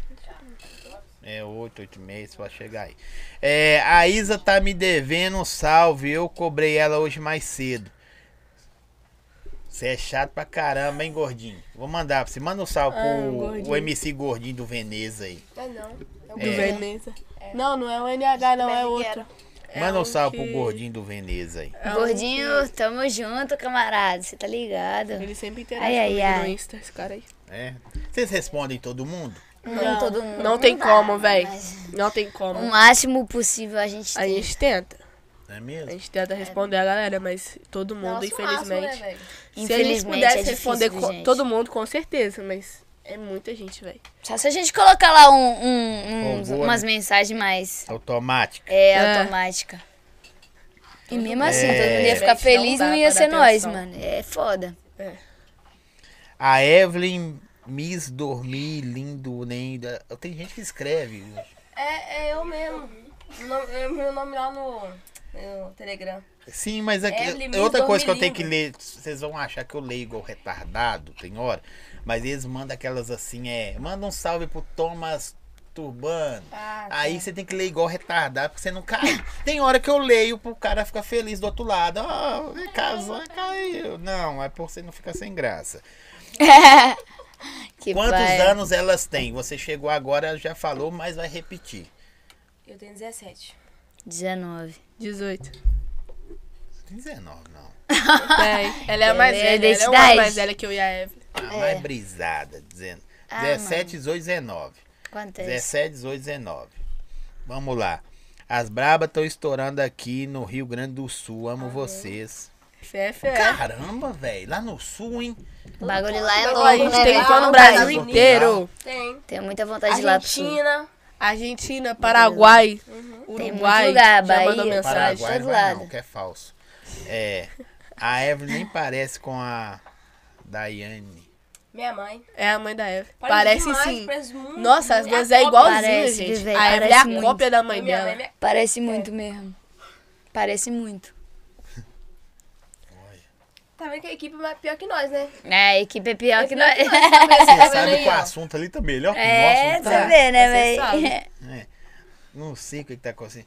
Speaker 2: É 8, 8 e meia, você pode chegar aí. É, a Isa tá me devendo um salve. Eu cobrei ela hoje mais cedo. Você é chato pra caramba, hein, gordinho? Vou mandar pra você. Manda um salve pro
Speaker 4: Ah, gordinho.
Speaker 2: o MC Gordinho do Veneza aí.
Speaker 4: É
Speaker 3: Ah, não.
Speaker 2: É.
Speaker 4: Do Veneza. Não, não é o NH, não, é outro.
Speaker 2: Manda um
Speaker 4: um
Speaker 2: salve pro
Speaker 4: que- É.
Speaker 2: Gordinho do Veneza aí.
Speaker 1: Gordinho, tamo junto, camarada. Você tá ligado?
Speaker 4: Ele sempre interage
Speaker 1: Ai, ai,
Speaker 4: comigo
Speaker 1: ai.
Speaker 4: no Insta, esse cara aí.
Speaker 2: É. Vocês respondem todo mundo?
Speaker 1: Não, todo mundo.
Speaker 4: Não tem
Speaker 1: dá,
Speaker 4: como, velho.
Speaker 1: mas
Speaker 4: Não tem como.
Speaker 1: O máximo possível a gente
Speaker 4: A
Speaker 1: tem.
Speaker 4: gente tenta.
Speaker 2: Não é
Speaker 4: A
Speaker 2: mesmo?
Speaker 4: gente tenta responder a galera, mas todo mundo,
Speaker 3: É. Nossa, o máximo,
Speaker 4: infelizmente.
Speaker 3: né, velho?
Speaker 4: Se a gente
Speaker 1: Infelizmente,
Speaker 4: pudesse
Speaker 1: é difícil,
Speaker 4: responder co-
Speaker 1: gente.
Speaker 4: todo mundo, com certeza, mas é muita gente, velho.
Speaker 1: Só se a gente colocar lá um, um- uns-
Speaker 2: Por favor,
Speaker 1: umas mensagens mais
Speaker 2: Automática.
Speaker 1: é,
Speaker 4: É.
Speaker 1: automática. E mesmo assim,
Speaker 2: É.
Speaker 1: todo mundo ia ficar
Speaker 4: Não
Speaker 1: feliz e
Speaker 4: dá
Speaker 1: não ia
Speaker 4: pra
Speaker 1: ser
Speaker 4: dar
Speaker 1: nós,
Speaker 4: atenção.
Speaker 1: mano. É foda.
Speaker 2: A Evelyn Miss Dormir, lindo, nem. Tem gente que escreve.
Speaker 3: É, é eu mesmo.
Speaker 6: Uhum.
Speaker 3: O nome- é o meu nome lá no, no Telegram.
Speaker 2: Sim, mas aqui,
Speaker 3: Evelyn
Speaker 2: é outra
Speaker 3: Miss
Speaker 2: coisa que eu
Speaker 3: Dorme
Speaker 2: tenho que ler, vocês vão achar que eu leio igual retardado, tem hora, mas eles mandam aquelas assim, é, manda um salve pro Thomas Turbano.
Speaker 3: Ah,
Speaker 2: Aí você tem que ler igual retardado, porque você não cai. Tem hora que eu leio pro cara ficar feliz do outro lado. Ah, casou, caiu. Não, é por você não ficar sem graça.
Speaker 3: Tipo,
Speaker 1: que
Speaker 2: Quantos
Speaker 1: pai.
Speaker 3: é.
Speaker 2: anos elas têm? Você chegou agora, já falou, mas vai repetir.
Speaker 3: Eu tenho 17.
Speaker 1: 19.
Speaker 4: 18.
Speaker 2: 19, não.
Speaker 4: Tem. Ela é a mais
Speaker 1: É
Speaker 4: velha. Ela é
Speaker 1: identidade.
Speaker 4: uma mais velha que eu e a Evelyn.
Speaker 2: A mais brisada, dizendo.
Speaker 1: É. Ah,
Speaker 2: 17, 18, 19.
Speaker 1: Quanto é isso?
Speaker 2: 17, 18, 19. Vamos lá. As brabas estão estourando aqui no Rio Grande do Sul.
Speaker 1: Ah,
Speaker 2: Amo
Speaker 1: é?
Speaker 2: vocês.
Speaker 4: Você é fé.
Speaker 2: Caramba, velho. Lá no sul, hein?
Speaker 1: O bagulho lá é
Speaker 4: A
Speaker 1: louco,
Speaker 4: gente
Speaker 1: né?
Speaker 4: tem
Speaker 1: velho?
Speaker 4: fã no
Speaker 1: Tá
Speaker 4: Brasil
Speaker 1: louco.
Speaker 4: inteiro.
Speaker 3: Tem.
Speaker 1: Tenho muita vontade de ir lá pro sul.
Speaker 3: Argentina.
Speaker 4: Argentina, Paraguai,
Speaker 3: Uhum.
Speaker 1: Tem
Speaker 4: Uruguai.
Speaker 1: muito lugar,
Speaker 4: já mandou
Speaker 1: Bahia.
Speaker 4: mensagem.
Speaker 2: Paraguai
Speaker 1: todo
Speaker 2: vai não,
Speaker 1: lado.
Speaker 2: que é falso. É. A Evelyn nem parece com a Daiane.
Speaker 3: Minha mãe.
Speaker 4: É a mãe da Evelyn.
Speaker 3: Parece
Speaker 4: Parece,
Speaker 3: demais,
Speaker 4: sim.
Speaker 3: parece muito.
Speaker 4: Nossa, as
Speaker 3: É
Speaker 4: duas
Speaker 3: a
Speaker 4: é
Speaker 3: cópia.
Speaker 4: igualzinha,
Speaker 1: Parece,
Speaker 4: gente.
Speaker 1: velho,
Speaker 4: a Evelyn é
Speaker 1: parece
Speaker 4: a
Speaker 1: muito.
Speaker 4: cópia da mãe
Speaker 3: Minha mãe, é
Speaker 4: dela.
Speaker 3: minha...
Speaker 1: Parece muito mesmo. Parece muito.
Speaker 3: Tá vendo que a equipe é mais pior que nós, né?
Speaker 1: É, a equipe é pior que nós.
Speaker 2: Você
Speaker 3: vendo
Speaker 2: sabe
Speaker 3: aí,
Speaker 2: que o
Speaker 3: ó?
Speaker 2: assunto ali tá melhor que o
Speaker 1: É,
Speaker 2: nosso. não
Speaker 1: você
Speaker 2: tá?
Speaker 1: vê, né,
Speaker 4: Você
Speaker 1: velho?
Speaker 4: sabe.
Speaker 2: É. Não sei o que, que tá acontecendo.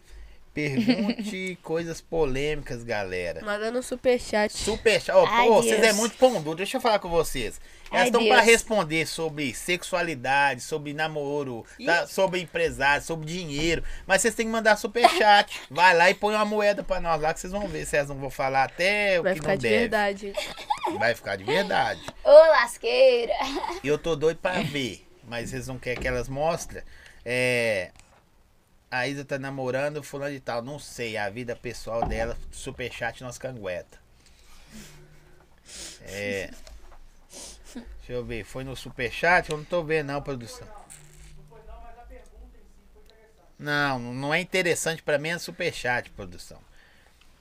Speaker 2: Pergunte coisas polêmicas, galera.
Speaker 4: Mandando um superchat.
Speaker 2: Super chat. Ó,
Speaker 1: Ai,
Speaker 2: pô, vocês
Speaker 1: Deus.
Speaker 2: é muito pão duro. Deixa eu falar com vocês. Elas
Speaker 1: Ai,
Speaker 2: estão para
Speaker 1: Deus.
Speaker 2: responder sobre sexualidade, sobre namoro, tá? sobre empresário, sobre dinheiro. Mas vocês têm que mandar superchat. Vai lá e põe uma moeda para nós lá que vocês vão ver se elas não vão falar até o
Speaker 4: Vai
Speaker 2: que
Speaker 4: ficar
Speaker 2: não
Speaker 4: de
Speaker 2: deve.
Speaker 4: verdade.
Speaker 2: Vai ficar de verdade.
Speaker 1: Ô, lasqueira.
Speaker 2: E eu tô doido pra ver, mas vocês não querem que elas mostrem. É. A Isa tá namorando fulano de tal. Não sei, a vida pessoal dela, superchat nós cangueta. É. Deixa eu ver, foi no superchat? Eu não tô vendo não, produção. Não, não é interessante pra mim é superchat, produção.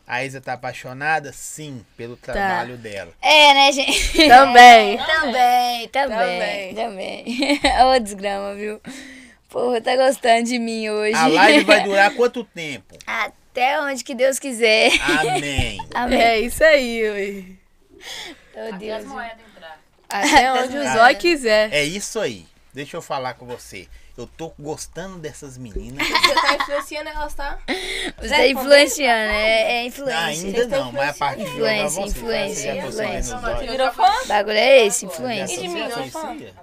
Speaker 2: A Isa tá apaixonada? Sim, pelo trabalho dela.
Speaker 1: É, né, gente?
Speaker 3: É,
Speaker 4: Também.
Speaker 1: Também, também, também. Ô, desgrama, viu? Porra, tá gostando de mim hoje.
Speaker 2: A live vai durar quanto tempo?
Speaker 1: Até onde que Deus quiser.
Speaker 2: Amém.
Speaker 1: Amém.
Speaker 4: É isso aí, ui.
Speaker 1: Ô, Deus.
Speaker 3: É,
Speaker 4: Até É onde o Zói quiser.
Speaker 2: É isso aí. Deixa eu falar com você. Eu tô gostando dessas meninas.
Speaker 3: Você tá influenciando elas, tá?
Speaker 1: Você é influenciando, é, é influência.
Speaker 2: Ainda não, mas a parte de jogar
Speaker 1: Influência,
Speaker 2: você.
Speaker 1: influência, influência.
Speaker 2: influência.
Speaker 3: Virou fã?
Speaker 1: O bagulho é
Speaker 3: Tá
Speaker 1: esse, influência.
Speaker 3: de mim, eu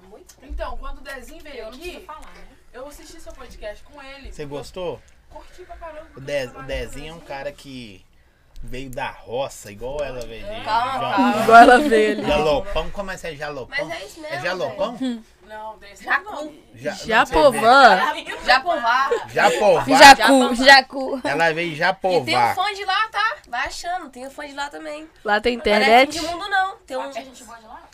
Speaker 5: Então, quando o Dezinho veio aqui,
Speaker 6: né?
Speaker 5: eu assisti seu podcast com ele.
Speaker 2: Você gostou?
Speaker 5: Curti pra caramba.
Speaker 2: O, Dez, o Dezinho é um cara que veio da roça, igual ela veio. de-
Speaker 3: Calma,
Speaker 2: de-
Speaker 4: Igual ela vê ele.
Speaker 2: Jalopão, como é que é jalopão?
Speaker 3: Mas é isso mesmo,
Speaker 2: É jalopão?
Speaker 5: Não, Dezinho. Jacu.
Speaker 2: Ja-
Speaker 4: Japovan.
Speaker 3: Japová.
Speaker 2: Japová.
Speaker 1: Jacu, Jacu.
Speaker 2: Ela veio em
Speaker 3: E tem um
Speaker 2: Japová.
Speaker 3: fã de lá, tá? Vai achando, tem um fã de lá também.
Speaker 4: Lá tem
Speaker 3: Não é fim
Speaker 4: internet.
Speaker 3: de mundo, não. Tem um.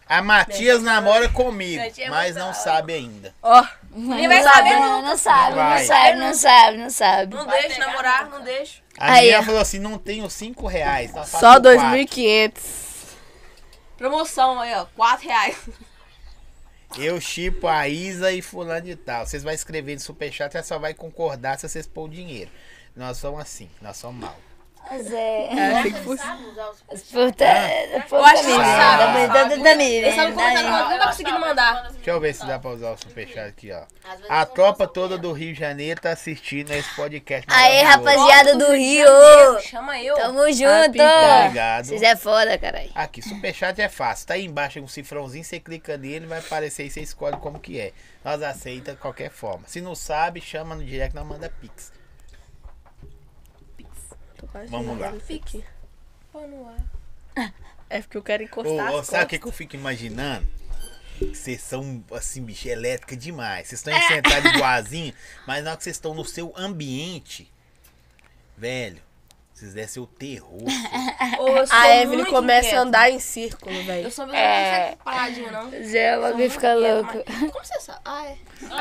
Speaker 2: A Matias namora comigo,
Speaker 3: Gente, é
Speaker 2: mas
Speaker 3: muito
Speaker 2: não
Speaker 3: da hora.
Speaker 2: sabe ainda.
Speaker 4: Ó,
Speaker 1: Ninguém
Speaker 3: vai saber
Speaker 1: Não, não sabe, não
Speaker 2: Vai.
Speaker 1: sabe, não sabe, não sabe.
Speaker 3: Não deixo namorar, não deixo.
Speaker 2: A
Speaker 1: Aí,
Speaker 2: minha
Speaker 1: ó.
Speaker 2: falou assim, não tenho cinco reais. tá?
Speaker 4: só
Speaker 2: Faço quatro.
Speaker 4: 2.500.
Speaker 3: Promoção aí, ó. 4 reais.
Speaker 2: Eu chipo a Isa e fulano de tal. Vocês vão escrever no superchat e ela só vai concordar se vocês pôr o dinheiro. Nós somos assim, nós somos mal.
Speaker 1: Mas é.
Speaker 4: É
Speaker 3: Tá
Speaker 4: assim que funciona.
Speaker 1: As puta. Eu
Speaker 3: acho que
Speaker 1: Da,
Speaker 3: sabe,
Speaker 1: da, da, da Miriam.
Speaker 3: Eu só
Speaker 1: da
Speaker 3: não conta,
Speaker 1: Miriam.
Speaker 3: não. Não tá conseguindo mandar.
Speaker 2: Deixa eu ver se dá pra usar o superchat aqui, ó. A tropa toda do Rio de Janeiro tá assistindo esse podcast.
Speaker 1: Aê,
Speaker 2: maravilhoso.
Speaker 1: rapaziada do Rio!
Speaker 3: Chama eu.
Speaker 4: então,
Speaker 1: Tamo junto!
Speaker 2: Obrigado.
Speaker 1: Vocês é foda, caralho.
Speaker 2: Tá Aqui, superchat é fácil. Tá aí embaixo um cifrãozinho, você clica nele, vai aparecer e você escolhe como que é. Nós aceita de qualquer forma. Se não sabe, chama no direct, nós manda pix. Vamos lá.
Speaker 4: Fique. É porque eu quero
Speaker 2: Ô,
Speaker 4: encostar
Speaker 2: ô,
Speaker 4: as
Speaker 2: sabe o que,
Speaker 4: costas.
Speaker 2: que eu fico imaginando? Que Vocês são, assim, bicho, elétrica demais. Vocês estão aí sentados igualzinho, mas na hora que vocês estão no seu ambiente, velho, vocês devem ser o terror. filho.
Speaker 3: Ô, eu sou
Speaker 4: A Evelyn
Speaker 3: muito
Speaker 4: começa a
Speaker 3: inquieta.
Speaker 4: andar em círculo, velho.
Speaker 3: Eu sou pessoa que não consegue paradinha, não.
Speaker 1: Zé, o
Speaker 3: um
Speaker 1: bagulho fica louco.
Speaker 3: Como você sabe? Ah,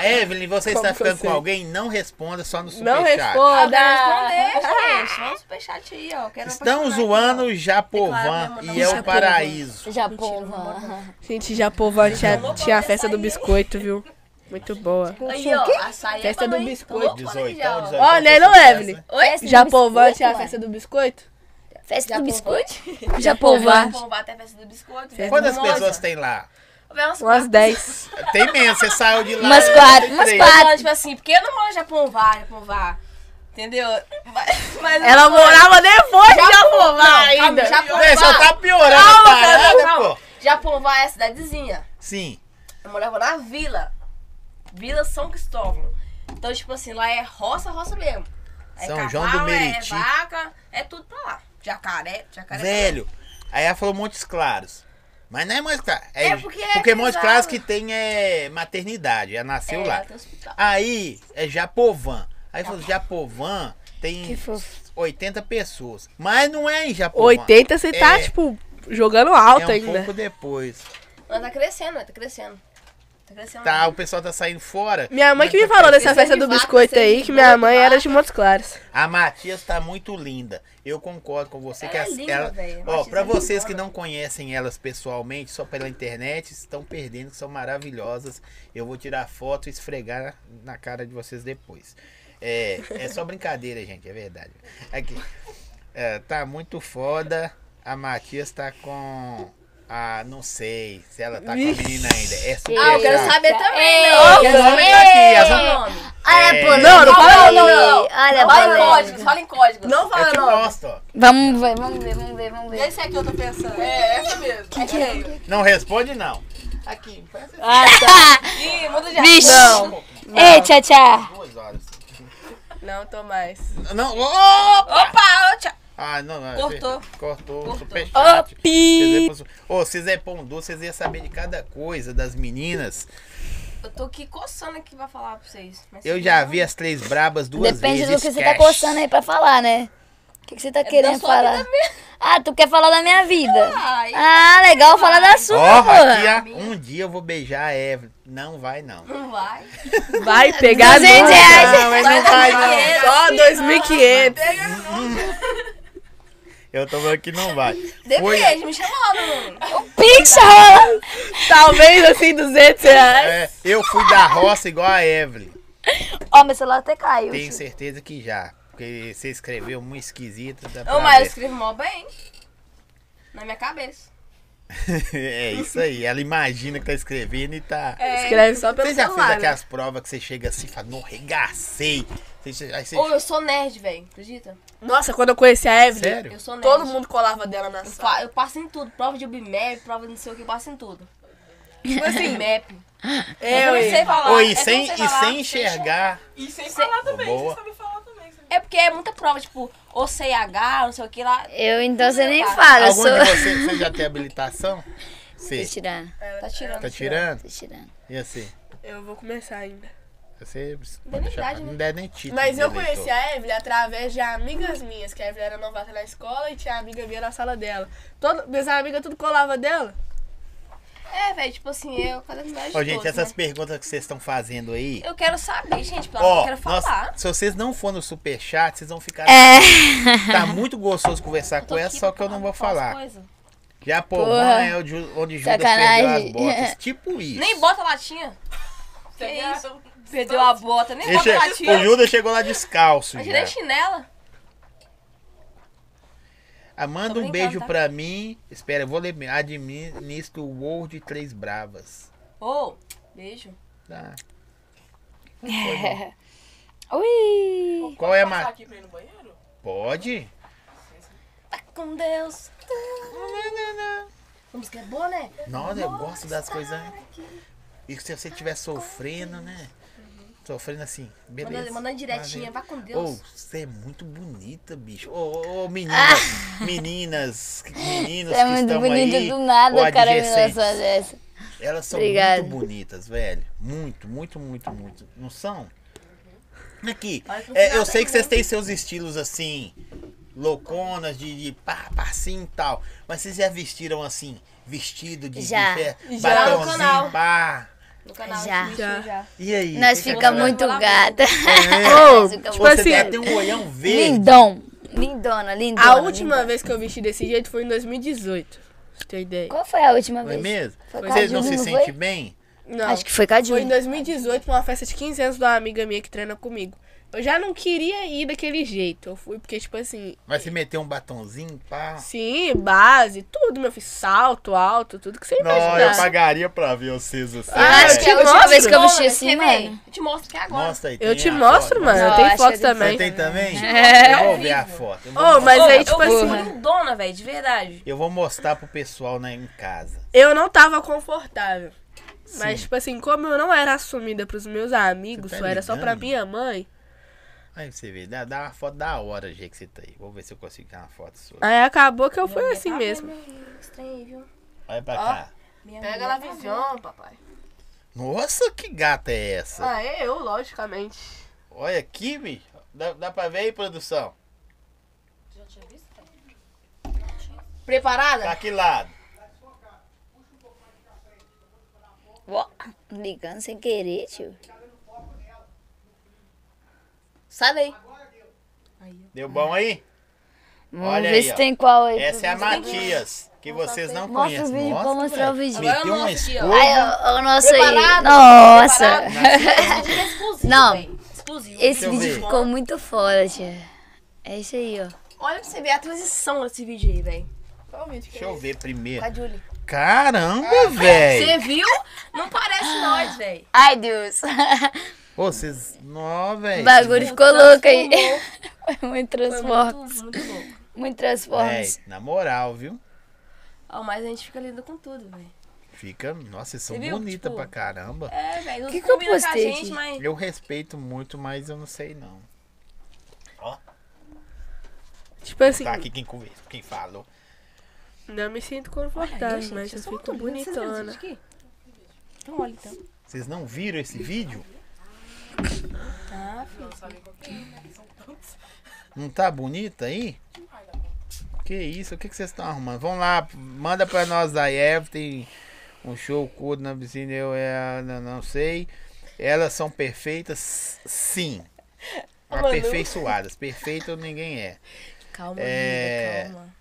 Speaker 3: é.
Speaker 2: Evelyn, você
Speaker 4: Como
Speaker 2: está
Speaker 4: que eu
Speaker 2: ficando com
Speaker 4: sei?
Speaker 2: alguém? Não responda só no
Speaker 4: Não
Speaker 2: superchat.
Speaker 4: responda.
Speaker 3: Responder, gente. Manda um superchat aí, ó. Quero
Speaker 2: Estão
Speaker 3: apaixonar
Speaker 2: zoando
Speaker 3: aqui,
Speaker 2: o Japovan
Speaker 3: Declarar mesmo,
Speaker 2: e é
Speaker 3: não.
Speaker 2: o paraíso.
Speaker 1: Japão,
Speaker 4: Gente, Japovan tinha, tinha a festa do biscoito, viu? Muito boa.
Speaker 3: ó. Aí, ó. A saia
Speaker 4: Festa do biscoito.
Speaker 2: 18, 18.
Speaker 4: Olha,
Speaker 2: foi
Speaker 4: não,
Speaker 2: sucesso,
Speaker 4: Evelyn.
Speaker 2: né?
Speaker 4: Japovan tinha a festa do biscoito?
Speaker 1: Festa do biscoito?
Speaker 2: é.
Speaker 4: Japovan.
Speaker 3: Vamos bater a festa do biscoito. velho.
Speaker 2: Quantas
Speaker 3: Nossa.
Speaker 2: pessoas tem lá?
Speaker 3: Vai umas
Speaker 4: Umas 10.
Speaker 2: Tem mesmo, você saiu de lá.
Speaker 1: Umas quatro, umas
Speaker 2: três.
Speaker 1: quatro.
Speaker 3: Então, tipo assim, porque eu não moro em Japão, vá, Japão, vá. Entendeu? Mas- Mas eu
Speaker 4: Ela
Speaker 3: não moro.
Speaker 4: morava depois de Japovan
Speaker 3: Não, calma,
Speaker 4: ainda.
Speaker 3: Japão,
Speaker 2: Vê, só
Speaker 3: vá.
Speaker 2: tá piorando a
Speaker 3: Calma,
Speaker 2: parada,
Speaker 3: calma, calma.
Speaker 2: pô.
Speaker 3: Japão, vá é a cidadezinha.
Speaker 2: Sim.
Speaker 3: Eu morava na vila. Vila São Cristóvão. Então, tipo assim, lá é roça, roça mesmo. É
Speaker 2: São João do Meriti.
Speaker 3: É vaca, é tudo pra lá. Jacaré, jacaré.
Speaker 2: Velho, aí ela falou Montes Claros. Mas não é Montes Claros. É,
Speaker 3: É porque é
Speaker 2: Montes
Speaker 3: pesado.
Speaker 2: Claros que tem é maternidade. Ela nasceu
Speaker 3: é,
Speaker 2: lá.
Speaker 3: tem hospital.
Speaker 2: Aí é Japovan. Aí falou,
Speaker 3: Ah.
Speaker 2: Japovan tem 80 pessoas. Mas não é em Japovan.
Speaker 4: 80, você tá,
Speaker 2: É.
Speaker 4: tipo, jogando
Speaker 2: É
Speaker 4: alto
Speaker 2: um
Speaker 4: ainda.
Speaker 2: pouco depois.
Speaker 3: Mas tá crescendo, tá crescendo. Tá crescendo.
Speaker 2: Tá, o pessoal tá saindo fora.
Speaker 4: Minha mãe que me
Speaker 2: Mas tá
Speaker 4: falou
Speaker 3: Vocês
Speaker 4: dessa festa
Speaker 3: são de
Speaker 4: do
Speaker 3: vaca,
Speaker 4: biscoito
Speaker 3: vocês
Speaker 4: aí,
Speaker 3: de
Speaker 4: que minha
Speaker 2: um
Speaker 3: boi,
Speaker 4: mãe
Speaker 3: vaca.
Speaker 4: era de Montes Claros.
Speaker 2: A Matias tá muito linda. Eu concordo com você que
Speaker 3: Ela é
Speaker 2: as-
Speaker 3: linda,
Speaker 2: ela-
Speaker 3: velho.
Speaker 2: Ó,
Speaker 3: Matias
Speaker 2: para
Speaker 3: é
Speaker 2: vocês
Speaker 3: lindona.
Speaker 2: que não conhecem elas pessoalmente, só pela internet, estão perdendo, que são maravilhosas. Eu vou tirar foto e esfregar na cara de vocês depois. É, é só brincadeira, gente, é verdade. Aqui. É, tá muito foda. A Matias tá com ah, não sei se ela tá com a menina ainda. É super
Speaker 3: Ah, eu quero
Speaker 2: chato.
Speaker 3: saber também.
Speaker 1: Ei,
Speaker 3: né?
Speaker 1: eu
Speaker 2: Os homens tá aqui, as-
Speaker 3: Qual o nome?
Speaker 1: Olha a
Speaker 2: É.
Speaker 1: polêmica.
Speaker 4: Não, não fala
Speaker 1: aí,
Speaker 4: não,
Speaker 1: Olha a
Speaker 3: Fala em
Speaker 1: polêmica.
Speaker 3: códigos, fala em códigos.
Speaker 4: Não
Speaker 2: Eu
Speaker 4: fala
Speaker 2: te
Speaker 4: não.
Speaker 2: mostro, ó.
Speaker 1: Vamos ver, vamos ver, vamos ver, vamos ver.
Speaker 3: Esse aqui eu tô pensando.
Speaker 5: É, essa mesmo.
Speaker 2: Não responde, não.
Speaker 1: Ah, tá.
Speaker 3: Ih, muda de
Speaker 1: Vixe.
Speaker 4: Não.
Speaker 1: Ei, tchau, tchau.
Speaker 2: Duas horas.
Speaker 4: Não, tô mais.
Speaker 2: Não, opa!
Speaker 3: Opa, ô, tchau.
Speaker 2: Ah, não, não.
Speaker 3: Cortou.
Speaker 2: fe- Cortou,
Speaker 3: Cortou.
Speaker 2: superchat.
Speaker 1: Opi!
Speaker 2: Vocês é possu- Ô, vocês é pão doce, vocês iam saber de cada coisa das meninas.
Speaker 3: Eu tô aqui coçando aqui pra falar pra vocês. mas-
Speaker 2: Eu já vi as três brabas duas
Speaker 1: Depende
Speaker 2: vezes.
Speaker 1: do que você tá
Speaker 2: esquece.
Speaker 1: coçando aí pra falar, né? O que, que você tá querendo
Speaker 3: sua vida
Speaker 1: falar? Ah, tu quer falar da minha vida?
Speaker 3: Ai,
Speaker 1: Ah, legal falar da sua,
Speaker 2: Ó, aqui,
Speaker 1: porra.
Speaker 2: ó, um dia eu vou beijar a Evelyn. Não vai, não.
Speaker 3: não vai.
Speaker 4: Vai pegar
Speaker 1: 200 reais.
Speaker 2: Não, mas não vai, é assim, não.
Speaker 4: Só 2.500.
Speaker 2: Eu tô falando que não vai. Foi,
Speaker 3: Depende, me chama lá no.
Speaker 1: Pix rola.
Speaker 4: Talvez assim 200 reais.
Speaker 2: é, eu fui da roça igual a Evelyn.
Speaker 1: Ó, meu celular até caiu.
Speaker 2: Tenho certeza que já. Porque você escreveu muito esquisito. dá pra
Speaker 3: Não, mas eu
Speaker 2: ver.
Speaker 3: escrevo mó bem. Na minha cabeça.
Speaker 2: É isso aí. Ela imagina que tá escrevendo e
Speaker 1: É,
Speaker 2: tá.
Speaker 4: Escreve só pelo
Speaker 2: Você já fez
Speaker 4: celular, né?
Speaker 2: aquelas provas que você chega assim e fala, não, regacei. Você- aí você-
Speaker 3: Ou eu sou nerd, velho. Acredita?
Speaker 4: né? Nossa, quando eu conheci a Evelyn,
Speaker 2: Sério?
Speaker 3: Eu sou nerd.
Speaker 4: todo mundo colava dela na
Speaker 3: Eu
Speaker 4: sala.
Speaker 3: fa- Eu passo em tudo. Prova de BMAP, prova de não sei o que, eu passo em tudo. Tipo assim, MAP. Eu
Speaker 4: Eu,
Speaker 3: não sei
Speaker 4: hein?
Speaker 3: falar.
Speaker 2: Ou
Speaker 3: é
Speaker 2: e
Speaker 3: que eu
Speaker 2: sem,
Speaker 3: não sei
Speaker 2: e
Speaker 3: falar,
Speaker 2: sem enxergar.
Speaker 5: E sem falar também,
Speaker 2: Boa.
Speaker 5: você sabe falar também. Você...
Speaker 3: É porque é muita prova, tipo, OCH, não sei o que lá.
Speaker 1: Eu, então, você nem fala. Eu
Speaker 2: Algum
Speaker 1: sou...
Speaker 2: de vocês você já tem habilitação?
Speaker 1: Tô
Speaker 2: Você
Speaker 1: tirando,
Speaker 3: Tá tirando.
Speaker 2: tá tirando?
Speaker 1: tô tirando.
Speaker 2: E assim?
Speaker 4: eu vou começar ainda.
Speaker 2: Você
Speaker 3: nem
Speaker 2: pode deixar pra-
Speaker 3: idade, né?
Speaker 2: não der nem título.
Speaker 4: Mas
Speaker 2: de
Speaker 4: eu
Speaker 2: eleitor.
Speaker 4: conheci a Evelyn através de amigas minhas, que a Evelyn era novata na escola e tinha amiga minha na sala dela. Todo, minhas amigas tudo colava dela.
Speaker 3: É, velho, tipo assim, eu cada vez mais.
Speaker 2: Ó, gente,
Speaker 3: todos,
Speaker 2: essas
Speaker 3: né?
Speaker 2: perguntas que vocês estão fazendo aí.
Speaker 3: Eu quero saber, gente, pelo amor,
Speaker 2: Ó,
Speaker 3: eu quero
Speaker 2: nós-
Speaker 3: falar.
Speaker 2: se vocês não for no superchat, vocês vão ficar.
Speaker 1: É.
Speaker 2: Tá muito gostoso conversar com ela, só que eu não vou falar. Já
Speaker 1: Porra.
Speaker 2: porra é onde, Ju- onde Judas perdeu
Speaker 1: Sacanagem.
Speaker 2: as botas. Tipo isso.
Speaker 3: Nem bota latinha.
Speaker 5: Você
Speaker 3: Que
Speaker 5: já-
Speaker 3: Perdeu a bota, nem
Speaker 2: Ele
Speaker 3: bota
Speaker 2: che-
Speaker 3: latinha.
Speaker 2: O Judas chegou lá descalço.
Speaker 3: Mas
Speaker 2: já.
Speaker 3: tirei chinela.
Speaker 2: Ah, manda
Speaker 3: Tô
Speaker 2: um
Speaker 3: brincando,
Speaker 2: beijo
Speaker 3: tá?
Speaker 2: pra mim. Espera, eu vou ler. Administro o World Três Bravas.
Speaker 3: Ô, beijo.
Speaker 2: Tá.
Speaker 3: É.
Speaker 1: Ui.
Speaker 2: Qual é a
Speaker 5: Passar
Speaker 2: ma...
Speaker 5: aqui pra ir no banheiro?
Speaker 2: Pode?
Speaker 3: Tá com Deus. A música é boa, né?
Speaker 2: Nossa, eu gosto das coisas. E se você estiver sofrendo, né?
Speaker 1: Uhum.
Speaker 2: Sofrendo assim, beleza.
Speaker 3: Manda, manda diretinha,
Speaker 2: vai.
Speaker 3: vá com Deus.
Speaker 2: Ô, você é muito bonita, bicho. Ô, ô, ô, meninas, meninas, meninos
Speaker 1: Você é
Speaker 2: que
Speaker 1: muito
Speaker 2: estão
Speaker 1: bonita
Speaker 2: aí,
Speaker 1: do
Speaker 2: ou
Speaker 1: nada, cara, menina
Speaker 2: adjacentes.
Speaker 1: sua dessa.
Speaker 2: Elas são
Speaker 1: Obrigada.
Speaker 2: muito bonitas, velho. Muito, muito, muito, muito. Não são?
Speaker 1: Uhum.
Speaker 2: Aqui,
Speaker 3: Mas no
Speaker 2: é,
Speaker 3: final
Speaker 2: eu sei
Speaker 3: tem
Speaker 2: que vocês têm seus estilos assim, louconas, de, de pá, pá, assim e tal. Mas vocês já vestiram assim, vestido de, de
Speaker 1: Já.
Speaker 2: fé,
Speaker 4: Já.
Speaker 3: No canal.
Speaker 2: batonzinho, pá.
Speaker 3: No canal
Speaker 1: Já.
Speaker 4: Ah,
Speaker 3: do Twitch, já.
Speaker 2: E aí?
Speaker 1: Nós
Speaker 2: o que que
Speaker 1: fica
Speaker 2: a galera-
Speaker 1: muito gata.
Speaker 4: Ô,
Speaker 1: Nós fica
Speaker 4: tipo
Speaker 1: muito
Speaker 2: É. Você
Speaker 4: assim,
Speaker 2: tem
Speaker 1: gata.
Speaker 2: até um olhão verde.
Speaker 1: Lindão. Lindona, lindona.
Speaker 4: A última
Speaker 1: lindona.
Speaker 4: vez que eu vesti desse jeito foi em 2018. Você tem ideia?
Speaker 1: Qual foi a última
Speaker 2: Não é
Speaker 1: vez?
Speaker 2: mesmo?
Speaker 1: Foi com a
Speaker 2: Vocês não
Speaker 1: Juju,
Speaker 2: se
Speaker 1: não
Speaker 2: sentem
Speaker 1: foi?
Speaker 2: bem?
Speaker 4: Não.
Speaker 1: Acho que foi com a
Speaker 4: Foi em
Speaker 1: Júlia.
Speaker 4: 2018, uma festa de 15 anos de uma amiga minha que treina comigo. Eu já não queria ir daquele jeito. Eu fui porque, tipo assim,
Speaker 2: Mas se meter um batonzinho, pá.
Speaker 4: sim, base, tudo, meu filho. Salto, alto, tudo que você
Speaker 2: Não, eu
Speaker 4: imaginar.
Speaker 2: pagaria pra ver vocês assim.
Speaker 1: Eu
Speaker 4: Ah,
Speaker 1: acho
Speaker 2: velho.
Speaker 1: que a última
Speaker 4: mostra.
Speaker 1: vez que eu vesti
Speaker 3: Quer
Speaker 1: assim,
Speaker 3: ver?
Speaker 1: mano.
Speaker 3: Eu te mostra que é agora.
Speaker 2: Mostra aí.
Speaker 4: Eu
Speaker 2: tem
Speaker 4: te
Speaker 2: a
Speaker 4: mostro,
Speaker 2: foto.
Speaker 4: mano.
Speaker 1: Não,
Speaker 4: Eu
Speaker 1: acho
Speaker 4: tenho
Speaker 1: que
Speaker 4: foto
Speaker 1: é
Speaker 2: Você
Speaker 4: também.
Speaker 2: tem também?
Speaker 1: É.
Speaker 2: Eu vou ver a foto. Eu vou,
Speaker 4: Ô, mas
Speaker 3: Ô,
Speaker 4: aí, tipo
Speaker 3: eu
Speaker 4: assim,
Speaker 3: Eu lindona, velho, de verdade.
Speaker 2: eu vou mostrar pro pessoal né, em casa.
Speaker 4: eu não tava confortável. Mas,
Speaker 2: Sim.
Speaker 4: tipo assim, como eu não era assumida pros meus amigos,
Speaker 2: Você tá
Speaker 4: só era só pra
Speaker 2: ligando?
Speaker 4: minha mãe,
Speaker 2: Aí você vê, dá, dá uma foto da hora, Gê, que você tá aí. Vou ver se eu consigo tirar uma foto sua.
Speaker 4: aí acabou que eu fui assim
Speaker 3: Tá
Speaker 4: mesmo.
Speaker 3: vendo? Estranho, viu?
Speaker 2: Olha pra cá.
Speaker 3: Minha
Speaker 4: Pega
Speaker 3: mulher
Speaker 4: na
Speaker 3: tá
Speaker 4: visão, papai.
Speaker 2: Nossa, que gata é essa?
Speaker 4: Ah, é eu, logicamente.
Speaker 2: Olha aqui, bicho. Dá, dá pra ver aí, produção?
Speaker 3: vendo. Preparada?
Speaker 2: Pra que Tá lado?
Speaker 1: Ó, Ligando sem querer, tio.
Speaker 3: Sai daí.
Speaker 2: Deu bom aí?
Speaker 1: Vamos
Speaker 2: Olha
Speaker 1: ver
Speaker 2: aí,
Speaker 1: se
Speaker 2: ó.
Speaker 1: tem qual aí. pra
Speaker 2: Essa é a
Speaker 1: ver.
Speaker 2: Matias, que vocês não
Speaker 1: Mostra o
Speaker 2: conhecem.
Speaker 1: vídeo pra
Speaker 2: Nossa,
Speaker 1: mostrar o vídeo.
Speaker 3: Agora
Speaker 2: meteu uma
Speaker 3: mostra aqui, ó.
Speaker 1: Ai,
Speaker 2: escova.
Speaker 1: ó, ó, nossa aí.
Speaker 3: Preparado?
Speaker 1: Nossa.
Speaker 3: Preparado? Ah, Esse vídeo é exclusivo,
Speaker 1: Não.
Speaker 3: véi. Exclusivo.
Speaker 1: Esse
Speaker 2: eu
Speaker 1: vídeo
Speaker 2: ver.
Speaker 1: ficou muito foda, tia. É isso aí, ó.
Speaker 3: Olha pra você ver a transição desse vídeo aí, velho.
Speaker 4: Qual o vídeo que
Speaker 2: Deixa eu ver primeiro.
Speaker 3: Com a Julie.
Speaker 2: Caramba, velho.
Speaker 3: Você viu? Não parece nós, velho.
Speaker 1: Ai, Deus.
Speaker 2: Ô, vocês. Nó, tipo,
Speaker 1: O
Speaker 2: velho.
Speaker 1: bagulho ficou louco aí. Foi muito
Speaker 3: Foi
Speaker 1: transforme.
Speaker 3: muito, muito louco.
Speaker 1: Muito
Speaker 2: Véi,
Speaker 1: transforme.
Speaker 2: na moral, viu?
Speaker 3: Ó, mas a gente fica lidando com tudo, velho.
Speaker 2: Fica. Nossa, vocês são
Speaker 3: Você viu?
Speaker 2: bonitas
Speaker 3: Tipo,
Speaker 2: pra caramba.
Speaker 3: É, velho.
Speaker 1: Que
Speaker 3: Não
Speaker 1: que eu
Speaker 3: combina com a
Speaker 1: postei
Speaker 3: gente,
Speaker 1: aqui?
Speaker 3: mas.
Speaker 2: Eu respeito muito, mas eu não sei não.
Speaker 4: Tipo assim,
Speaker 3: um
Speaker 2: Tá aqui quem conversa, quem falou.
Speaker 4: não me sinto
Speaker 3: Ai,
Speaker 4: confortável,
Speaker 3: gente,
Speaker 4: mas eu
Speaker 3: sou
Speaker 4: fico
Speaker 3: muito bonita. Vocês viram
Speaker 4: bonitona.
Speaker 3: isso aqui? Então olha então.
Speaker 2: Vocês não viram esse vídeo? Não tá bonita aí? Que isso? O que que vocês estão arrumando? Vamos lá, manda pra nós da Eve, tem um show curto na piscina, eu é, não, não sei. Elas são perfeitas, sim. Aperfeiçoadas. Perfeito ninguém é.
Speaker 3: Calma,
Speaker 2: É.
Speaker 3: vida, calma.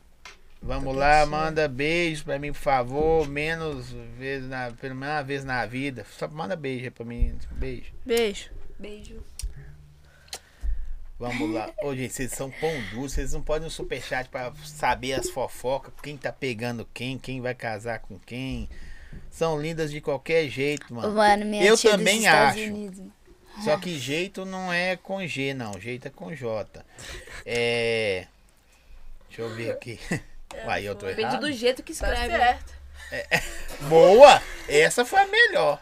Speaker 2: Vamos lá, manda beijo pra mim, por favor. Menos vezes na, pelo menos uma vez na vida. Só manda beijo aí pra mim. Beijo.
Speaker 4: Beijo.
Speaker 2: Tá.
Speaker 3: Beijo.
Speaker 2: Vamos lá. Ô, gente, vocês são pão duro. Vocês não podem um superchat pra saber as fofocas. Quem tá pegando quem, quem vai casar com quem. São lindas de qualquer jeito, mano.
Speaker 1: Mano, minha
Speaker 2: É, Eu
Speaker 1: tia dos
Speaker 2: também
Speaker 1: Estados
Speaker 2: acho.
Speaker 1: Unidos.
Speaker 2: Só que jeito não é com G, não. Jeito é com J. É. Deixa eu ver aqui. Uai, eu tô
Speaker 3: Depende
Speaker 2: errado.
Speaker 3: do jeito que
Speaker 4: Tá
Speaker 3: escreve. né?
Speaker 4: certo.
Speaker 2: Boa! Essa foi a melhor.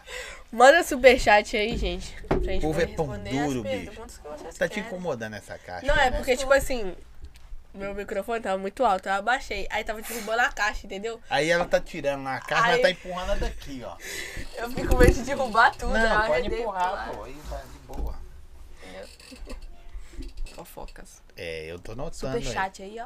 Speaker 4: Manda superchat aí, gente. Pra
Speaker 2: O
Speaker 4: gente
Speaker 2: povo é
Speaker 4: poder
Speaker 2: pão
Speaker 4: responder as
Speaker 2: duro, bicho.
Speaker 4: perguntas que vocês
Speaker 2: Tá te
Speaker 4: querem.
Speaker 2: incomodando essa caixa.
Speaker 4: Não, é
Speaker 2: né?
Speaker 4: porque, tipo assim, meu microfone tava muito alto, eu abaixei. Aí tava derrubando a caixa, entendeu?
Speaker 2: Aí ela tá tirando na caixa, ela
Speaker 4: Aí-
Speaker 2: tá empurrando ela daqui, ó.
Speaker 4: Eu fiquei com medo de derrubar tudo.
Speaker 2: Não,
Speaker 4: eu
Speaker 2: pode
Speaker 4: arredei
Speaker 2: empurrar,
Speaker 4: pro
Speaker 2: pô. Aí tá de boa.
Speaker 4: lado. Fofocas.
Speaker 2: É, eu tô notando. aí.
Speaker 3: Superchat aí, ó.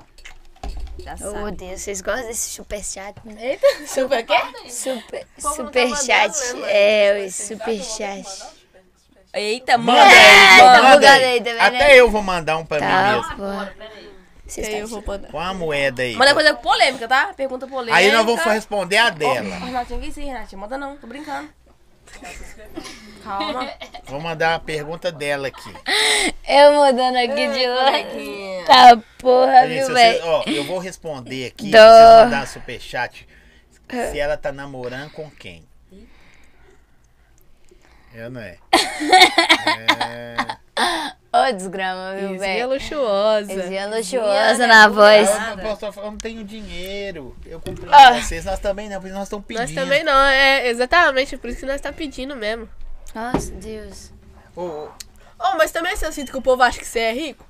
Speaker 3: Já
Speaker 1: Eu
Speaker 3: sabe.
Speaker 1: odeio. Vocês gostam desse superchat? né?
Speaker 4: Super quê?
Speaker 1: Super,
Speaker 3: tá
Speaker 1: superchat. É, o superchat.
Speaker 3: Eita, manda!
Speaker 2: Manda aí,
Speaker 1: Ah,
Speaker 2: manda
Speaker 1: bugada
Speaker 2: aí.
Speaker 1: aí também,
Speaker 2: Até
Speaker 1: né?
Speaker 2: eu vou mandar um pra mim
Speaker 1: Tá,
Speaker 2: mesmo.
Speaker 1: pô. Vocês
Speaker 4: Aí eu
Speaker 1: estão
Speaker 4: vou mandar.
Speaker 2: Com a moeda aí.
Speaker 3: Manda coisa polêmica, tá? Pergunta polêmica.
Speaker 2: Aí nós vamos responder a dela.
Speaker 3: Renatinha, que isso é aí, Renatinha? Manda não, tô brincando. Calma.
Speaker 2: Vou mandar a pergunta dela aqui.
Speaker 1: Ah, Eu mudando aqui de lado. Tá porra,
Speaker 2: Gente, se
Speaker 1: viu,
Speaker 2: vocês-
Speaker 1: velho?
Speaker 2: ó, eu vou responder aqui.
Speaker 1: Dó.
Speaker 2: Se vocês mandarem superchat, se ela tá namorando com quem? Eu não é.
Speaker 1: Ô, desgrama, viu,
Speaker 4: Izinha
Speaker 2: é
Speaker 1: velho?
Speaker 4: é luxuosa.
Speaker 1: Luxuosa.
Speaker 3: é
Speaker 1: luxuosa na voz.
Speaker 2: Ah, Eu não, posso, eu não tenho dinheiro. Eu comprei
Speaker 1: É Ah.
Speaker 2: pra vocês, nós também não, porque nós estamos pedindo.
Speaker 4: Nós também não, é exatamente por isso que nós tá pedindo mesmo.
Speaker 1: Nossa, Deus.
Speaker 2: Ô, ô,
Speaker 4: Oh, mas também se eu sinto que o povo acha que você é rico,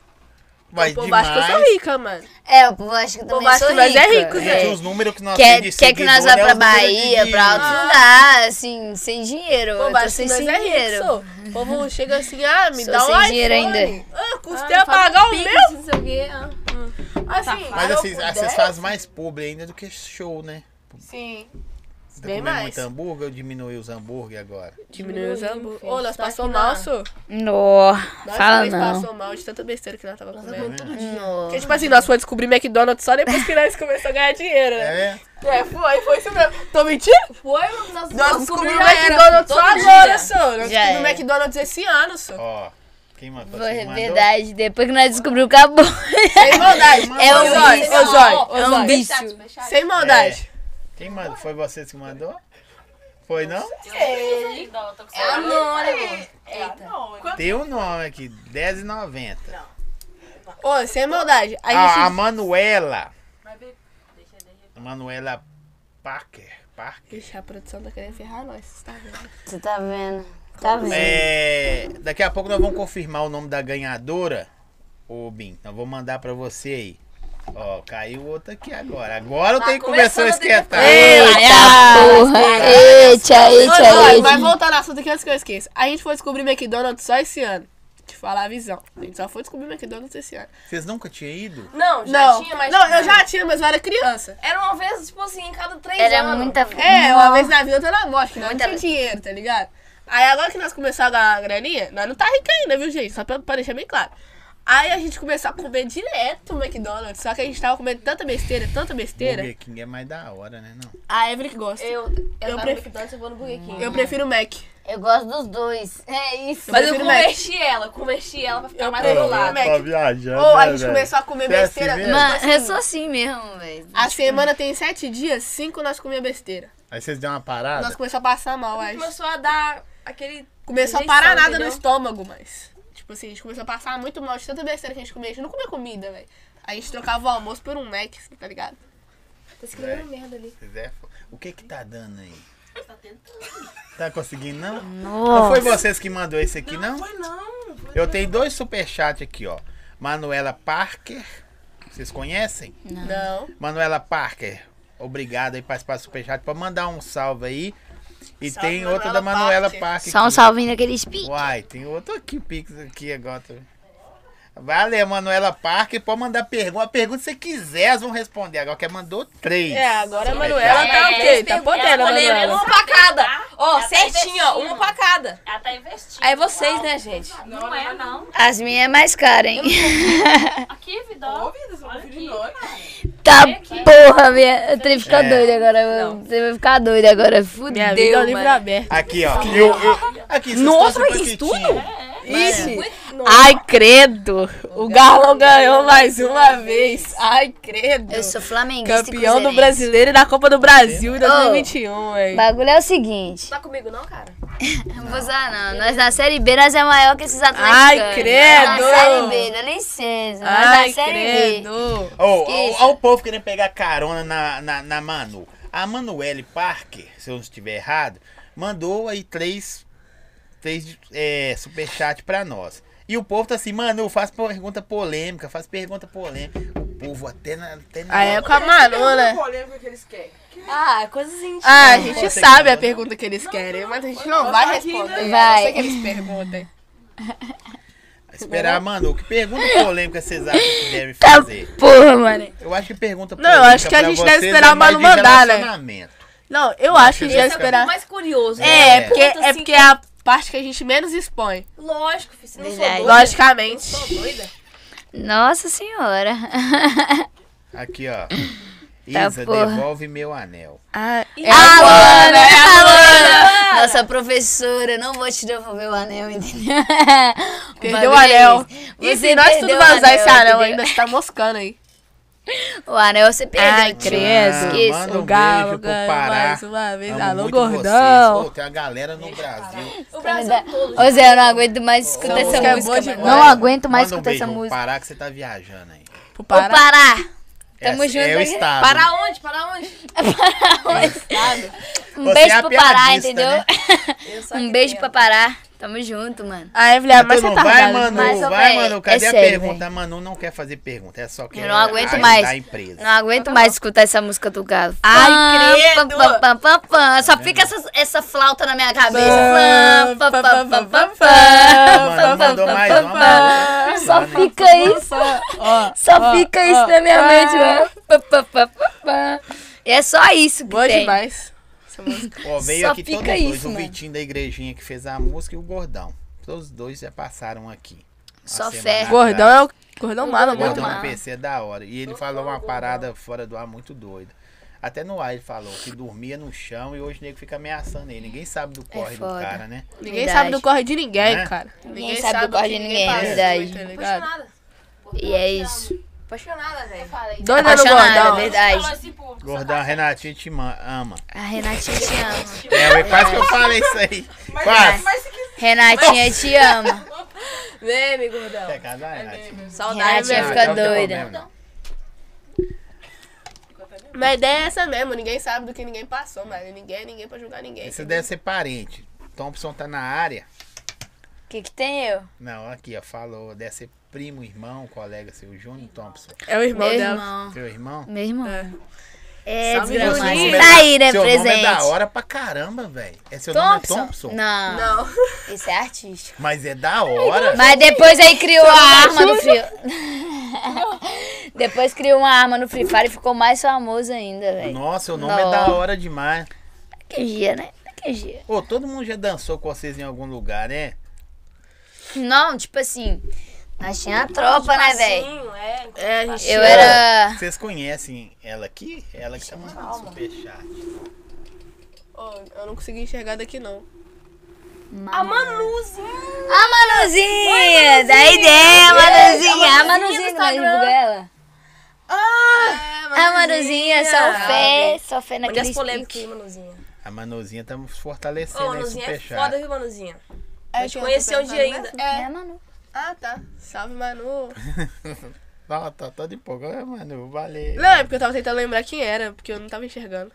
Speaker 2: mas
Speaker 4: o povo
Speaker 2: demais.
Speaker 4: acha que eu sou rica, mano.
Speaker 1: É, o povo acha que eu
Speaker 4: povo
Speaker 1: também
Speaker 4: acha
Speaker 1: sou
Speaker 4: que nós
Speaker 1: rica.
Speaker 4: é rico,
Speaker 2: Gente,
Speaker 4: É.
Speaker 2: os números que nós
Speaker 1: Quer,
Speaker 2: temos de
Speaker 1: quer que nós vá
Speaker 2: seguidor é
Speaker 1: pra
Speaker 2: os números
Speaker 1: Bahia,
Speaker 2: de-
Speaker 1: pra outros lugares, assim, sem dinheiro.
Speaker 4: O
Speaker 1: eu
Speaker 4: povo
Speaker 1: tô
Speaker 4: acha que
Speaker 1: sem,
Speaker 4: nós
Speaker 1: sem
Speaker 4: é
Speaker 1: dinheiro.
Speaker 4: rico. sou. O povo chega assim, ah, me
Speaker 1: Sou
Speaker 4: dá um
Speaker 1: sem
Speaker 4: iPhone.
Speaker 1: dinheiro
Speaker 4: Ah, custei a pagar o meu.
Speaker 3: Não sei o quê. ah.
Speaker 4: Assim,
Speaker 2: Mas
Speaker 4: se eu
Speaker 2: assim,
Speaker 4: puder-
Speaker 2: vocês fazem mais publi ainda do que show, né?
Speaker 4: Sim.
Speaker 2: Você tá
Speaker 4: Bem
Speaker 2: comendo
Speaker 4: mais.
Speaker 2: muito hambúrguer ou diminuiu os hambúrguer agora?
Speaker 4: Diminuiu os hambúrgueres.
Speaker 3: fez.
Speaker 4: Ô, nós
Speaker 3: Tá
Speaker 4: passou
Speaker 3: aqui
Speaker 4: mal,
Speaker 3: na-
Speaker 4: senhor.
Speaker 1: Nó,
Speaker 4: Nós
Speaker 1: fala
Speaker 4: dois
Speaker 1: não.
Speaker 4: passou mal de tanta besteira que nós tava comendo.
Speaker 1: Nó.
Speaker 4: Porque, tipo assim, nós fomos descobrir McDonald's só depois que nós começamos a ganhar dinheiro, né?
Speaker 2: É,
Speaker 4: É, foi, foi isso mesmo. Tô mentindo?
Speaker 3: Foi, mas nós,
Speaker 4: Nós
Speaker 3: nós
Speaker 4: descobrimos
Speaker 3: descobrimos
Speaker 4: o
Speaker 3: já era.
Speaker 4: McDonald's só
Speaker 3: todo dia.
Speaker 4: agora, senhor. Nós
Speaker 1: Já
Speaker 4: descobrimos o
Speaker 1: era.
Speaker 4: McDonald's esse ano, senhor.
Speaker 2: ó. Quem
Speaker 1: Foi
Speaker 2: mandou? Vocês mandou?
Speaker 1: verdade, depois que nós descobrimos, acabou.
Speaker 4: Sem maldade.
Speaker 1: É um
Speaker 4: Ô, Zóio,
Speaker 1: bicho.
Speaker 4: ô, Zóio, ô,
Speaker 1: É um
Speaker 4: Zóio.
Speaker 1: bicho.
Speaker 4: Sem maldade.
Speaker 2: É. Quem mandou? Foi vocês que mandou? Foi não?
Speaker 3: Ah, não, olha, amor.
Speaker 2: Tem um nome aqui, R$10,90.
Speaker 4: Ô, sem maldade. A
Speaker 2: Ah, a
Speaker 4: gente...
Speaker 2: Manuela. Manuela Parker. Parker.
Speaker 4: Ixi, a produção tá querendo ferrar nós, cês tá vendo?
Speaker 1: Você tá vendo? Tá vendo?
Speaker 2: É, daqui a pouco nós vamos confirmar o nome da ganhadora, ô Bim. Nós vamos mandar pra você aí. Ó, caiu outro aqui agora. Agora o
Speaker 4: Tá
Speaker 2: tempo começou a esquentar.
Speaker 1: Eita porra! Eita,
Speaker 4: Ô, Zóio,
Speaker 1: eita,
Speaker 4: Tá vai
Speaker 1: eita!
Speaker 4: voltar no assunto aqui antes que eu esqueça. A gente foi descobrir McDonald's só esse ano. Te falar a visão. A gente só foi descobrir McDonald's esse ano.
Speaker 2: Vocês nunca tinham ido?
Speaker 3: Não, já
Speaker 4: Não,
Speaker 3: tinha, mas.
Speaker 4: não, eu já tinha, mas eu era criança.
Speaker 3: Era uma vez, tipo assim, em cada três
Speaker 1: Era
Speaker 3: anos.
Speaker 1: muita.
Speaker 4: É, uma vez na vida eu tô na morte, que nós não
Speaker 1: Muita
Speaker 4: tinha dinheiro, tá ligado? Aí agora que nós começamos a ganhar uma graninha, nós não tá rica ainda, viu, gente? Só pra, pra deixar bem claro. Aí a gente começou a comer direto o McDonald's, só que a gente tava comendo tanta besteira, tanta besteira.
Speaker 2: Burger King é mais da hora, né? Não.
Speaker 4: A Evelyn que gosta. Eu,
Speaker 3: Eu, eu,
Speaker 4: Eu
Speaker 3: eu
Speaker 4: prefiro-
Speaker 3: prefiro McDonald's, eu vou no Burger King.
Speaker 4: prefiro o Mac.
Speaker 1: Eu gosto dos dois. É isso.
Speaker 3: Mas eu
Speaker 4: prefiro Mac.
Speaker 3: converti ela, converti ela pra ficar
Speaker 4: Eu
Speaker 3: mais
Speaker 4: prefiro
Speaker 3: do lado.
Speaker 4: Mac.
Speaker 2: Tá viajando.
Speaker 4: Ou a
Speaker 2: né,
Speaker 4: gente
Speaker 2: velho?
Speaker 4: começou a comer
Speaker 2: Você é assim
Speaker 4: besteira.
Speaker 2: mesmo?
Speaker 1: Mano, eu sou assim mesmo, velho.
Speaker 4: A semana tem sete dias, cinco nós comia besteira.
Speaker 2: Aí vocês deu uma parada?
Speaker 4: Nós começamos a passar mal, acho.
Speaker 3: Começou a dar aquele.
Speaker 4: Começou a
Speaker 3: rejeição,
Speaker 4: parar nada no
Speaker 3: entendeu?
Speaker 4: estômago, mas. Tipo assim, a gente começou a passar muito mal de tanta besteira que a gente comia. A gente não comia comida, velho. A gente trocava o almoço por um Mac, assim, tá ligado?
Speaker 3: Tá escrevendo merda ali.
Speaker 2: Pois é, fo- O que que tá dando aí? Tá conseguindo, não? Não
Speaker 1: Nossa.
Speaker 2: foi vocês que mandou esse aqui, não?
Speaker 5: Foi não. Foi
Speaker 2: Eu tenho dois superchats aqui, ó. Manuela Parker. Vocês conhecem?
Speaker 4: Não.
Speaker 2: Manuela Parker, obrigado aí por participar do Superchat. Pra mandar um salve aí. E
Speaker 4: Salve,
Speaker 2: tem outra da
Speaker 4: Manuela
Speaker 2: Manuela
Speaker 4: Parker.
Speaker 2: Parker.
Speaker 1: Só um
Speaker 2: aqui.
Speaker 1: salvinho daqueles pi.
Speaker 2: Uai, tem outro aqui, Pix, aqui agora. também. Valeu, Manuela Parker. Pode mandar pergunta. A pergunta que você quiser, elas vão responder. Agora que mandou três.
Speaker 4: É, agora a
Speaker 2: Superchat.
Speaker 4: Manuela tá o quê? Tá podendo,
Speaker 3: Olha,
Speaker 4: Manuela.
Speaker 3: uma pra cada. Ó,
Speaker 6: Ela tá
Speaker 3: certinho, ó. Uma
Speaker 6: investindo.
Speaker 3: pra cada.
Speaker 6: Ela tá investindo.
Speaker 3: Aí vocês, né, gente?
Speaker 6: Não, é, não.
Speaker 1: As minhas é mais cara, hein?
Speaker 6: Aqui, Vidal.
Speaker 5: Ouve, vocês vão
Speaker 6: Olha
Speaker 5: conferir
Speaker 6: aqui.
Speaker 5: nós.
Speaker 1: Tá porra, minha. Eu teria
Speaker 3: Tá
Speaker 1: ficado
Speaker 2: É.
Speaker 1: doida agora. eu- Você vai ficar doida agora. Fudeu. mano.
Speaker 4: aberto.
Speaker 2: Aqui, ó. Eu, eu, aqui, vocês
Speaker 3: Nossa,
Speaker 2: torcem pra
Speaker 3: isso
Speaker 2: que
Speaker 3: tudo?
Speaker 2: time?
Speaker 3: Ixi.
Speaker 1: Ai, credo.
Speaker 4: O Galo ganhou mais uma vez. Ai, credo.
Speaker 1: Eu sou flamenguista. e
Speaker 4: Campeão do
Speaker 1: cruzeirense.
Speaker 4: Brasileiro e da Copa do Brasil em 2021,
Speaker 1: O
Speaker 4: velho.
Speaker 1: bagulho é o seguinte.
Speaker 3: Tá comigo não, cara?
Speaker 1: Não vou usar, não. Nós na Série B, nós é maior que esses atletas.
Speaker 4: Ai, credo.
Speaker 1: Na Série B, dá licença. Nós
Speaker 4: Ai,
Speaker 1: na Série B.
Speaker 4: credo.
Speaker 2: Ó, ó,
Speaker 1: Esqueça.
Speaker 2: ó o povo querendo pegar carona na, na, na Manu. A Manuele Parker, se eu não estiver errado, mandou aí três, três é, superchats pra nós. E o povo tá assim, Manu, faz pergunta polêmica, faz pergunta polêmica. O povo até na. Até na
Speaker 4: Ah, é com a Manu,
Speaker 5: Pergunta
Speaker 4: né?
Speaker 5: polêmica que eles querem.
Speaker 3: Ah, coisas íntimas.
Speaker 4: Ah, a
Speaker 2: Não
Speaker 4: gente
Speaker 2: consegue
Speaker 4: sabe a
Speaker 2: responder.
Speaker 4: pergunta que eles querem, mas a gente não vai responder.
Speaker 1: Vai.
Speaker 4: Eu sei que eles perguntem.
Speaker 2: Esperar a Manu. Que pergunta polêmica vocês acham que devem
Speaker 1: Tá
Speaker 2: fazer?
Speaker 1: porra, mano.
Speaker 2: Eu acho que pergunta
Speaker 4: Não, eu
Speaker 2: polêmica.
Speaker 4: acho que a
Speaker 2: pra
Speaker 4: gente deve
Speaker 2: vocês
Speaker 4: esperar
Speaker 2: é
Speaker 4: a Manu
Speaker 2: mais de
Speaker 4: mandar, né?
Speaker 2: relacionamento.
Speaker 4: Não, eu acho que a
Speaker 2: que
Speaker 4: gente vai
Speaker 2: já
Speaker 4: esperar.
Speaker 3: mais curioso.
Speaker 4: É,
Speaker 2: É.
Speaker 4: porque,
Speaker 3: Pergunta
Speaker 4: é
Speaker 3: assim
Speaker 4: porque é a parte que a gente menos expõe.
Speaker 3: Lógico, filho, você não sou
Speaker 1: Verdade.
Speaker 3: doida.
Speaker 4: Logicamente.
Speaker 3: Sou doida.
Speaker 1: Nossa senhora.
Speaker 2: Aqui, ó.
Speaker 1: Tá,
Speaker 2: Isa,
Speaker 1: porra.
Speaker 2: devolve meu anel.
Speaker 4: Ah, é
Speaker 1: a
Speaker 4: Luana,
Speaker 1: Luana,
Speaker 4: é a
Speaker 1: Luana. Nossa
Speaker 4: tá.
Speaker 1: professora, eu não vou te devolver o anel, entendeu?
Speaker 4: Perdeu o
Speaker 1: Uma vez,
Speaker 4: anel.
Speaker 1: Você
Speaker 4: E se nós tudo
Speaker 1: perdeu o
Speaker 4: vazar esse anel
Speaker 1: entendeu?
Speaker 4: ainda, você tá moscando aí.
Speaker 1: O anel você perdeu.
Speaker 4: Ai,
Speaker 1: tio.
Speaker 4: credo.
Speaker 1: Esqueça.
Speaker 2: Manda um
Speaker 4: O Galo
Speaker 2: beijo pro
Speaker 4: ganhou
Speaker 2: Pará.
Speaker 4: mais uma vez.
Speaker 2: Amo
Speaker 4: Alô,
Speaker 2: muito
Speaker 4: gordão.
Speaker 2: vocês. Ô, tem uma galera no Brasil.
Speaker 1: Tá
Speaker 3: O
Speaker 1: me
Speaker 3: Brasil
Speaker 1: da-
Speaker 3: todo.
Speaker 1: Ô Zé, eu não aguento mais escutar
Speaker 4: música
Speaker 1: essa
Speaker 4: é
Speaker 1: música.
Speaker 4: boa
Speaker 1: mano.
Speaker 4: demais.
Speaker 1: Não aguento mais
Speaker 2: Manda um
Speaker 1: escutar
Speaker 2: beijo
Speaker 1: essa
Speaker 2: pro
Speaker 1: música.
Speaker 2: Pará que você tá viajando aí.
Speaker 4: Pro
Speaker 1: Ô,
Speaker 4: Pará.
Speaker 1: Pará! Tamo
Speaker 2: Essa
Speaker 1: junto
Speaker 2: É o
Speaker 1: aí.
Speaker 2: estado.
Speaker 3: Para onde? Para onde?
Speaker 1: Um
Speaker 2: Você
Speaker 1: beijo
Speaker 2: é
Speaker 1: pro Pará,
Speaker 2: piadista,
Speaker 1: entendeu?
Speaker 2: né?
Speaker 3: Eu só
Speaker 1: um
Speaker 3: que
Speaker 1: beijo
Speaker 3: quero.
Speaker 1: pra Pará. Tamo junto, mano.
Speaker 4: A Evelyn,
Speaker 2: Mas
Speaker 4: mas
Speaker 2: tu
Speaker 4: você
Speaker 2: não
Speaker 4: tá
Speaker 2: vai, Manu?
Speaker 1: Mas, ô,
Speaker 2: vai,
Speaker 1: véi,
Speaker 2: Manu.
Speaker 1: é
Speaker 2: Cadê a
Speaker 1: sério,
Speaker 2: pergunta?
Speaker 1: véi.
Speaker 2: A Manu não quer fazer pergunta. É só que
Speaker 1: Eu não aguento mais.
Speaker 2: A empresa.
Speaker 1: Não aguento mais escutar essa música do Galo.
Speaker 4: Ai,
Speaker 1: Pam,
Speaker 4: credo!
Speaker 1: pam, pam, pam, pam. Só fica essa, essa flauta na minha cabeça. Pam, pam, pam, pam, pam, pam.
Speaker 2: A Manu mandou mais uma. Manu.
Speaker 1: Só fica isso. Só fica isso na minha mente, né? mano. Pam, pam, pam, pam, pam. E é só isso que
Speaker 4: Boa
Speaker 1: tem.
Speaker 4: demais. Essa música.
Speaker 2: Ó, veio
Speaker 1: Só
Speaker 2: aqui todos
Speaker 1: fica
Speaker 2: dois.
Speaker 1: isso,
Speaker 2: o
Speaker 1: mano.
Speaker 2: Vitinho da igrejinha que fez a música e o Gordão. Todos os dois já passaram aqui. Uma
Speaker 1: Só
Speaker 2: semana
Speaker 1: ferro.
Speaker 2: atrás.
Speaker 4: Gordão é o. Gordão mala,
Speaker 2: O Gordão
Speaker 4: mano.
Speaker 2: no PC é da hora. E ele falou uma parada fora do ar muito doida. Até no ar ele falou que dormia no chão e hoje o nego fica ameaçando ele. Ninguém sabe do corre do
Speaker 1: É foda.
Speaker 2: cara, né?
Speaker 4: Ninguém
Speaker 1: Verdade.
Speaker 4: sabe do corre de ninguém,
Speaker 2: Né?
Speaker 4: cara.
Speaker 1: Ninguém sabe do
Speaker 4: o
Speaker 1: corre
Speaker 4: que
Speaker 1: de
Speaker 4: ninguém
Speaker 1: ninguém, é
Speaker 4: passa,
Speaker 1: verdade.
Speaker 4: tá ligado?
Speaker 3: Apaixonada.
Speaker 1: E é isso.
Speaker 3: Apaixonada, velho.
Speaker 6: Falei.
Speaker 4: Dona do
Speaker 1: Apaixonada,
Speaker 4: Gordão.
Speaker 6: Falou
Speaker 1: é verdade.
Speaker 6: assim pro público.
Speaker 2: Gordão, a Renatinha te ma- ama.
Speaker 1: A Renatinha te ama.
Speaker 2: É, mas quase que eu falei isso aí.
Speaker 5: Mas,
Speaker 2: Quase.
Speaker 5: mas se quiser.
Speaker 1: Renatinha te ama.
Speaker 3: Meme, gordão.
Speaker 2: É, casar, Renatinha.
Speaker 3: Saudade, né?
Speaker 1: Renatinha
Speaker 2: Ah,
Speaker 3: mesmo.
Speaker 1: fica
Speaker 2: então não tem
Speaker 1: doida.
Speaker 2: problema, não.
Speaker 4: Mas a ideia é essa mesmo. Ninguém sabe do que ninguém passou, mano. Ninguém é ninguém pra julgar ninguém.
Speaker 2: Isso deve ser parente. Thompson tá na área.
Speaker 1: O que que tem eu?
Speaker 2: Não, aqui, ó. Falou. Deve ser primo, irmão, colega seu, Júnior Thompson.
Speaker 4: É o irmão
Speaker 1: Meu
Speaker 4: dela.
Speaker 1: irmão.
Speaker 2: Seu irmão?
Speaker 1: Meu irmão.
Speaker 4: É.
Speaker 1: É,
Speaker 4: Salve,
Speaker 1: desgramado.
Speaker 2: assim,
Speaker 4: Juninho.
Speaker 1: Tá aí, né,
Speaker 2: seu nome é
Speaker 1: presente.
Speaker 2: da hora pra caramba, velho. É seu nome é Thompson?
Speaker 1: Não.
Speaker 4: Não.
Speaker 1: Esse é artista.
Speaker 2: Mas é da hora.
Speaker 1: Mas depois aí criou a arma no frio. depois criou uma arma no Free Fire e ficou mais famoso ainda, velho.
Speaker 2: Nossa, o nome é
Speaker 1: Não.
Speaker 2: da hora demais.
Speaker 1: Que dia, né? Que dia.
Speaker 2: Ô, todo mundo já dançou com vocês em algum lugar, né?
Speaker 1: Não, tipo assim, nós tinha a tropa, né, velho?
Speaker 3: É,
Speaker 4: É, a gente.
Speaker 1: Eu era.
Speaker 2: Vocês conhecem ela aqui? Ela que tá mandando superchat.
Speaker 4: Ô, eu não consegui enxergar daqui, não.
Speaker 3: a Manuzinha.
Speaker 1: A Manuzinha! Da ideia, Manuzinha! A Manuzinha que nós divulga ela.
Speaker 4: Ah!
Speaker 1: A Manuzinha, só fé, só fé
Speaker 3: Olha
Speaker 1: naquele
Speaker 3: as polêmicas,
Speaker 1: pique.
Speaker 3: hein, Manuzinha.
Speaker 2: A Manuzinha tá fortalecendo
Speaker 3: Ô,
Speaker 2: aí
Speaker 3: Manuzinha é
Speaker 2: superchat.
Speaker 3: foda, viu, Manuzinha?
Speaker 4: É
Speaker 3: Vou te
Speaker 4: que eu tô
Speaker 3: conhecer um dia ainda.
Speaker 4: perguntando, né?
Speaker 1: É, Manu.
Speaker 4: Ah, tá. Salve, Manu.
Speaker 2: Tá, tá, tá de pouco. Ah, Manu, valeu.
Speaker 4: Não, é porque eu tava tentando lembrar quem era, porque eu não tava enxergando.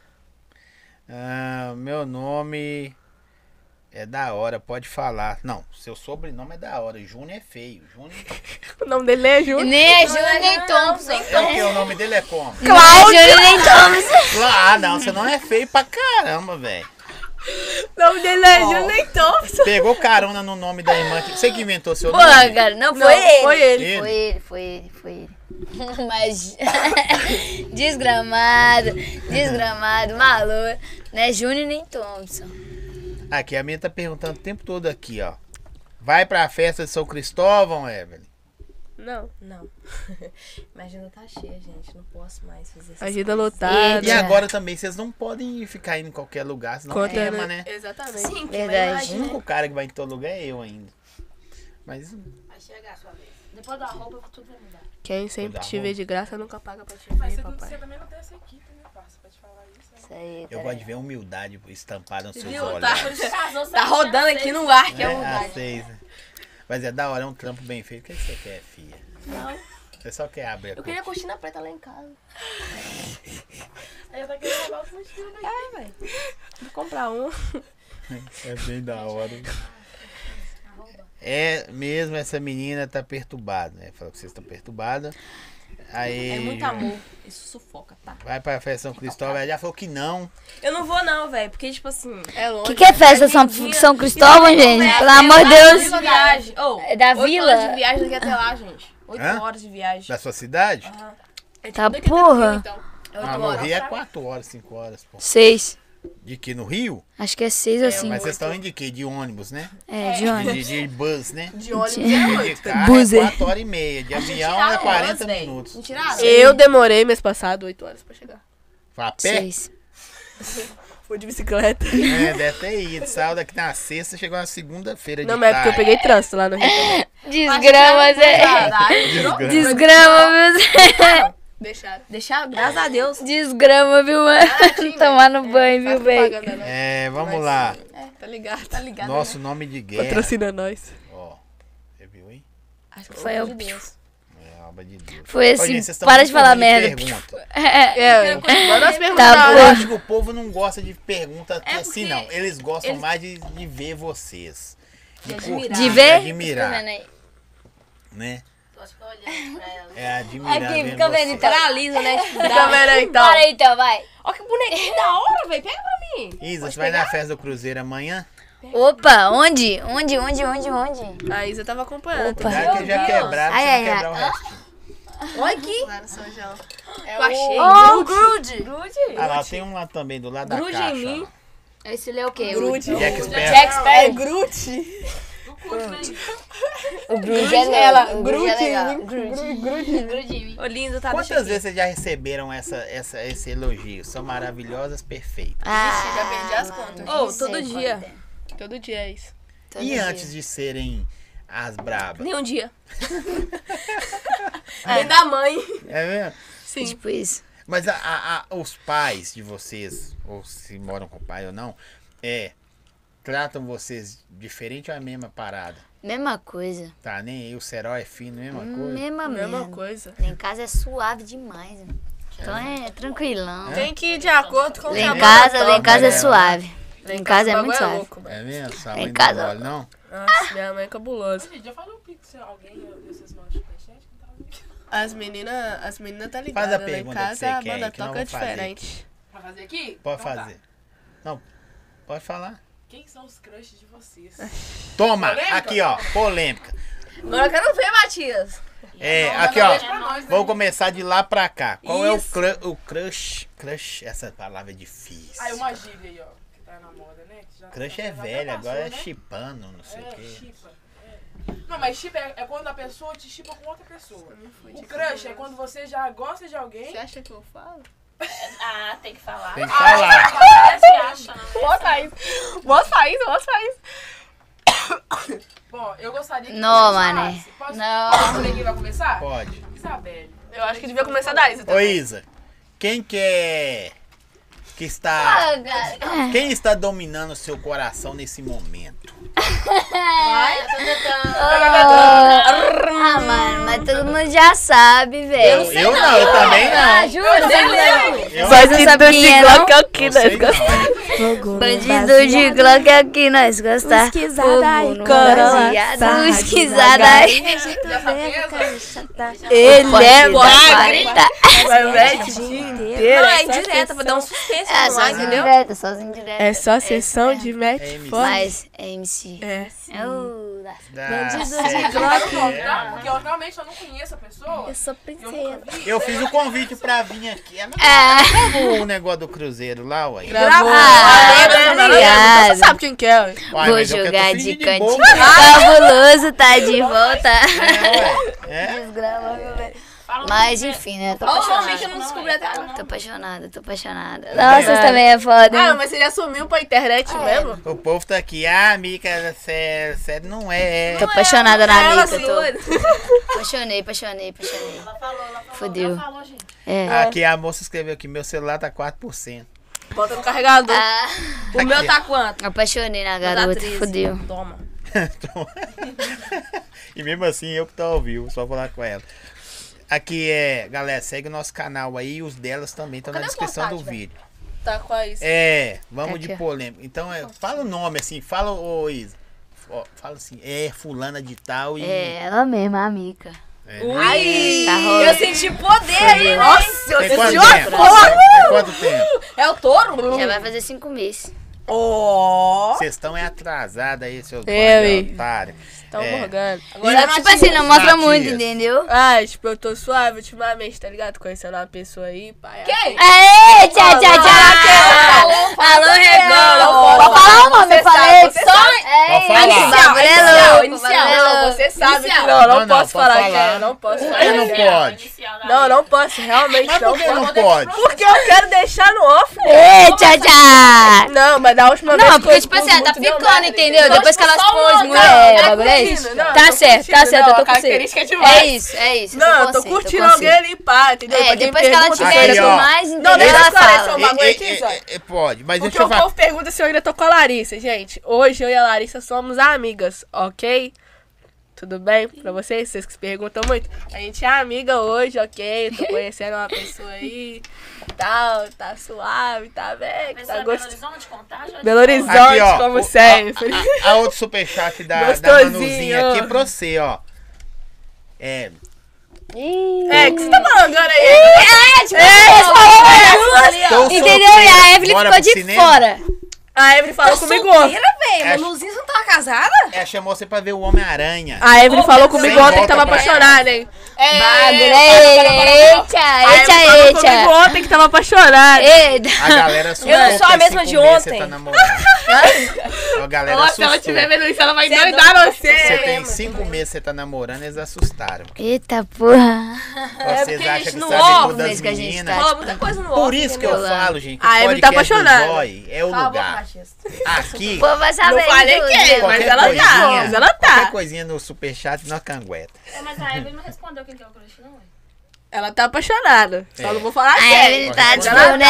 Speaker 2: Ah, meu nome é da hora, pode falar. Não, seu sobrenome é da hora. Júnior é feio. Júnior.
Speaker 4: O nome dele é Júnior.
Speaker 1: Nem a Júlia, nem Thompson.
Speaker 2: É o que? O nome dele é como?
Speaker 1: Claro, Júlia, nem Thompson.
Speaker 2: Ah, não, você não é feio pra caramba, velho.
Speaker 4: O nome dele é Júnior nem Thompson.
Speaker 2: Pegou carona no nome da irmã. que- Você que inventou seu
Speaker 1: Pô,
Speaker 2: nome?
Speaker 1: cara, não,
Speaker 4: Não,
Speaker 1: foi ele.
Speaker 4: Foi ele.
Speaker 2: Ele?
Speaker 1: Foi ele, foi ele, foi ele. Mas desgramado, desgramado, maluco. Né, Júnior nem Thompson.
Speaker 2: Aqui, a minha tá perguntando o tempo todo aqui, ó. Vai pra festa de São Cristóvão, Evelyn?
Speaker 4: Não.
Speaker 3: Não. Minha agenda tá cheia, gente. Não posso mais fazer isso.
Speaker 4: Agenda lotada.
Speaker 2: E
Speaker 1: É.
Speaker 2: agora também, vocês não podem ficar indo em qualquer lugar, senão
Speaker 4: Conta,
Speaker 2: queima, né? Um
Speaker 4: né? Exatamente.
Speaker 3: Sim, que
Speaker 1: Verdade.
Speaker 2: O único cara que vai em todo lugar é eu ainda. Mas
Speaker 6: Vai chegar a sua vez. Depois da roupa, tudo vai mudar.
Speaker 4: Quem sempre
Speaker 2: Coisa
Speaker 4: te
Speaker 2: ruim.
Speaker 4: vê de graça nunca paga pra te
Speaker 5: Mas
Speaker 4: ver,
Speaker 5: você, você
Speaker 4: papai.
Speaker 5: também não tem essa equipe, né, parça? Pra te falar isso.
Speaker 1: Isso aí,
Speaker 2: eu
Speaker 1: cara.
Speaker 2: gosto de ver a humildade estampada nos seus
Speaker 3: Viu?
Speaker 2: olhos.
Speaker 3: Tá,
Speaker 6: Casou,
Speaker 3: tá rodando aqui no ar, que é
Speaker 2: É,
Speaker 3: humildade.
Speaker 2: vocês, né? Mas é da hora, é um trampo bem feito. O que que você quer, filha? Não. Você só quer abrir a
Speaker 3: Eu
Speaker 2: coisa.
Speaker 3: queria cortina preta lá em casa.
Speaker 5: Ela tá querendo roubar o fugido aí.
Speaker 4: Vou comprar um.
Speaker 2: É bem da hora. É mesmo, essa menina tá perturbada, né? Falou que vocês estão perturbadas. Aí.
Speaker 3: É muito amor. Isso sufoca, tá?
Speaker 2: Vai pra festa São Cristóvão. Ela já falou que não.
Speaker 3: Eu não vou, não, velho. Porque, tipo assim.
Speaker 4: É longe.
Speaker 1: Que que é festa São, São Cristóvão, gente? Pelo amor de
Speaker 3: De
Speaker 1: Deus.
Speaker 3: viagem. Oh,
Speaker 1: É da
Speaker 3: oito
Speaker 1: vila?
Speaker 3: horas de viagem daqui até lá, gente. Oito
Speaker 2: Hã?
Speaker 3: horas de viagem.
Speaker 2: Da sua cidade?
Speaker 1: Tá
Speaker 4: Daqui até o Rio,
Speaker 1: porra.
Speaker 4: então.
Speaker 2: Ah, no Rio é 4 horas, 5 horas, pô.
Speaker 1: Seis.
Speaker 2: De que? No Rio?
Speaker 1: Acho que é seis ou cinco.
Speaker 2: Mas vocês estão indo de quê? De ônibus, né?
Speaker 1: É, de onde?
Speaker 2: De, de bus, né?
Speaker 4: De ônibus é
Speaker 2: De carro é
Speaker 1: Buzzer.
Speaker 2: 4 horas e meia. De avião é
Speaker 4: tá
Speaker 3: tiraram
Speaker 2: 40
Speaker 3: horas, véi.
Speaker 2: minutos.
Speaker 3: Não tiraram?
Speaker 4: Eu demorei mês passado 8 horas pra chegar.
Speaker 2: Foi a pé?
Speaker 1: Seis.
Speaker 4: Fui de bicicleta.
Speaker 2: É, deve ter ido. Saiu daqui na sexta, chegou na segunda-feira de
Speaker 4: Não, mas é porque eu
Speaker 2: tarde.
Speaker 4: peguei trânsito lá no Rio. também.
Speaker 1: é Desgrama, Zé.
Speaker 2: Desgraça.
Speaker 1: Desgrama, viu, Zé?
Speaker 4: Deixaram.
Speaker 3: Deixar, graças a Deus.
Speaker 1: Desgrama, viu, mano? Tomar no banho, viu,
Speaker 4: Faz
Speaker 1: bem?
Speaker 4: propaganda, não.
Speaker 2: É, vamos lá.
Speaker 4: Tá ligado, tá ligado.
Speaker 2: Nosso nome de guerra.
Speaker 4: Patrocina nós.
Speaker 2: Ó, você viu, hein?
Speaker 1: Foi eu.
Speaker 2: É a obra de Deus.
Speaker 1: Foi
Speaker 2: Ô,
Speaker 1: assim,
Speaker 2: gente, vocês tão
Speaker 1: para
Speaker 2: muito
Speaker 1: de falar
Speaker 2: ruim
Speaker 1: merda.
Speaker 2: pergunta.
Speaker 1: É,
Speaker 4: É, manda as perguntas.
Speaker 1: Tá
Speaker 2: Eu
Speaker 1: bom.
Speaker 2: acho que o povo não gosta de pergunta assim, não. Eles gostam mais de, de ver vocês. De, curtir,
Speaker 1: de ver?
Speaker 2: admirar, né?
Speaker 6: Tô ficando olhando pra ela.
Speaker 2: É admirar
Speaker 1: Aqui,
Speaker 2: mesmo
Speaker 1: fica vendo
Speaker 2: vocês.
Speaker 1: então.
Speaker 3: Paralisa, né?
Speaker 4: Câmera então.
Speaker 1: Para aí, então, vai.
Speaker 3: Olha que bonequinho da hora, velho. Pega pra mim.
Speaker 2: Isa, você vai na festa do Cruzeiro amanhã?
Speaker 1: Opa, onde? Onde, onde, onde, onde?
Speaker 4: A Isa tava acompanhando.
Speaker 1: Opa.
Speaker 2: Cuidado que já quebraram,
Speaker 1: Ai,
Speaker 2: você não
Speaker 1: ai,
Speaker 2: quebrar o resto.
Speaker 3: Olha aqui.
Speaker 4: Lá no São João.
Speaker 3: Eu achei.
Speaker 1: Oh, Grude.
Speaker 2: Ah lá, tem um lá também, do lado
Speaker 3: Grude
Speaker 2: da
Speaker 3: em
Speaker 2: caixa.
Speaker 3: mim.
Speaker 2: ó.
Speaker 1: Esse ele é o quê?
Speaker 4: Grude.
Speaker 1: O
Speaker 2: Jack Sparrow.
Speaker 1: Jack Sparrow.
Speaker 4: Grute.
Speaker 1: O Grude é legal. O Grude é legal. Grude. Grude em mim.
Speaker 3: Ô, lindo,
Speaker 4: Ah,
Speaker 3: tá? Deixa
Speaker 2: Quantas
Speaker 3: aqui.
Speaker 2: vezes vocês já receberam essa, essa, esse elogio? São maravilhosas, perfeitas.
Speaker 1: Ah,
Speaker 4: Já perdi as contas.
Speaker 3: Ô, todo dia.
Speaker 4: Todo dia é isso.
Speaker 1: todo
Speaker 2: e
Speaker 1: dia.
Speaker 2: antes de serem as brabas?
Speaker 3: Nenhum dia.
Speaker 4: Vem da mãe.
Speaker 2: É mesmo?
Speaker 1: É Tipo isso.
Speaker 2: Mas a- a- a- os pais de vocês, ou se moram com o pai ou não, é. Tratam vocês diferente ou é a mesma parada?
Speaker 1: Mesma coisa.
Speaker 2: Tá, nem aí, o cerol é fino, mesma coisa.
Speaker 1: Mesma
Speaker 4: Mesma
Speaker 1: merda.
Speaker 4: coisa.
Speaker 1: Lá em casa é suave demais. mano. Então é tranquilão.
Speaker 4: Tem que ir de acordo com o
Speaker 1: Lá
Speaker 4: trabalho.
Speaker 1: em casa, lá em casa é
Speaker 2: né?
Speaker 1: suave. Lá em casa é muito
Speaker 4: Bagulho
Speaker 1: suave.
Speaker 4: louco, mano.
Speaker 2: É mesmo? Sua
Speaker 1: Em
Speaker 2: mãe não
Speaker 1: casa-
Speaker 2: olha, não?
Speaker 4: Nossa, minha mãe é cabulosa.
Speaker 5: Gente, já falou um pix se alguém desses mãos de peixete? Não tava vendo.
Speaker 4: As meninas, as meninas tá
Speaker 2: a
Speaker 4: ligadas. Lá em
Speaker 2: pergunta que você
Speaker 4: casa é a
Speaker 2: quer aí,
Speaker 4: banda
Speaker 2: que nós
Speaker 4: toca
Speaker 2: vamos fazer.
Speaker 4: diferente.
Speaker 5: Vai fazer aqui?
Speaker 2: Pode
Speaker 5: Então tá.
Speaker 2: fazer. Não, pode falar.
Speaker 5: Quem são os crushes de vocês?
Speaker 2: Toma!
Speaker 5: Polêmica?
Speaker 2: Aqui, ó, polêmica.
Speaker 3: Agora eu quero ver, Matias.
Speaker 2: É, aqui, ó. Vamos
Speaker 5: né?
Speaker 2: começar de lá pra cá. Qual é o, cru- o crush? Crush, essa palavra é difícil.
Speaker 5: Aí uma gíria aí, ó. Que tá na moda, né? Que já-
Speaker 2: Crush
Speaker 5: já
Speaker 2: é
Speaker 5: até
Speaker 2: velha,
Speaker 5: passou,
Speaker 2: agora é
Speaker 5: né?
Speaker 2: chipando, não sei o
Speaker 5: É,
Speaker 2: quê.
Speaker 5: chipa. é. Não, mas chipa é, é quando a pessoa te chipa com outra pessoa. O crush é quando você já gosta de alguém.
Speaker 4: Você acha que eu falo?
Speaker 6: Ah, tem que falar.
Speaker 2: Tem que
Speaker 5: Ah,
Speaker 2: falar.
Speaker 6: Parece que acha, não é?
Speaker 4: Mostra isso. Mostra isso, mostra isso.
Speaker 5: Bom, eu gostaria que.
Speaker 1: Não,
Speaker 5: começasse.
Speaker 1: mané.
Speaker 5: Posso-
Speaker 1: Não.
Speaker 5: Posso ler quem vai começar?
Speaker 2: Pode.
Speaker 5: Isabelle.
Speaker 3: tá?
Speaker 4: Eu acho que devia começar da Isa
Speaker 2: Ô
Speaker 4: também.
Speaker 2: Isa, quem que é que está. Quem está dominando o seu coração nesse momento?
Speaker 1: Ah, mano, mas todo mundo já sabe, velho.
Speaker 2: Eu não, eu também não.
Speaker 1: Juro,
Speaker 2: Eu
Speaker 1: Mas não sabe quem é, não?
Speaker 2: não sei não.
Speaker 1: Bandido de Glock é o que nós gostar.
Speaker 8: Esquisada aí,
Speaker 1: Baseado, esquisada aí.
Speaker 4: Ele é
Speaker 1: Quarenta.
Speaker 4: Vai mete o dia inteiro.
Speaker 3: Não,
Speaker 4: é
Speaker 3: é
Speaker 4: só
Speaker 3: indireta, pra dar um
Speaker 4: sessão-
Speaker 3: suspense
Speaker 1: É,
Speaker 3: no ar,
Speaker 1: sozinho
Speaker 3: entendeu?
Speaker 1: direto, sozinho direto.
Speaker 4: É só sessão de
Speaker 2: É
Speaker 4: match
Speaker 2: MC.
Speaker 4: fora.
Speaker 1: Mas é MC.
Speaker 4: É.
Speaker 1: É o da-
Speaker 5: Tá? Porque eu realmente eu não conheço a pessoa. Eu sou princesa.
Speaker 2: Eu fiz o convite pra vir aqui. Ela
Speaker 1: É.
Speaker 2: gravou o negócio do Cruzeiro lá, ué.
Speaker 4: Gravou.
Speaker 1: Ah,
Speaker 4: Então
Speaker 1: obrigada.
Speaker 4: Você sabe quem que é, ué.
Speaker 2: Uai,
Speaker 1: Vou
Speaker 2: mas eu quero
Speaker 1: jogar
Speaker 2: tô
Speaker 1: de
Speaker 2: fingindo
Speaker 1: cantinho.
Speaker 2: bobo,
Speaker 1: Fabuloso tá de volta.
Speaker 2: né, ué? É?
Speaker 1: Mas enfim, né? Tô
Speaker 4: Olha o
Speaker 1: apaixonada.
Speaker 4: nome que eu não descobri até agora.
Speaker 1: Tô apaixonada, tô apaixonada. Nossa, vocês também é foda.
Speaker 4: Ah,
Speaker 1: hein?
Speaker 4: mas ele assumiu pra internet mesmo?
Speaker 2: O povo tá aqui. Ah, amiga, você você não é.
Speaker 1: Tô apaixonada na
Speaker 4: Ela
Speaker 1: amiga.
Speaker 4: assumiu.
Speaker 1: Tô... Apaixonei, apaixonei, apaixonei. Ela falou, ela falou. Fodeu.
Speaker 6: Falou, gente.
Speaker 1: É.
Speaker 2: Aqui a moça escreveu aqui, meu celular tá 4%.
Speaker 4: Bota no carregador.
Speaker 1: Ah,
Speaker 3: O meu tá quanto?
Speaker 1: apaixonei na
Speaker 3: Tá
Speaker 1: garota,
Speaker 3: 13.
Speaker 1: fodeu.
Speaker 3: Toma.
Speaker 2: Então- e mesmo assim, eu que tô ao vivo, só falar com ela. Aqui é, galera, segue o nosso canal aí, os delas também estão na
Speaker 3: Cadê o
Speaker 2: descrição do
Speaker 3: contato, velho?
Speaker 2: vídeo.
Speaker 4: Tá com a isso.
Speaker 2: É, vamos
Speaker 1: Tá aqui,
Speaker 2: de
Speaker 1: ó.
Speaker 2: polêmica. Então, é, fala o nome assim, fala, ô Isa. Ó, Fala assim, é fulana de tal e.
Speaker 1: É, ela mesma, a amiga.
Speaker 3: Ai,
Speaker 1: Tá rolando.
Speaker 3: eu senti poder aí, né? Nossa,
Speaker 2: Tem quanto
Speaker 3: outra
Speaker 1: é
Speaker 2: tempo? Tem quanto tempo?
Speaker 3: É o touro?
Speaker 1: Já vai fazer cinco meses.
Speaker 3: Ó.
Speaker 2: Vocês estão é atrasados aí, seus
Speaker 1: É,
Speaker 4: Eu,
Speaker 2: bandos otários.
Speaker 4: Estão
Speaker 2: É.
Speaker 4: morgando.
Speaker 1: Só que, tipo assim, não mostra muito,
Speaker 2: Matias.
Speaker 1: entendeu?
Speaker 4: Ah, tipo, eu tô suave ultimamente, tá ligado? Conhecendo uma pessoa aí, pai.
Speaker 3: Quem?
Speaker 1: Aê, tchau, tchau, tchau. Alô,
Speaker 3: Não,
Speaker 1: Regão.
Speaker 3: não
Speaker 1: Vou falar o nome, eu falei.
Speaker 4: você sabe.
Speaker 1: É,
Speaker 2: Pode falar.
Speaker 1: o bagulho é
Speaker 4: Não,
Speaker 1: louco, o
Speaker 4: inicial.
Speaker 1: bagulho é
Speaker 4: Não,
Speaker 1: louco.
Speaker 4: você sabe que
Speaker 3: Inicial.
Speaker 4: não, não,
Speaker 2: Não, não,
Speaker 4: posso
Speaker 2: pode
Speaker 4: falar,
Speaker 2: falar.
Speaker 4: cara. Não posso
Speaker 2: Por
Speaker 4: falar. é.
Speaker 2: que não pode?
Speaker 4: Não, não posso, realmente
Speaker 2: Mas
Speaker 4: não
Speaker 2: por que
Speaker 4: posso.
Speaker 2: não pode?
Speaker 4: Porque eu quero deixar no off.
Speaker 1: Ê, tchau, tchau.
Speaker 4: Não, mas da última vez.
Speaker 1: Não,
Speaker 4: que
Speaker 1: porque,
Speaker 4: eu
Speaker 1: tipo assim,
Speaker 4: expus
Speaker 1: ela tá
Speaker 4: muito, deu
Speaker 1: ficando,
Speaker 4: merda,
Speaker 1: entendeu?
Speaker 4: entendeu?
Speaker 1: Depois que ela
Speaker 4: Só uma,
Speaker 1: expôs,
Speaker 4: cara,
Speaker 1: mulher,
Speaker 4: eu
Speaker 1: é,
Speaker 4: tô
Speaker 1: o bagulho é
Speaker 4: curtindo,
Speaker 1: isso.
Speaker 4: não, eu
Speaker 1: Tá
Speaker 4: tô
Speaker 1: certo, tá
Speaker 4: curtindo,
Speaker 1: certo, eu
Speaker 4: não,
Speaker 1: tô
Speaker 4: a
Speaker 1: com
Speaker 4: característica é
Speaker 1: você.
Speaker 4: demais.
Speaker 1: É isso, é isso.
Speaker 4: Não, eu
Speaker 1: com
Speaker 4: tô
Speaker 1: você, com
Speaker 4: curtindo
Speaker 1: você.
Speaker 4: alguém ali, pá, entendeu?
Speaker 1: É,
Speaker 4: Pra quem
Speaker 1: depois que ela
Speaker 4: pergunta se
Speaker 1: tiver
Speaker 4: eu ainda
Speaker 1: isso
Speaker 4: tô-
Speaker 1: mais,
Speaker 4: Não,
Speaker 1: entendeu?
Speaker 4: deixa eu
Speaker 1: Ela
Speaker 4: esclarecer um
Speaker 1: fala.
Speaker 4: bagulho
Speaker 2: É,
Speaker 4: aqui, Zóia.
Speaker 2: é, é, é, Pode, mas
Speaker 4: Porque
Speaker 2: deixa
Speaker 4: o
Speaker 2: eu falar.
Speaker 4: povo pergunta se eu ainda tô com a Larissa, gente. Hoje eu e a Larissa somos amigas, ok? Tudo bem pra vocês? Vocês que se perguntam muito. A gente é amiga hoje, ok? Tô conhecendo uma pessoa aí, tal, tá suave, tá bem,
Speaker 6: Mas
Speaker 4: tá
Speaker 6: é
Speaker 4: gostoso.
Speaker 6: Horizonte, contagem?
Speaker 4: Belo Horizonte,
Speaker 2: Aqui, ó,
Speaker 4: como
Speaker 2: o- a-
Speaker 4: sempre.
Speaker 2: A, a outro superchat da, da
Speaker 4: Gostosinho.
Speaker 2: Manuzinha aqui é pra você, ó. É.
Speaker 4: É, o que você tá falando agora aí?
Speaker 2: tô
Speaker 1: Entendeu? E
Speaker 2: solteira,
Speaker 1: a Evelyn
Speaker 2: bora
Speaker 1: ficou
Speaker 2: pro
Speaker 1: de
Speaker 2: cinema?
Speaker 1: fora.
Speaker 4: A Evelyn falou Tá comigo ontem.
Speaker 3: Solteira, Tá velho.
Speaker 2: É.
Speaker 3: Mas Luzinha não tava casada?
Speaker 2: Ela É, chamou você pra ver o Homem-Aranha.
Speaker 4: A Evelyn falou
Speaker 2: sem
Speaker 4: comigo ontem que
Speaker 2: volta
Speaker 4: tava
Speaker 2: pra
Speaker 4: apaixonada, hein? é.
Speaker 1: Bagulho, eita,
Speaker 4: A Evelyn falou
Speaker 1: eita,
Speaker 4: comigo
Speaker 1: eita.
Speaker 4: ontem que tava apaixonada.
Speaker 1: Eita.
Speaker 2: A galera assustou.
Speaker 3: não sou a
Speaker 2: que
Speaker 3: mesma
Speaker 2: esse
Speaker 3: de
Speaker 2: começo Você
Speaker 3: ontem.
Speaker 2: tá namorando. a galera
Speaker 4: Nossa, se
Speaker 2: assustou.
Speaker 4: ela tiver vendo isso, ela vai
Speaker 3: Você é
Speaker 4: endoidar
Speaker 2: Você
Speaker 4: você.
Speaker 2: tem cinco meses que você tá namorando, eles assustaram.
Speaker 1: Eita porra. É
Speaker 2: Vocês
Speaker 3: porque a
Speaker 2: acham
Speaker 3: gente
Speaker 2: que
Speaker 3: não
Speaker 2: sabe
Speaker 1: ouve
Speaker 2: tudo das
Speaker 1: mesmo que a gente
Speaker 2: meninas.
Speaker 1: tá.
Speaker 3: Rola muita coisa no
Speaker 2: Por
Speaker 3: off,
Speaker 2: isso que
Speaker 3: entendeu?
Speaker 2: eu falo, gente,
Speaker 1: Ah,
Speaker 2: que o
Speaker 4: A Evelyn tá
Speaker 2: podcast do
Speaker 4: apaixonada.
Speaker 2: Zói é o
Speaker 3: Cala a boca,
Speaker 2: lugar.
Speaker 3: Matias.
Speaker 2: Aqui,
Speaker 1: Pô, vai saber.
Speaker 4: Não falei
Speaker 1: tudo,
Speaker 4: quem,
Speaker 1: né?
Speaker 4: mas
Speaker 2: qualquer
Speaker 4: ela tá.
Speaker 2: coisinha-
Speaker 4: Mas ela
Speaker 2: qualquer
Speaker 4: tá.
Speaker 2: coisinha no superchat, não cangueta.
Speaker 6: Mas a Evelyn não respondeu quem que é o crush, não. ué.
Speaker 4: Ela tá apaixonada. Só
Speaker 2: É.
Speaker 4: não vou falar
Speaker 1: A
Speaker 4: quem.
Speaker 1: Evelyn tá
Speaker 2: Mas
Speaker 1: de
Speaker 2: ela
Speaker 1: boa, né?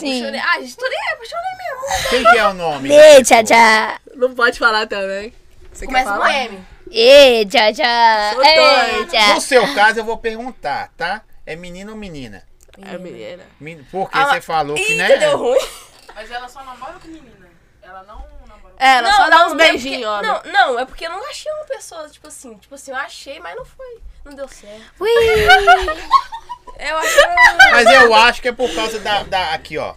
Speaker 1: Sim.
Speaker 3: Apaixonei. Ah, gente, tu nem é, apaixonei mesmo.
Speaker 2: Quem que é o nome?
Speaker 1: Ei, tchau, tchau.
Speaker 4: Não pode falar também. Você
Speaker 3: Começa
Speaker 4: quer
Speaker 3: com
Speaker 4: falar?
Speaker 3: M.
Speaker 1: Ei, tchau, tchau.
Speaker 4: Sou
Speaker 1: Ei,
Speaker 4: doida.
Speaker 2: No
Speaker 1: tchau.
Speaker 2: seu caso, eu vou perguntar, tá? É menino ou menina?
Speaker 4: É a menina.
Speaker 2: Men- Porque
Speaker 3: Ah,
Speaker 2: você falou que, né?
Speaker 3: Ih, deu ruim.
Speaker 5: Mas ela só namora com menina. Ela não namora com
Speaker 4: É, ela só dá uns
Speaker 3: é
Speaker 4: beijinhos,
Speaker 3: porque-
Speaker 4: ó.
Speaker 3: Não, não, é porque eu não achei uma pessoa, tipo assim, tipo assim, eu achei, mas não foi. Não deu certo.
Speaker 1: Ui.
Speaker 3: Eu achei.
Speaker 2: Mas eu acho que é por causa da. da- aqui, ó.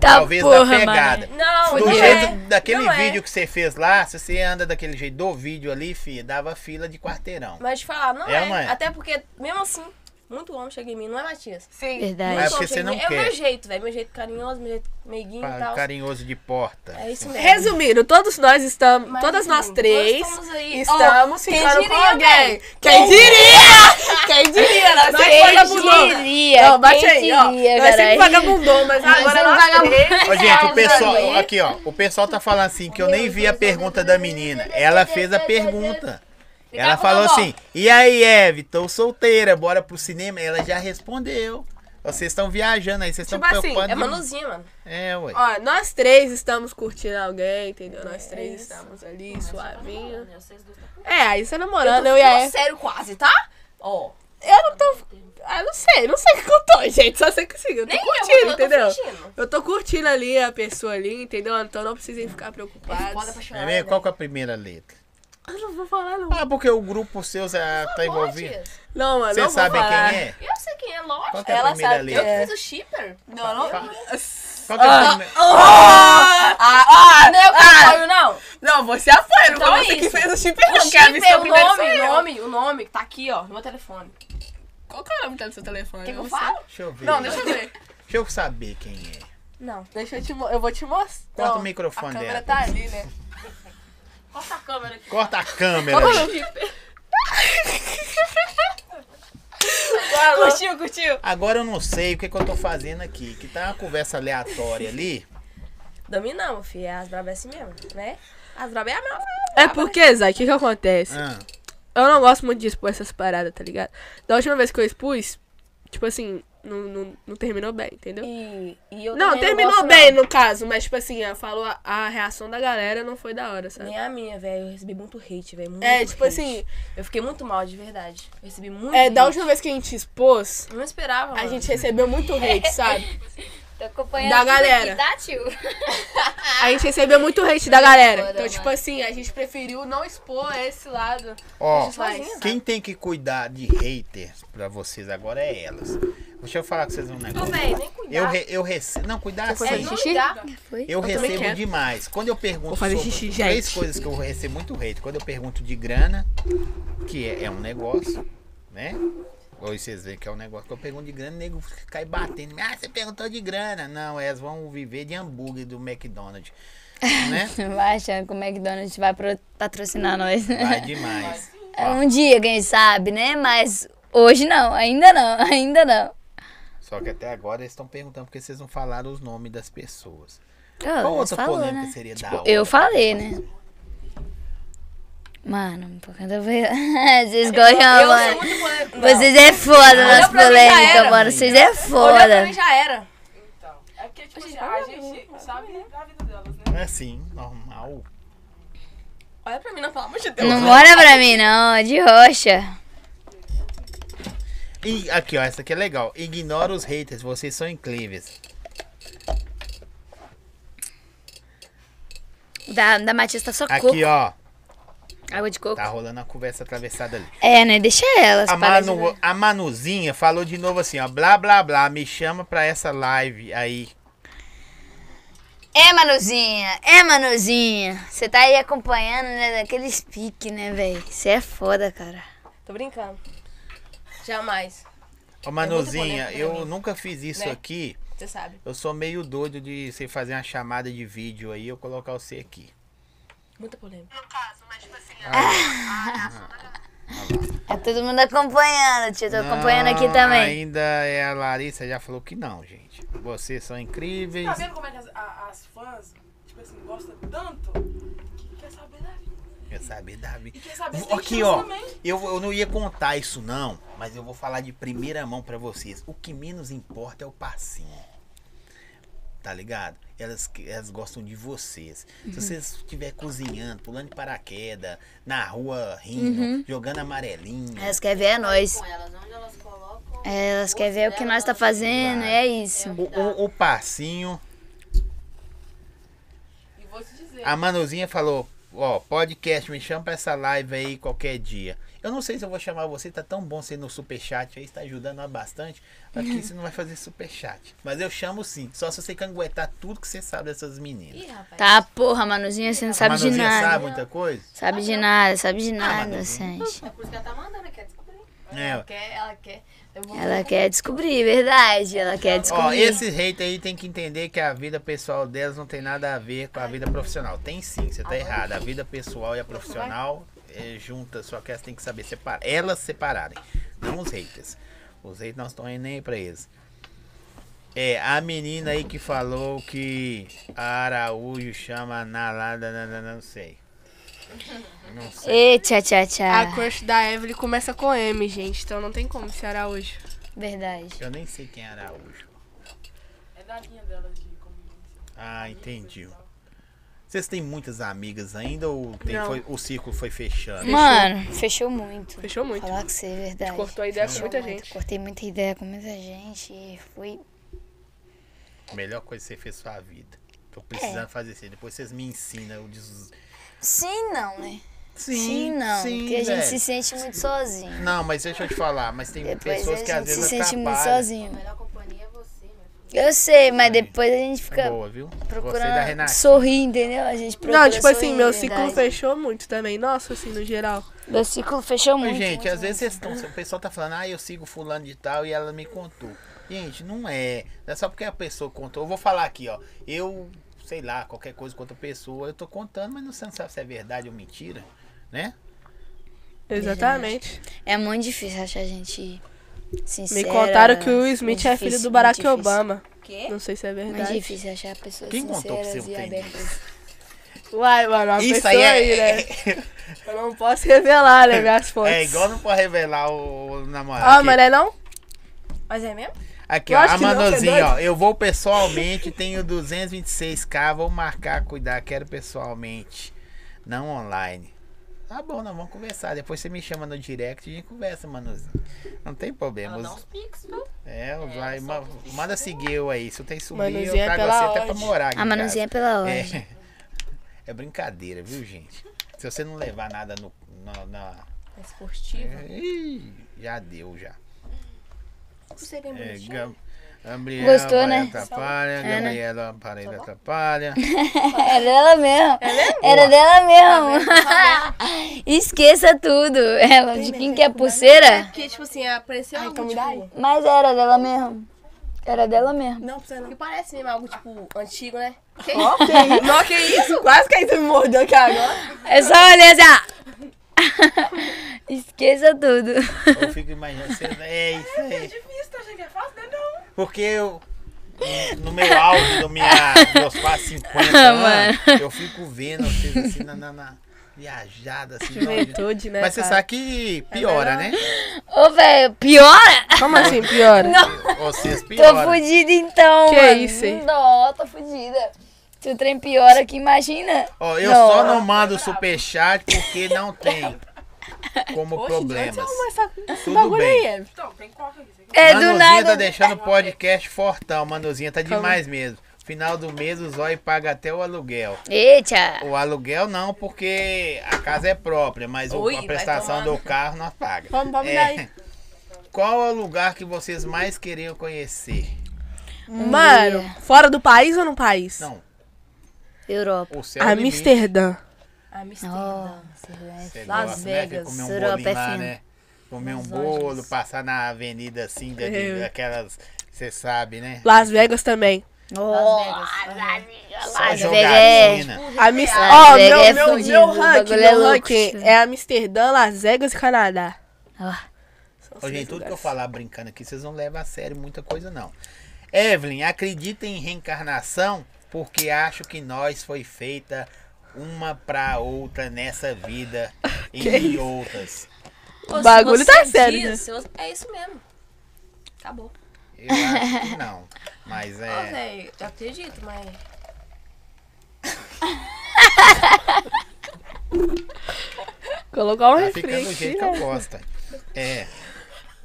Speaker 1: Tá
Speaker 2: talvez da
Speaker 1: porra, mano.
Speaker 2: pegada.
Speaker 3: Não,
Speaker 2: Do
Speaker 3: não
Speaker 2: jeito
Speaker 3: é.
Speaker 2: daquele
Speaker 3: Não é.
Speaker 2: vídeo que você fez lá, se você anda daquele jeito do vídeo ali, filho, dava fila de quarteirão.
Speaker 3: Mas te falar, não
Speaker 2: É,
Speaker 3: é,
Speaker 2: não é?
Speaker 3: Até porque, mesmo assim, muito homem chega em mim, não é Matias?
Speaker 4: Sim.
Speaker 1: Verdade.
Speaker 2: Mas
Speaker 3: Muito
Speaker 2: porque você
Speaker 3: homem chega em
Speaker 2: não
Speaker 3: mim. É o
Speaker 2: quer.
Speaker 3: meu jeito, velho. Meu jeito carinhoso, meu jeito meiguinho e
Speaker 2: Pa-
Speaker 3: tal.
Speaker 2: Carinhoso de porta.
Speaker 3: então, É isso mesmo.
Speaker 4: Resumindo, todos nós estamos.
Speaker 3: Mas,
Speaker 4: todas nós
Speaker 3: assim,
Speaker 4: três
Speaker 3: nós estamos aí.
Speaker 4: estamos
Speaker 3: Ó, quem
Speaker 4: ficando com
Speaker 3: diria,
Speaker 4: alguém.
Speaker 3: velho?
Speaker 4: Quem diria? Quem diria? Nós sempre vagabundou.
Speaker 1: diria?
Speaker 4: Não, bate
Speaker 1: quem
Speaker 4: aí, ó.
Speaker 1: diria,
Speaker 4: Nós
Speaker 1: caralho?
Speaker 4: sempre vagabundou, mas
Speaker 1: Nós
Speaker 4: agora
Speaker 1: somos
Speaker 4: nós três.
Speaker 1: vagabundos.
Speaker 2: Ô, gente, o pessoal.
Speaker 1: Aí.
Speaker 2: Aqui, ó. O pessoal tá falando assim que eu nem vi a pergunta da menina. Ela fez a pergunta. Ela falou assim: E aí, Eve, tô solteira, bora pro cinema? Ela já respondeu. Vocês estão viajando aí, vocês estão
Speaker 4: Tipo assim,
Speaker 2: preocupando.
Speaker 3: É
Speaker 2: em-
Speaker 3: manuzinha, mano.
Speaker 2: É, ué.
Speaker 4: Ó, nós três estamos curtindo alguém, entendeu? Nós três estamos ali, suavinho. É, aí você namorando, eu, e a
Speaker 3: Tô sério quase, tá? Ó.
Speaker 4: Eu não tô. Ah, não sei, não sei o que eu tô, gente. Só sei que assim, eu tô
Speaker 3: Nem eu,
Speaker 4: curtindo,
Speaker 3: eu tô
Speaker 4: entendeu?
Speaker 3: fingindo.
Speaker 4: eu tô curtindo ali a pessoa ali, entendeu? Então não precisem ficar
Speaker 3: Foda pra
Speaker 4: preocupados.
Speaker 3: chorar.
Speaker 2: É mesmo? Qual que é a primeira letra?
Speaker 4: Eu não vou falar, não.
Speaker 2: Ah, porque o grupo seu já tá envolvido.
Speaker 4: Não, mano, não
Speaker 2: Vocês
Speaker 4: vou
Speaker 2: sabem
Speaker 4: falar.
Speaker 2: quem é?
Speaker 3: Eu sei quem é, lógico.
Speaker 2: Qual que é a
Speaker 3: Ela
Speaker 2: primeira
Speaker 3: sabe.
Speaker 2: letra?
Speaker 3: Eu que fiz o shipper.
Speaker 4: Não, não.
Speaker 2: Qual que é
Speaker 4: Ah.
Speaker 2: a primeira?
Speaker 3: Não é o que saiu, não.
Speaker 4: Não, você apoia, não
Speaker 3: Então
Speaker 4: foi
Speaker 3: é
Speaker 4: você que
Speaker 3: isso.
Speaker 4: fez o chip não,
Speaker 3: O
Speaker 4: que a
Speaker 3: shipper é o
Speaker 4: primeiro sou
Speaker 3: nome, o
Speaker 4: eu.
Speaker 3: nome, o nome que tá aqui, ó, no meu telefone.
Speaker 4: Qual que é o nome que tá no seu telefone?
Speaker 3: Quer que
Speaker 4: não
Speaker 3: eu
Speaker 4: sei.
Speaker 3: falo?
Speaker 2: Deixa eu ver.
Speaker 4: Não, deixa eu ver.
Speaker 2: Deixa eu saber quem é.
Speaker 3: Não.
Speaker 4: Deixa eu te mo- Eu vou te mostrar.
Speaker 2: Corta
Speaker 4: Não,
Speaker 2: o microfone
Speaker 4: A
Speaker 2: dela.
Speaker 4: câmera tá ali, né?
Speaker 2: Corta a câmera. gente.
Speaker 3: Curtiu, curtiu?
Speaker 2: Agora eu não sei o que, que eu tô fazendo aqui. Que tá uma conversa aleatória ali.
Speaker 3: Dominamos, fi. As brabas é assim mesmo, né? As brabas é a mesma.
Speaker 4: É porque, Zay, o que que acontece?
Speaker 2: Ah,
Speaker 4: Eu não gosto muito de expor essas paradas, tá ligado? Da última vez que eu expus, tipo assim, não, não, não terminou bem, entendeu?
Speaker 3: E, e eu
Speaker 4: não,
Speaker 3: também
Speaker 4: terminou
Speaker 3: gosto,
Speaker 4: bem
Speaker 3: não.
Speaker 4: no caso, mas tipo assim, ela falou a, a reação da galera não foi da hora, sabe?
Speaker 3: Nem a minha, velho. Eu recebi muito hate, velho. muito
Speaker 4: Tá. É, tipo
Speaker 3: hate.
Speaker 4: assim,
Speaker 3: Eu fiquei muito mal, de verdade. Eu recebi muito
Speaker 4: é, da
Speaker 3: hate.
Speaker 4: última vez que a gente expôs,
Speaker 3: Não esperava,
Speaker 4: a
Speaker 3: mano.
Speaker 4: gente recebeu muito hate, sabe?
Speaker 1: Tô acompanhando
Speaker 4: Da
Speaker 1: tudo
Speaker 4: galera.
Speaker 1: aqui, tá, tio?
Speaker 4: A gente recebeu muito hate da galera.
Speaker 1: Foda,
Speaker 4: Então, tipo
Speaker 1: mano.
Speaker 4: assim, a gente preferiu não expor esse lado.
Speaker 2: Ó,
Speaker 4: Sozinha.
Speaker 2: quem tem que cuidar de haters pra vocês agora é elas. Deixa eu falar com vocês um negócio.
Speaker 6: Véi, nem cuidar.
Speaker 2: Eu, re, eu recebo. Não, cuidar
Speaker 3: É,
Speaker 2: assim.
Speaker 4: fazer tá? xixi?
Speaker 2: Eu,
Speaker 4: também
Speaker 2: recebo
Speaker 4: quero.
Speaker 2: demais. Quando eu pergunto
Speaker 4: Vou fazer
Speaker 2: sobre
Speaker 4: xixi,
Speaker 2: três
Speaker 4: gente.
Speaker 2: coisas que eu recebo muito hate. Quando eu pergunto de grana, que é, é um negócio, né? Hoje vocês veem que é um negócio que eu pergunto de grana, o nego cai batendo. Ah, você perguntou de grana. Não, elas vão viver de hambúrguer do McDonald's. Né?
Speaker 1: Vai achando é que o McDonald's vai pro- patrocinar nós.
Speaker 2: Vai demais.
Speaker 1: É um dia, quem sabe, né? Mas hoje não, ainda não, ainda não.
Speaker 2: Só que até agora eles estão perguntando porque vocês não falaram os nomes das pessoas.
Speaker 1: Ah,
Speaker 2: Qual
Speaker 1: mas
Speaker 2: outra
Speaker 1: falou,
Speaker 2: polêmica
Speaker 1: né?
Speaker 2: seria da
Speaker 1: Tipo,
Speaker 2: hora?
Speaker 1: eu falei, né? Mano, por causa da Vocês gostam,
Speaker 3: Eu sou
Speaker 1: mano.
Speaker 3: muito polêmica.
Speaker 1: Vocês é foda nas
Speaker 3: pra mim, já era,
Speaker 1: polêmicas, mano. Vocês é
Speaker 3: Olhou pra
Speaker 1: foda.
Speaker 3: mim já era.
Speaker 5: Então, é porque, tipo assim, a gente sabe da vida delas, né?
Speaker 2: É assim, normal.
Speaker 3: Olha pra mim, não, pelo amor de Deus.
Speaker 1: Não olha pra mim, não. é De rocha.
Speaker 2: E aqui, ó, essa aqui é legal. Ignora os haters, vocês são incríveis.
Speaker 1: Da, da Matias tá só
Speaker 2: Aqui,
Speaker 1: coco.
Speaker 2: ó,
Speaker 1: Água de coco.
Speaker 2: tá rolando a conversa atravessada ali.
Speaker 1: É, né? Deixa elas.
Speaker 2: A,
Speaker 1: para de-
Speaker 2: Manu- a Manuzinha falou de novo assim, ó, blá blá blá, me chama pra essa live aí.
Speaker 1: É, Manuzinha. É, Manuzinha. Você tá aí acompanhando, né? Daqueles piques, né, velho? Você é foda, cara.
Speaker 3: Tô brincando. Jamais.
Speaker 2: Ô Manuzinha,
Speaker 3: polêmico pra
Speaker 2: eu
Speaker 3: mim.
Speaker 2: nunca fiz isso
Speaker 3: Né?
Speaker 2: aqui.
Speaker 3: Você sabe.
Speaker 2: Eu sou meio doido de você fazer uma chamada de vídeo aí, eu colocar você aqui.
Speaker 3: Muita polêmica.
Speaker 1: É todo mundo acompanhando, tia. Tô acompanhando aqui
Speaker 2: Não,
Speaker 1: também.
Speaker 2: Ainda é a Larissa já falou que não, gente. Vocês são incríveis.
Speaker 5: Tá vendo como é que as, a- as fãs, tipo assim, gostam tanto que quer saber da vida.
Speaker 2: Quer saber, Davi?
Speaker 5: E quer saber se
Speaker 2: Vou-
Speaker 5: tem
Speaker 2: Aqui,
Speaker 5: chance
Speaker 2: ó.
Speaker 5: também.
Speaker 2: Eu, eu não ia contar isso, não, mas eu vou falar de primeira mão pra vocês. O que menos importa é o passinho. Tá ligado? Elas, que- elas gostam de vocês.
Speaker 5: Uhum.
Speaker 2: Se vocês estiver cozinhando, pulando de paraquedas, na rua rindo, jogando amarelinho.
Speaker 1: Elas querem ver Uhum. é nós.
Speaker 6: Com elas, onde elas colocam.
Speaker 1: Elas querem ver o que nós tá fazendo. É isso.
Speaker 2: O, o- o passinho.
Speaker 5: E vou te dizer,
Speaker 2: A Manuzinha falou: Ó, podcast, me chama pra essa live aí qualquer dia. Eu não sei se eu vou chamar você, tá tão bom você no superchat aí, você tá ajudando nós bastante. Aqui você não vai fazer superchat. Mas eu chamo sim, só se você canguetar tudo que você sabe dessas meninas.
Speaker 1: Tá, porra, Manuzinha, você não
Speaker 2: a
Speaker 1: sabe de
Speaker 2: Manuzinha
Speaker 1: nada.
Speaker 2: sabe muita coisa?
Speaker 1: Sabe de nada, sabe de nada,
Speaker 2: Manuzinha.
Speaker 1: gente.
Speaker 6: É por isso que ela tá mandando, quer descobrir.
Speaker 2: É, ó.
Speaker 6: Quer, ela quer. Eu vou
Speaker 1: Ela quer descobrir, verdade. Ela quer
Speaker 2: Ó,
Speaker 1: descobrir.
Speaker 2: esses haters aí tem que entender que a vida pessoal delas não tem nada a ver com a vida profissional. Tem sim, você tá errado. A vida pessoal e a profissional é juntas, só que elas têm que saber separar. Elas separarem, não os haters. Os haters não estão nem aí pra eles. É, a menina aí que falou que Araújo chama Nalada, não sei. Não sei.
Speaker 4: É.
Speaker 1: Ei, tchá, tchá, tchá.
Speaker 4: A crush da Evelyn começa com M, gente. Então não tem como ser hoje.
Speaker 1: Ah, Verdade.
Speaker 2: Eu nem sei quem é Araújo.
Speaker 5: É da linha dela de convivência.
Speaker 2: Ah, entendi. Vocês têm muitas amigas ainda ou tem- foi- o círculo foi fechando?
Speaker 1: Mano, fechou muito.
Speaker 4: Fechou muito.
Speaker 1: Falar que você é verdade.
Speaker 4: Cortou a ideia com
Speaker 1: Fechou
Speaker 4: muita
Speaker 1: muito.
Speaker 4: gente.
Speaker 1: Cortei muita ideia com muita gente e fui.
Speaker 2: Melhor coisa que você fez sua vida.
Speaker 1: É.
Speaker 2: Tô precisando fazer isso. aí. Depois vocês me ensinam. Eu des...
Speaker 1: Sim, não, né? não. porque a gente
Speaker 2: velho.
Speaker 1: se sente muito sozinho.
Speaker 2: Não, mas deixa eu te falar. Mas tem
Speaker 1: Depois
Speaker 2: pessoas
Speaker 1: a
Speaker 2: que às
Speaker 1: gente se
Speaker 2: vezes
Speaker 1: sente muito
Speaker 2: atrapalham.
Speaker 6: A
Speaker 1: sozinho.
Speaker 6: melhor companhia é você, meu filho.
Speaker 1: Eu sei, mas depois a gente fica
Speaker 2: Boa, viu? Gostei da
Speaker 1: procurando
Speaker 2: Renata.
Speaker 1: sorrir, entendeu? A gente procura
Speaker 4: Não, tipo assim,
Speaker 1: sorrir, é
Speaker 4: meu
Speaker 1: verdade.
Speaker 4: ciclo fechou muito também. Nossa, assim, no geral.
Speaker 1: Meu ciclo fechou muito.
Speaker 2: gente,
Speaker 1: muito,
Speaker 2: às vezes vocês tão- o pessoal tá falando, ah, eu sigo fulano de tal e ela me contou. Gente, não é. Não é só porque a pessoa contou. Eu vou falar aqui, ó. Eu, sei lá, qualquer coisa com outra pessoa, eu tô contando, mas não sei não sabe se é verdade ou mentira, né?
Speaker 4: Exatamente.
Speaker 1: É muito difícil achar gente
Speaker 4: Me
Speaker 1: sincera.
Speaker 4: contaram que o Will Smith
Speaker 1: muito
Speaker 4: é filho
Speaker 1: difícil,
Speaker 4: do Barack
Speaker 1: muito difícil.
Speaker 4: Obama.
Speaker 3: Quê?
Speaker 4: Não sei se é
Speaker 1: É
Speaker 4: verdade.
Speaker 1: muito difícil achar pessoas
Speaker 2: Quem contou pra
Speaker 1: sinceras
Speaker 2: você
Speaker 1: e
Speaker 2: um trem
Speaker 1: abertas. assim.
Speaker 4: Uai, mano, uma
Speaker 2: Isso
Speaker 4: pessoa
Speaker 2: aí
Speaker 4: aí,
Speaker 2: é-
Speaker 4: né? Eu não posso revelar, né, minhas fontes.
Speaker 2: É igual não pode revelar o, o namorado.
Speaker 4: Ó,
Speaker 2: Aqui.
Speaker 4: mas não é não?
Speaker 3: Mas é mesmo?
Speaker 2: Aqui, ó,
Speaker 4: Eu acho
Speaker 2: a
Speaker 4: que não, você é
Speaker 2: Manozinha,
Speaker 4: doido?
Speaker 2: ó. Eu vou pessoalmente, tenho 226k, vou marcar, cuidar, quero pessoalmente, não online. Tá bom, nós vamos conversar. Depois você me chama no direct e a gente conversa, Manuzinha. Não tem problema.
Speaker 6: Ela
Speaker 2: os-
Speaker 6: dá uns pix, viu? um
Speaker 2: É, vai, ma- manda seguir eu aí. Se eu tenho subir, eu
Speaker 4: Manuzinha é
Speaker 2: trago
Speaker 4: pela
Speaker 2: você até pra
Speaker 4: ordem.
Speaker 2: morar aqui.
Speaker 1: A
Speaker 2: em
Speaker 1: Manuzinha é
Speaker 2: casa.
Speaker 1: pela hora.
Speaker 2: é. é brincadeira, viu, gente? Se você não levar nada no, na- na-
Speaker 3: Esportiva.
Speaker 2: Ih, já deu, já.
Speaker 3: Você tem
Speaker 2: É,
Speaker 3: bonitinho?
Speaker 2: Gam- Gabriela
Speaker 1: Gostou,
Speaker 2: vai
Speaker 1: né?
Speaker 2: atrapalha, Gabriela parede atrapalha.
Speaker 1: Era É dela mesmo.
Speaker 2: É
Speaker 1: Era dela
Speaker 6: Tá
Speaker 1: mesmo. Esqueça tudo. Ela, de quem que é a
Speaker 6: né?
Speaker 1: pulseira?
Speaker 3: Porque, tipo assim, apareceu algo,
Speaker 4: me
Speaker 3: tipo...
Speaker 4: dá
Speaker 1: Mas era dela mesmo. Era dela mesmo.
Speaker 4: Não, precisa
Speaker 3: Que parece mesmo algo, tipo, antigo, né?
Speaker 4: Ó, que isso? Não, que isso? Quase que aí tu me mordeu aqui agora.
Speaker 1: É só olhar assim, ó. Esqueça tudo.
Speaker 2: Eu fico imaginando, você, é isso aí.
Speaker 5: Difícil, tá achando que é fácil, né? Não.
Speaker 2: Porque eu, no meu auge, do minha, meus quase 50 anos, eu fico vendo vocês assim, na, na, na viajada, assim. na hora de-
Speaker 4: Juventude, né,
Speaker 2: Mas você
Speaker 4: cara?
Speaker 2: sabe que piora, né?
Speaker 1: Ô, velho, piora?
Speaker 4: Como assim, piora?
Speaker 2: Vocês
Speaker 1: Tô
Speaker 2: pioram.
Speaker 1: fudida então,
Speaker 4: Que
Speaker 1: mano.
Speaker 4: isso, hein?
Speaker 1: Não, tô fudida. Se o trem piora aqui, imagina.
Speaker 2: Ó, eu
Speaker 1: Não.
Speaker 2: só não mando superchat porque não tem como
Speaker 4: é
Speaker 2: problemas. Tudo
Speaker 4: bagulho aí
Speaker 2: bem.
Speaker 4: é.
Speaker 5: Então, tem coca aqui. Você quer
Speaker 1: É do
Speaker 2: Manuzinha
Speaker 1: nada.
Speaker 2: tá deixando o podcast fortão. Manuzinha tá demais mesmo. Final do mês o Zói paga até o aluguel.
Speaker 1: Eita.
Speaker 2: O aluguel não, porque a casa é própria, mas o-
Speaker 3: Ui,
Speaker 2: a
Speaker 3: vai
Speaker 2: prestação
Speaker 3: tomar.
Speaker 2: do carro nós paga.
Speaker 4: Vamos, vamos
Speaker 2: É.
Speaker 4: daí.
Speaker 2: Qual é o lugar que vocês mais queriam conhecer?
Speaker 4: Mano, fora do país ou no país?
Speaker 2: Não,
Speaker 1: Europa.
Speaker 2: o céu é o limite.
Speaker 4: Amsterdã.
Speaker 3: Ah,
Speaker 1: Nossa,
Speaker 2: Você
Speaker 1: velho.
Speaker 2: gosta,
Speaker 4: Las
Speaker 2: né?
Speaker 4: Vegas,
Speaker 2: Comer um
Speaker 1: Europa
Speaker 2: bolinho
Speaker 1: é
Speaker 2: lá,
Speaker 1: fino.
Speaker 2: né? Comer um bolo, passar na avenida assim, da-
Speaker 4: É.
Speaker 2: de- daquelas, você sabe, né?
Speaker 4: Las Vegas também.
Speaker 2: Só
Speaker 1: Las Vegas é...
Speaker 2: jogatina.
Speaker 4: Amis...
Speaker 1: Las
Speaker 4: Ó,
Speaker 1: Vegas
Speaker 4: meu,
Speaker 1: é
Speaker 4: meu,
Speaker 1: fudido,
Speaker 4: meu
Speaker 1: o
Speaker 4: ranking,
Speaker 1: bagulho é
Speaker 4: meu
Speaker 1: louco.
Speaker 4: ranking é Amsterdã, Las Vegas e Canadá.
Speaker 1: Ah.
Speaker 4: São
Speaker 2: Ô,
Speaker 4: seis
Speaker 2: gente, tudo que eu
Speaker 4: lugares.
Speaker 2: falar brincando aqui, vocês não levam a sério muita coisa, não. Evelyn, acredita em reencarnação porque acho que nós foi feita uma pra outra nessa vida e em outras.
Speaker 3: O
Speaker 4: bagulho tá sério, né?
Speaker 3: É isso mesmo. Acabou.
Speaker 2: Eu acho que não. Mas
Speaker 3: Ô,
Speaker 2: é.
Speaker 3: velho, eu acredito, mas...
Speaker 4: Colocar um
Speaker 2: Tá
Speaker 4: refri
Speaker 2: ficando do
Speaker 4: aqui,
Speaker 2: jeito que eu
Speaker 4: né?
Speaker 2: gosto. É.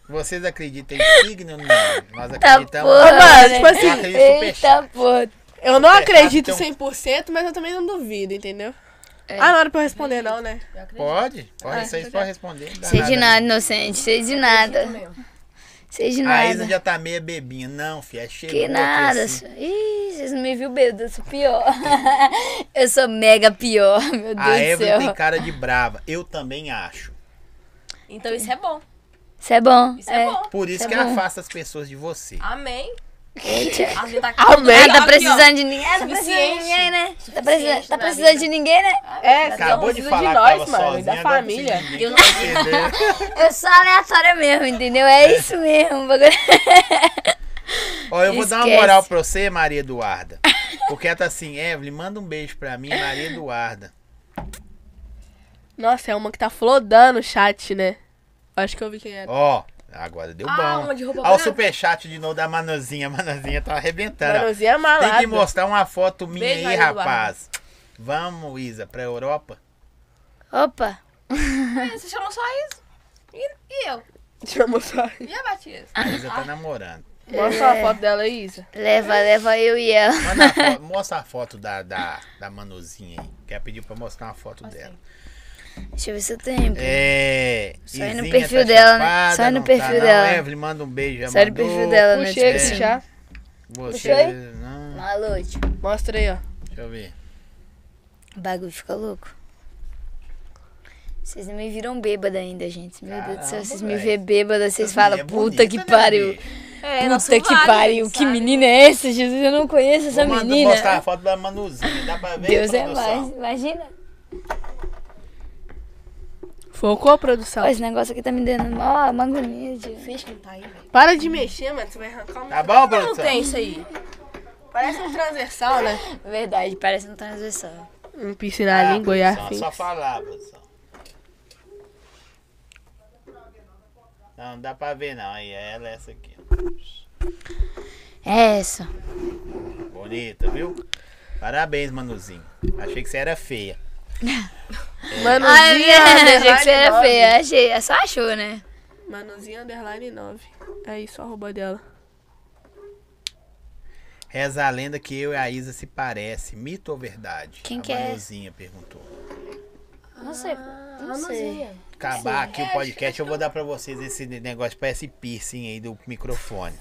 Speaker 2: Vocês acreditam em signo? Não. Nós
Speaker 1: Tá
Speaker 2: acreditamos.
Speaker 1: porra,
Speaker 4: mano,
Speaker 1: né?
Speaker 4: tipo assim,
Speaker 2: Eu acredito em
Speaker 1: Eita porra.
Speaker 4: Eu não
Speaker 2: É,
Speaker 4: acredito
Speaker 2: então-
Speaker 4: 100%, mas eu também não duvido, entendeu? Ah, não era pra eu responder não, né?
Speaker 2: Pode? Pode,
Speaker 1: Ah,
Speaker 2: vocês podem responder. não dá
Speaker 1: Sei então de nada, inocente. Sei de nada. Sei de
Speaker 2: A Isa
Speaker 1: nada.
Speaker 2: já tá meio bebinha. Não, filha, é chegou.
Speaker 1: Que nada.
Speaker 2: aqueci.
Speaker 1: Ih, vocês não me viu bêbada, eu sou pior. eu sou mega pior, meu Deus do
Speaker 2: A Evelyn tem
Speaker 1: céu.
Speaker 2: cara de brava. Eu também acho.
Speaker 3: Então isso é bom.
Speaker 1: Isso é bom.
Speaker 3: Isso é, bom.
Speaker 2: Por isso
Speaker 1: Tá
Speaker 2: que
Speaker 1: bom. Ah,
Speaker 2: afasta as pessoas de você.
Speaker 3: Amém.
Speaker 1: Eita.
Speaker 3: A vida tá
Speaker 1: Ah,
Speaker 3: Amém.
Speaker 1: tá precisando de ninguém. Ah, tá precisando de
Speaker 3: Suficiente.
Speaker 1: ninguém, né? Tá precisando, tá
Speaker 3: na
Speaker 1: precisando de ninguém, né?
Speaker 4: É,
Speaker 2: Acabou de falar que
Speaker 4: nós,
Speaker 2: tava
Speaker 4: mano,
Speaker 2: sozinha,
Speaker 4: da
Speaker 2: agora
Speaker 4: família.
Speaker 2: precisa de ninguém pra entender.
Speaker 1: Eu sou aleatória mesmo, entendeu? É isso mesmo. o bagulho.
Speaker 2: Ó, eu vou dar uma
Speaker 1: Esquece.
Speaker 2: moral pra você, Maria Eduarda. Porque ela tá assim, Evelyn, manda um beijo pra mim, Maria Eduarda.
Speaker 4: Nossa, é uma que tá flodando o chat, né? Acho que eu vi quem era.
Speaker 2: Ó, Agora deu
Speaker 3: Ah,
Speaker 2: bom.
Speaker 3: uma de roupa
Speaker 2: Olha o
Speaker 3: barata?
Speaker 2: superchat de novo da Manozinha. A Manozinha tá arrebentando. ó.
Speaker 4: Manuzinha
Speaker 2: Tem que
Speaker 4: malada.
Speaker 2: mostrar uma foto minha
Speaker 3: tá Beijo,
Speaker 2: aí,
Speaker 3: Maria do
Speaker 2: rapaz. Vamos, Isa, pra Europa?
Speaker 1: Opa.
Speaker 3: Ah, Você chamou só isso? E, e eu?
Speaker 4: Chamou só.
Speaker 3: E a Batista?
Speaker 1: Ah.
Speaker 2: A Isa tá namorando.
Speaker 4: Mostra uma foto dela aí, Isa.
Speaker 1: Leva, leva eu e ela.
Speaker 2: Manda a fo- mostra a foto da, da, da Manozinha aí. Que ela pediu pra mostrar uma foto dela.
Speaker 1: Deixa eu ver se eu tenho.
Speaker 2: É.
Speaker 1: Só aí no
Speaker 2: Izinha
Speaker 1: perfil dela, né?
Speaker 2: chapada,
Speaker 1: Só aí no
Speaker 2: não
Speaker 1: perfil
Speaker 2: tá, não.
Speaker 1: dela.
Speaker 2: Evelyn, manda um beijo. já
Speaker 1: Sério, o
Speaker 2: mandou.
Speaker 1: perfil Tá dela, né?
Speaker 4: Puxei
Speaker 1: Tipo
Speaker 4: esse
Speaker 2: é.
Speaker 1: assim.
Speaker 4: chá.
Speaker 2: Você.
Speaker 4: Puxei?
Speaker 2: Não,
Speaker 1: Malute.
Speaker 4: Mostra aí, ó.
Speaker 2: deixa eu ver.
Speaker 1: O bagulho fica louco. Vocês não me viram bêbada ainda, gente. Meu Deus do céu,
Speaker 2: Caramba,
Speaker 1: vocês me
Speaker 2: velho.
Speaker 1: vêem bêbada, vocês
Speaker 2: Essa
Speaker 1: falam,
Speaker 2: menina é
Speaker 1: puta que
Speaker 2: bonita, né,
Speaker 1: pariu.
Speaker 2: bicho?
Speaker 3: É,
Speaker 1: Puta que pariu, que menina é essa, Jesus? Eu não conheço essa
Speaker 2: Vou mandar-
Speaker 1: menina.
Speaker 2: mostrar a foto da Manuzinha. Dá pra ver?
Speaker 1: Deus é
Speaker 2: produção?
Speaker 1: mais, imagina.
Speaker 4: Focou a produção.
Speaker 1: Ó, esse negócio aqui tá me dando ó, uma agonia. tio.
Speaker 4: Para de mexer, mano. Você vai arrancar uma.
Speaker 2: Tá bom,
Speaker 4: Não
Speaker 2: produção?
Speaker 3: É
Speaker 4: tem isso aí. Parece um transversal, né?
Speaker 1: Verdade, parece um transversal.
Speaker 4: Um piercing na língua e
Speaker 2: Ah, Só,
Speaker 4: afins.
Speaker 2: é só falar, produção. Não, não dá pra ver não. Aí é ela essa aqui. ó.
Speaker 1: É essa.
Speaker 2: Bonita, viu? Parabéns, Manuzinho. Achei que você era feia.
Speaker 1: Ai,
Speaker 4: Manuzinha
Speaker 1: minha, achei que você
Speaker 4: underline
Speaker 1: era
Speaker 4: 9.
Speaker 1: feia. Achei, só achou, né?
Speaker 4: Manuzinha underline 9. Aí só arroba dela.
Speaker 2: Reza a lenda que eu e a Isa se parece. Mito ou verdade?
Speaker 1: Quem
Speaker 2: a
Speaker 1: que é?
Speaker 2: Manuzinha perguntou.
Speaker 1: Não sei. Ah, Não sei. É,
Speaker 2: Acabar aqui o podcast, eu vou dar pra vocês esse negócio, parece piercing aí do microfone.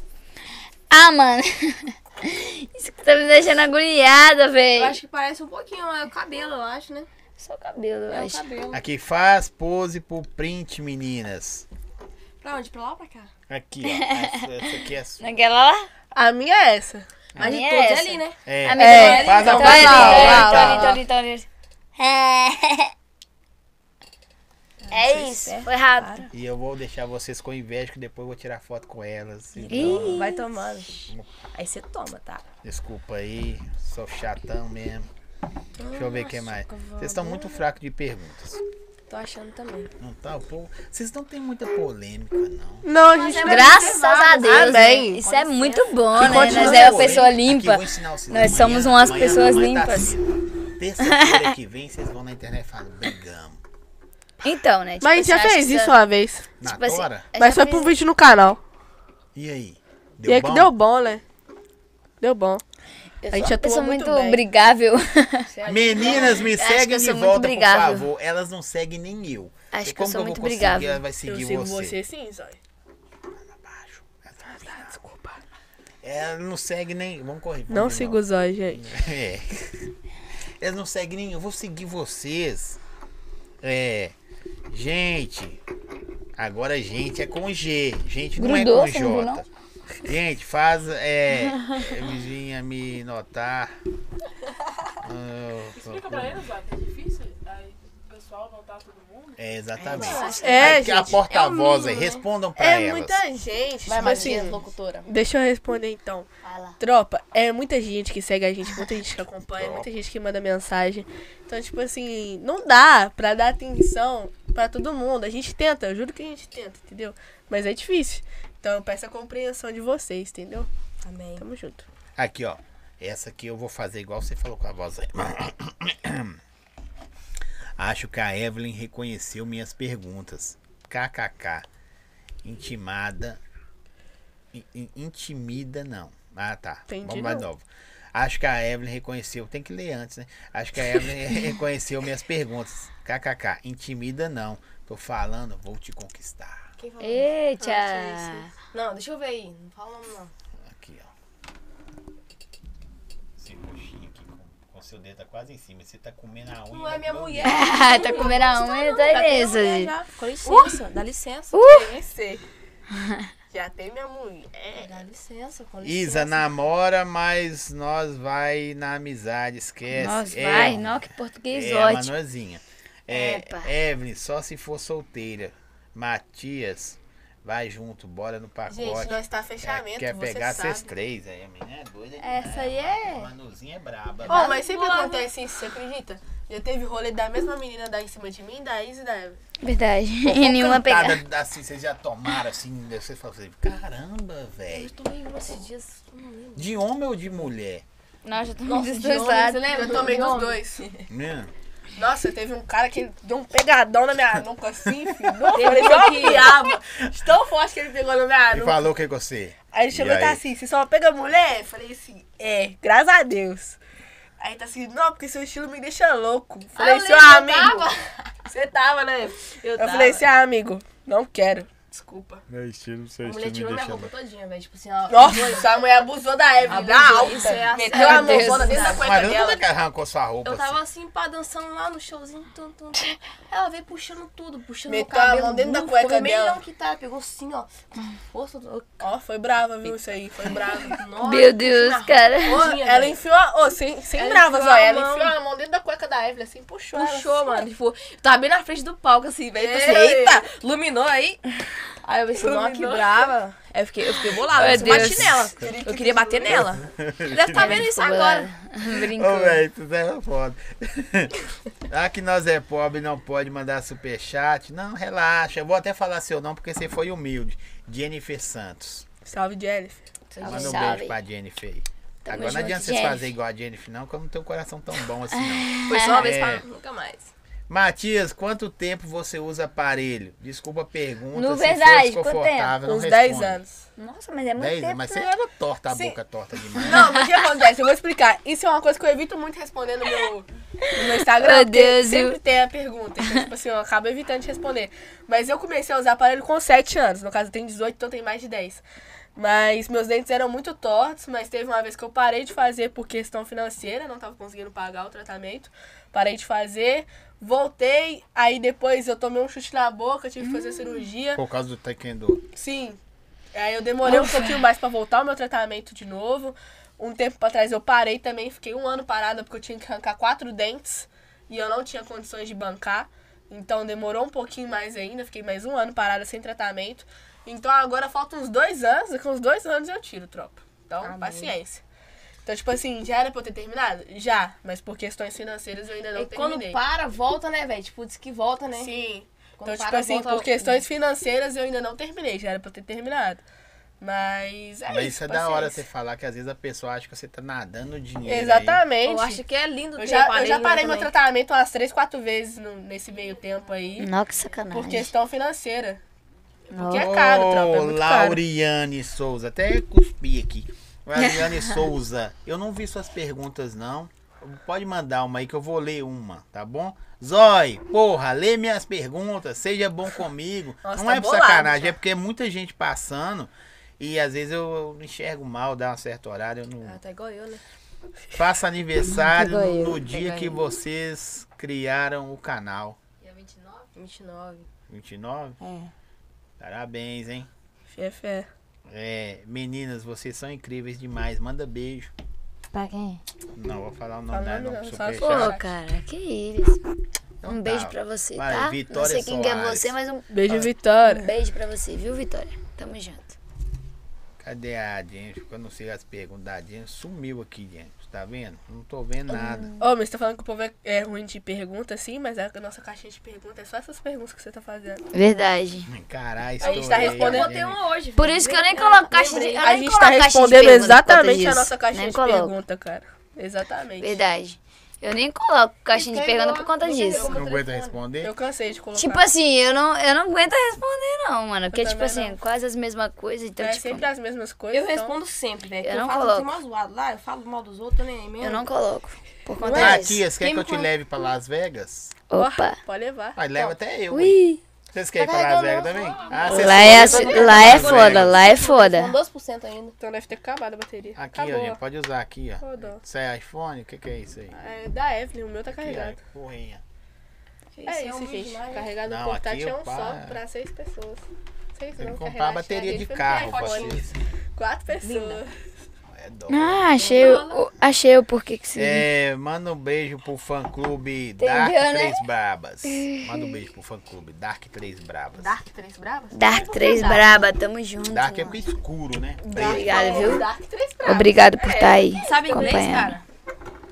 Speaker 1: Ah, mano. Isso que tá me deixando agoniada,
Speaker 3: Eu
Speaker 1: velho.
Speaker 3: acho que parece um pouquinho, é o cabelo, eu acho, né?
Speaker 1: Só o cabelo, eu
Speaker 3: É o
Speaker 1: acho.
Speaker 3: cabelo.
Speaker 2: Aqui, faz pose pro print, meninas.
Speaker 3: Pra onde? Pra lá ou pra cá?
Speaker 2: Aqui, ó. Essa, essa aqui é sua.
Speaker 1: Naquela lá?
Speaker 4: A minha é essa.
Speaker 3: Mas de
Speaker 1: minha
Speaker 3: todos
Speaker 1: é
Speaker 3: é
Speaker 1: essa.
Speaker 3: ali, né?
Speaker 2: É,
Speaker 1: A minha é,
Speaker 2: faz a
Speaker 1: então,
Speaker 2: pose.
Speaker 1: ali,
Speaker 2: pra
Speaker 1: então,
Speaker 2: lá,
Speaker 1: ali,
Speaker 2: pra lá.
Speaker 1: então, ali, então, ali, É. então, ali. É, é isso, foi rápido.
Speaker 2: E eu vou deixar vocês com inveja, que depois eu vou tirar foto com elas. Então,
Speaker 1: Ih,
Speaker 3: Vai tomando. Aí você toma, tá?
Speaker 2: desculpa aí, sou chatão mesmo. Deixa eu ver o que mais. Vocês estão muito fracos de perguntas.
Speaker 3: Tô achando também.
Speaker 2: Não tá? O povo- Vocês não tem muita polêmica, não.
Speaker 4: Não, a
Speaker 3: é
Speaker 4: gente não.
Speaker 1: graças a Deus, né?
Speaker 4: Amém.
Speaker 1: Isso é muito bom, né? Nós
Speaker 2: Continua
Speaker 1: é
Speaker 2: polêmica,
Speaker 1: uma pessoa
Speaker 2: aqui,
Speaker 1: limpa.
Speaker 2: vou ensinar vocês.
Speaker 1: Nós somos umas pessoas
Speaker 2: mamãe tá
Speaker 1: limpas.
Speaker 2: assim, Terça-feira que vem, vocês vão na internet e falam, brigamos.
Speaker 1: Então, né? tipo
Speaker 4: Mas a gente já
Speaker 1: assim, acho
Speaker 4: fez
Speaker 1: que
Speaker 4: isso
Speaker 1: só-
Speaker 4: uma vez.
Speaker 2: Na
Speaker 1: tipo assim,
Speaker 2: tora?
Speaker 1: acho
Speaker 4: Mas
Speaker 1: que
Speaker 4: foi pro vídeo no canal.
Speaker 2: E aí?
Speaker 4: e aí
Speaker 2: bom?
Speaker 4: que deu bom, né? Deu bom.
Speaker 1: eu
Speaker 4: a gente
Speaker 1: sou uma
Speaker 4: atuou
Speaker 1: pessoa
Speaker 4: muito
Speaker 1: muito,
Speaker 4: bem.
Speaker 1: brigável.
Speaker 2: Meninas,
Speaker 1: É,
Speaker 2: me
Speaker 1: acho que
Speaker 2: seguem
Speaker 1: eu
Speaker 2: de
Speaker 1: sou muito
Speaker 2: volta, por
Speaker 1: brigável.
Speaker 2: favor. Elas não seguem nem eu.
Speaker 1: Acho
Speaker 2: E
Speaker 1: que eu
Speaker 2: como
Speaker 1: sou
Speaker 2: vou
Speaker 1: muito
Speaker 2: conseguir?
Speaker 1: brigável.
Speaker 2: Ela vai seguir você.
Speaker 4: sim, Zói.
Speaker 2: Abaixo. Ela tá brigando.
Speaker 4: Ah, Desculpa.
Speaker 2: Ela não segue nem. Vamos correr. vamos
Speaker 4: Não
Speaker 2: de
Speaker 4: siga
Speaker 2: novo.
Speaker 4: o Zói, gente.
Speaker 2: É. Elas não seguem nem eu. Vou seguir vocês. É. Gente. Agora gente é com G. Gente não
Speaker 1: Grudou,
Speaker 2: é com
Speaker 1: você não viu,
Speaker 2: J. Gente, faz. É. Vizinha me notar. Ah,
Speaker 5: Explica pra eles, Zé, que é difícil aí o pessoal notar todo mundo.
Speaker 2: É, exatamente.
Speaker 4: É,
Speaker 2: Aí que a
Speaker 4: gente,
Speaker 2: porta-voz aí, respondam pra
Speaker 4: É
Speaker 2: elas.
Speaker 4: muita gente.
Speaker 6: Vai,
Speaker 4: tipo
Speaker 6: Matias,
Speaker 4: assim,
Speaker 6: locutora.
Speaker 4: Deixa eu responder então. Tropa, é muita gente que segue a gente, muita gente que acompanha, muita gente que manda mensagem. Então, tipo assim, não dá pra dar atenção pra todo mundo. A gente tenta, eu juro que a gente tenta, entendeu? Mas é difícil. Então eu peço a compreensão de vocês, entendeu?
Speaker 3: Amém.
Speaker 4: Tamo junto.
Speaker 2: Aqui, ó. Essa aqui eu vou fazer igual você falou com a voz aí. Acho que a Evelyn reconheceu minhas perguntas. KKK. Intimada. In- in- intimida, não. Ah, tá.
Speaker 4: Entendi,
Speaker 2: Vamos lá de
Speaker 4: não.
Speaker 2: novo. Acho que a Evelyn reconheceu. Tem que ler antes, né? Acho que a Evelyn reconheceu minhas perguntas. KKK. Intimida, não. Tô falando, vou te conquistar.
Speaker 3: Quem
Speaker 4: é
Speaker 3: falou?
Speaker 1: Eita!
Speaker 3: Não, deixa eu ver aí. Não fala o nome, não.
Speaker 2: Aqui, ó. Esse roxinho aqui com, com seu dedo tá quase em cima. Você tá comendo a unha.
Speaker 3: Não é
Speaker 2: da
Speaker 3: minha
Speaker 2: tua
Speaker 3: mulher.
Speaker 1: Ah, tá comendo a unha, tá imensa,
Speaker 3: É,
Speaker 1: gente.
Speaker 3: já. Uh! Com licença, dá licença.
Speaker 4: Nem sei. Já tem minha mulher.
Speaker 3: Dá licença, com licença.
Speaker 2: Isa namora, mas nós vai na amizade, esquece.
Speaker 1: Nós
Speaker 2: É,
Speaker 1: vai, não, que português
Speaker 2: É, a
Speaker 1: ótimo.
Speaker 2: Manozinha. É,
Speaker 1: Epa.
Speaker 2: Evelyn, só se for solteira. Matias, vai junto, bora no pacote.
Speaker 4: Gente, nós tá fechamento,
Speaker 2: É, quer
Speaker 4: você
Speaker 2: pegar
Speaker 4: sabe.
Speaker 2: vocês três, aí a menina é doida.
Speaker 1: Essa
Speaker 2: demais,
Speaker 1: aí é-
Speaker 2: A Manuzinha é braba.
Speaker 4: Ó, mas sempre acontece isso, você acredita? Já teve rolê da mesma menina da em cima de mim, da Isa e da Eva.
Speaker 1: Verdade. E nenhuma pegada.
Speaker 2: Nada assim, vocês já tomaram assim, vocês falam assim, caramba, velho.
Speaker 4: Tomei uma esses dias, não lembro.
Speaker 2: De homem ou de mulher?
Speaker 1: Nossa, eu tô muito
Speaker 4: Você
Speaker 1: estressada.
Speaker 4: lembra? Eu tomei dos dois.
Speaker 2: Né?
Speaker 4: Nossa, teve um cara que deu um pegadão na minha nuca assim, filho. Não, falei, eu piava. Tão forte que ele pegou na minha
Speaker 2: E
Speaker 4: nuca.
Speaker 2: falou o que que você?
Speaker 4: Aí ele chegou e
Speaker 2: E
Speaker 4: tá
Speaker 2: aí?
Speaker 4: assim, você só pega mulher? Eu Falei assim, é, graças a Deus. Aí tá assim, não, porque seu estilo me deixa louco. Eu Falei, seu amigo. Você tava, né? Eu, falei, seu amigo, não quero. Desculpa.
Speaker 2: Meu estilo, seu
Speaker 3: A mulher tirou minha roupa todinha, velho. Tipo assim, ó.
Speaker 4: Nossa, a mulher abusou da Evelyn, né? da alta.
Speaker 3: Isso é assim.
Speaker 4: Meteu a
Speaker 1: Meu Deus.
Speaker 4: mãozona dentro da cueca
Speaker 2: Mas não
Speaker 4: dela.
Speaker 2: é que arrancou sua roupa
Speaker 3: Eu tava
Speaker 2: assim.
Speaker 3: assim, pá, dançando lá no showzinho, tum, tum, tum. Ela veio puxando tudo, puxando
Speaker 4: Meteu
Speaker 3: meu cabelo.
Speaker 4: a mão dentro da
Speaker 3: bufo,
Speaker 4: cueca
Speaker 3: vermelhão
Speaker 4: dela.
Speaker 3: que tá, pegou assim, ó. com Força, do-
Speaker 4: Ó, foi brava, viu, isso aí, foi brava.
Speaker 3: nossa.
Speaker 1: Meu Deus, cara.
Speaker 4: Ô,
Speaker 3: Tadinha,
Speaker 4: ela
Speaker 3: velho.
Speaker 4: enfiou a... Ô, sem, sem
Speaker 3: né? Ela
Speaker 4: bravas,
Speaker 3: enfiou
Speaker 4: ó.
Speaker 3: a
Speaker 4: Ela
Speaker 3: mão.
Speaker 4: enfiou a mão dentro da cueca da Evelyn, assim, puxou ela.
Speaker 3: Puxou, mano. Tipo, eu tava bem na frente do palco, assim, velho. Tipo assim,
Speaker 4: Ei.
Speaker 3: eita, iluminou aí. Aí eu pensei, nossa, que
Speaker 4: Iluminou.
Speaker 3: brava. Aí eu fiquei, eu fiquei bolada,
Speaker 1: Meu
Speaker 3: eu bati
Speaker 1: Deus.
Speaker 3: nela. Eu queria bater nela. Deve estar vendo isso agora.
Speaker 2: Ô,
Speaker 1: Brincou.
Speaker 2: velho, tu é foda. ah, que nós é pobre não pode mandar superchat. Não, relaxa. Eu vou até falar seu nome porque você foi humilde. Jennifer Santos.
Speaker 4: Salve, Jennifer.
Speaker 2: Manda um
Speaker 1: Salve.
Speaker 2: beijo pra Jennifer aí.
Speaker 1: Tamo
Speaker 2: Agora não
Speaker 1: junto,
Speaker 2: adianta vocês
Speaker 1: Jennifer.
Speaker 2: fazerem igual a Jennifer, não, que eu não tenho um coração tão bom assim, não.
Speaker 3: Foi só uma vez
Speaker 2: É.
Speaker 3: pra nunca mais.
Speaker 2: Matias, quanto tempo você usa aparelho? Desculpa a pergunta.
Speaker 1: No
Speaker 2: se
Speaker 1: verdade,
Speaker 2: for
Speaker 1: quanto
Speaker 2: desconfortável, não
Speaker 4: Uns 10
Speaker 2: responde.
Speaker 4: anos.
Speaker 1: Nossa, mas é muito
Speaker 2: 10 anos,
Speaker 1: tempo.
Speaker 2: mas você
Speaker 1: né?
Speaker 2: era torta, a
Speaker 4: Sim.
Speaker 2: boca torta demais.
Speaker 4: Não, mas o que acontece? Eu vou explicar. Isso é uma coisa que eu evito muito responder no meu, no meu Instagram.
Speaker 1: Meu
Speaker 4: porque
Speaker 1: Deus,
Speaker 4: Sempre
Speaker 1: eu-
Speaker 4: tem a pergunta. Então, tipo assim, eu acabo evitando de responder. Mas eu comecei a usar aparelho com 7 anos. No caso, eu tenho 18, então tem mais de 10. Mas meus dentes eram muito tortos, mas teve uma vez que eu parei de fazer por questão financeira, não tava conseguindo pagar o tratamento. Parei de fazer, voltei, aí depois eu tomei um chute na boca, tive que fazer
Speaker 1: Hum.
Speaker 4: cirurgia.
Speaker 2: Por causa do taekwondo.
Speaker 4: Sim. Aí eu demorei um pouquinho mais pra voltar ao meu tratamento de novo. Um tempo pra trás eu parei também, fiquei um ano parada porque eu tinha que arrancar quatro dentes e eu não tinha condições de bancar. Então demorou um pouquinho mais ainda, fiquei mais um ano parada sem tratamento. Então agora faltam uns dois anos, e com uns dois anos eu tiro, tropa. Então, paciência. Então, tipo assim, já era pra eu ter terminado? Já, mas por questões financeiras eu ainda não
Speaker 3: E quando
Speaker 4: terminei.
Speaker 3: para, volta, né, velho? Tipo, diz que volta, né?
Speaker 4: Sim.
Speaker 3: Quando
Speaker 4: então, tipo
Speaker 3: para,
Speaker 4: assim,
Speaker 3: volta-
Speaker 4: por questões financeiras eu ainda não terminei, já era pra eu ter terminado. Mas é
Speaker 2: Mas
Speaker 4: isso.
Speaker 2: isso é da hora né? você
Speaker 4: paciência.
Speaker 2: falar que às vezes a pessoa acha que você tá nadando dinheiro. aí.
Speaker 4: Exatamente.
Speaker 3: Eu
Speaker 4: Eu,
Speaker 3: acho que é lindo ter
Speaker 4: já, eu
Speaker 3: aparelho,
Speaker 4: já
Speaker 3: né,
Speaker 4: parei meu
Speaker 3: também.
Speaker 4: tratamento umas três, quatro vezes no- nesse meio tempo aí,
Speaker 1: Nossa, que
Speaker 4: por
Speaker 1: sacanagem.
Speaker 4: questão financeira.
Speaker 1: Nossa.
Speaker 4: Porque é caro, tropa, é
Speaker 2: Ô,
Speaker 4: muito caro.
Speaker 2: Lauriane Souza, até cuspi aqui. Lauriane Souza, eu não vi suas perguntas, não. Pode mandar uma aí que eu vou ler uma, tá bom? Zói, porra, lê minhas perguntas, seja bom comigo.
Speaker 4: Nossa,
Speaker 2: não
Speaker 4: tá
Speaker 2: é por
Speaker 4: bolado,
Speaker 2: sacanagem,
Speaker 4: já.
Speaker 2: é porque é muita gente passando e às vezes eu enxergo mal, dá um certo horário, eu não,
Speaker 4: Ah, tá igual eu, né? Tá
Speaker 2: Faça aniversário
Speaker 1: Pegou
Speaker 2: no,
Speaker 1: eu,
Speaker 2: no dia
Speaker 1: pegou
Speaker 2: que
Speaker 1: eu.
Speaker 2: vocês criaram o canal.
Speaker 3: Dia 29?
Speaker 4: 29.
Speaker 2: 29? Parabéns, hein?
Speaker 4: Fé, fé.
Speaker 2: É, meninas, vocês são incríveis demais. Manda beijo.
Speaker 1: Pra quem?
Speaker 2: Não, vou falar o
Speaker 4: Fala
Speaker 2: nome dela,
Speaker 4: nome
Speaker 2: não.
Speaker 4: não, só
Speaker 1: Pô,
Speaker 2: Superchat.
Speaker 1: cara, que isso.
Speaker 2: Então
Speaker 1: Um
Speaker 2: tá.
Speaker 1: beijo pra você,
Speaker 2: Vai,
Speaker 1: tá? não
Speaker 2: Vitória
Speaker 1: sei quem que é
Speaker 2: Soares.
Speaker 1: você, mas um
Speaker 4: Beijo, Vitória.
Speaker 1: beijo pra você, viu, Vitória? Tamo junto.
Speaker 2: Cadê a Jennifer? Eu não sei as perguntas da Jennifer. Sumiu aqui, Jennifer. Tá vendo? Não tô vendo nada.
Speaker 4: Ô, mas você tá falando que o povo é, é ruim de pergunta, sim, mas a nossa caixinha de pergunta é só essas perguntas que você tá fazendo.
Speaker 1: Verdade.
Speaker 2: Caralho,
Speaker 4: A gente tá
Speaker 2: estourei,
Speaker 4: respondendo-
Speaker 2: Jennifer.
Speaker 3: Botei uma hoje, velho.
Speaker 1: Por isso que eu nem coloco caixa de. eu
Speaker 4: A
Speaker 1: nem
Speaker 4: gente
Speaker 1: coloco
Speaker 4: tá
Speaker 1: caixa de
Speaker 4: respondendo
Speaker 1: pergunta por conta
Speaker 4: exatamente a
Speaker 1: disso.
Speaker 4: nossa caixinha
Speaker 1: nem
Speaker 4: de
Speaker 1: coloco.
Speaker 4: pergunta, cara. Exatamente.
Speaker 1: Verdade. Eu nem coloco caixinha de pergunta por conta disso.
Speaker 4: um
Speaker 2: Não aguento responder?
Speaker 4: Eu cansei de colocar.
Speaker 1: Tipo assim, eu não, eu não aguento responder, não, mano. Porque, tipo
Speaker 4: também
Speaker 1: assim,
Speaker 4: não.
Speaker 1: quase as mesmas coisas. Então,
Speaker 4: é
Speaker 1: tipo,
Speaker 4: sempre as mesmas coisas.
Speaker 3: Eu
Speaker 4: então-
Speaker 3: respondo sempre, velho.
Speaker 1: Eu
Speaker 3: Eu,
Speaker 1: não
Speaker 3: eu falo
Speaker 1: coloco.
Speaker 3: assim, mal zoado lá, eu falo mal dos outros, eu nem mesmo.
Speaker 1: eu não coloco. Por conta disso.
Speaker 2: Matias, quer
Speaker 3: Quem
Speaker 2: que eu
Speaker 3: me
Speaker 2: te
Speaker 3: conhece?
Speaker 2: leve pra Las Vegas?
Speaker 1: Opa.
Speaker 4: Pode levar.
Speaker 2: Aí leva até eu. hein?
Speaker 1: Ui.
Speaker 2: Vocês querem ir
Speaker 4: Tá
Speaker 2: pra Las Vegas também? Ah, vocês
Speaker 1: Lá é,
Speaker 2: foram,
Speaker 1: a-
Speaker 2: então
Speaker 1: lá
Speaker 2: vamos
Speaker 1: é
Speaker 2: pra Las
Speaker 1: foda,
Speaker 2: Vegas.
Speaker 1: lá é foda.
Speaker 3: 2% ainda.
Speaker 4: Então deve ter acabado a bateria.
Speaker 2: Aqui, ó,
Speaker 4: Acabou.
Speaker 2: gente, pode usar aqui, ó.
Speaker 4: Rodou.
Speaker 2: Isso é iPhone? O que, que é isso aí?
Speaker 4: É da Evelyn, o meu tá
Speaker 2: Que é,
Speaker 4: carregado.
Speaker 2: porrinha.
Speaker 4: É
Speaker 1: um
Speaker 4: isso, gente. Carregado
Speaker 2: Não,
Speaker 4: o portátil
Speaker 2: aqui
Speaker 4: é
Speaker 2: eu
Speaker 4: um
Speaker 2: paro.
Speaker 4: só pra seis pessoas. Seis
Speaker 2: Tem
Speaker 4: não,
Speaker 2: que comprar a
Speaker 4: carregar
Speaker 2: bateria de
Speaker 4: gente,
Speaker 2: carro,
Speaker 4: vai ficar iPhone.
Speaker 2: parceiro.
Speaker 4: é Quatro pessoas.
Speaker 2: É dó.
Speaker 1: Ah, achei o, o- achei o porquê que se.
Speaker 2: É, manda um beijo pro fã clube
Speaker 1: Entendeu,
Speaker 2: Dark
Speaker 1: né?
Speaker 2: Três Brabas. Manda um beijo pro fã clube Dark Três Brabas. Dark,
Speaker 3: Três bravas?
Speaker 1: Dark 3 Braba, tamo junto.
Speaker 2: é
Speaker 1: mano.
Speaker 2: pro escuro, né?
Speaker 1: Obrigado, viu?
Speaker 4: Dark três
Speaker 1: Obrigado por estar aí.
Speaker 3: Sabe inglês,
Speaker 1: acompanhando.
Speaker 3: cara?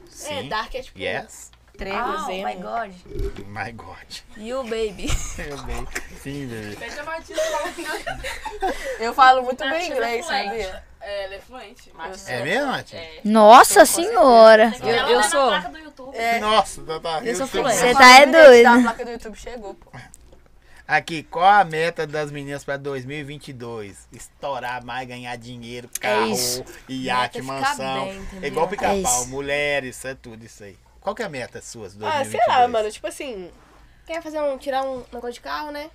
Speaker 2: Sim.
Speaker 4: Dark é tipo.
Speaker 2: Yes.
Speaker 3: Oh,
Speaker 4: entregas, hein?
Speaker 3: my God.
Speaker 2: My God.
Speaker 3: You, baby.
Speaker 2: Eu bem. Sim, bebê.
Speaker 5: Letícia Batista fala que
Speaker 3: Eu falo muito
Speaker 5: Ela é
Speaker 3: bem inglês,
Speaker 5: fluente.
Speaker 3: sabia?
Speaker 5: É, ela é fluente. Mas
Speaker 2: É mesmo, Matheus?
Speaker 1: Nossa senhora.
Speaker 6: Eu,
Speaker 3: eu
Speaker 6: eu
Speaker 3: sou-
Speaker 6: sou. placa do YouTube.
Speaker 2: Nossa, tá, tá.
Speaker 3: Eu sou
Speaker 2: sei
Speaker 3: fluente.
Speaker 1: Você
Speaker 2: como-
Speaker 1: tá é doido.
Speaker 3: A placa do YouTube chegou, pô.
Speaker 2: Aqui, qual a meta das meninas pra 2022? Estourar mais, ganhar dinheiro, carro,
Speaker 1: isso.
Speaker 2: iate,
Speaker 3: Meta ficar
Speaker 2: mansão.
Speaker 3: bem, entendeu?
Speaker 2: é igual
Speaker 1: É
Speaker 2: pica-pau,
Speaker 1: isso.
Speaker 2: mulheres, é tudo isso aí. Qual que é a meta suas, 2022?
Speaker 4: Ah, sei lá, mano. Tipo assim. Quer fazer um. Tirar um negócio de carro, né?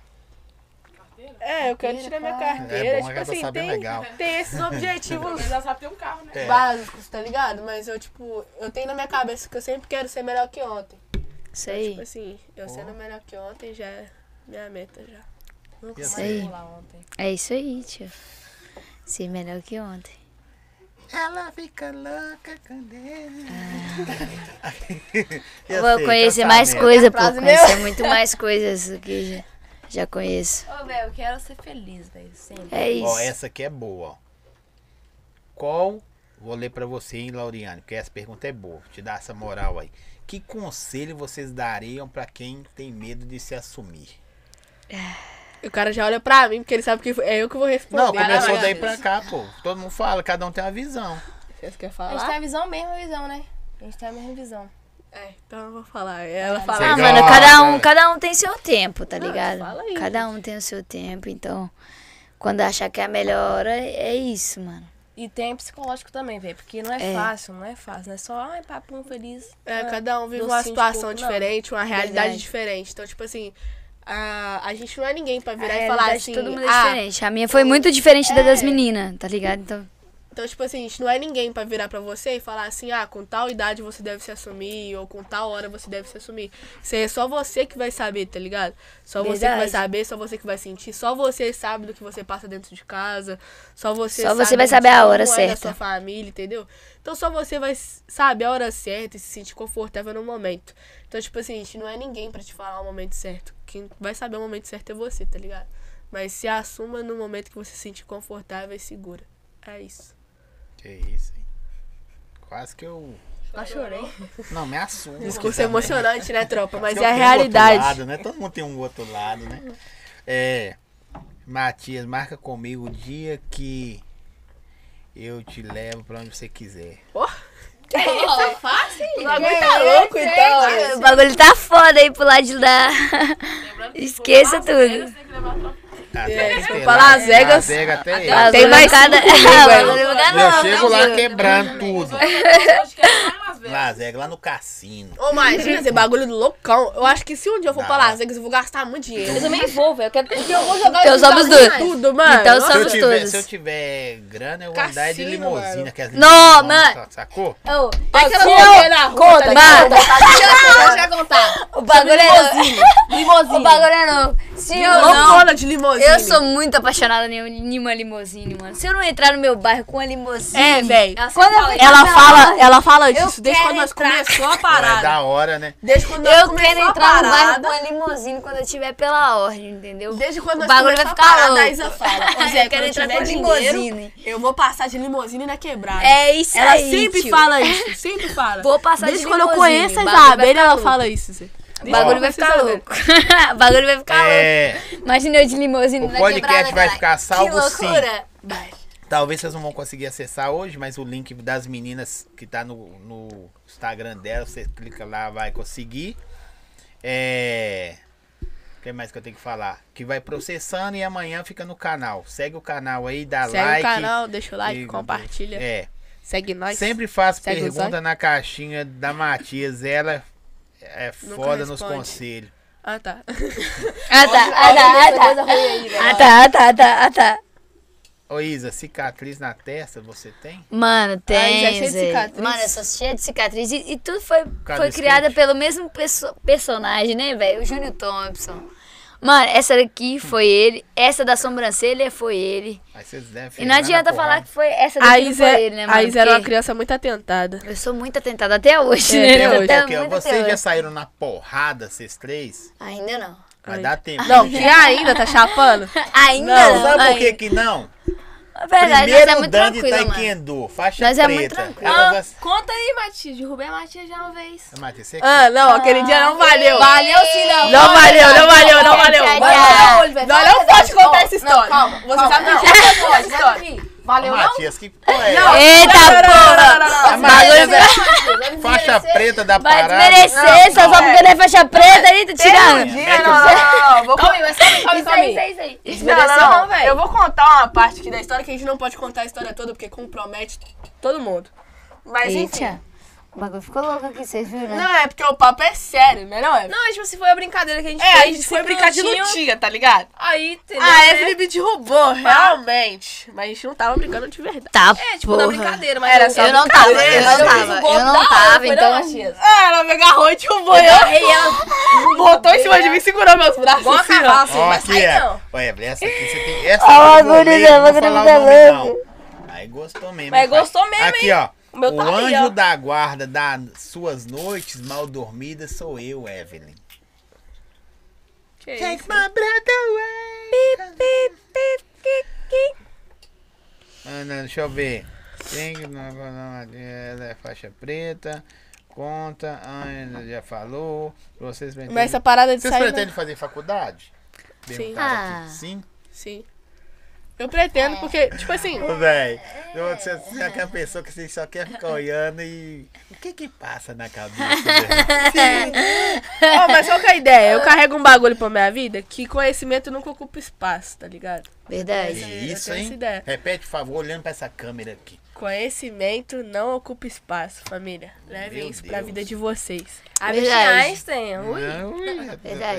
Speaker 4: É, eu quero tirar minha carteira.
Speaker 2: É bom,
Speaker 4: tipo
Speaker 2: ela tá
Speaker 4: assim,
Speaker 2: sabendo
Speaker 4: tem,
Speaker 2: legal.
Speaker 4: tem esses objetivos
Speaker 5: ela sabe ter um carro, né?
Speaker 2: É.
Speaker 4: básicos, tá ligado? Mas eu, tipo, eu tenho na minha cabeça que eu sempre quero ser melhor que ontem.
Speaker 1: Isso aí.
Speaker 4: Tipo assim, eu sendo melhor que ontem já é minha meta já.
Speaker 2: E
Speaker 1: Isso
Speaker 2: assim,
Speaker 1: aí.
Speaker 3: Lá ontem.
Speaker 1: É isso aí, tio. Ser melhor que ontem.
Speaker 2: Ela fica louca quando é. ele.
Speaker 1: Eu vou conhecer mais coisa, pô.
Speaker 3: frase
Speaker 1: Conhecer muito mais coisas do que já, já conheço.
Speaker 3: Ô, velho, eu quero ser feliz, velho. Sempre.
Speaker 1: É isso.
Speaker 2: Ó, essa aqui é boa, ó. Qual. Vou ler pra você, hein, Lauriane, porque essa pergunta é boa. Te dá essa moral aí. Que conselho vocês dariam pra quem tem medo de se assumir?
Speaker 4: E o cara já olha pra mim, porque ele sabe que é eu que vou responder.
Speaker 2: Não, começou
Speaker 4: né?
Speaker 2: daí pra cá, pô. Todo mundo fala, cada um tem uma visão.
Speaker 4: Vocês querem
Speaker 3: A gente
Speaker 4: falar?
Speaker 3: tem a visão mesmo, a visão, né? A gente tem a mesma visão.
Speaker 4: É, então eu vou falar. Ela
Speaker 1: Ah,
Speaker 4: fala.
Speaker 2: Legal,
Speaker 1: mano, cada um,
Speaker 2: né?
Speaker 1: cada um tem seu tempo, tá ligado?
Speaker 4: fala aí,
Speaker 1: cada um tem o seu tempo, então quando achar que é a melhor hora, é isso, mano.
Speaker 3: E tem psicológico também, velho. Porque não é, fácil, não é fácil. Não é só, ai, papo feliz.
Speaker 4: É, cada um vive
Speaker 3: docinho
Speaker 4: uma
Speaker 3: de
Speaker 4: situação
Speaker 3: coco, não.
Speaker 4: diferente, uma realidade
Speaker 3: Verdade.
Speaker 4: diferente. Então, tipo assim, a, a gente não é ninguém pra virar
Speaker 1: A
Speaker 4: e falar
Speaker 1: realidade de
Speaker 4: assim.
Speaker 1: todo mundo é
Speaker 4: ah, É.
Speaker 1: diferente. A minha foi muito diferente da das meninas, tá ligado? Então,
Speaker 4: Então, tipo assim, a gente não é ninguém pra virar pra você e falar assim, ah, com tal idade você deve se assumir, ou com tal hora você deve se assumir. Isso aí é só você que vai saber, tá ligado? Só você que vai
Speaker 1: Verdade.
Speaker 4: saber, só você que vai sentir, só você sabe do que você passa dentro de casa, só você
Speaker 1: Só você vai saber a
Speaker 4: de como
Speaker 1: hora
Speaker 4: é
Speaker 1: certa.
Speaker 4: Da sua família, entendeu? Então só você vai s- saber a hora certa e se sentir confortável no momento. Então, tipo assim, a gente não é ninguém pra te falar o momento certo. Quem vai saber o momento certo é você, tá ligado? Mas se assuma no momento que você se sentir confortável e segura. É isso.
Speaker 2: Que isso, hein? Quase que eu.
Speaker 4: Ela chorei.
Speaker 2: Não, me assumo.
Speaker 4: Discurso
Speaker 2: aqui também.
Speaker 4: emocionante, né, tropa? Mas
Speaker 2: Eu
Speaker 4: é a
Speaker 2: tenho um
Speaker 4: realidade.
Speaker 2: Outro lado, né? Todo mundo tem um outro lado, né? É. Matias, marca comigo o dia que eu te levo pra onde você quiser.
Speaker 4: Tá louco, então?
Speaker 1: o bagulho tá foda aí pro lado de lá.
Speaker 5: Lembrando que se for
Speaker 1: Esqueça
Speaker 5: Las
Speaker 1: tudo.
Speaker 5: Vegas, tem que levar pra
Speaker 2: Até
Speaker 4: se for
Speaker 2: sei
Speaker 4: pra
Speaker 2: lá,
Speaker 4: Las Vegas-
Speaker 2: Las Vegas até eu.
Speaker 1: Mas
Speaker 4: Tem
Speaker 1: não é
Speaker 4: mais
Speaker 1: cada- tá
Speaker 4: velho.
Speaker 1: Não, lugar
Speaker 2: eu
Speaker 1: não,
Speaker 2: chego lá
Speaker 1: entendeu?
Speaker 2: quebrando tudo. Las
Speaker 5: Las
Speaker 2: Vegas, lá no cassino.
Speaker 4: Ô, mas imagina esse bagulho do loucão. Eu acho que se um dia eu for
Speaker 2: Não.
Speaker 4: pra Las Vegas, eu vou gastar muito dinheiro.
Speaker 3: Eu também vou, velho. Eu quero- Porque eu vou jogar
Speaker 1: Então
Speaker 3: esses
Speaker 1: somos
Speaker 3: bagulho
Speaker 1: dois.
Speaker 4: Tudo, mano.
Speaker 1: Então
Speaker 4: Nossa,
Speaker 2: Se eu,
Speaker 1: somos
Speaker 2: tiver,
Speaker 1: todos.
Speaker 2: se eu tiver grana, eu vou andar de
Speaker 4: Cassino,
Speaker 2: limusina.
Speaker 4: mano.
Speaker 2: aquelas
Speaker 1: Não,
Speaker 2: limousine,
Speaker 1: mano.
Speaker 2: Sacou? é
Speaker 1: Ô,
Speaker 4: aquela
Speaker 1: aqui,
Speaker 4: mulher
Speaker 1: ó,
Speaker 4: na rua,
Speaker 1: conta,
Speaker 4: tá
Speaker 1: mano,
Speaker 4: Deixa eu contar.
Speaker 1: o bagulho é louco. O
Speaker 3: Limousine.
Speaker 1: bagulho é louco. Se eu não
Speaker 4: Loucona de limousine.
Speaker 1: Eu sou muito apaixonada em em uma limousine, mano. Se eu não entrar no meu bairro com uma limousine.
Speaker 4: É, véi.
Speaker 1: Quando eu entrar
Speaker 4: Ela
Speaker 1: na
Speaker 4: fala, ela fala
Speaker 1: Eu
Speaker 4: disso desde
Speaker 1: quero
Speaker 4: quando nós
Speaker 1: entrar.
Speaker 4: começou a
Speaker 2: É
Speaker 4: parada.
Speaker 2: da hora, né?
Speaker 4: Desde quando nós
Speaker 1: Eu quero
Speaker 4: começou a
Speaker 1: entrar no bairro com
Speaker 4: parada.
Speaker 1: uma limousine quando eu tiver pela ordem, entendeu?
Speaker 4: Desde quando
Speaker 1: o
Speaker 4: nós
Speaker 1: bagulho vai
Speaker 4: começamos a
Speaker 1: ficar
Speaker 4: parada, a
Speaker 1: louco.
Speaker 4: Isa fala. Ô, Zé,
Speaker 1: Eu quero
Speaker 4: é, quando eu
Speaker 1: entrar
Speaker 4: tiver
Speaker 1: com
Speaker 4: dinheiro,
Speaker 1: limousine.
Speaker 4: eu vou passar de limousine na quebrada.
Speaker 1: É isso
Speaker 4: Ela
Speaker 1: aí,
Speaker 4: sempre
Speaker 1: tio.
Speaker 4: fala isso, sempre fala.
Speaker 1: Vou passar
Speaker 4: Desde
Speaker 1: de
Speaker 4: quando eu
Speaker 1: limousine,
Speaker 4: conheço a
Speaker 1: o bagulho vai
Speaker 4: Isabela,
Speaker 1: ficar
Speaker 4: ela
Speaker 1: louco.
Speaker 4: fala isso. Zé.
Speaker 1: O bagulho vai ficar louco. O bagulho vai ficar louco.
Speaker 2: É.
Speaker 1: Imagina eu de limousine
Speaker 2: O
Speaker 1: na
Speaker 2: podcast
Speaker 1: quebrada,
Speaker 2: vai
Speaker 1: caralho.
Speaker 2: ficar salvo,
Speaker 1: Que loucura.
Speaker 2: Talvez vocês não vão conseguir acessar hoje, mas o link das meninas que tá no, no Instagram dela, você clica lá, vai conseguir. É. O que mais que eu tenho que falar? Que vai processando e amanhã fica no canal. Segue o canal aí, dá
Speaker 4: Segue
Speaker 2: like.
Speaker 4: o canal, deixa o like,
Speaker 2: E-
Speaker 4: compartilha.
Speaker 2: É.
Speaker 4: Segue nós.
Speaker 2: Sempre faço
Speaker 4: Segue o
Speaker 2: pergunta na caixinha da Matias. Ela é foda nos
Speaker 4: responde.
Speaker 2: conselhos.
Speaker 4: Ah, tá.
Speaker 1: Ah tá, ah tá, ah tá. Ah tá, ah tá, ah tá, ah tá.
Speaker 2: Ô Isa, cicatriz na testa você tem?
Speaker 1: Mano,
Speaker 4: Ai, já é
Speaker 1: tem,
Speaker 4: cheio de
Speaker 1: Zé.
Speaker 4: cicatriz.
Speaker 1: Mano, eu sou cheia de cicatriz. E, e tudo foi,
Speaker 2: causa
Speaker 1: foi
Speaker 2: do
Speaker 1: criada
Speaker 2: skate.
Speaker 1: pelo mesmo perso- personagem, né, velho? O Júnior Thompson. Mano, essa daqui foi ele. Essa da sobrancelha foi ele.
Speaker 2: Aí vocês devem
Speaker 1: E não
Speaker 2: ferrar na
Speaker 1: adianta falar
Speaker 2: porrada.
Speaker 1: que foi essa
Speaker 4: A
Speaker 1: daqui que
Speaker 4: Isa,
Speaker 1: foi ele, né, mano?
Speaker 4: a Isa era uma
Speaker 1: Porque
Speaker 4: criança muito atentada.
Speaker 1: Eu sou muito atentada até hoje,
Speaker 4: É,
Speaker 1: né?
Speaker 4: até
Speaker 1: Eu
Speaker 4: hoje.
Speaker 1: tô
Speaker 2: Aqui, ó,
Speaker 1: muito até
Speaker 2: vocês já
Speaker 1: hoje.
Speaker 2: saíram na porrada, vocês três?
Speaker 1: Ainda não.
Speaker 2: Vai
Speaker 4: Ai.
Speaker 2: dar tempo.
Speaker 4: Não, que ainda tá chapando.
Speaker 1: Ainda
Speaker 4: Não,
Speaker 1: não.
Speaker 2: Sabe por
Speaker 1: ainda.
Speaker 2: que que não?
Speaker 1: É verdade,
Speaker 2: Primeiro
Speaker 1: nós é muito
Speaker 2: andando de
Speaker 1: tranquilo, mano.
Speaker 2: Taekwondo, faixa
Speaker 1: Nós é
Speaker 2: preta.
Speaker 1: muito tranquilo.
Speaker 2: Elas-
Speaker 3: Conta aí, Matias. Derrubei a Matias já uma vez.
Speaker 2: Matheus, você-
Speaker 4: Ah, não, aquele dia não valeu.
Speaker 3: Valeu sim, não.
Speaker 4: Não valeu, não valeu, não valeu.
Speaker 1: Tchau,
Speaker 4: Valeu.
Speaker 1: tchau.
Speaker 3: Oliver,
Speaker 4: Não,
Speaker 3: fala
Speaker 4: não
Speaker 3: a verdade.
Speaker 4: pode contar
Speaker 3: Ó,
Speaker 4: essa história.
Speaker 3: Não, calma. Você
Speaker 4: Calma,
Speaker 3: sabe
Speaker 4: não.
Speaker 3: que você não pode contar.
Speaker 2: Ô, Matias, que porra é essa?
Speaker 1: Eita porra!
Speaker 2: A Matheus é faixa preta da
Speaker 1: Vai
Speaker 2: parada.
Speaker 1: desmerecer, só só porque ele é faixa preta aí, tá tirando.
Speaker 2: Como é que eu-
Speaker 4: Não, não, vou
Speaker 3: Calma aí, mas calma aí, calma aí, calma aí.
Speaker 1: Isso aí, isso aí.
Speaker 4: Não,
Speaker 3: Desmereceu
Speaker 4: não,
Speaker 3: não,
Speaker 4: não.
Speaker 3: velho.
Speaker 4: Eu vou contar uma parte aqui da história que a gente não pode contar a história toda porque compromete todo mundo. Mas enfim.
Speaker 1: Eita. O bagulho ficou louco aqui, vocês viram, né?
Speaker 4: Não, é porque o papo é sério, né? Não é?
Speaker 3: Não, é tipo assim, foi a brincadeira que a gente
Speaker 4: É,
Speaker 3: fez.
Speaker 4: a gente foi brincar de
Speaker 3: minutinho.
Speaker 4: lutinha, tá ligado?
Speaker 3: Aí, entendeu?
Speaker 4: A
Speaker 3: né?
Speaker 4: Evelyn me derrubou, realmente. Mas a gente não tava brincando de verdade.
Speaker 1: Tá,
Speaker 3: É, tipo, na brincadeira, mas
Speaker 4: Era
Speaker 3: eu-
Speaker 4: só
Speaker 1: Eu não tava, eu
Speaker 4: brincadeira,
Speaker 1: não
Speaker 4: tipo, eu
Speaker 1: tava, eu não tava, então...
Speaker 3: assim,
Speaker 4: Ah, ela me agarrou e derrubou.
Speaker 3: Errei
Speaker 4: Eu
Speaker 3: ela.
Speaker 4: botou em cima de mim e segurou meus braços.
Speaker 3: Igual a
Speaker 4: assim, ó.
Speaker 3: cavalo, assim,
Speaker 2: Ó,
Speaker 3: vai
Speaker 2: aqui
Speaker 3: sair
Speaker 2: é.
Speaker 3: não.
Speaker 2: Olha, essa aqui você tem. Essa
Speaker 1: Ah,
Speaker 2: eu vou
Speaker 1: agulha,
Speaker 2: ler, não vou
Speaker 1: agulha,
Speaker 2: falar o
Speaker 1: agulha.
Speaker 2: nome, não. Aí gostou mesmo.
Speaker 3: Mas
Speaker 2: hein, pai?
Speaker 3: gostou mesmo,
Speaker 2: Aqui,
Speaker 3: hein?
Speaker 2: ó.
Speaker 3: O meu
Speaker 2: o
Speaker 3: tá aí,
Speaker 2: anjo
Speaker 3: ó.
Speaker 2: da guarda das suas noites mal dormidas sou eu, Evelyn. Take my breath away. Ah, não, deixa eu ver. Tem que não, não, não, ela é faixa preta. Conta, Ana já falou. Vocês pretendem,
Speaker 4: Mas essa parada de
Speaker 2: vocês
Speaker 4: sair.
Speaker 2: pretendem fazer faculdade? Perguntaram aqui.
Speaker 1: Ah.
Speaker 2: Sim.
Speaker 4: não- Sim. Eu
Speaker 1: É.
Speaker 4: pretendo, porque, tipo assim.
Speaker 2: Ô, velho, você, você é aquela pessoa que você só quer ficar olhando e. O que que passa na cabeça dela?
Speaker 4: ó, mas qual que é a ideia? Eu carrego um bagulho pra minha vida que conhecimento nunca ocupa espaço, tá ligado?
Speaker 1: Verdade.
Speaker 2: Que isso,
Speaker 4: tenho
Speaker 2: hein?
Speaker 4: essa é ideia.
Speaker 2: Repete, por favor, olhando pra essa câmera aqui.
Speaker 4: Conhecimento não ocupa espaço, família. Levem
Speaker 2: Meu
Speaker 4: isso pra
Speaker 2: Deus.
Speaker 4: vida de vocês.
Speaker 1: Verdade.
Speaker 3: Einstein. é ui.
Speaker 1: Verdade.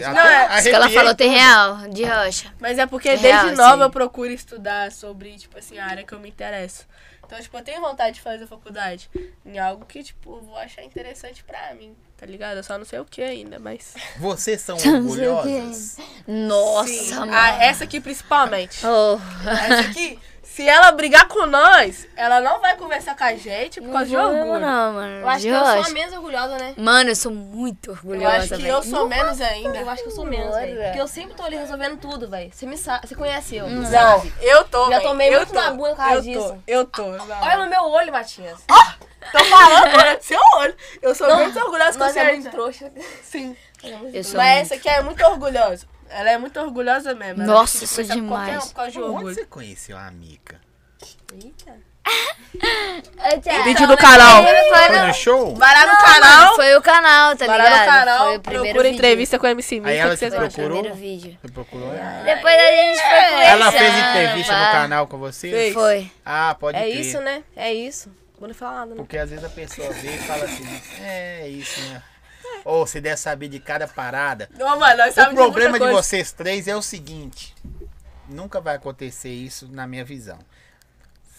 Speaker 2: Até
Speaker 4: Não, é-
Speaker 1: Isso que ela
Speaker 2: arrepiei.
Speaker 1: falou tem real, de rocha.
Speaker 4: Mas é porque
Speaker 1: É
Speaker 4: desde
Speaker 1: real,
Speaker 4: nova
Speaker 1: sim.
Speaker 4: eu procuro estudar sobre, tipo assim, a área que eu me interesso. Então, tipo, eu tenho vontade de fazer faculdade em algo que, tipo, eu vou achar interessante pra mim, tá ligado? Eu só não sei o que ainda, mas...
Speaker 2: Vocês são orgulhosas?
Speaker 1: Nossa,
Speaker 4: Sim.
Speaker 1: mano.
Speaker 4: Ah, essa aqui principalmente.
Speaker 1: Oh.
Speaker 4: essa aqui, se ela brigar com nós, ela não vai conversar com a gente por causa de
Speaker 1: Não,
Speaker 4: orgulho.
Speaker 1: não, mano.
Speaker 3: Eu acho
Speaker 1: de
Speaker 3: que eu sou a
Speaker 1: rocha.
Speaker 3: menos orgulhosa, né?
Speaker 1: Mano, eu sou muito
Speaker 4: Eu
Speaker 1: orgulhosa,
Speaker 4: acho que eu
Speaker 1: velho.
Speaker 4: sou menos ainda.
Speaker 3: Eu acho que eu sou menos,
Speaker 4: Olha.
Speaker 3: velho. Porque eu sempre tô ali resolvendo tudo, velho. Você me sabe, você conhece eu.
Speaker 4: Não, eu tô,
Speaker 3: Já
Speaker 4: véi,
Speaker 3: tomei
Speaker 4: eu
Speaker 3: muito
Speaker 4: tô,
Speaker 3: na bunda por causa
Speaker 4: eu Tô,
Speaker 3: disso.
Speaker 4: eu tô, não.
Speaker 3: Olha no meu olho, Matias.
Speaker 4: Ah, Tô falando, olha, seu olho. Eu sou muito orgulhosa com
Speaker 3: Nós
Speaker 4: você
Speaker 3: é
Speaker 4: ainda.
Speaker 3: muito trouxa.
Speaker 4: Sim.
Speaker 1: Eu sou
Speaker 4: Mas
Speaker 1: muito.
Speaker 4: essa aqui é muito orgulhosa. Ela é muito orgulhosa mesmo. Ela
Speaker 1: Nossa,
Speaker 4: decide
Speaker 1: isso é
Speaker 4: começar com qualquer
Speaker 1: demais.
Speaker 4: um por causa de
Speaker 2: Onde
Speaker 4: orgulho.
Speaker 2: você conheceu a Mica? É,
Speaker 1: Então,
Speaker 4: Vídeo do canal.
Speaker 2: então, Foi no show?
Speaker 4: Vai lá no canal.
Speaker 1: Mano, foi o canal, tá
Speaker 4: Vai
Speaker 1: ligado?
Speaker 4: lá no canal.
Speaker 1: foi o primeiro
Speaker 4: Procura
Speaker 1: vídeo.
Speaker 4: entrevista com a MC Mica.
Speaker 2: Aí ela
Speaker 4: que vocês
Speaker 2: te
Speaker 1: Foi o
Speaker 4: acham.
Speaker 2: procurou?
Speaker 1: primeiro vídeo. É.
Speaker 2: Você procurou ela?
Speaker 1: Depois a gente foi conversando.
Speaker 2: Ela fez entrevista
Speaker 1: pá.
Speaker 2: no canal com você?
Speaker 4: Fez.
Speaker 1: Foi.
Speaker 2: Ah, pode
Speaker 3: É
Speaker 2: crer.
Speaker 3: isso, né? É isso. Vou não falar nada, né? não.
Speaker 2: Porque às vezes a pessoa vê e fala assim, é isso, né? Ou você deve saber de cada parada.
Speaker 4: Não, mano, nós
Speaker 2: O
Speaker 4: sabemos
Speaker 2: problema de
Speaker 4: de, muita coisa.
Speaker 2: vocês três é o seguinte: nunca vai acontecer isso na minha visão.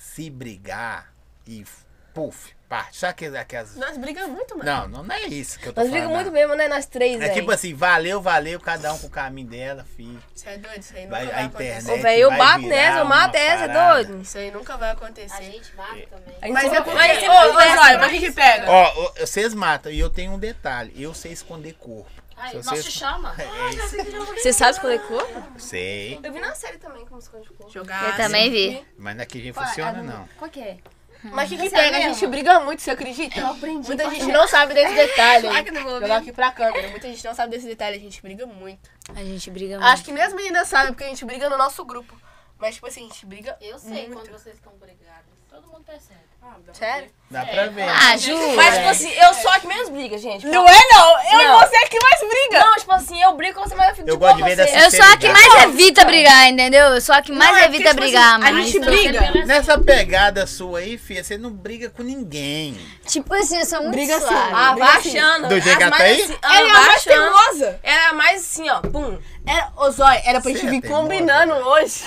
Speaker 2: Se brigar e puf, parte. Sabe aquelas. aquelas...
Speaker 4: Nós brigamos muito, mano.
Speaker 2: Não, não, não é isso que eu tô
Speaker 3: Nós
Speaker 2: falando.
Speaker 3: brigamos muito mesmo, né? Nós três,
Speaker 2: é
Speaker 3: velho.
Speaker 2: tipo assim, valeu, valeu, cada um com o caminho dela, filho.
Speaker 4: Isso é doido, isso aí nunca
Speaker 2: Vai,
Speaker 4: vai,
Speaker 2: a
Speaker 4: acontecer.
Speaker 2: internet.
Speaker 3: Ô, velho, eu
Speaker 2: vai
Speaker 3: bato
Speaker 2: virar
Speaker 3: nessa, eu
Speaker 2: uma
Speaker 3: mato essa, é
Speaker 2: parada.
Speaker 3: doido.
Speaker 4: Isso aí nunca vai
Speaker 6: A
Speaker 4: acontecer.
Speaker 6: gente mata também.
Speaker 4: Mas é porque...
Speaker 3: Mas é
Speaker 4: Ô,
Speaker 3: porque-
Speaker 4: mas olha, mas o que que pega?
Speaker 2: Ó, ó, vocês matam, e eu tenho um detalhe: eu sei esconder corpo.
Speaker 6: Ai,
Speaker 2: Se
Speaker 6: nós
Speaker 2: vocês-
Speaker 6: te chama.
Speaker 2: É isso.
Speaker 4: Você sabe escolher corpo?
Speaker 2: Sei,
Speaker 3: Eu vi na série também como se conjugou.
Speaker 4: Jogar.
Speaker 1: Eu também vi.
Speaker 2: mas naquele jeito funciona, não.
Speaker 3: Qual que é?
Speaker 4: Mas o que que pega? A gente briga muito, você acredita? Muita gente
Speaker 3: gente
Speaker 4: não sabe desse detalhe.
Speaker 3: Ai, que não vou
Speaker 4: Jogar aqui pra câmera. Muita gente não sabe desse detalhe, a gente briga muito.
Speaker 1: A gente briga muito.
Speaker 4: Acho que nem as meninas sabem, porque a gente briga no nosso grupo. Mas, tipo assim, a gente briga.
Speaker 6: Eu sei
Speaker 4: muito.
Speaker 6: quando vocês estão brigados. Todo mundo percebe.
Speaker 4: Sério?
Speaker 2: Dá
Speaker 3: é?
Speaker 2: pra ver.
Speaker 1: Ah, juro.
Speaker 3: Mas, tipo assim, eu sou a que menos briga, gente.
Speaker 4: É. Não é, não! Eu
Speaker 3: Não.
Speaker 4: e você é que mais briga!
Speaker 3: Não, tipo assim, eu brigo com você, mas eu fico
Speaker 2: Eu
Speaker 3: de
Speaker 2: gosto
Speaker 3: boa
Speaker 2: de
Speaker 3: com
Speaker 2: ver
Speaker 3: você.
Speaker 2: dessa-
Speaker 1: Eu sou a que mais evita brigar, entendeu? Eu sou a que mais
Speaker 4: Não, é porque,
Speaker 1: evita
Speaker 4: tipo
Speaker 1: brigar,
Speaker 4: assim,
Speaker 1: mano.
Speaker 4: A gente briga.
Speaker 2: Nessa pegada sua aí, filha, você não briga com ninguém.
Speaker 1: Tipo assim, eu sou muito
Speaker 4: Briga assim.
Speaker 1: suave.
Speaker 3: Ah,
Speaker 4: Briga
Speaker 3: vai
Speaker 4: assim.
Speaker 3: achando.
Speaker 2: Do jeito
Speaker 3: As
Speaker 2: que ela
Speaker 3: mais
Speaker 2: tá aí?
Speaker 3: assim-
Speaker 4: Ela é
Speaker 3: ah,
Speaker 4: a
Speaker 3: vai
Speaker 4: mais
Speaker 3: achando.
Speaker 4: teimosa.
Speaker 3: Era mais assim, ó, pum.
Speaker 4: Era, É, ô, Zóia, era pra
Speaker 2: Você
Speaker 4: gente
Speaker 2: é
Speaker 4: vir
Speaker 2: teimosa.
Speaker 4: combinando hoje.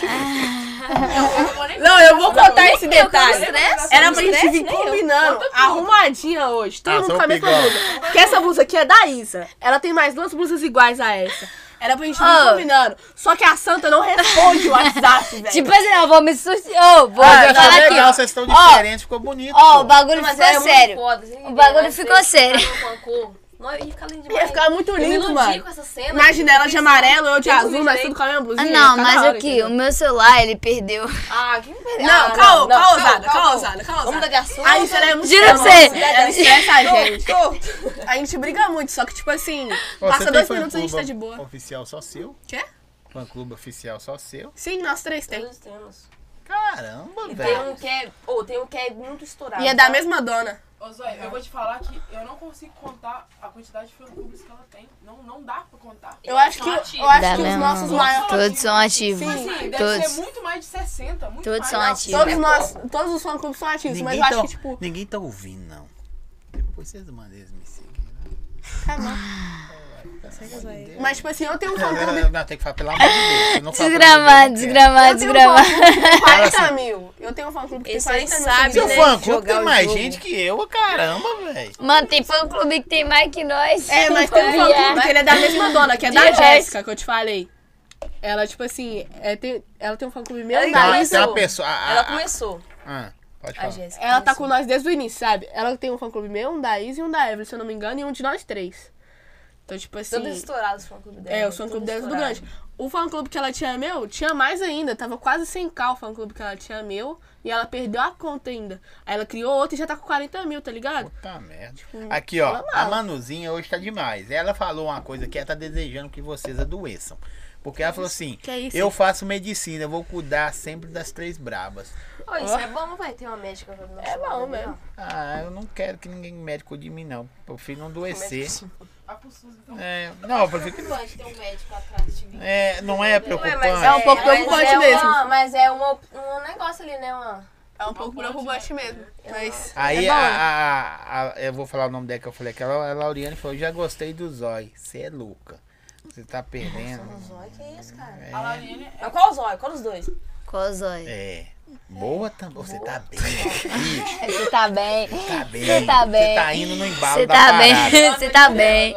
Speaker 4: Não, eu né? vou contar esse detalhe. Era pra gente vir combinando, arrumadinha hoje.
Speaker 2: Ah,
Speaker 4: Todo mundo
Speaker 2: só
Speaker 4: com a
Speaker 2: o
Speaker 4: mesma
Speaker 2: bigode.
Speaker 4: blusa. Porque essa blusa aqui é da Isa. Ela tem mais duas blusas iguais a essa. Era pra gente vir
Speaker 1: Ah.
Speaker 4: combinando. Só que a Santa não responde o WhatsApp, velho.
Speaker 1: Tipo assim, eu vou me sujar. Ô, vou
Speaker 4: Ah,
Speaker 2: Mas eu
Speaker 1: falar
Speaker 2: achei
Speaker 1: aqui,
Speaker 4: é
Speaker 2: legal,
Speaker 1: ó.
Speaker 2: vocês estão
Speaker 1: Ó,
Speaker 2: diferentes, ficou bonito.
Speaker 1: Ó, o
Speaker 2: pô.
Speaker 1: bagulho
Speaker 3: Mas
Speaker 1: ficou
Speaker 3: é muito
Speaker 1: sério.
Speaker 3: foda, assim,
Speaker 1: O bagulho
Speaker 3: né?
Speaker 1: ficou
Speaker 3: Vocês
Speaker 1: sério.
Speaker 3: ficaram com a cor. Não, ia ficar lindo demais.
Speaker 4: Ia ficar muito
Speaker 3: eu me
Speaker 4: lindo,
Speaker 3: iludi
Speaker 4: mano.
Speaker 3: com essa cena.
Speaker 4: Na janela de
Speaker 3: Pensando,
Speaker 4: amarelo, eu de
Speaker 3: tem um
Speaker 4: azul,
Speaker 3: vídeo
Speaker 4: nós
Speaker 3: aí.
Speaker 4: tudo com a mesma
Speaker 1: Ah,
Speaker 4: blusinha.
Speaker 1: não,
Speaker 4: cada
Speaker 1: mas
Speaker 4: hora,
Speaker 1: o que?
Speaker 4: entendeu?
Speaker 1: O meu celular, ele perdeu.
Speaker 3: Ah, que me
Speaker 4: Não, calma, calma, ousada, calma, ousada, calma,
Speaker 3: Vamos
Speaker 4: ousada.
Speaker 3: dar de assunto.
Speaker 4: Aí você é muito
Speaker 1: Juro
Speaker 4: extrema,
Speaker 1: pra você.
Speaker 4: ousada. Ela estressa a gente. A gente briga muito, só que, tipo assim,
Speaker 2: Ó, você
Speaker 4: passa
Speaker 2: tem
Speaker 4: dois
Speaker 2: fã
Speaker 4: minutos e a gente tá
Speaker 2: clube
Speaker 4: de boa.
Speaker 2: Oficial só seu?
Speaker 4: Quê?
Speaker 2: Fã clube oficial só seu?
Speaker 4: Sim, nós três
Speaker 3: Todos
Speaker 4: temos.
Speaker 3: temos.
Speaker 2: Caramba,
Speaker 3: E tem
Speaker 2: velho.
Speaker 3: um que é. Ou tem um que é muito estourado. tá?
Speaker 4: E é da mesma dona.
Speaker 5: Ô Zóia, eu vou te falar que eu não consigo contar a quantidade de fã clubes que ela tem. Não, não dá pra contar.
Speaker 4: Eu acho que, eu acho
Speaker 1: Dá
Speaker 4: que os
Speaker 1: mesmo.
Speaker 4: nossos maiores.
Speaker 1: Todos são ativos.
Speaker 5: Tipo assim, deve ser
Speaker 1: Todos.
Speaker 5: muito mais de 60, muito
Speaker 1: Todos
Speaker 5: mais.
Speaker 1: são
Speaker 5: Não,
Speaker 1: ativos.
Speaker 4: Todos, nós, todos os fã clubes são ativos, mas eu acho que, tipo.
Speaker 2: ninguém tá ouvindo, não. Depois vocês mandam eles me seguirem.
Speaker 4: Tá bom. Mas, tipo assim, eu tenho um fã clube.
Speaker 2: Não, tem que falar pelo amor de Deus. se não falar pelo amor
Speaker 1: Desgramado,
Speaker 2: de Deus, eu não quero.
Speaker 1: desgramado,
Speaker 4: Eu
Speaker 1: desgramado.
Speaker 2: Fala assim.
Speaker 4: tenho um fã clube que tem 40 mil. Eu tenho um fã clube que tem
Speaker 3: Esse aí
Speaker 4: 40 mil.
Speaker 3: sabe,
Speaker 2: Seu
Speaker 4: seguidores.
Speaker 3: né?
Speaker 2: fã clube
Speaker 3: Jogar
Speaker 2: tem
Speaker 3: o
Speaker 2: mais
Speaker 3: jogo.
Speaker 2: gente que eu, caramba, velho.
Speaker 1: Mano, tem fã clube que tem mais que nós.
Speaker 4: É, mas tem um fã clube que ele é da mesma dona, que é da
Speaker 1: Dias.
Speaker 4: Jéssica, que eu te falei. Ela, tipo assim, é, tem- ela tem um fã clube
Speaker 3: Ela
Speaker 4: mesmo.
Speaker 3: ainda
Speaker 4: da-
Speaker 2: Tem-
Speaker 3: começou.
Speaker 2: tem uma pessoa. a- a-
Speaker 3: Ela começou,
Speaker 2: Ah, pode
Speaker 3: a
Speaker 2: falar.
Speaker 3: Jéssica.
Speaker 4: Ela tá
Speaker 3: começou.
Speaker 4: com nós desde o início, sabe? Ela tem um fã clube meu, um da Isa e um da Evelyn, se eu não me engano, e um de nós três. Então, tipo
Speaker 3: Todos
Speaker 4: assim.
Speaker 3: estourados fã clube dela.
Speaker 4: É, o fã clube dela é
Speaker 3: Todos
Speaker 4: do grande. O fã clube que ela tinha meu, tinha mais ainda. Tava quase sem k o fã clube que ela tinha meu. E ela perdeu a conta ainda. Aí ela criou outro e já tá com 40 mil, tá ligado?
Speaker 2: Puta merda. Aqui, ó. A Manuzinha hoje tá demais. Ela falou uma coisa que ela tá desejando que vocês adoeçam. Porque ela falou assim:
Speaker 4: Que isso?
Speaker 2: eu faço medicina, eu vou cuidar sempre das três brabas.
Speaker 3: Ô, isso é bom, vai ter uma médica pra nós.
Speaker 4: É bom mesmo.
Speaker 2: Ah, eu não quero que ninguém médico de mim, não. Eu prefiro não adoecer.
Speaker 5: A Pussus, então.
Speaker 2: É, não, eu prefiro.
Speaker 6: Pode ter um médico atrás de mim.
Speaker 2: É, não é preocupante.
Speaker 4: É um pouco preocupante
Speaker 3: mas é
Speaker 4: mesmo.
Speaker 3: Uma, mas é uma- um negócio ali, né, mano?
Speaker 4: É um pouco preocupante mesmo. Mas.
Speaker 2: Aí
Speaker 4: é bom.
Speaker 2: a, a- a- a- eu vou falar o nome dela que eu falei, que ela- a Lauriane falou, já gostei do Zói, você é louca. Você tá perdendo.
Speaker 3: Zóio, que isso, cara?
Speaker 5: A Lauriane é
Speaker 3: Mas qual o zóio? Qual os dois?
Speaker 1: Qual zóio?
Speaker 2: É. Boa também. Você tá bem. Ixi,
Speaker 1: Você tá bem.
Speaker 2: tá bem.
Speaker 1: Você tá bem.
Speaker 2: Você tá indo no embalo
Speaker 1: Você
Speaker 2: da
Speaker 1: tá
Speaker 2: parada.
Speaker 1: bem. Você tá bem.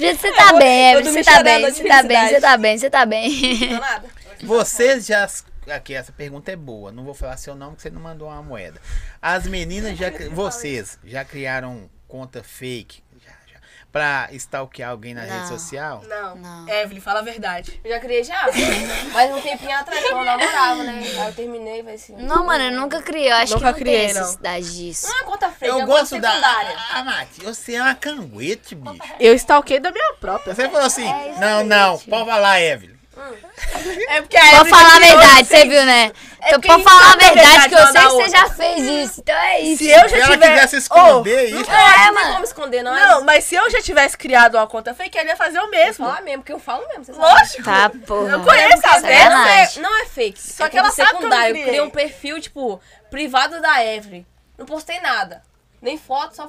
Speaker 4: É,
Speaker 1: Você tá bem, Evelyn. Você tá bem, você tá bem, você tá bem, você tá bem.
Speaker 4: Nada.
Speaker 2: Vocês já. Aqui, essa pergunta é boa. Não vou falar seu nome porque você não mandou uma moeda. As meninas já. cri- Vocês já criaram conta fake? Já, já. Pra stalkear alguém na rede
Speaker 1: Não.
Speaker 2: social?
Speaker 4: Não.
Speaker 1: Não.
Speaker 4: Evelyn, fala a verdade.
Speaker 3: Ah. Eu já criei já, mas um tempinho atrás, quando eu namorava, né? Aí eu terminei, vai assim.
Speaker 1: Não, mano, eu nunca criei. Eu acho
Speaker 4: Nunca
Speaker 1: que não
Speaker 4: criei,
Speaker 1: tem
Speaker 4: não.
Speaker 1: necessidade disso.
Speaker 3: Não é conta feia,
Speaker 2: Eu
Speaker 3: é conta
Speaker 2: gosto da.
Speaker 3: secundária.
Speaker 2: Ah, Mati, você é uma canguete, bicho.
Speaker 4: Eu stalkei da minha própria.
Speaker 2: Você falou assim: não, não, pode falar, Evelyn.
Speaker 4: É porque a
Speaker 1: Pode
Speaker 4: Evelyn
Speaker 1: falar a
Speaker 4: criou-
Speaker 1: verdade, você viu, né? Então,
Speaker 4: porque
Speaker 1: pode
Speaker 4: a gente
Speaker 1: falar a
Speaker 4: sabe a
Speaker 1: verdade, que eu
Speaker 4: verdade
Speaker 1: sei
Speaker 4: uma
Speaker 1: que
Speaker 4: da
Speaker 1: você já fez isso. Então é isso.
Speaker 4: Se eu
Speaker 2: Se
Speaker 4: já
Speaker 2: ela
Speaker 4: tiver...
Speaker 2: quisesse esconder isso.
Speaker 3: É, mano. Não tem como esconder, não. É
Speaker 4: Não, mas se eu já tivesse criado uma conta fake, ela ia fazer o mesmo.
Speaker 3: Falar mesmo, porque eu falo mesmo, você sabe.
Speaker 4: Lógico.
Speaker 1: Tá, porra.
Speaker 4: Eu conheço a
Speaker 1: Sacanagem.
Speaker 4: Evelyn.
Speaker 3: É, não é fake. Só
Speaker 4: que ela sabe que eu
Speaker 3: secundário. Eu
Speaker 4: criei.
Speaker 3: criei um perfil, tipo, privado da Evelyn. Não postei nada. Nem foto, só.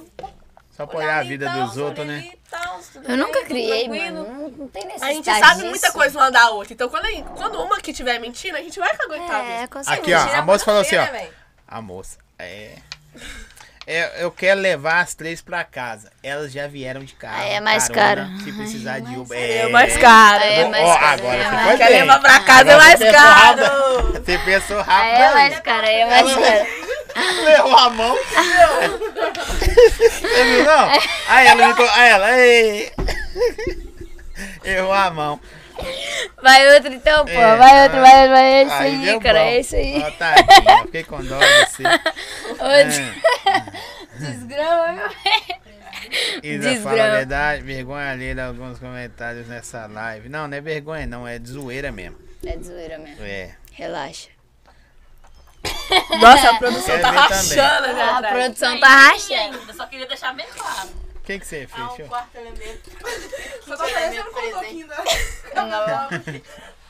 Speaker 2: Só apoiar a vida
Speaker 3: então,
Speaker 2: dos outros, né?
Speaker 1: Eu nunca criei, mano. Não, não tem
Speaker 4: A
Speaker 1: necessidade
Speaker 4: gente sabe
Speaker 1: disso.
Speaker 4: muita coisa uma da outra. Então, quando, a- quando uma que tiver mentindo, a gente vai caguentar
Speaker 1: É,
Speaker 4: mesmo.
Speaker 1: com certeza.
Speaker 2: Aqui, ó, a moça falou assim, ó. A moça, é. É, eu quero levar as três pra casa. Elas já vieram de carro.
Speaker 1: Aí é mais
Speaker 2: carona,
Speaker 1: caro.
Speaker 2: Se precisar de Uber.
Speaker 4: caro.
Speaker 1: Aí é mais
Speaker 2: Ó,
Speaker 1: caro,
Speaker 2: agora
Speaker 1: é
Speaker 2: você
Speaker 1: mais
Speaker 2: foi
Speaker 4: Quer
Speaker 2: bem.
Speaker 4: levar pra casa é
Speaker 2: Agora
Speaker 4: mais
Speaker 2: você
Speaker 4: caro.
Speaker 2: pensou rápido. Você pensou rápido.
Speaker 1: Aí é
Speaker 2: aí.
Speaker 1: mais cara, aí é mais cara.
Speaker 2: Levou a mão. Você viu, não? Aí ela me Aí ela, ei. Errou a mão.
Speaker 1: Vai outro então, pô.
Speaker 2: É,
Speaker 1: vai outro,
Speaker 2: ah,
Speaker 1: vai outro, vai. É isso
Speaker 2: aí
Speaker 1: aí,
Speaker 2: deu
Speaker 1: cara.
Speaker 2: bom.
Speaker 1: É isso aí.
Speaker 2: Ó, tadinha, fiquei com dó de você.
Speaker 1: Outro.
Speaker 2: É.
Speaker 1: Desgrama, meu.
Speaker 2: Isa, fala
Speaker 1: Desgrama.
Speaker 2: a verdade, vergonha alheia de alguns comentários nessa live. Não, não é vergonha, não, é de zoeira mesmo.
Speaker 1: É de zoeira mesmo.
Speaker 2: É.
Speaker 1: Relaxa.
Speaker 4: Nossa, a produção
Speaker 2: Quer
Speaker 4: tá
Speaker 2: ver também.
Speaker 4: rachando ali
Speaker 1: A
Speaker 4: atrás.
Speaker 1: produção tá rachando.
Speaker 6: Ainda, só queria deixar bem claro.
Speaker 2: O que, que você fez?
Speaker 6: Há
Speaker 2: tio?
Speaker 6: um quarto elemento.
Speaker 5: Só tá parecendo com um pouquinho da.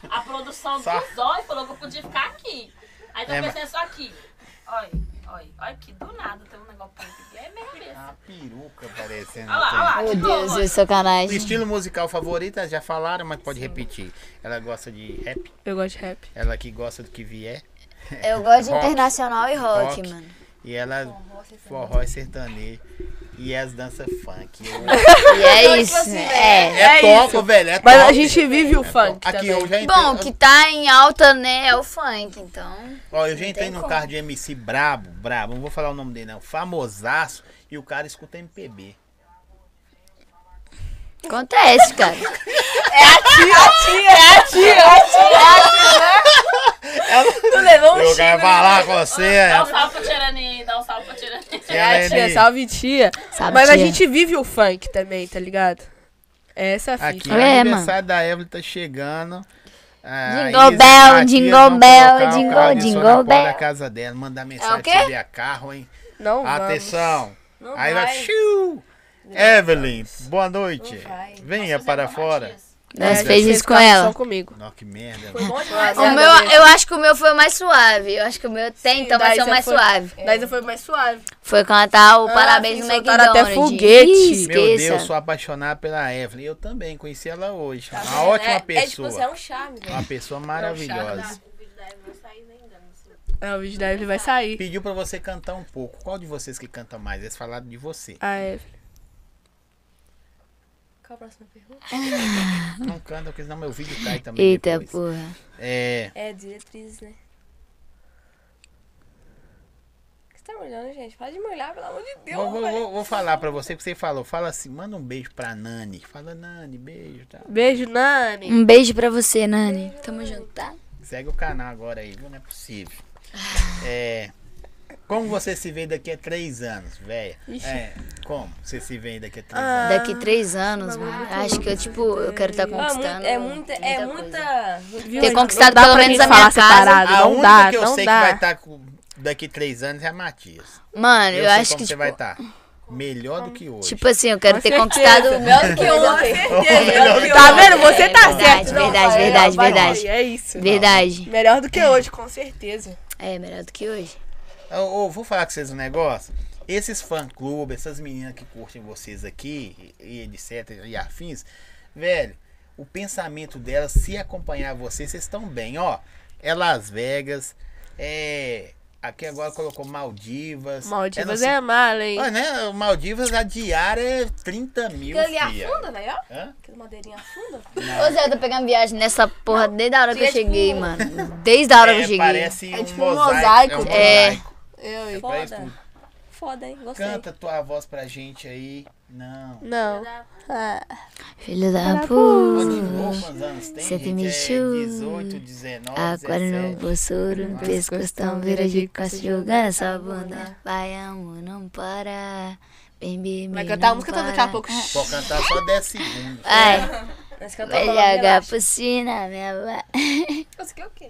Speaker 6: A produção
Speaker 2: Só.
Speaker 6: do Zói falou que eu podia ficar aqui. Aí tá
Speaker 2: É, mas-
Speaker 6: pensando só aqui. Olha, olha, olha que do nada tem um negócio preto aqui. É minha cabeça.
Speaker 2: Uma peruca parecendo.
Speaker 6: Olha lá, olha lá.
Speaker 1: Meu
Speaker 6: de
Speaker 1: Deus,
Speaker 6: novo,
Speaker 1: é
Speaker 2: assim.
Speaker 1: sacanagem.
Speaker 2: Estilo musical favorito, elas já falaram, mas pode repetir. Ela gosta de rap,
Speaker 4: Eu gosto de rap.
Speaker 2: ela que gosta do que vier.
Speaker 1: Eu gosto de
Speaker 2: Rock.
Speaker 1: internacional e rock,
Speaker 2: Rock.
Speaker 1: mano.
Speaker 2: E ela forró e sertanejo. E as danças funk.
Speaker 1: E é isso. É.
Speaker 2: É, top, velho. É
Speaker 4: Mas
Speaker 2: top.
Speaker 4: a gente vive o funk
Speaker 2: Aqui
Speaker 4: também.
Speaker 2: eu já entrei.
Speaker 1: Bom, o que tá em alta, né, é o funk, então.
Speaker 2: Ó, eu já entrei
Speaker 1: tem
Speaker 2: num
Speaker 1: como.
Speaker 2: carro de MC brabo, brabo, não vou falar o nome dele não, famosaço, e o cara escuta MPB.
Speaker 1: Acontece, cara.
Speaker 3: Tu levou um
Speaker 2: Eu
Speaker 3: chifre.
Speaker 2: quero falar com você.
Speaker 5: Dá um salve pra Tirani, dá um salve pra Tirani.
Speaker 2: Ela é
Speaker 4: tia,
Speaker 2: de-
Speaker 4: salve tia.
Speaker 1: Sabe,
Speaker 4: Mas a
Speaker 1: tia?
Speaker 4: gente vive o funk também, tá ligado? Essa é a
Speaker 2: Aqui,
Speaker 4: fita.
Speaker 2: o
Speaker 1: É,
Speaker 2: aniversário da Evelyn tá chegando. Ah,
Speaker 1: Jingle
Speaker 2: Isa e
Speaker 1: bell,
Speaker 2: Matias
Speaker 1: jingle
Speaker 2: vão
Speaker 1: bell,
Speaker 2: colocar o
Speaker 1: jingle,
Speaker 2: carro de som
Speaker 1: jingle
Speaker 2: na porta
Speaker 1: bell. É
Speaker 2: da casa dela, mandar mensagem
Speaker 1: quê?
Speaker 2: sobre a carro, hein?
Speaker 4: Não vamos.
Speaker 2: Atenção.
Speaker 3: Não
Speaker 2: Aí vai.
Speaker 3: vai.
Speaker 2: Xiu! Evelyn, boa noite.
Speaker 3: vai.
Speaker 2: Venha para fora.
Speaker 1: Nós
Speaker 4: É,
Speaker 1: fez
Speaker 4: vocês
Speaker 1: isso com
Speaker 4: ficaram
Speaker 1: ela.
Speaker 4: Só comigo.
Speaker 2: Nossa, que merda.
Speaker 3: Foi bom demais.
Speaker 4: É,
Speaker 3: é.
Speaker 1: O meu, eu acho que o meu foi o mais suave. Eu acho que o meu tem, então vai
Speaker 4: daí
Speaker 1: ser o
Speaker 4: já
Speaker 1: mais
Speaker 4: foi-
Speaker 1: suave.
Speaker 4: Daí já foi mais suave.
Speaker 1: Foi cantar o parabéns
Speaker 4: sim,
Speaker 1: no
Speaker 4: soltaram
Speaker 1: McDonald's.
Speaker 4: até foguete.
Speaker 1: Ih,
Speaker 2: Meu
Speaker 1: esqueça.
Speaker 2: Deus, sou apaixonado pela Evelyn. Eu também conheci ela hoje. Uma ótima
Speaker 3: É, tipo,
Speaker 2: pessoa.
Speaker 3: você é um tá? charme, velho.
Speaker 2: Uma pessoa maravilhosa.
Speaker 4: É, o vídeo da Evelyn vai sair.
Speaker 2: Pediu pra você cantar um pouco. Qual de vocês que canta mais? Eles falaram de você.
Speaker 3: Ah.
Speaker 4: A Evelyn.
Speaker 3: Qual a próxima pergunta?
Speaker 2: Não canta, porque senão meu vídeo cai também.
Speaker 1: Eita,
Speaker 2: depois.
Speaker 1: porra.
Speaker 2: É.
Speaker 3: É, diretriz, né? O que você tá me olhando, gente? Para de me olhar, pelo amor de Deus.
Speaker 2: Vou, vou-
Speaker 3: velho.
Speaker 2: vou- vou falar pra você que você falou. Fala assim, manda um beijo pra Nani. Fala, Nani, beijo, tá?
Speaker 4: Beijo, Nani.
Speaker 1: Um beijo pra você, Nani. Tamo junto, tá?
Speaker 2: Segue o canal agora aí, viu? Não é possível.
Speaker 1: Ah.
Speaker 2: É. Como você se vê daqui a três anos, velha? É, como você se vê daqui a três anos?
Speaker 1: Daqui três anos, mano. Acho que eu, tipo, eu quero estar
Speaker 3: Ah, mu-
Speaker 1: conquistando.
Speaker 3: é muita, é muita.
Speaker 4: Viu,
Speaker 1: Ter
Speaker 4: gente?
Speaker 1: conquistado
Speaker 4: Não dá
Speaker 1: pelo
Speaker 4: pra
Speaker 1: menos
Speaker 4: gente
Speaker 1: a minha
Speaker 4: falar
Speaker 1: casa.
Speaker 4: separado,
Speaker 2: a
Speaker 4: Não
Speaker 2: única
Speaker 4: dá,
Speaker 2: que eu
Speaker 4: não
Speaker 2: sei que vai
Speaker 4: dá.
Speaker 2: estar com- daqui a três anos é a Matias.
Speaker 1: Mano, eu,
Speaker 2: sei
Speaker 1: acho
Speaker 2: como
Speaker 1: que,
Speaker 2: você
Speaker 1: tipo,
Speaker 2: vai estar. Melhor do que hoje.
Speaker 1: tipo assim, eu quero
Speaker 4: Com
Speaker 1: ter
Speaker 4: certeza.
Speaker 1: conquistado.
Speaker 3: Melhor do que ontem. Melhor do que
Speaker 4: Tá
Speaker 3: ontem.
Speaker 4: vendo? Você tá
Speaker 1: verdade, verdade,
Speaker 4: certo. vai,
Speaker 1: verdade,
Speaker 4: vai,
Speaker 1: verdade.
Speaker 4: É isso.
Speaker 1: Verdade.
Speaker 4: Melhor do que hoje, com certeza.
Speaker 1: É, melhor do que hoje.
Speaker 2: Ô, ô, vou falar com vocês um negócio. Esses fã-clubes, essas meninas que curtem vocês aqui, e, e etc, e afins, velho, o pensamento delas, se acompanhar vocês, vocês estão bem, ó. É Las Vegas, é. Aqui agora colocou Maldivas.
Speaker 4: Maldivas
Speaker 2: não
Speaker 4: é
Speaker 2: sei-
Speaker 4: a mala, hein?
Speaker 2: Ah, né? Maldivas, a diária é 30 mil.
Speaker 3: Aquilo ali
Speaker 2: fia.
Speaker 3: afunda, né? velho. ó.
Speaker 2: Hã?
Speaker 3: Aquela madeirinha afunda.
Speaker 1: Ô Zé, eu tô pegando viagem nessa porra desde a hora que eu
Speaker 3: é tipo-
Speaker 1: cheguei, mano. Desde a hora que eu
Speaker 2: É,
Speaker 1: cheguei.
Speaker 2: parece um,
Speaker 4: tipo um
Speaker 2: mosaico.
Speaker 4: mosaico.
Speaker 2: É.
Speaker 1: É.
Speaker 2: um mosaico.
Speaker 4: Eu.
Speaker 2: Parece
Speaker 3: né? Foda.
Speaker 2: tudo.
Speaker 3: Foda, hein? Gostei.
Speaker 2: Canta tua voz pra gente aí. Não.
Speaker 4: Não.
Speaker 1: Filho da puta.
Speaker 2: Continuou quantos anos tem?
Speaker 1: Você
Speaker 2: gente?
Speaker 1: me
Speaker 2: É
Speaker 1: chuva.
Speaker 2: 18, 19,
Speaker 1: Ah, Agora no
Speaker 2: 17.
Speaker 1: bolsoro, no
Speaker 4: Nossa.
Speaker 1: pescostão, vira de costas, jogando essa bunda. Vai, amor, não para. Bem, bem,
Speaker 4: Vai
Speaker 1: bem,
Speaker 4: cantar a
Speaker 1: não
Speaker 4: música toda
Speaker 1: para.
Speaker 4: daqui a pouco. Tá
Speaker 2: Pode cantar só 10 segundos.
Speaker 1: Vai,
Speaker 3: Mas que eu
Speaker 1: vai
Speaker 3: tava lá,
Speaker 1: jogar
Speaker 3: relaxa.
Speaker 1: piscina, minha vai.
Speaker 3: Consegui o quê?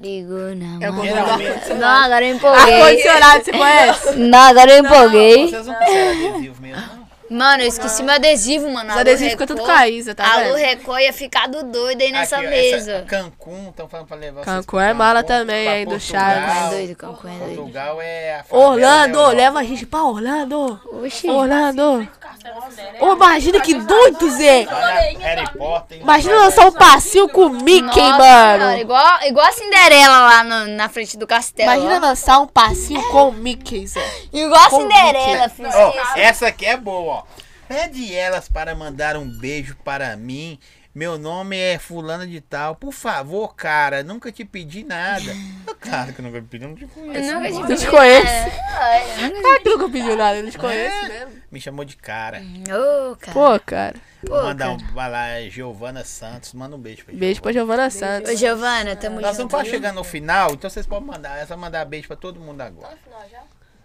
Speaker 1: Ligou na
Speaker 4: É o
Speaker 1: mão.
Speaker 2: Geralmente,
Speaker 1: Não, agora eu empolguei.
Speaker 4: Ar-condicionado, você conhece?
Speaker 1: Não, agora eu empolguei.
Speaker 2: vocês não quiseram adesivo mesmo, não?
Speaker 1: Mano, eu esqueci meu adesivo, mano.
Speaker 4: Os
Speaker 1: Alô,
Speaker 4: adesivos ficam tudo com
Speaker 1: Record.
Speaker 4: a Isa, tá
Speaker 1: Alô,
Speaker 4: vendo?
Speaker 1: Record ia ficar do doido aí nessa
Speaker 2: Aqui, ó, essa-
Speaker 1: mesa.
Speaker 2: Cancún, estão falando pra levar vocês
Speaker 4: Cancún
Speaker 2: pra
Speaker 4: é mala
Speaker 2: Cancún,
Speaker 4: também,
Speaker 2: pra
Speaker 4: aí, do
Speaker 2: Portugal.
Speaker 1: Cancún é
Speaker 4: Chaves.
Speaker 1: doido, Cancún é doido.
Speaker 2: Portugal é a favela da
Speaker 4: Orlando,
Speaker 2: Europa.
Speaker 4: leva a gente pra Orlando.
Speaker 1: Oxi.
Speaker 4: Orlando. Ô, imagina que doido, Zé.
Speaker 2: Olha, Harry Potter.
Speaker 4: Imagina lançar um passinho com o Mickey, mano.
Speaker 1: Senhora, igual, igual a Cinderela lá no- na frente do castelo.
Speaker 4: Imagina
Speaker 1: ó.
Speaker 4: lançar um passinho com o Mickey,
Speaker 1: É.
Speaker 4: Zé.
Speaker 1: Igual a
Speaker 4: com o é?
Speaker 1: Cinderela,
Speaker 4: um
Speaker 1: filho.
Speaker 2: Ó, essa aqui é boa, ó. Pede elas para mandar um beijo para mim. Meu nome é fulano de tal. Por favor, cara, nunca te pedi nada. Ah, Claro que eu nunca pedi, eu não te
Speaker 1: Eu
Speaker 2: conheço.
Speaker 1: nunca
Speaker 4: Não
Speaker 1: te
Speaker 4: te conhece.
Speaker 1: É. Ai,
Speaker 4: Ah, que nunca pediu nada, não te conhece,
Speaker 2: É,
Speaker 4: né?
Speaker 2: Me chamou de
Speaker 1: É.
Speaker 2: cara.
Speaker 1: Ô, cara.
Speaker 4: Pô, cara.
Speaker 2: Vou mandar um, vai lá, é Giovana Santos. Manda um beijo pra
Speaker 4: Beijo pra Giovana
Speaker 1: Ô,
Speaker 4: Santos.
Speaker 1: Giovana, tamo
Speaker 2: Nós
Speaker 1: junto.
Speaker 2: estamos quase chegando no final, então vocês podem mandar. Elas vão mandar beijo pra todo mundo agora.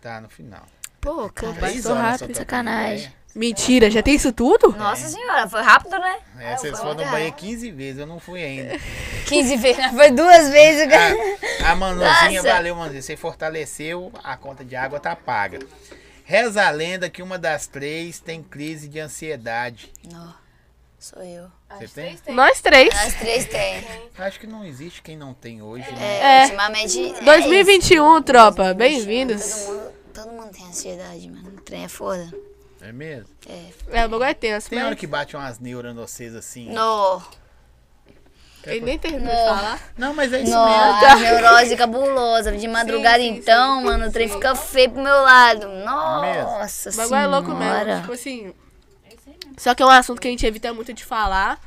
Speaker 2: Tá no final.
Speaker 1: Pô, cara.
Speaker 2: Três
Speaker 4: passou
Speaker 2: horas
Speaker 4: rápido.
Speaker 2: só trocando
Speaker 1: Sacanagem.
Speaker 2: ideia.
Speaker 4: Mentira, já tem isso tudo?
Speaker 1: Nossa senhora, foi rápido, né?
Speaker 2: É, vocês
Speaker 1: vou
Speaker 2: foram no
Speaker 1: olhar.
Speaker 2: banheiro 15 vezes, eu não fui ainda. Tá,
Speaker 1: 15 vezes, né? foi duas vezes. cara.
Speaker 2: A, a Manuzinha,
Speaker 1: Nossa.
Speaker 2: valeu, Manuzinha. Você fortaleceu, a conta de água tá paga. Reza a lenda que uma das três tem crise de ansiedade.
Speaker 1: Não, sou eu.
Speaker 2: Você tem?
Speaker 4: Nós três.
Speaker 1: Nós três tem.
Speaker 2: Acho que não existe quem não tem hoje, né?
Speaker 1: É, ultimamente. é isso.
Speaker 4: 2021, tropa. Bem-vindos.
Speaker 1: Todo mundo tem ansiedade, mano. O trem é foda.
Speaker 2: É mesmo?
Speaker 4: É, o bagulho é tenso,
Speaker 2: Tem
Speaker 4: mas
Speaker 2: hora que bate umas neuras em vocês assim.
Speaker 1: No.
Speaker 2: é
Speaker 4: ele nem terminou de falar.
Speaker 2: Não, mas é isso
Speaker 1: Não,
Speaker 2: mesmo.
Speaker 1: a neurose cabulosa. De madrugada, então, mano, o trem fica feio pro meu lado. Nossa
Speaker 4: O
Speaker 1: senhora.
Speaker 4: tipo é bagulho é louco mesmo. Tipo assim. Só que é um assunto que a gente evita muito de falar.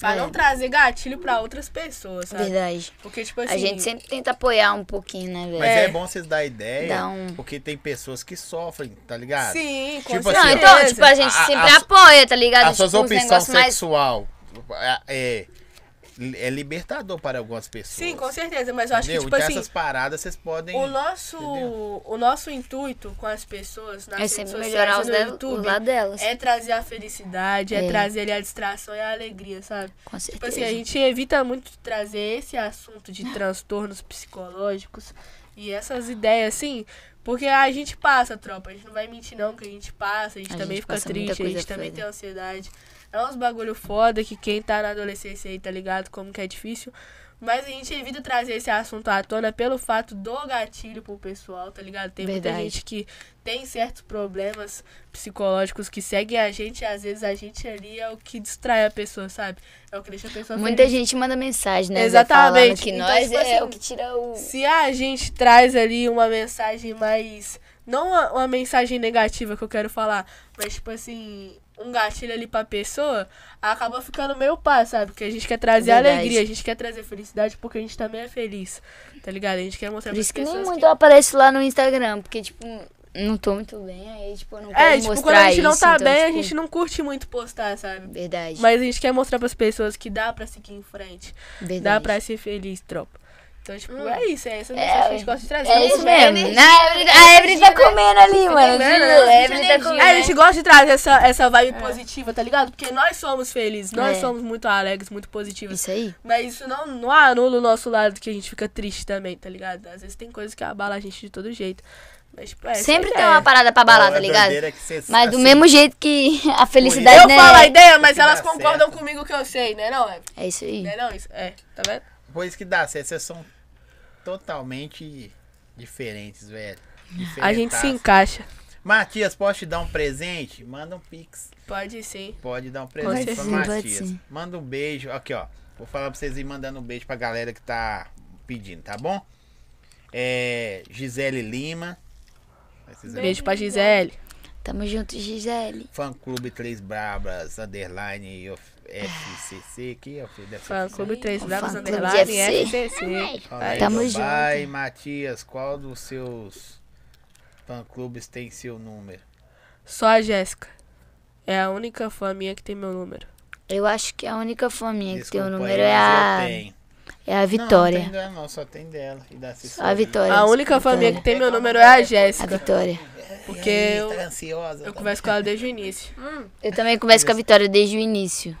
Speaker 4: Pra não trazer gatilho pra outras pessoas, sabe?
Speaker 1: É Verdade.
Speaker 4: Porque, tipo assim.
Speaker 1: A gente sempre tenta apoiar um pouquinho, né, velho?
Speaker 2: Mas é,
Speaker 4: É.
Speaker 2: bom vocês dar ideia,
Speaker 1: Dá um-
Speaker 2: porque tem pessoas que sofrem, tá ligado?
Speaker 4: Sim, com
Speaker 2: Tipo assim,
Speaker 4: certeza.
Speaker 1: Não, então, tipo, a gente
Speaker 2: A- a-
Speaker 1: sempre
Speaker 2: a-
Speaker 1: apoia, tá ligado?
Speaker 2: As suas
Speaker 1: tipo, uns
Speaker 2: opções
Speaker 1: negócios mais
Speaker 2: sexual é, é, é libertador para algumas pessoas.
Speaker 1: é-
Speaker 4: Sim, com certeza. Mas eu acho que,
Speaker 2: entendeu?
Speaker 4: tipo
Speaker 2: então
Speaker 4: assim.
Speaker 2: essas paradas vocês podem...
Speaker 4: O nosso,
Speaker 2: Entendeu?
Speaker 4: o nosso intuito com as pessoas nas
Speaker 1: É
Speaker 4: redes
Speaker 1: sempre
Speaker 4: sociais
Speaker 1: melhorar os,
Speaker 4: e no
Speaker 1: dela-
Speaker 4: YouTube
Speaker 1: os lados delas.
Speaker 4: é trazer a felicidade, é.
Speaker 1: É.
Speaker 4: trazer ali a distração e a alegria, sabe?
Speaker 1: Com
Speaker 4: Tipo
Speaker 1: certeza.
Speaker 4: assim, a gente evita muito de trazer esse assunto de transtornos psicológicos e essas ideias, assim, porque a gente passa, tropa. A gente não vai mentir, não, que a gente passa, a gente
Speaker 1: A
Speaker 4: também
Speaker 1: gente
Speaker 4: fica
Speaker 1: passa muita
Speaker 4: triste, a
Speaker 1: coisa
Speaker 4: gente também
Speaker 1: foda.
Speaker 4: tem ansiedade. É uns bagulho foda que quem tá na adolescência aí tá ligado como que é difícil. Mas a gente evita trazer esse assunto à tona pelo fato do gatilho pro pessoal, tá ligado? Tem muita
Speaker 1: Verdade.
Speaker 4: gente que tem certos problemas psicológicos que seguem a gente e às vezes a gente ali é o que distrai a pessoa, sabe? É o que deixa a pessoa
Speaker 1: Muita
Speaker 4: feliz.
Speaker 1: gente manda mensagem, né? Zé, Falando
Speaker 4: Exatamente.
Speaker 1: que
Speaker 4: Então,
Speaker 1: nós
Speaker 4: tipo
Speaker 1: é
Speaker 4: assim,
Speaker 1: o que tira o.
Speaker 4: Se ah, a gente traz ali uma mensagem mais. Não uma, uma mensagem negativa que eu quero falar, mas tipo assim, um gatilho ali pra pessoa, acaba ficando meio pá, sabe? Porque a gente quer trazer
Speaker 1: Verdade.
Speaker 4: alegria, a gente quer trazer felicidade porque a gente também é feliz, tá ligado? A gente quer mostrar
Speaker 1: Por
Speaker 4: pras
Speaker 1: isso que
Speaker 4: pessoas.
Speaker 1: nem muito eu apareço lá no Instagram, porque, tipo, não tô muito bem, aí, tipo, eu não quero
Speaker 4: É, tipo,
Speaker 1: mostrar
Speaker 4: quando a gente não
Speaker 1: isso,
Speaker 4: tá
Speaker 1: então,
Speaker 4: bem, a
Speaker 1: tipo,
Speaker 4: gente não curte muito postar, sabe?
Speaker 1: Verdade.
Speaker 4: Mas a gente quer mostrar pras pessoas que dá pra seguir em frente,
Speaker 1: verdade. Hum.
Speaker 4: dá pra ser feliz, tropa. Então, tipo, é isso, é essa mensagem que a gente gosta de trazer.
Speaker 1: É isso mesmo. Não, a Evelyn- a Evelyn tá comendo ali, mano. A Evelyn tá comendo.
Speaker 4: É, né, a gente gosta de trazer essa, essa vibe positiva, tá ligado? Porque nós somos felizes, nós
Speaker 1: É.
Speaker 4: somos muito alegres, muito positivos.
Speaker 1: Isso aí.
Speaker 4: Mas isso não, não anula o nosso lado que a gente fica triste também, tá ligado? Às vezes tem coisas que abalam a gente de todo jeito. Mas, tipo, é,
Speaker 1: Sempre
Speaker 4: essa
Speaker 1: tem
Speaker 4: é a
Speaker 1: uma
Speaker 4: ideia.
Speaker 1: parada pra
Speaker 2: Então,
Speaker 1: balar,
Speaker 2: a
Speaker 1: tá ligado?
Speaker 2: doideira é que vocês,
Speaker 1: Mas do
Speaker 2: assim,
Speaker 1: mesmo jeito que a
Speaker 2: isso
Speaker 1: felicidade,
Speaker 4: Eu
Speaker 1: né?
Speaker 4: falo a ideia, mas
Speaker 2: que
Speaker 4: elas
Speaker 2: dá
Speaker 4: concordam
Speaker 2: certo.
Speaker 4: comigo que eu sei, né? Não, é,
Speaker 1: É isso aí.
Speaker 4: né, não, isso, é, tá vendo?
Speaker 2: Pois que dá, vocês vocês são totalmente diferentes, velho.
Speaker 4: A gente se
Speaker 2: Diferentaço.
Speaker 4: encaixa.
Speaker 2: Matias, posso te dar um presente? Manda um pix.
Speaker 4: Pode sim.
Speaker 2: Pode dar um presente pra
Speaker 1: certeza. Pode
Speaker 2: Matias.
Speaker 1: sim.
Speaker 2: Manda um beijo. Aqui, ó. Vou falar pra vocês ir mandando um beijo pra galera que tá pedindo, tá bom? É. Gisele Lima. Vocês aí.
Speaker 4: Beijo pra Gisele.
Speaker 1: Tamo junto, Gisele.
Speaker 2: Fã Clube Três Brabas, underline of- FCC. Aqui, ó. filho, deve ser
Speaker 4: Fã
Speaker 2: oficial.
Speaker 4: Clube 3 Bravos
Speaker 1: Fã Clube
Speaker 4: Underline
Speaker 1: FC.
Speaker 4: FCC.
Speaker 2: Fala aí,
Speaker 1: Tamo
Speaker 2: Dubai.
Speaker 1: junto.
Speaker 2: Matias, qual dos seus fã clubes tem seu número?
Speaker 4: Só a Jéssica. É a única fã minha que tem meu número.
Speaker 1: Eu acho que a única fã minha que tem o
Speaker 2: Desculpa
Speaker 1: número
Speaker 2: aí,
Speaker 1: é
Speaker 2: mas
Speaker 1: a,
Speaker 2: eu tenho.
Speaker 1: é a
Speaker 2: Não, não tem
Speaker 1: Vitória.
Speaker 2: dela, não, só tem dela. E da
Speaker 1: Só a
Speaker 2: assessoria.
Speaker 1: Vitória.
Speaker 4: A única fã minha que
Speaker 1: família
Speaker 4: tem meu número é a
Speaker 1: A
Speaker 4: Jéssica.
Speaker 1: Vitória.
Speaker 4: Porque
Speaker 2: Ih,
Speaker 4: eu,
Speaker 2: tá ansiosa.
Speaker 4: eu
Speaker 2: tá?
Speaker 4: converso com ela desde o início.
Speaker 1: Eu também converso com a Vitória desde o início.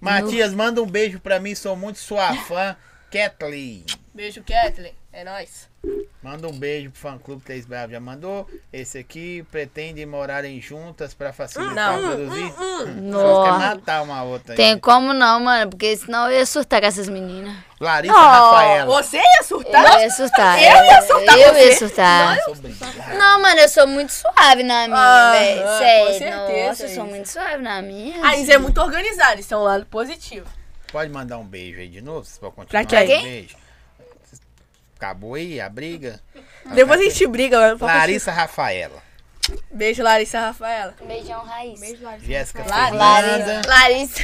Speaker 2: Matias, manda um beijo pra mim, sou muito sua fã. Kathleen.
Speaker 4: Beijo, Kathleen. É nóis.
Speaker 2: Manda um beijo pro fã clube Três Bravos. Já mandou? Esse aqui pretende morarem juntas pra facilitar
Speaker 4: Não.
Speaker 2: o produzir. Hum,
Speaker 1: Não.
Speaker 2: vocês querem matar uma outra.
Speaker 1: Tem
Speaker 2: aí.
Speaker 1: como não, mano, porque senão eu ia surtar com essas meninas.
Speaker 4: Oh,
Speaker 2: Larissa Rafaela.
Speaker 4: Você
Speaker 3: é
Speaker 4: ia surtar?
Speaker 1: Eu ia surtar. Tá? Eu ia surtar. Eu ia surtar.
Speaker 2: Sou brincando.
Speaker 1: Não, mano, eu sou muito suave na minha,
Speaker 4: Ah,
Speaker 1: velho.
Speaker 4: ah, com
Speaker 1: Sério.
Speaker 4: certeza,
Speaker 1: Nossa, eu sou
Speaker 4: Isa.
Speaker 1: muito suave na minha.
Speaker 4: A Isa é muito organizada, isso é um lado positivo.
Speaker 2: Pode mandar um beijo aí de novo? Vocês podem continuar?
Speaker 4: Pra quem?
Speaker 2: Um beijo. Acabou aí a briga?
Speaker 4: Depois a gente briga, mas pra
Speaker 2: Larissa Rafaela.
Speaker 4: Beijo, Larissa Rafaela.
Speaker 1: Beijão raiz.
Speaker 2: Jéssica
Speaker 4: Larissa.
Speaker 2: Fernanda.
Speaker 1: Larissa.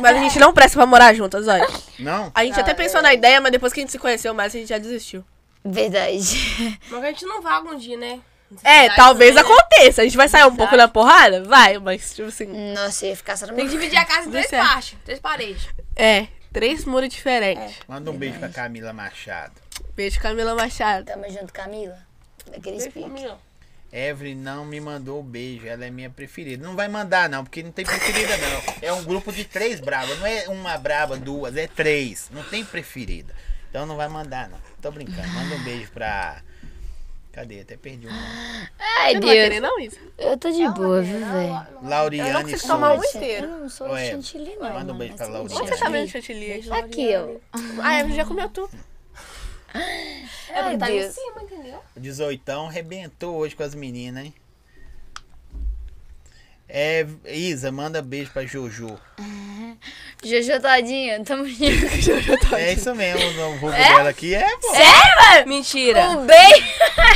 Speaker 4: Mas a gente não presta pra morar juntas, olha.
Speaker 2: Não?
Speaker 4: A gente até pensou na ideia, mas depois que a gente se conheceu mais, a gente já desistiu.
Speaker 1: Verdade.
Speaker 3: Mas a gente não vai algum dia, né?
Speaker 4: É, talvez aconteça. A gente vai sair um pouco na porrada? Vai, mas tipo assim.
Speaker 1: Nossa, eu ia ficar só no
Speaker 3: Tem que
Speaker 1: meu.
Speaker 3: dividir a casa em
Speaker 4: Deu
Speaker 3: três
Speaker 4: certo.
Speaker 3: partes, três paredes.
Speaker 4: É, três muros diferentes.
Speaker 2: Manda um beijo pra Camila Machado.
Speaker 3: É.
Speaker 4: Beijo, Camila Machado.
Speaker 1: Tamo junto, Camila. Daquele speak.
Speaker 2: Evelyn não me mandou o beijo, ela é minha preferida. Não vai mandar, não, porque não tem preferida, não. É um grupo de três bravas, não é uma brava, duas, é três. Não tem preferida. Então não vai mandar, não. Tô brincando. Manda um beijo pra. Cadê? Até perdi o nome.
Speaker 1: Ai,
Speaker 4: Você não vai querer,
Speaker 1: Deus.
Speaker 4: não, Isa?
Speaker 1: Eu tô de boa, viu, velho?
Speaker 2: Lauriane
Speaker 4: Eu não consigo
Speaker 2: Souza.
Speaker 4: tomar
Speaker 3: é
Speaker 4: um
Speaker 1: Eu
Speaker 4: inteiro.
Speaker 1: não sou
Speaker 2: Ué,
Speaker 1: chantilly, não.
Speaker 2: manda um
Speaker 1: mano,
Speaker 2: beijo pra
Speaker 1: mas
Speaker 2: Lauriane.
Speaker 1: eu
Speaker 4: Onde você
Speaker 1: gosto.
Speaker 4: tá vendo chantilly?
Speaker 1: Aqui, ó.
Speaker 4: Ah, a Evelyn já comeu tudo.
Speaker 1: Ai, Deus.
Speaker 2: O Dezoitão arrebentou hoje com as meninas, hein? É, Isa, manda beijo pra Jojo.
Speaker 1: Jojo Todinho, tamo junto com Jojo Todinho.
Speaker 2: É isso mesmo, o nome vulgo dela aqui é, pô.
Speaker 3: Mentira.
Speaker 1: Um beijo.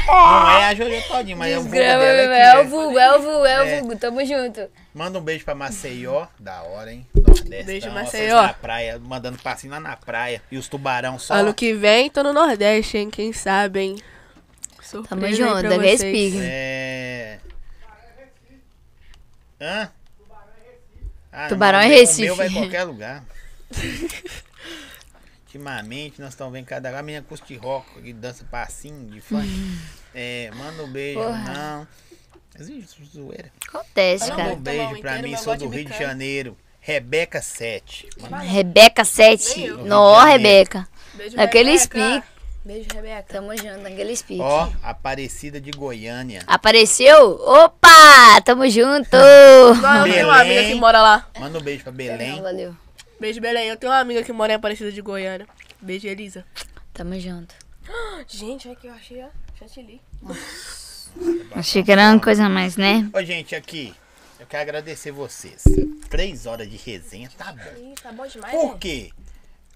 Speaker 2: Não é a Jojo Todinho, mas é o vulgo
Speaker 1: Desgrama,
Speaker 2: dela
Speaker 1: meu, é o
Speaker 2: aqui.
Speaker 1: vulgo, é o vulgo, é
Speaker 2: É.
Speaker 1: o vulgo, tamo junto.
Speaker 2: Manda um beijo pra Maceió, da hora, hein? Nordeste.
Speaker 4: Beijo,
Speaker 2: ó, vocês
Speaker 4: Maceió.
Speaker 2: Na praia, mandando passinho lá na praia. E os tubarão só.
Speaker 4: Ano que vem tô no Nordeste, hein? Quem sabe, hein? Surpresa
Speaker 1: Tamo
Speaker 4: aí
Speaker 1: junto,
Speaker 4: pra
Speaker 1: da
Speaker 4: vocês.
Speaker 1: Respig.
Speaker 2: É. Hã? Ah,
Speaker 1: Tubarão
Speaker 2: não,
Speaker 1: é
Speaker 2: o meu-
Speaker 1: Recife.
Speaker 2: O meu vai em qualquer lugar. Ultimamente, nós estamos vendo cada lugar. A menina curte de rock, de dança passinho, de funk. é, manda um beijo,
Speaker 1: Hum. Porra.
Speaker 2: não. Mas, ih, zoeira.
Speaker 1: Acontece,
Speaker 3: Não,
Speaker 2: Manda um
Speaker 1: cara.
Speaker 3: vou tomar um
Speaker 2: beijo pra
Speaker 3: inteiro,
Speaker 2: mim,
Speaker 3: mas
Speaker 2: sou
Speaker 3: gosto
Speaker 2: do
Speaker 3: de
Speaker 2: Rio de
Speaker 3: bicanha.
Speaker 2: Janeiro. Rebeca 7.
Speaker 1: Rebeca 7.
Speaker 2: eu.
Speaker 1: Nó,
Speaker 2: Rio de Janeiro.
Speaker 1: Rebeca.
Speaker 4: Beijo,
Speaker 1: Naquele
Speaker 4: Rebeca.
Speaker 1: speak.
Speaker 3: Beijo, Rebeca.
Speaker 1: Tamo junto, naquele speak.
Speaker 2: Ó, Aparecida de Goiânia.
Speaker 1: Apareceu? Opa! Tamo junto!
Speaker 4: Ah, eu tenho uma amiga
Speaker 2: Belém.
Speaker 4: que mora lá.
Speaker 2: Manda um beijo pra Belém.
Speaker 1: Não, valeu.
Speaker 4: Beijo, Belém. Eu tenho uma amiga que mora em Aparecida de Goiânia. Beijo, Elisa.
Speaker 1: Tamo junto.
Speaker 3: Gente, olha que eu achei, ó. Chantilly.
Speaker 1: Achei que era uma coisa a mais, né?
Speaker 2: Ô, gente, aqui, eu quero agradecer vocês. Três horas de resenha, tá bom.
Speaker 3: Ih, tá bom demais,
Speaker 2: Por
Speaker 3: né?
Speaker 2: quê?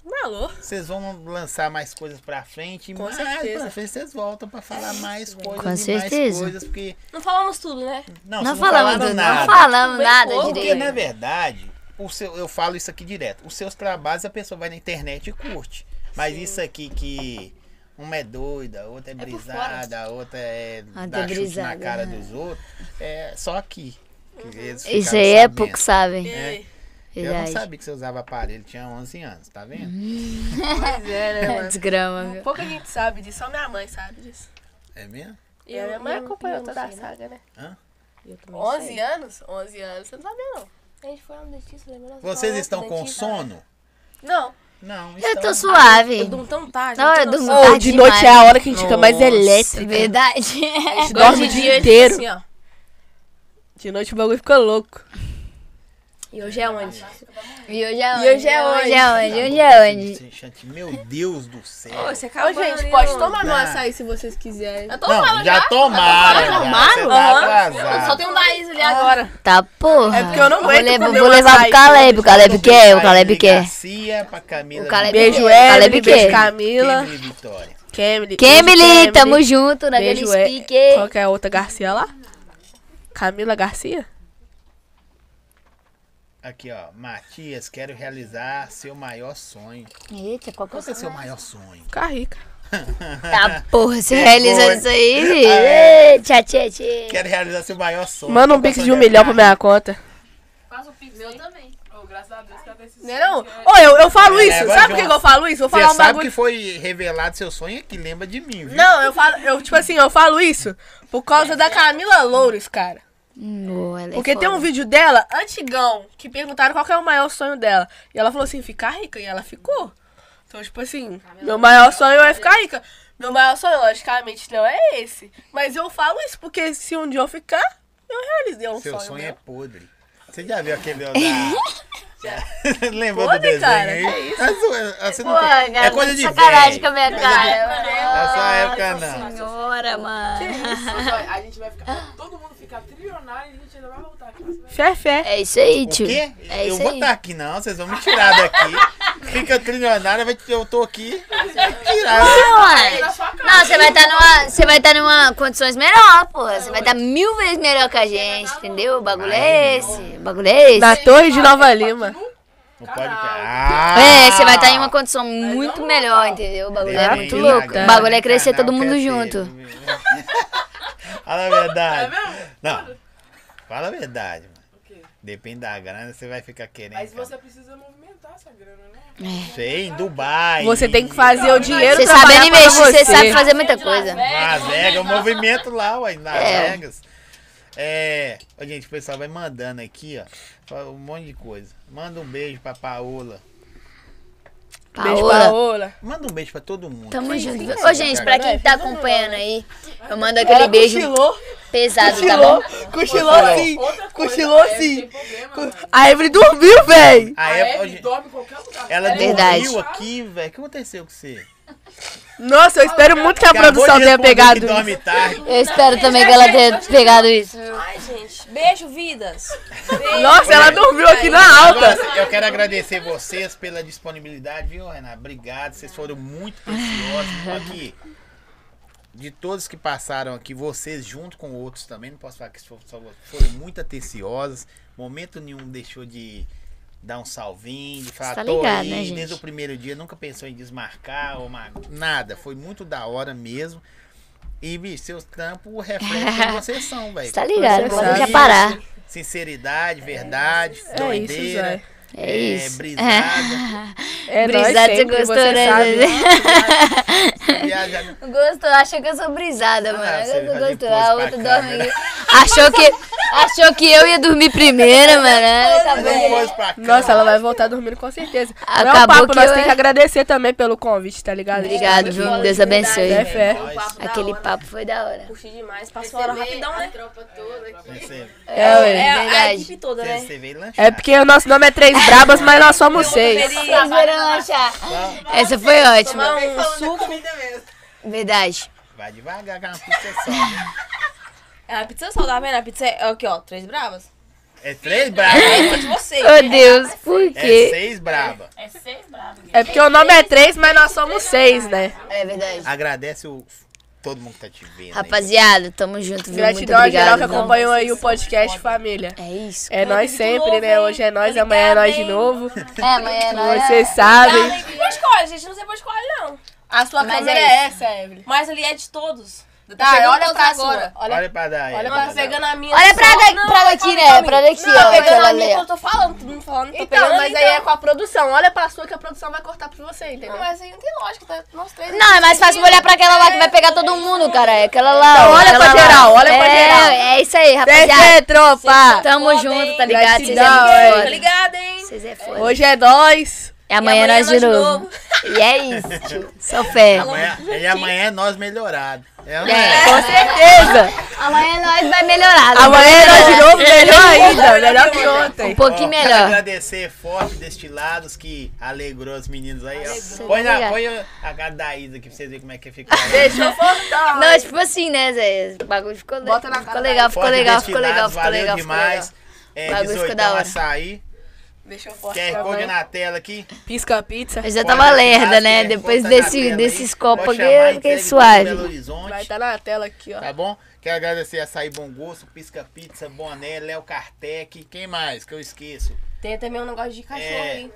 Speaker 4: Valor.
Speaker 2: Vocês vão lançar mais coisas pra frente,
Speaker 4: Com
Speaker 2: mas
Speaker 4: certeza.
Speaker 2: pra frente vocês voltam pra falar mais coisas
Speaker 1: Com
Speaker 2: e mais
Speaker 1: certeza.
Speaker 2: coisas, porque...
Speaker 3: Não falamos tudo, né?
Speaker 2: Não,
Speaker 1: Não
Speaker 2: vocês
Speaker 1: falamos,
Speaker 2: falaram
Speaker 1: não
Speaker 2: nada.
Speaker 1: falamos
Speaker 3: Bem
Speaker 1: nada
Speaker 3: pouco,
Speaker 2: Porque,
Speaker 1: direito.
Speaker 2: na verdade, o seu, eu falo isso aqui direto. Os seus trabalhos a pessoa vai na internet e curte. Mas isso aqui que uma é doida, a outra é, brisada, a outra é
Speaker 1: Ah,
Speaker 2: dá
Speaker 1: de
Speaker 2: chute na
Speaker 1: brisada,
Speaker 2: cara
Speaker 1: né?
Speaker 2: dos outros, é só aqui. que eles
Speaker 1: Isso
Speaker 2: ficaram
Speaker 1: aí é
Speaker 2: sabendo.
Speaker 1: pouco sabem.
Speaker 2: É. Eu não
Speaker 1: Verdade.
Speaker 2: sabia que você usava aparelho, tinha 11 anos, tá vendo?
Speaker 1: Uhum.
Speaker 4: Pois é, né, mano?
Speaker 1: Desgrama, viu?
Speaker 4: Pouca gente sabe disso, só minha mãe sabe disso.
Speaker 2: É mesmo?
Speaker 4: E a minha mãe acompanhou toda a saga, né?
Speaker 2: Hã?
Speaker 4: 11 anos? 11 anos, você não sabia, não.
Speaker 3: A gente foi no dentista, lembrou? Nossa,
Speaker 2: Vocês
Speaker 3: falou
Speaker 2: estão
Speaker 3: pro
Speaker 2: com
Speaker 3: dentista.
Speaker 2: sono?
Speaker 4: Não.
Speaker 2: Não,
Speaker 1: Eu tô
Speaker 2: estão.
Speaker 1: suave.
Speaker 3: Eu durmo tão tarde.
Speaker 1: Não,
Speaker 3: tem
Speaker 1: eu durmo
Speaker 3: noção.
Speaker 1: tarde
Speaker 4: de noite é a
Speaker 1: demais.
Speaker 4: hora que a gente fica mais
Speaker 1: Nossa,
Speaker 4: elétrica.
Speaker 1: É Verdade.
Speaker 4: gente dorme o
Speaker 3: Hoje em
Speaker 4: dia
Speaker 3: a gente
Speaker 4: inteiro.
Speaker 3: fica assim, ó.
Speaker 4: De noite o bagulho fica louco.
Speaker 3: E hoje é onde?
Speaker 1: E hoje é
Speaker 4: E hoje é
Speaker 1: Hoje é onde? Hoje
Speaker 2: Acabou
Speaker 1: é
Speaker 2: com
Speaker 1: onde?
Speaker 2: esse chante. Meu Deus do céu.
Speaker 3: Você
Speaker 4: Ô,
Speaker 3: acabou,
Speaker 4: gente, pode tomar meu
Speaker 2: Tá.
Speaker 4: açaí se vocês quiserem.
Speaker 3: Eu tô
Speaker 2: Não, já tomaram. Já Você tá atrasado.
Speaker 3: Só tem um Daís ali agora.
Speaker 1: Tá porra.
Speaker 4: É porque eu não
Speaker 1: vou
Speaker 4: aguento
Speaker 1: levar,
Speaker 4: comer
Speaker 1: vou
Speaker 4: um
Speaker 1: levar
Speaker 4: açaí.
Speaker 1: pro Caleb. O
Speaker 4: É
Speaker 1: Caleb quer, o Caleb quer.
Speaker 2: Garcia, pra Camila.
Speaker 1: O Caleb
Speaker 2: Vitória.
Speaker 4: Beijo,
Speaker 1: Caleb
Speaker 4: Evelyn. Beijo,
Speaker 1: quer.
Speaker 4: Camila.
Speaker 2: Camila e Vitória.
Speaker 4: Kemily.
Speaker 1: Kemily,
Speaker 4: beijo,
Speaker 1: tamo junto naquele
Speaker 4: Beijo, E-
Speaker 1: speak.
Speaker 4: Qual que é a outra Garcia lá? Camila Garcia?
Speaker 2: Aqui, ó. Matias, quero realizar seu maior sonho.
Speaker 1: Eita, qual que
Speaker 2: Qual que é seu maior sonho?
Speaker 4: Ficar rica.
Speaker 1: Tá porra, você
Speaker 2: Boa,
Speaker 1: realizou
Speaker 2: hein?
Speaker 1: isso aí,
Speaker 2: É.
Speaker 1: filho. Tchau, tchau, tchau.
Speaker 2: Quero realizar seu maior sonho.
Speaker 4: Manda um
Speaker 2: Qual que é o
Speaker 4: pix
Speaker 2: sonho
Speaker 4: de um
Speaker 2: dela?
Speaker 4: milhão pra minha conta.
Speaker 5: Faz o pix. Meu também. Oh, graças a Deus que ela tem esse
Speaker 4: Não
Speaker 5: sonho
Speaker 4: é não?
Speaker 5: que
Speaker 4: Ô, eu, eu falo
Speaker 2: É,
Speaker 4: isso.
Speaker 2: vai de
Speaker 4: Sabe por que
Speaker 2: um-
Speaker 4: que eu falo isso? Vou
Speaker 2: Você
Speaker 4: falar um
Speaker 2: sabe
Speaker 4: bagulho.
Speaker 2: que foi revelado seu sonho aqui, lembra de mim, viu?
Speaker 4: Não, eu falo, eu, tipo assim, eu falo isso por causa da Camila Loures, cara.
Speaker 1: Boa, ela é
Speaker 4: Porque tem um
Speaker 1: foda.
Speaker 4: vídeo dela, antigão, que perguntaram qual que é o maior sonho dela. E ela falou assim, ficar rica. E ela ficou. Então, tipo assim, meu maior sonho é ficar rica. Meu maior sonho, logicamente, não é esse. Mas eu falo isso porque se um dia eu ficar, eu realizei um
Speaker 2: Seu
Speaker 4: sonho.
Speaker 2: sonho, é
Speaker 4: meu.
Speaker 2: podre. Você já viu aquele da... Lembrou do
Speaker 4: Podre,
Speaker 2: desenho
Speaker 4: cara,
Speaker 2: aí?
Speaker 4: que é isso?
Speaker 2: Ah, zoa- assim não
Speaker 1: Pô,
Speaker 2: tem-
Speaker 1: cara,
Speaker 2: é coisa de
Speaker 1: sacanagem
Speaker 2: velho.
Speaker 1: com a minha cara.
Speaker 2: Essa época
Speaker 1: Nossa
Speaker 2: não.
Speaker 1: Senhora, mano.
Speaker 5: Mas, olha, a gente vai ficar. Todo mundo ficar trilionário e a gente ainda vai voltar aqui. Você vai-
Speaker 4: Fé, fé.
Speaker 1: É isso aí,
Speaker 2: O
Speaker 1: tio.
Speaker 2: quê?
Speaker 1: É
Speaker 2: eu
Speaker 1: isso
Speaker 2: vou
Speaker 1: aí.
Speaker 2: estar aqui não, vocês vão me tirar daqui. Fica trilionária, vai- eu tô aqui. Vai tirar.
Speaker 1: Não, ué. Não, você vai estar numa, você vai estar numa condições melhor, pô. Você vai estar mil vezes melhor que a gente, entendeu? O bagulho é esse, o bagulho é
Speaker 4: Na
Speaker 1: esse.
Speaker 4: Torre de Nova Lima.
Speaker 2: Não pode... Ah,
Speaker 1: É, você vai estar em uma condição muito melhor, entendeu? O bagulho é muito louco. O bagulho é crescer todo mundo junto.
Speaker 2: assim, Fala a verdade.
Speaker 5: É mesmo?
Speaker 2: Não. Fala a verdade, mano.
Speaker 5: O quê?
Speaker 2: Depende da grana, você vai ficar querendo.
Speaker 5: Mas
Speaker 2: cara.
Speaker 5: você precisa movimentar essa grana, né?
Speaker 2: Sei, em Dubai.
Speaker 4: Você tem que fazer o dinheiro
Speaker 1: Você sabe
Speaker 4: trabalhar
Speaker 1: nem
Speaker 4: pra
Speaker 1: mexer, você
Speaker 4: você.
Speaker 1: sabe fazer muita coisa.
Speaker 5: É,
Speaker 2: Las
Speaker 5: então,
Speaker 2: Vegas, o movimento lá, ué, em Las Vegas. É. Ô, gente, o pessoal vai mandando aqui, ó. fala Um monte de coisa. Manda um beijo pra Paola.
Speaker 4: Beijo,
Speaker 1: Paola,
Speaker 4: Paola.
Speaker 2: Manda um beijo pra todo mundo.
Speaker 1: tamo
Speaker 5: é
Speaker 4: é
Speaker 1: junto.
Speaker 2: Cara,
Speaker 1: Ô, gente, pra quem tá acompanhando aí, eu mando aquele beijo
Speaker 4: Cochilou,
Speaker 1: pesado, tá
Speaker 4: cochilou,
Speaker 1: bom?
Speaker 4: cochilou sim.
Speaker 5: Outra coisa,
Speaker 4: Cochilou
Speaker 5: a Eve
Speaker 4: sim.
Speaker 5: Tem problema, mano.
Speaker 4: A Evelyn dormiu, véi.
Speaker 2: A
Speaker 5: A
Speaker 2: Eve- ô,
Speaker 5: Eve
Speaker 2: gente,
Speaker 5: dorme em qualquer lugar. É
Speaker 2: ela
Speaker 1: Verdade.
Speaker 2: dormiu aqui, velho. O que aconteceu com você?
Speaker 4: Nossa, eu espero muito é que a
Speaker 2: Acabou
Speaker 4: produção
Speaker 2: de
Speaker 4: tenha
Speaker 2: responder
Speaker 4: pegado
Speaker 2: que dorme
Speaker 4: isso.
Speaker 2: tarde.
Speaker 1: Eu espero também que ela tenha pegado isso.
Speaker 3: Ai, gente. Beijo, vidas.
Speaker 4: Nossa, ela dormiu aqui na
Speaker 2: Agora,
Speaker 4: alta.
Speaker 2: assim, eu quero agradecer vocês pela disponibilidade, viu, Renato? Obrigado, vocês foram muito preciosos. Aqui, de todos que passaram aqui, vocês junto com outros também, não posso falar que foram só vocês, foram muito atenciosos. Momento nenhum deixou de dar um salvinho, de falar,
Speaker 1: Você tá
Speaker 2: tô
Speaker 1: ligado,
Speaker 2: aí",
Speaker 1: né, gente?
Speaker 2: desde o primeiro dia, nunca pensou em desmarcar ou mar- nada. Foi muito da hora mesmo. E, bicho, seus trampos refletem que vocês são, velho.
Speaker 1: Você tá ligado,
Speaker 4: Você
Speaker 1: pode já
Speaker 4: sabe.
Speaker 1: parar.
Speaker 2: Sinceridade, verdade,
Speaker 4: É isso,
Speaker 2: doideira.
Speaker 4: Zé.
Speaker 1: É isso.
Speaker 2: brisada.
Speaker 4: É
Speaker 1: Brisado,
Speaker 4: nós
Speaker 1: você
Speaker 4: sempre,
Speaker 1: gostou,
Speaker 4: você
Speaker 1: né,
Speaker 4: sabe.
Speaker 1: Zezé?
Speaker 2: Viaja-
Speaker 1: Gostou, achou que eu sou brisada, mano.
Speaker 2: Ah, você
Speaker 1: Gostou,
Speaker 2: vai fazer
Speaker 1: gostou.
Speaker 2: pose
Speaker 1: A
Speaker 2: pra
Speaker 1: outra dorme.
Speaker 2: câmera.
Speaker 1: Achou que, achou que eu ia dormir primeiro, mano. Ah, Tá
Speaker 2: Não
Speaker 1: bom.
Speaker 2: pôs pra cá.
Speaker 4: Nossa, ela vai voltar dormindo com certeza. Não é um
Speaker 1: Acabou
Speaker 4: papo,
Speaker 1: que
Speaker 4: nós
Speaker 1: eu-
Speaker 4: temos que agradecer também pelo convite, tá ligado?
Speaker 1: Obrigado, viu? Deus abençoe.
Speaker 4: É fé.
Speaker 1: Aquele papo foi da hora.
Speaker 3: Curti demais. Passou a hora rapidão, né?
Speaker 6: tropa toda aqui.
Speaker 2: Você,
Speaker 4: É, ué.
Speaker 3: É a- a
Speaker 1: verdade.
Speaker 3: equipe toda, né?
Speaker 2: você veio lanchar.
Speaker 4: É porque o nosso nome é Três Brabas, mas nós somos seis.
Speaker 1: Vocês foram lanchar. Essa foi ótima.
Speaker 3: Tomar um suco.
Speaker 1: Verdade.
Speaker 2: Vai devagar, que é uma pizza só. né?
Speaker 3: É A pizza saudável, né? A pizza é é o quê, ó? Três bravas.
Speaker 2: É três brabas.
Speaker 3: É de vocês.
Speaker 1: Oh, Deus, por
Speaker 2: É
Speaker 1: quê?
Speaker 2: seis braba.
Speaker 5: É seis bravos.
Speaker 4: É porque o nome é três, mas nós somos seis, né?
Speaker 1: É verdade.
Speaker 2: Agradece o... todo mundo que tá te vendo. aí.
Speaker 1: Rapaziada, tamo junto, viu? Muito
Speaker 4: Gratidão a geral
Speaker 1: obrigado.
Speaker 4: que
Speaker 1: viu?
Speaker 4: acompanhou aí o podcast família.
Speaker 1: É isso.
Speaker 4: É nós
Speaker 3: tudo
Speaker 4: sempre,
Speaker 3: novo,
Speaker 4: né?
Speaker 3: hein?
Speaker 4: Hoje é nós,
Speaker 3: Obrigada,
Speaker 4: amanhã é nós de
Speaker 3: hein?
Speaker 4: novo.
Speaker 1: É, amanhã nós.
Speaker 4: Vocês sabem.
Speaker 3: Não escolhe, Ah, gente. Não sei por escolhe, não. A sua
Speaker 1: Mas
Speaker 3: câmera
Speaker 1: é
Speaker 3: é
Speaker 1: isso.
Speaker 3: essa, Evelyn. Mas ali é de todos.
Speaker 4: Tá,
Speaker 3: pegando
Speaker 4: olha
Speaker 3: todos
Speaker 4: pra
Speaker 3: agora.
Speaker 4: sua.
Speaker 2: Olha pra dar aí.
Speaker 3: Olha,
Speaker 2: olha
Speaker 3: eu tô
Speaker 2: pra
Speaker 3: pegando a minha.
Speaker 1: Olha pra,
Speaker 3: só.
Speaker 1: da,
Speaker 3: Não,
Speaker 1: pra
Speaker 3: olha
Speaker 1: daqui,
Speaker 3: pra
Speaker 1: né?
Speaker 3: mim.
Speaker 1: Pra daqui, ó.
Speaker 3: Não, eu tô Tá pegando
Speaker 1: Aquela
Speaker 3: a minha
Speaker 1: ali, ó.
Speaker 3: que eu tô falando. Todo mundo falando. Tô
Speaker 4: Então,
Speaker 3: pegando
Speaker 4: mas
Speaker 3: ali,
Speaker 4: aí é
Speaker 3: então.
Speaker 4: com a produção. Olha pra sua que a produção vai cortar pra você, entendeu?
Speaker 1: Ah.
Speaker 3: Mas aí não tem lógica. Tá nós três.
Speaker 1: Não, é mais fácil olhar pra aquela lá que vai pegar todo mundo, cara. É aquela lá.
Speaker 4: Então,
Speaker 1: ó,
Speaker 4: olha
Speaker 1: aquela
Speaker 4: pra
Speaker 1: lá.
Speaker 4: geral, olha pra
Speaker 1: é,
Speaker 4: geral.
Speaker 1: É isso aí,
Speaker 4: Três é
Speaker 1: rapaziada.
Speaker 4: tropa!
Speaker 1: Tamo
Speaker 3: Podem.
Speaker 1: junto, tá ligado? Vocês é
Speaker 4: Gratidão, é.
Speaker 1: muito
Speaker 3: Tá
Speaker 1: foda.
Speaker 3: ligado, hein?
Speaker 1: Vocês é foda.
Speaker 4: Hoje é nós.
Speaker 1: E amanhã,
Speaker 3: amanhã
Speaker 1: nós de novo. E é isso, tio. Sou fé.
Speaker 2: Amanhã, e amanhã é nós melhorado. É,
Speaker 1: É.
Speaker 4: Com certeza.
Speaker 1: Amanhã é nós vai melhorar. né?
Speaker 4: Amanhã é nós de novo, melhor ainda. Melhor que
Speaker 1: Um
Speaker 4: ontem.
Speaker 1: pouquinho
Speaker 2: Ó, Quero
Speaker 1: melhor.
Speaker 2: agradecer forte destilados que alegrou os meninos aí. Ó.
Speaker 1: Alegrou.
Speaker 2: Põe, na,
Speaker 1: Obrigada.
Speaker 2: põe a cara da Isa aqui pra vocês verem como é que ficou.
Speaker 4: Deixou fortão.
Speaker 1: Não, tipo assim, né, Zé? O bagulho ficou, le-
Speaker 4: Bota na
Speaker 1: ficou
Speaker 4: cara
Speaker 1: legal, ficou
Speaker 2: Forte
Speaker 1: legal, ficou
Speaker 2: destilados,
Speaker 1: legal, ficou
Speaker 2: valeu
Speaker 1: legal, ficou legal.
Speaker 2: demais. É,
Speaker 1: Bagulho ficou
Speaker 2: 18
Speaker 1: da hora.
Speaker 2: açaí.
Speaker 4: Deixou
Speaker 2: QR Code na tela aqui.
Speaker 4: Pisca pizza.
Speaker 1: Eu já tava lerda,
Speaker 2: é
Speaker 1: né? Depois desse, desses copos aqui, eu fiquei
Speaker 2: Belo
Speaker 1: suave.
Speaker 2: Horizonte,
Speaker 4: Vai estar na tela aqui, ó.
Speaker 2: Tá bom? Quero agradecer Açaí Bom Gosto, Pisca Pizza, Boné, Léo Kartek. Quem mais que eu esqueço?
Speaker 3: Tem também um negócio de cachorro,
Speaker 2: É.
Speaker 3: hein?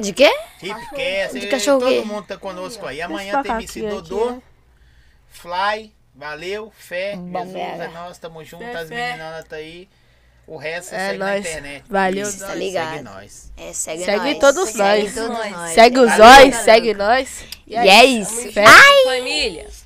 Speaker 1: De quê?
Speaker 2: Hipcast.
Speaker 1: De
Speaker 2: eh,
Speaker 1: cachorro quê?
Speaker 2: Todo mundo tá conosco aí. Amanhã tem MC
Speaker 4: faquinha aqui,
Speaker 2: Dodô.
Speaker 4: né?
Speaker 2: Fly. Valeu. Fé.
Speaker 1: Bom,
Speaker 2: Jesus é
Speaker 1: galera.
Speaker 2: nós. Tamo junto.
Speaker 4: Fé,
Speaker 2: As
Speaker 4: fé.
Speaker 2: meninas tá aí. O resto
Speaker 4: É
Speaker 2: segue na
Speaker 4: nóis.
Speaker 2: internet.
Speaker 4: Valeu,
Speaker 2: Isso,
Speaker 1: tá
Speaker 2: Segue
Speaker 1: ligado.
Speaker 2: nós.
Speaker 1: É, segue,
Speaker 4: Segue
Speaker 1: nós.
Speaker 4: todos
Speaker 1: segue
Speaker 4: nós.
Speaker 1: todos nós.
Speaker 4: Segue os
Speaker 2: Valeu,
Speaker 4: olhos, segue nós.
Speaker 1: E é isso.
Speaker 4: Fé.
Speaker 3: Família.